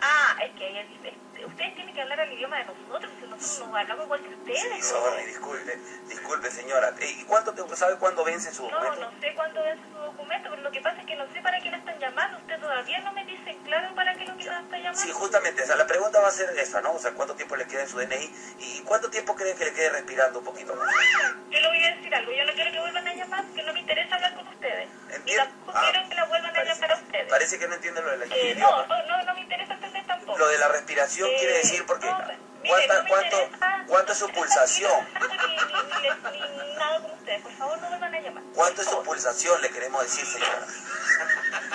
Speaker 6: Ah, es que ella dice, este, ustedes tienen que hablar el idioma de nosotros, que nosotros no hablamos igual que ustedes.
Speaker 2: Sorry, disculpe, disculpe, señora. Eh, ¿Y cuánto te- sabe cuándo vence su
Speaker 6: No,
Speaker 2: documento?
Speaker 6: no sé cuándo es su documento, pero lo que pasa es que no sé para qué la están llamando. Usted todavía no me dice claro para qué lo que la están llamando.
Speaker 2: Sí, justamente, o sea, la pregunta va a ser esa, ¿no? O sea, ¿cuánto tiempo le queda en su DNI? ¿Y cuánto tiempo cree que le quede respirando un poquito más?
Speaker 6: Ah, Yo le voy a decir algo, yo no quiero que vuelvan a llamar, que no me interesa hablar con ustedes. Y tampoco quiero que la vuelvan a llamar a ustedes.
Speaker 2: Parece que no entiende lo de la
Speaker 6: Eh, no, no, no, no me interesa entender tampoco.
Speaker 2: Lo de la respiración
Speaker 6: Eh,
Speaker 2: quiere decir porque...
Speaker 6: no, mire,
Speaker 2: ¿Cuánta-
Speaker 6: no me
Speaker 2: cuánto,
Speaker 6: interesa.
Speaker 2: ¿Cuánto es su pulsación?
Speaker 6: Ni, ni- ni- ni nada con ustedes, por favor no vuelvan a llamar.
Speaker 2: ¿Cuánto es su pulsación? Le queremos decir,
Speaker 6: (laughs)
Speaker 2: señora.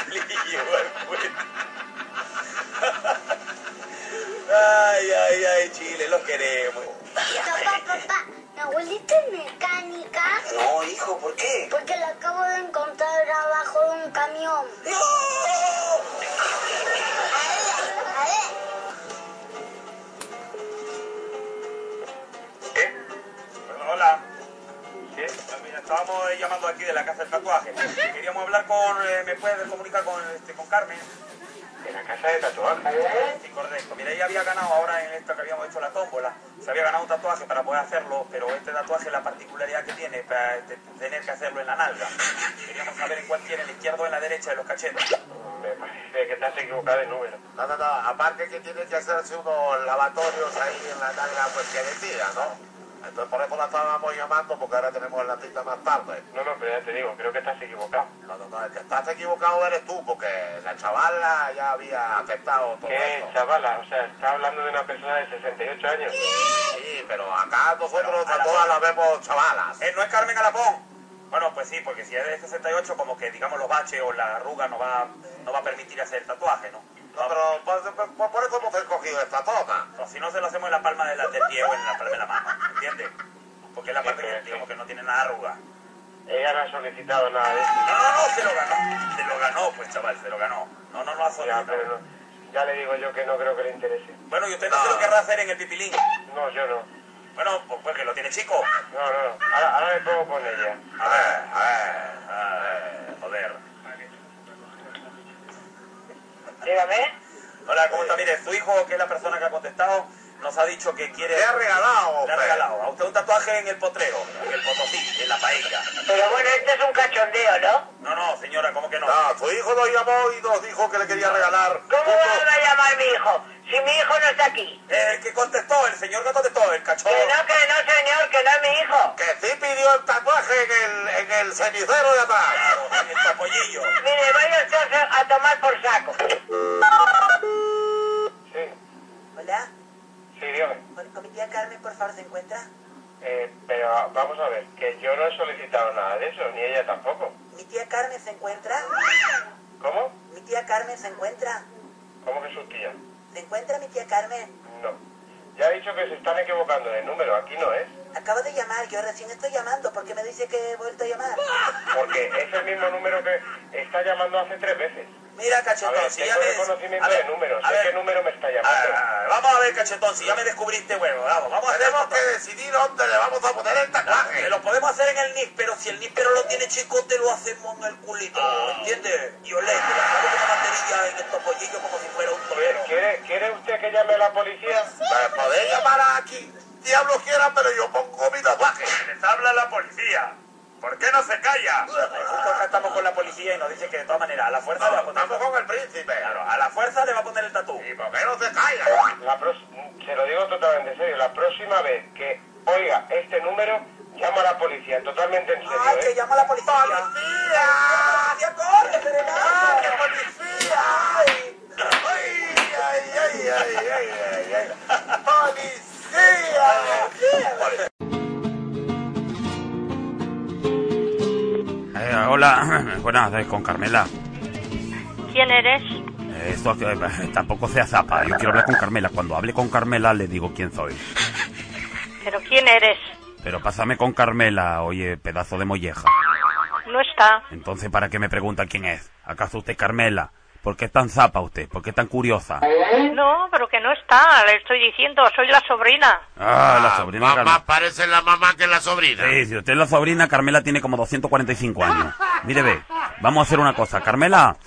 Speaker 2: Le llevo al cuento. Ay, ay, ay, Chile, los queremos.
Speaker 1: Papá, papá, mi abuelita es mecánica.
Speaker 2: No, hijo, ¿por qué?
Speaker 1: Porque la acabo de encontrar abajo de un camión.
Speaker 2: ¡No!
Speaker 1: A ver,
Speaker 4: Hola. Sí, mira, estábamos eh, llamando aquí de la casa del tatuaje. Queríamos hablar con... eh, ¿Me puedes comunicar con, este, con Carmen?
Speaker 65: De la casa de tatuaje.
Speaker 4: Sí, correcto. Mira, ella había ganado ahora en esto que habíamos hecho la tómbola. Se había ganado un tatuaje para poder hacerlo, pero este tatuaje la particularidad que tiene para este, tener que hacerlo en la nalga. Queríamos saber en cuál tiene, en la izquierda o en la derecha de los cachetes.
Speaker 65: Me parece que estás equivocado de número.
Speaker 3: No, no, no, aparte que tiene que hacerse unos lavatorios ahí en la nalga, pues que decida, ¿no? Entonces por eso la estábamos llamando, porque ahora tenemos la cita más tarde.
Speaker 65: No, no, pero ya te digo, creo que estás equivocado.
Speaker 3: No, no, no, el que estás equivocado eres tú, porque la chavala ya había aceptado todo
Speaker 65: ¿Qué
Speaker 3: esto.
Speaker 65: chavala? O sea, está hablando de una persona de 68 años.
Speaker 3: Sí, pero acá nosotros a todas las vemos chavalas.
Speaker 4: Eh, ¿No es Carmen Alapón? Bueno, pues sí, porque si es de 68, como que digamos los baches o la arruga no va, no va a permitir hacer el tatuaje, ¿no?
Speaker 3: No, pero
Speaker 65: pues,
Speaker 3: por, por- por eso hemos escogido esta toma.
Speaker 4: O si no, se lo hacemos en la palma de la- del pie o en la palma de la mano, ¿entiendes? Porque es la parte que, digamos, que no tiene nada arruga.
Speaker 65: pues, Ella no ha solicitado nada de esto.
Speaker 4: No, no, no, se lo ganó. Se lo ganó, pues, chaval, se lo ganó. No, no lo ha
Speaker 65: Ya,
Speaker 4: solicitado.
Speaker 65: pero no. ya le digo yo que no creo que le interese.
Speaker 4: Bueno, ¿y usted no se lo querrá hacer en el pipilín?
Speaker 65: No, yo no.
Speaker 4: Bueno, pues, pues que lo tiene chico.
Speaker 65: No, no, no. Ahora, ahora me pongo con ella.
Speaker 4: A ver, a ver, a ver, joder.
Speaker 66: Dígame.
Speaker 4: Hola, ¿cómo está? Mire, su hijo, que es la persona que ha contestado,
Speaker 67: nos ha dicho que quiere...
Speaker 68: Le ha regalado,
Speaker 67: Le ha
Speaker 68: pues.
Speaker 67: regalado. A usted un tatuaje en el potrero, en el potosí, en la paella.
Speaker 69: Pero bueno, esto es un cachondeo, ¿no?
Speaker 67: No, no, señora, ¿cómo que no?
Speaker 68: No, Ah, su hijo nos llamó y nos dijo que le quería regalar.
Speaker 69: ¿Cómo van a llamar mi hijo? Si mi hijo no está aquí.
Speaker 68: Eh,
Speaker 67: El que contestó, el señor que contestó, el cachorro.
Speaker 69: Que no, que no, señor, que no es mi hijo.
Speaker 68: Que sí pidió el tatuaje en el, en el cenicero de
Speaker 69: (laughs)
Speaker 68: atrás.
Speaker 67: en el tapollillo.
Speaker 69: Mire, vaya usted a a tomar por saco.
Speaker 64: Hola,
Speaker 4: Sí, dígame.
Speaker 64: con mi tía Carmen, por favor, ¿se encuentra?
Speaker 4: Eh, pero vamos a ver, que yo no he solicitado nada de eso, ni ella tampoco.
Speaker 64: ¿Mi tía Carmen se encuentra?
Speaker 4: ¿Cómo?
Speaker 64: ¿Mi tía Carmen se encuentra?
Speaker 4: ¿Cómo que su tía?
Speaker 64: ¿Se encuentra mi tía Carmen?
Speaker 4: No. Ya he dicho que se están equivocando de número, aquí no es.
Speaker 64: Acabo de llamar, yo recién estoy llamando, ¿por qué me dice que he vuelto a llamar?
Speaker 4: Porque es el mismo número que está llamando hace tres veces.
Speaker 67: Mira, cachetón,
Speaker 4: a ver,
Speaker 67: si
Speaker 4: tengo
Speaker 67: ya me-
Speaker 4: reconocimiento
Speaker 67: a ver,
Speaker 4: de números,
Speaker 67: a
Speaker 4: sé
Speaker 67: ver.
Speaker 4: qué número me está
Speaker 67: A ver,
Speaker 4: llamando.
Speaker 67: a ver, Vamos a ver, cachetón, si ya me descubriste, bueno, vamos, vamos a hacer Tenemos que decidir dónde le vamos a poner el tatuaje. Lo podemos hacer en el NIS, pero si el NIS pero lo tiene chicote, lo hacemos en el culito,
Speaker 4: Ah.
Speaker 67: ¿entiendes? Violeta, le ponemos una banderilla en el topollillo como si fuera un torero. Pues
Speaker 4: ¿Quiere, ¿Quiere usted que llame a la policía?
Speaker 68: Para poder llamar a aquí, diablos quiera, pero yo pongo mi tatuaje. Les habla la policía. ¿Por qué no se calla?
Speaker 67: pues, Justo acá estamos con la policía y nos dicen que de todas maneras, a la fuerza le va a poner... Estamos con el príncipe. Claro, a la fuerza le va a poner el tatú. ¿Y por qué no se calla?
Speaker 4: La pros- se lo digo totalmente en serio, la próxima vez que oiga este número, llamo a la policía, totalmente en serio.
Speaker 67: Ay,
Speaker 4: ¿eh?
Speaker 67: que llama a la policía. ¡Policía! ¡Policía, corre, serenate, policía! ¡Ay, ay, ay, ay, ay, ay! ay. ¡Policía!
Speaker 2: Eh, hola, (clears throat) buenas tardes con Carmela.
Speaker 6: ¿Quién eres?
Speaker 2: Eh, Esto que, eh, tampoco sea zapa, yo quiero hablar con Carmela. Cuando hable con Carmela le digo quién soy.
Speaker 6: ¿Pero quién eres?
Speaker 2: Pero pásame con Carmela, oye, pedazo de molleja.
Speaker 6: No está.
Speaker 2: Entonces, ¿para qué me pregunta quién es? ¿Acaso usted es Carmela? ¿Por qué es tan zapa usted? ¿Por qué es tan curiosa?
Speaker 3: Eh,
Speaker 6: No, pero que no está, le estoy diciendo, soy la sobrina.
Speaker 2: Ah, la sobrina Carmela.
Speaker 70: parece la mamá que la sobrina.
Speaker 2: Sí, si usted es la sobrina, Carmela tiene como 245 años. Mire, ve, vamos a hacer una cosa. Carmela,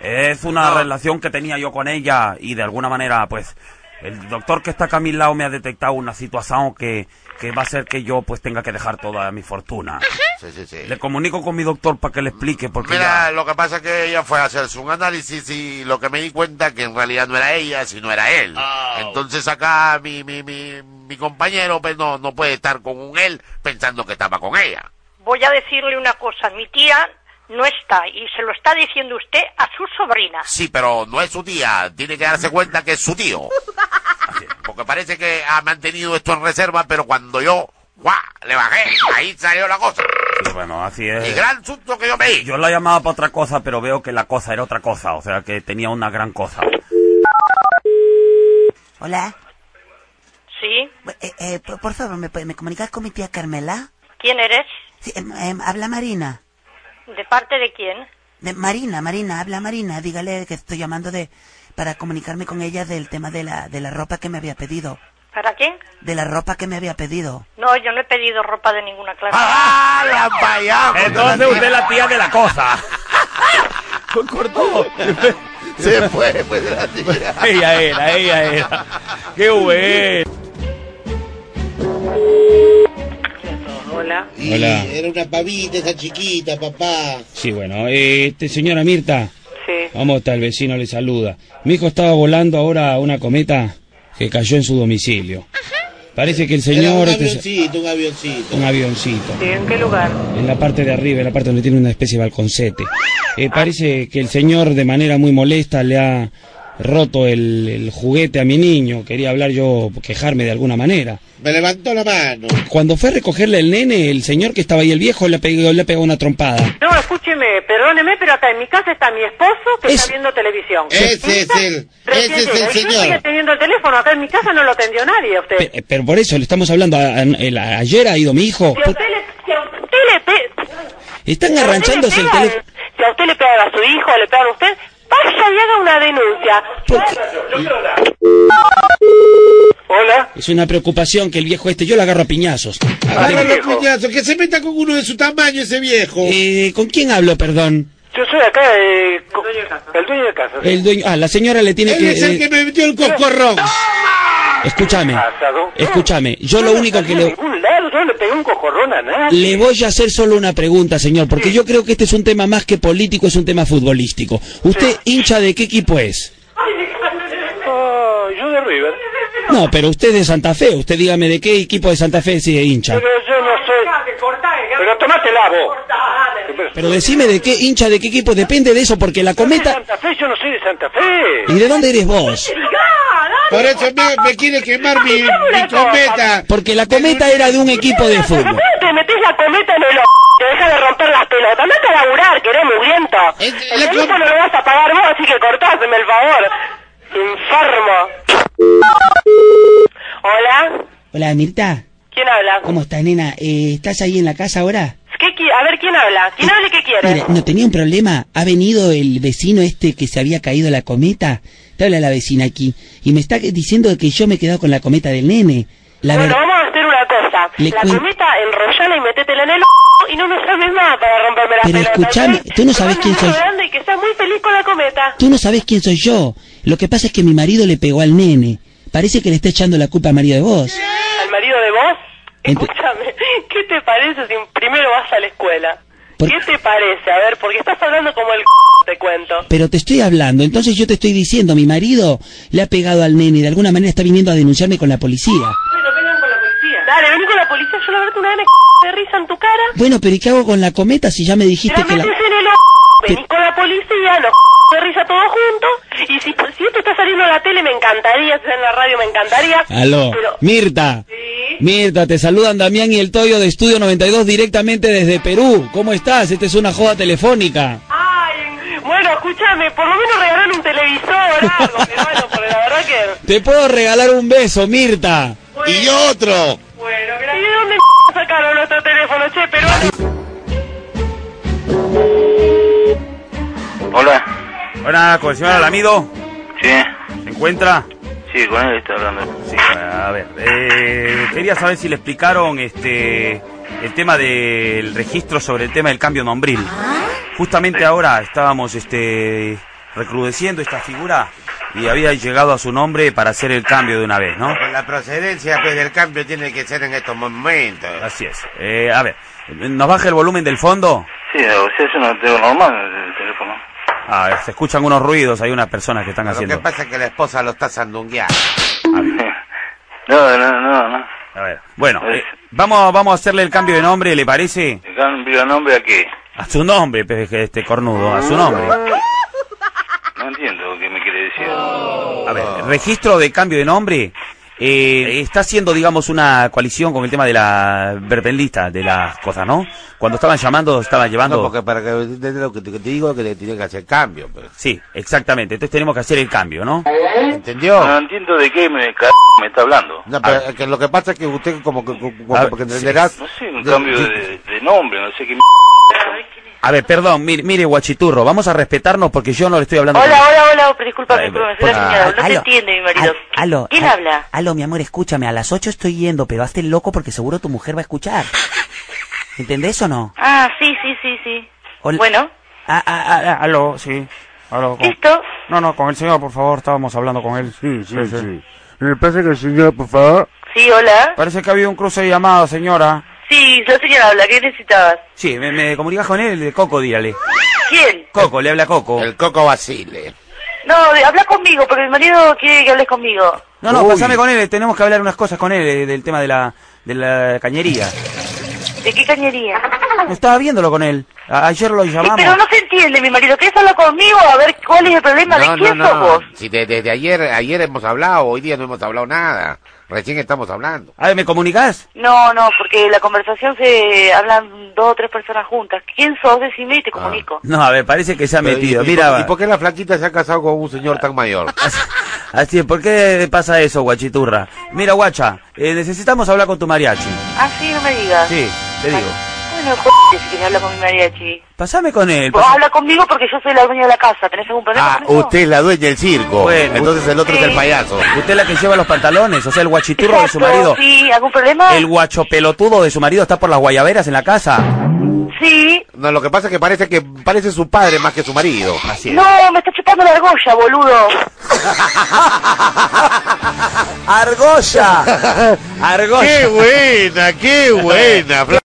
Speaker 2: es una relación que tenía yo con ella y de alguna manera, pues, el doctor que está acá a mi lado me ha detectado una situación que, que va a hacer que yo, pues, tenga que dejar toda mi fortuna.
Speaker 3: Sí, sí, sí.
Speaker 2: Le comunico con mi doctor para que le explique, porque
Speaker 3: Mira,
Speaker 2: ya...
Speaker 3: lo que pasa es que ella fue a hacerse un análisis y lo que me di cuenta que en realidad no era ella, sino era él.
Speaker 65: Ah,
Speaker 3: Entonces acá mi, mi, mi, mi compañero pues no, no puede estar con un él pensando que estaba con ella.
Speaker 6: Voy a decirle una cosa, mi tía no está y se lo está diciendo usted a su sobrina.
Speaker 3: Sí, pero no es su tía, tiene que darse cuenta que es su tío. Porque parece que ha mantenido esto en reserva, pero cuando yo ¡guau! le bajé, ahí salió la cosa.
Speaker 2: Sí, bueno, así
Speaker 3: Y
Speaker 2: es.
Speaker 3: gran susto que yo me di.
Speaker 2: Yo la llamaba para otra cosa, pero veo que la cosa era otra cosa, o sea que tenía una gran cosa.
Speaker 8: Hola.
Speaker 6: ¿Sí?
Speaker 8: Eh, eh, por por favor, ¿me, puede- me comunicas con mi tía Carmela?
Speaker 6: ¿Quién eres?
Speaker 8: Sí, em, em, habla Marina.
Speaker 6: ¿De parte de quién?
Speaker 8: De- Marina, Marina, habla Marina. Dígale que estoy llamando de para comunicarme con ella del tema de la, de la ropa que me había pedido.
Speaker 6: ¿Para quién?
Speaker 8: De la ropa que me había pedido.
Speaker 6: No, yo no he pedido ropa de ninguna clase.
Speaker 2: Entonces usted es la tía de la cosa.
Speaker 71: cortó.
Speaker 3: Se fue, pues la tía.
Speaker 71: ella era, ella era. Qué bueno.
Speaker 64: Hola.
Speaker 70: Y
Speaker 72: Hola.
Speaker 70: Era una pavita esa chiquita, papá.
Speaker 72: Sí, bueno, eh, este, señora Mirta.
Speaker 64: Sí.
Speaker 72: Vamos, tal vecino le saluda. Mi hijo estaba volando ahora una cometa que cayó en su domicilio. Parece que el
Speaker 70: Era un
Speaker 72: señor... este,
Speaker 70: avioncito, un avioncito.
Speaker 72: un avioncito.
Speaker 64: ¿En qué lugar?
Speaker 72: En la parte de arriba, en la parte donde tiene una especie de balconcete. Eh, parece que el señor de manera muy molesta le ha roto el, el juguete a mi niño. Quería hablar yo, quejarme de alguna manera.
Speaker 70: Me levantó la mano.
Speaker 72: Cuando fue a recogerle el nene, el señor que estaba ahí, el viejo, le pegó, le pegó una trompada.
Speaker 1: No, escúcheme, perdóneme, pero acá en mi casa está mi esposo que está viendo televisión.
Speaker 64: (laughs)
Speaker 70: Ese es el...
Speaker 1: Recién
Speaker 70: ese es
Speaker 1: llega.
Speaker 70: el
Speaker 1: Y yo
Speaker 70: señor.
Speaker 1: estoy atendiendo el teléfono, acá en mi casa no lo atendió nadie a usted.
Speaker 72: Pe- eh, pero por eso le estamos hablando. a- a- el- a- ayer ha ido mi hijo.
Speaker 1: Si a usted le, si a usted le pe-
Speaker 72: Están
Speaker 1: si a usted
Speaker 72: arranchándose
Speaker 1: le
Speaker 72: el
Speaker 1: pega-
Speaker 72: teléfono.
Speaker 1: Si a usted le pega a su hijo, le pega a usted, vaya y haga una denuncia.
Speaker 72: Hola. Es una preocupación que el viejo este, yo lo agarro a piñazos.
Speaker 70: Agárralo, cuñazo, que se meta con uno de su tamaño ese viejo.
Speaker 72: Eh, ¿Con quién hablo, perdón?
Speaker 1: Yo soy acá eh, co- el dueño de casa.
Speaker 72: El dueño. Ah, la señora le tiene
Speaker 70: Él
Speaker 72: que.
Speaker 70: es el
Speaker 72: eh,
Speaker 70: que me metió el coscorrón.
Speaker 73: Escúchame, escúchame. Yo lo único que le,
Speaker 74: Un lado, yo le pegué un cojorrón a nadie.
Speaker 73: le voy a hacer solo una pregunta, señor, porque yo creo que este es un tema más que político, es un tema futbolístico. ¿Usted hincha de qué equipo es?
Speaker 74: Ah, yo de River.
Speaker 73: No, pero usted es de Santa Fe. Usted dígame de qué equipo de Santa Fe sigue hincha.
Speaker 74: Pero yo no soy... Pero tomate la vos.
Speaker 73: Pero decime de qué hincha de qué equipo. Depende de eso, porque la cometa.
Speaker 74: Santa Fe, yo no soy de Santa Fe.
Speaker 73: ¿Y de dónde eres vos?
Speaker 74: Por eso me, quiere quemar mi, cometa.
Speaker 73: Porque la cometa era de un equipo de fútbol.
Speaker 1: Te metes la cometa en el o... (laughs) Te deja de romper las pelotas. Andate a laburar, que eres mugriento.
Speaker 8: Eh,
Speaker 1: El teléfono lo vas a pagar vos, así que cortáseme el favor. Enfermo. Hola,
Speaker 8: Hola, Mirta.
Speaker 1: ¿quién habla?
Speaker 8: ¿Cómo estás, nena? Eh, ¿Estás ahí en la casa ahora?
Speaker 1: ¿Qué qui- a ver, ¿quién habla? ¿Quién habla y qué quiere?
Speaker 8: Mira, no tenía un problema. Ha venido el vecino este que se había caído la cometa. Te habla la vecina aquí. Y me está diciendo que yo me he quedado con la cometa del nene. La
Speaker 1: bueno,
Speaker 8: verdad.
Speaker 1: vamos a hacer una cosa.
Speaker 8: Le
Speaker 1: la
Speaker 8: cuen-
Speaker 1: cometa enrollala y métetela en el (laughs) o... y no nos llames más para romperme las
Speaker 8: Pero
Speaker 1: pelotas.
Speaker 8: escúchame,
Speaker 1: ¿sí?
Speaker 8: tú no
Speaker 1: Que
Speaker 8: sabes
Speaker 1: pases
Speaker 8: quién
Speaker 1: muy
Speaker 8: soy.
Speaker 1: grande y que seas muy feliz con la cometa.
Speaker 8: Tú no sabes quién soy yo. Lo que pasa es que mi marido le pegó al nene. Parece que le está echando la culpa a marido de vos.
Speaker 1: ¿Al marido de vos?
Speaker 8: Ent-
Speaker 1: Escúchame, (laughs) ¿qué te parece si primero vas a la escuela? ¿Qué te parece? A ver, porque estás hablando como el (laughs) c- te cuento.
Speaker 8: Pero te estoy hablando, entonces yo te estoy diciendo, mi marido le ha pegado al nene, de alguna manera está viniendo a denunciarme con la policía.
Speaker 1: Pero vengan con la policía. Dale, vení con la policía, yo la verdad una gana (laughs) de risa en tu cara.
Speaker 8: Bueno, pero ¿y qué hago con la cometa si ya me
Speaker 1: Te
Speaker 8: dijiste
Speaker 1: la
Speaker 8: que la...
Speaker 1: metes en el (laughs) o... Venís con la policía, los c- (laughs) de risa todos juntos. Y si, pues, si esto está saliendo en la tele, me encantaría. Si está en la radio, me encantaría.
Speaker 73: Aló,
Speaker 1: Pero,
Speaker 73: Mirta. Mirta, te saludan Damián y el Toyo de Estudio 92 directamente desde Perú. ¿Cómo estás? Esta es una joda telefónica.
Speaker 1: ay, bueno, escúchame, por lo menos regalan un televisor, algo. (laughs) Pero bueno, porque la verdad que...
Speaker 73: Te puedo regalar un beso, Mirta.
Speaker 1: Y
Speaker 73: otro.
Speaker 1: Bueno, gracias. ¿Y de dónde (laughs) m- sacaron nuestro teléfono, che, peruano?
Speaker 2: Hola. Hola, con el señor Alamido. Sí. ¿Se encuentra?
Speaker 4: Sí, con él estoy hablando.
Speaker 2: Sí, a ver. eh, quería saber si le explicaron este el tema del registro sobre el tema del cambio nombril. Justamente ahora estábamos este recrudeciendo esta figura y había llegado a su nombre para hacer el cambio de una vez, ¿no?
Speaker 3: La procedencia pues, del cambio tiene que ser en estos momentos.
Speaker 2: Así es. Eh, a ver, ¿nos baja el volumen del fondo?
Speaker 4: Sí, o sea, yo no tengo normal el teléfono.
Speaker 2: Ah, se escuchan unos ruidos, hay unas personas que están
Speaker 3: Lo que
Speaker 2: haciendo.
Speaker 3: pasa es que la esposa lo está sandungueando.
Speaker 4: (laughs) No, no, no, no.
Speaker 2: A ver. Bueno, eh, vamos, vamos a hacerle el cambio de nombre, ¿le parece?
Speaker 4: ¿Le cambio nombre a qué?
Speaker 2: A su nombre, pe- que este cornudo, a su nombre.
Speaker 4: No entiendo qué me quiere decir.
Speaker 2: A ver, registro de cambio de nombre. eh, está haciendo, digamos, una coalición con el tema de la verpenlista, de las cosas, ¿no? Cuando estaban llamando, estaban llevando...
Speaker 3: No, porque para que entiendas lo que te, que te digo que le tiene que hacer cambio. pues.
Speaker 2: Sí, exactamente. Entonces tenemos que hacer el cambio, ¿no?
Speaker 3: ¿Entendió?
Speaker 4: No entiendo de qué me, c- me está hablando. Ah,
Speaker 3: No, pero es que lo que pasa es que usted como que como
Speaker 2: A ver,
Speaker 3: que entenderás...
Speaker 4: No sé, un
Speaker 3: de-
Speaker 4: cambio
Speaker 3: de-
Speaker 4: de, de nombre, no sé qué m-
Speaker 2: A ver, perdón, mire, mire, guachiturro, vamos a respetarnos porque yo no le estoy hablando...
Speaker 9: Hola, hola, hola, pero disculpa, disculpa, soy la
Speaker 75: Ah,
Speaker 9: señora, no te
Speaker 75: aló.
Speaker 9: entiende mi marido.
Speaker 75: Aló,
Speaker 9: ¿Quién
Speaker 75: al-
Speaker 9: habla?
Speaker 75: Aló, mi amor, escúchame, a las 8 estoy yendo, pero hazte el loco porque seguro tu mujer va a
Speaker 9: (laughs)
Speaker 75: escuchar. ¿Entendés o no?
Speaker 9: Ah, sí, sí, sí, sí.
Speaker 75: Hola.
Speaker 9: Bueno,
Speaker 75: Ah, ah, ah, ah,
Speaker 74: Aló, sí. Aló, con-
Speaker 9: ¿listo?
Speaker 74: No, no, con el señor, por favor, estábamos hablando con él. Sí, sí, sí. ¿Le parece que el señor, por favor?
Speaker 9: Sí, hola.
Speaker 74: Parece que ha habido un cruce de llamadas, señora.
Speaker 9: Sí, la señora habla, ¿qué necesitabas?
Speaker 2: Sí, me, me comunicas con él, de Coco, dígale. (laughs)
Speaker 9: ¿Quién?
Speaker 2: Coco, le habla Coco. El
Speaker 3: Coco Basile.
Speaker 9: No, de- habla conmigo, porque mi marido quiere que hables conmigo.
Speaker 2: No, no, pasame con él, eh, tenemos que hablar unas cosas con él eh, del tema de la, de la cañería.
Speaker 9: ¿De qué cañería?
Speaker 2: Estaba viéndolo con él. A- ayer lo
Speaker 9: Sí,
Speaker 2: llamamos.
Speaker 9: pero no se entiende, mi marido. ¿Querés hablar conmigo? A ver, ¿cuál es el problema?
Speaker 3: No,
Speaker 9: ¿De quién
Speaker 3: no, no.
Speaker 9: sos vos?
Speaker 3: Si de- desde ayer, ayer hemos hablado, hoy día no hemos hablado nada. Recién estamos hablando.
Speaker 2: A ver, ¿me comunicás?
Speaker 9: No, no, porque la conversación se hablan dos o tres personas juntas. ¿Quién sos? Decime y te comunico.
Speaker 2: No, a ver, parece que se ha
Speaker 3: Pero,
Speaker 2: metido.
Speaker 3: ¿y- y
Speaker 2: Mira,
Speaker 3: por-
Speaker 2: va.
Speaker 3: ¿Y por qué la flaquita se ha casado con un señor tan (laughs) mayor?
Speaker 2: así es, ¿por qué pasa eso, guachiturra? Mira, guacha, eh, necesitamos hablar con tu mariachi.
Speaker 9: Ah, sí, no me digas.
Speaker 2: Sí, te digo.
Speaker 9: Bueno, joder, si querés hablar con mi mariachi.
Speaker 2: Pasame con él.
Speaker 9: Vos
Speaker 2: pasa-
Speaker 9: habla conmigo porque yo soy la dueña de la casa. ¿Tenés algún problema con eso?
Speaker 3: Ah, Usted es la dueña del circo.
Speaker 2: Bueno,
Speaker 3: entonces el otro es el
Speaker 9: Sí.
Speaker 3: payaso.
Speaker 2: Usted es la que lleva los pantalones, o sea, el guachiturro de su
Speaker 9: Exacto,
Speaker 2: marido.
Speaker 9: Sí, ¿algún problema?
Speaker 2: El guacho pelotudo de su marido está por las guayaberas en la casa.
Speaker 9: Sí.
Speaker 3: No, lo que pasa es que parece que parece su padre más que su marido.
Speaker 2: Así (laughs)
Speaker 9: No, me está chupando la argolla, boludo.
Speaker 76: Argolla.
Speaker 74: (laughs)
Speaker 2: Qué buena, qué buena, Fla-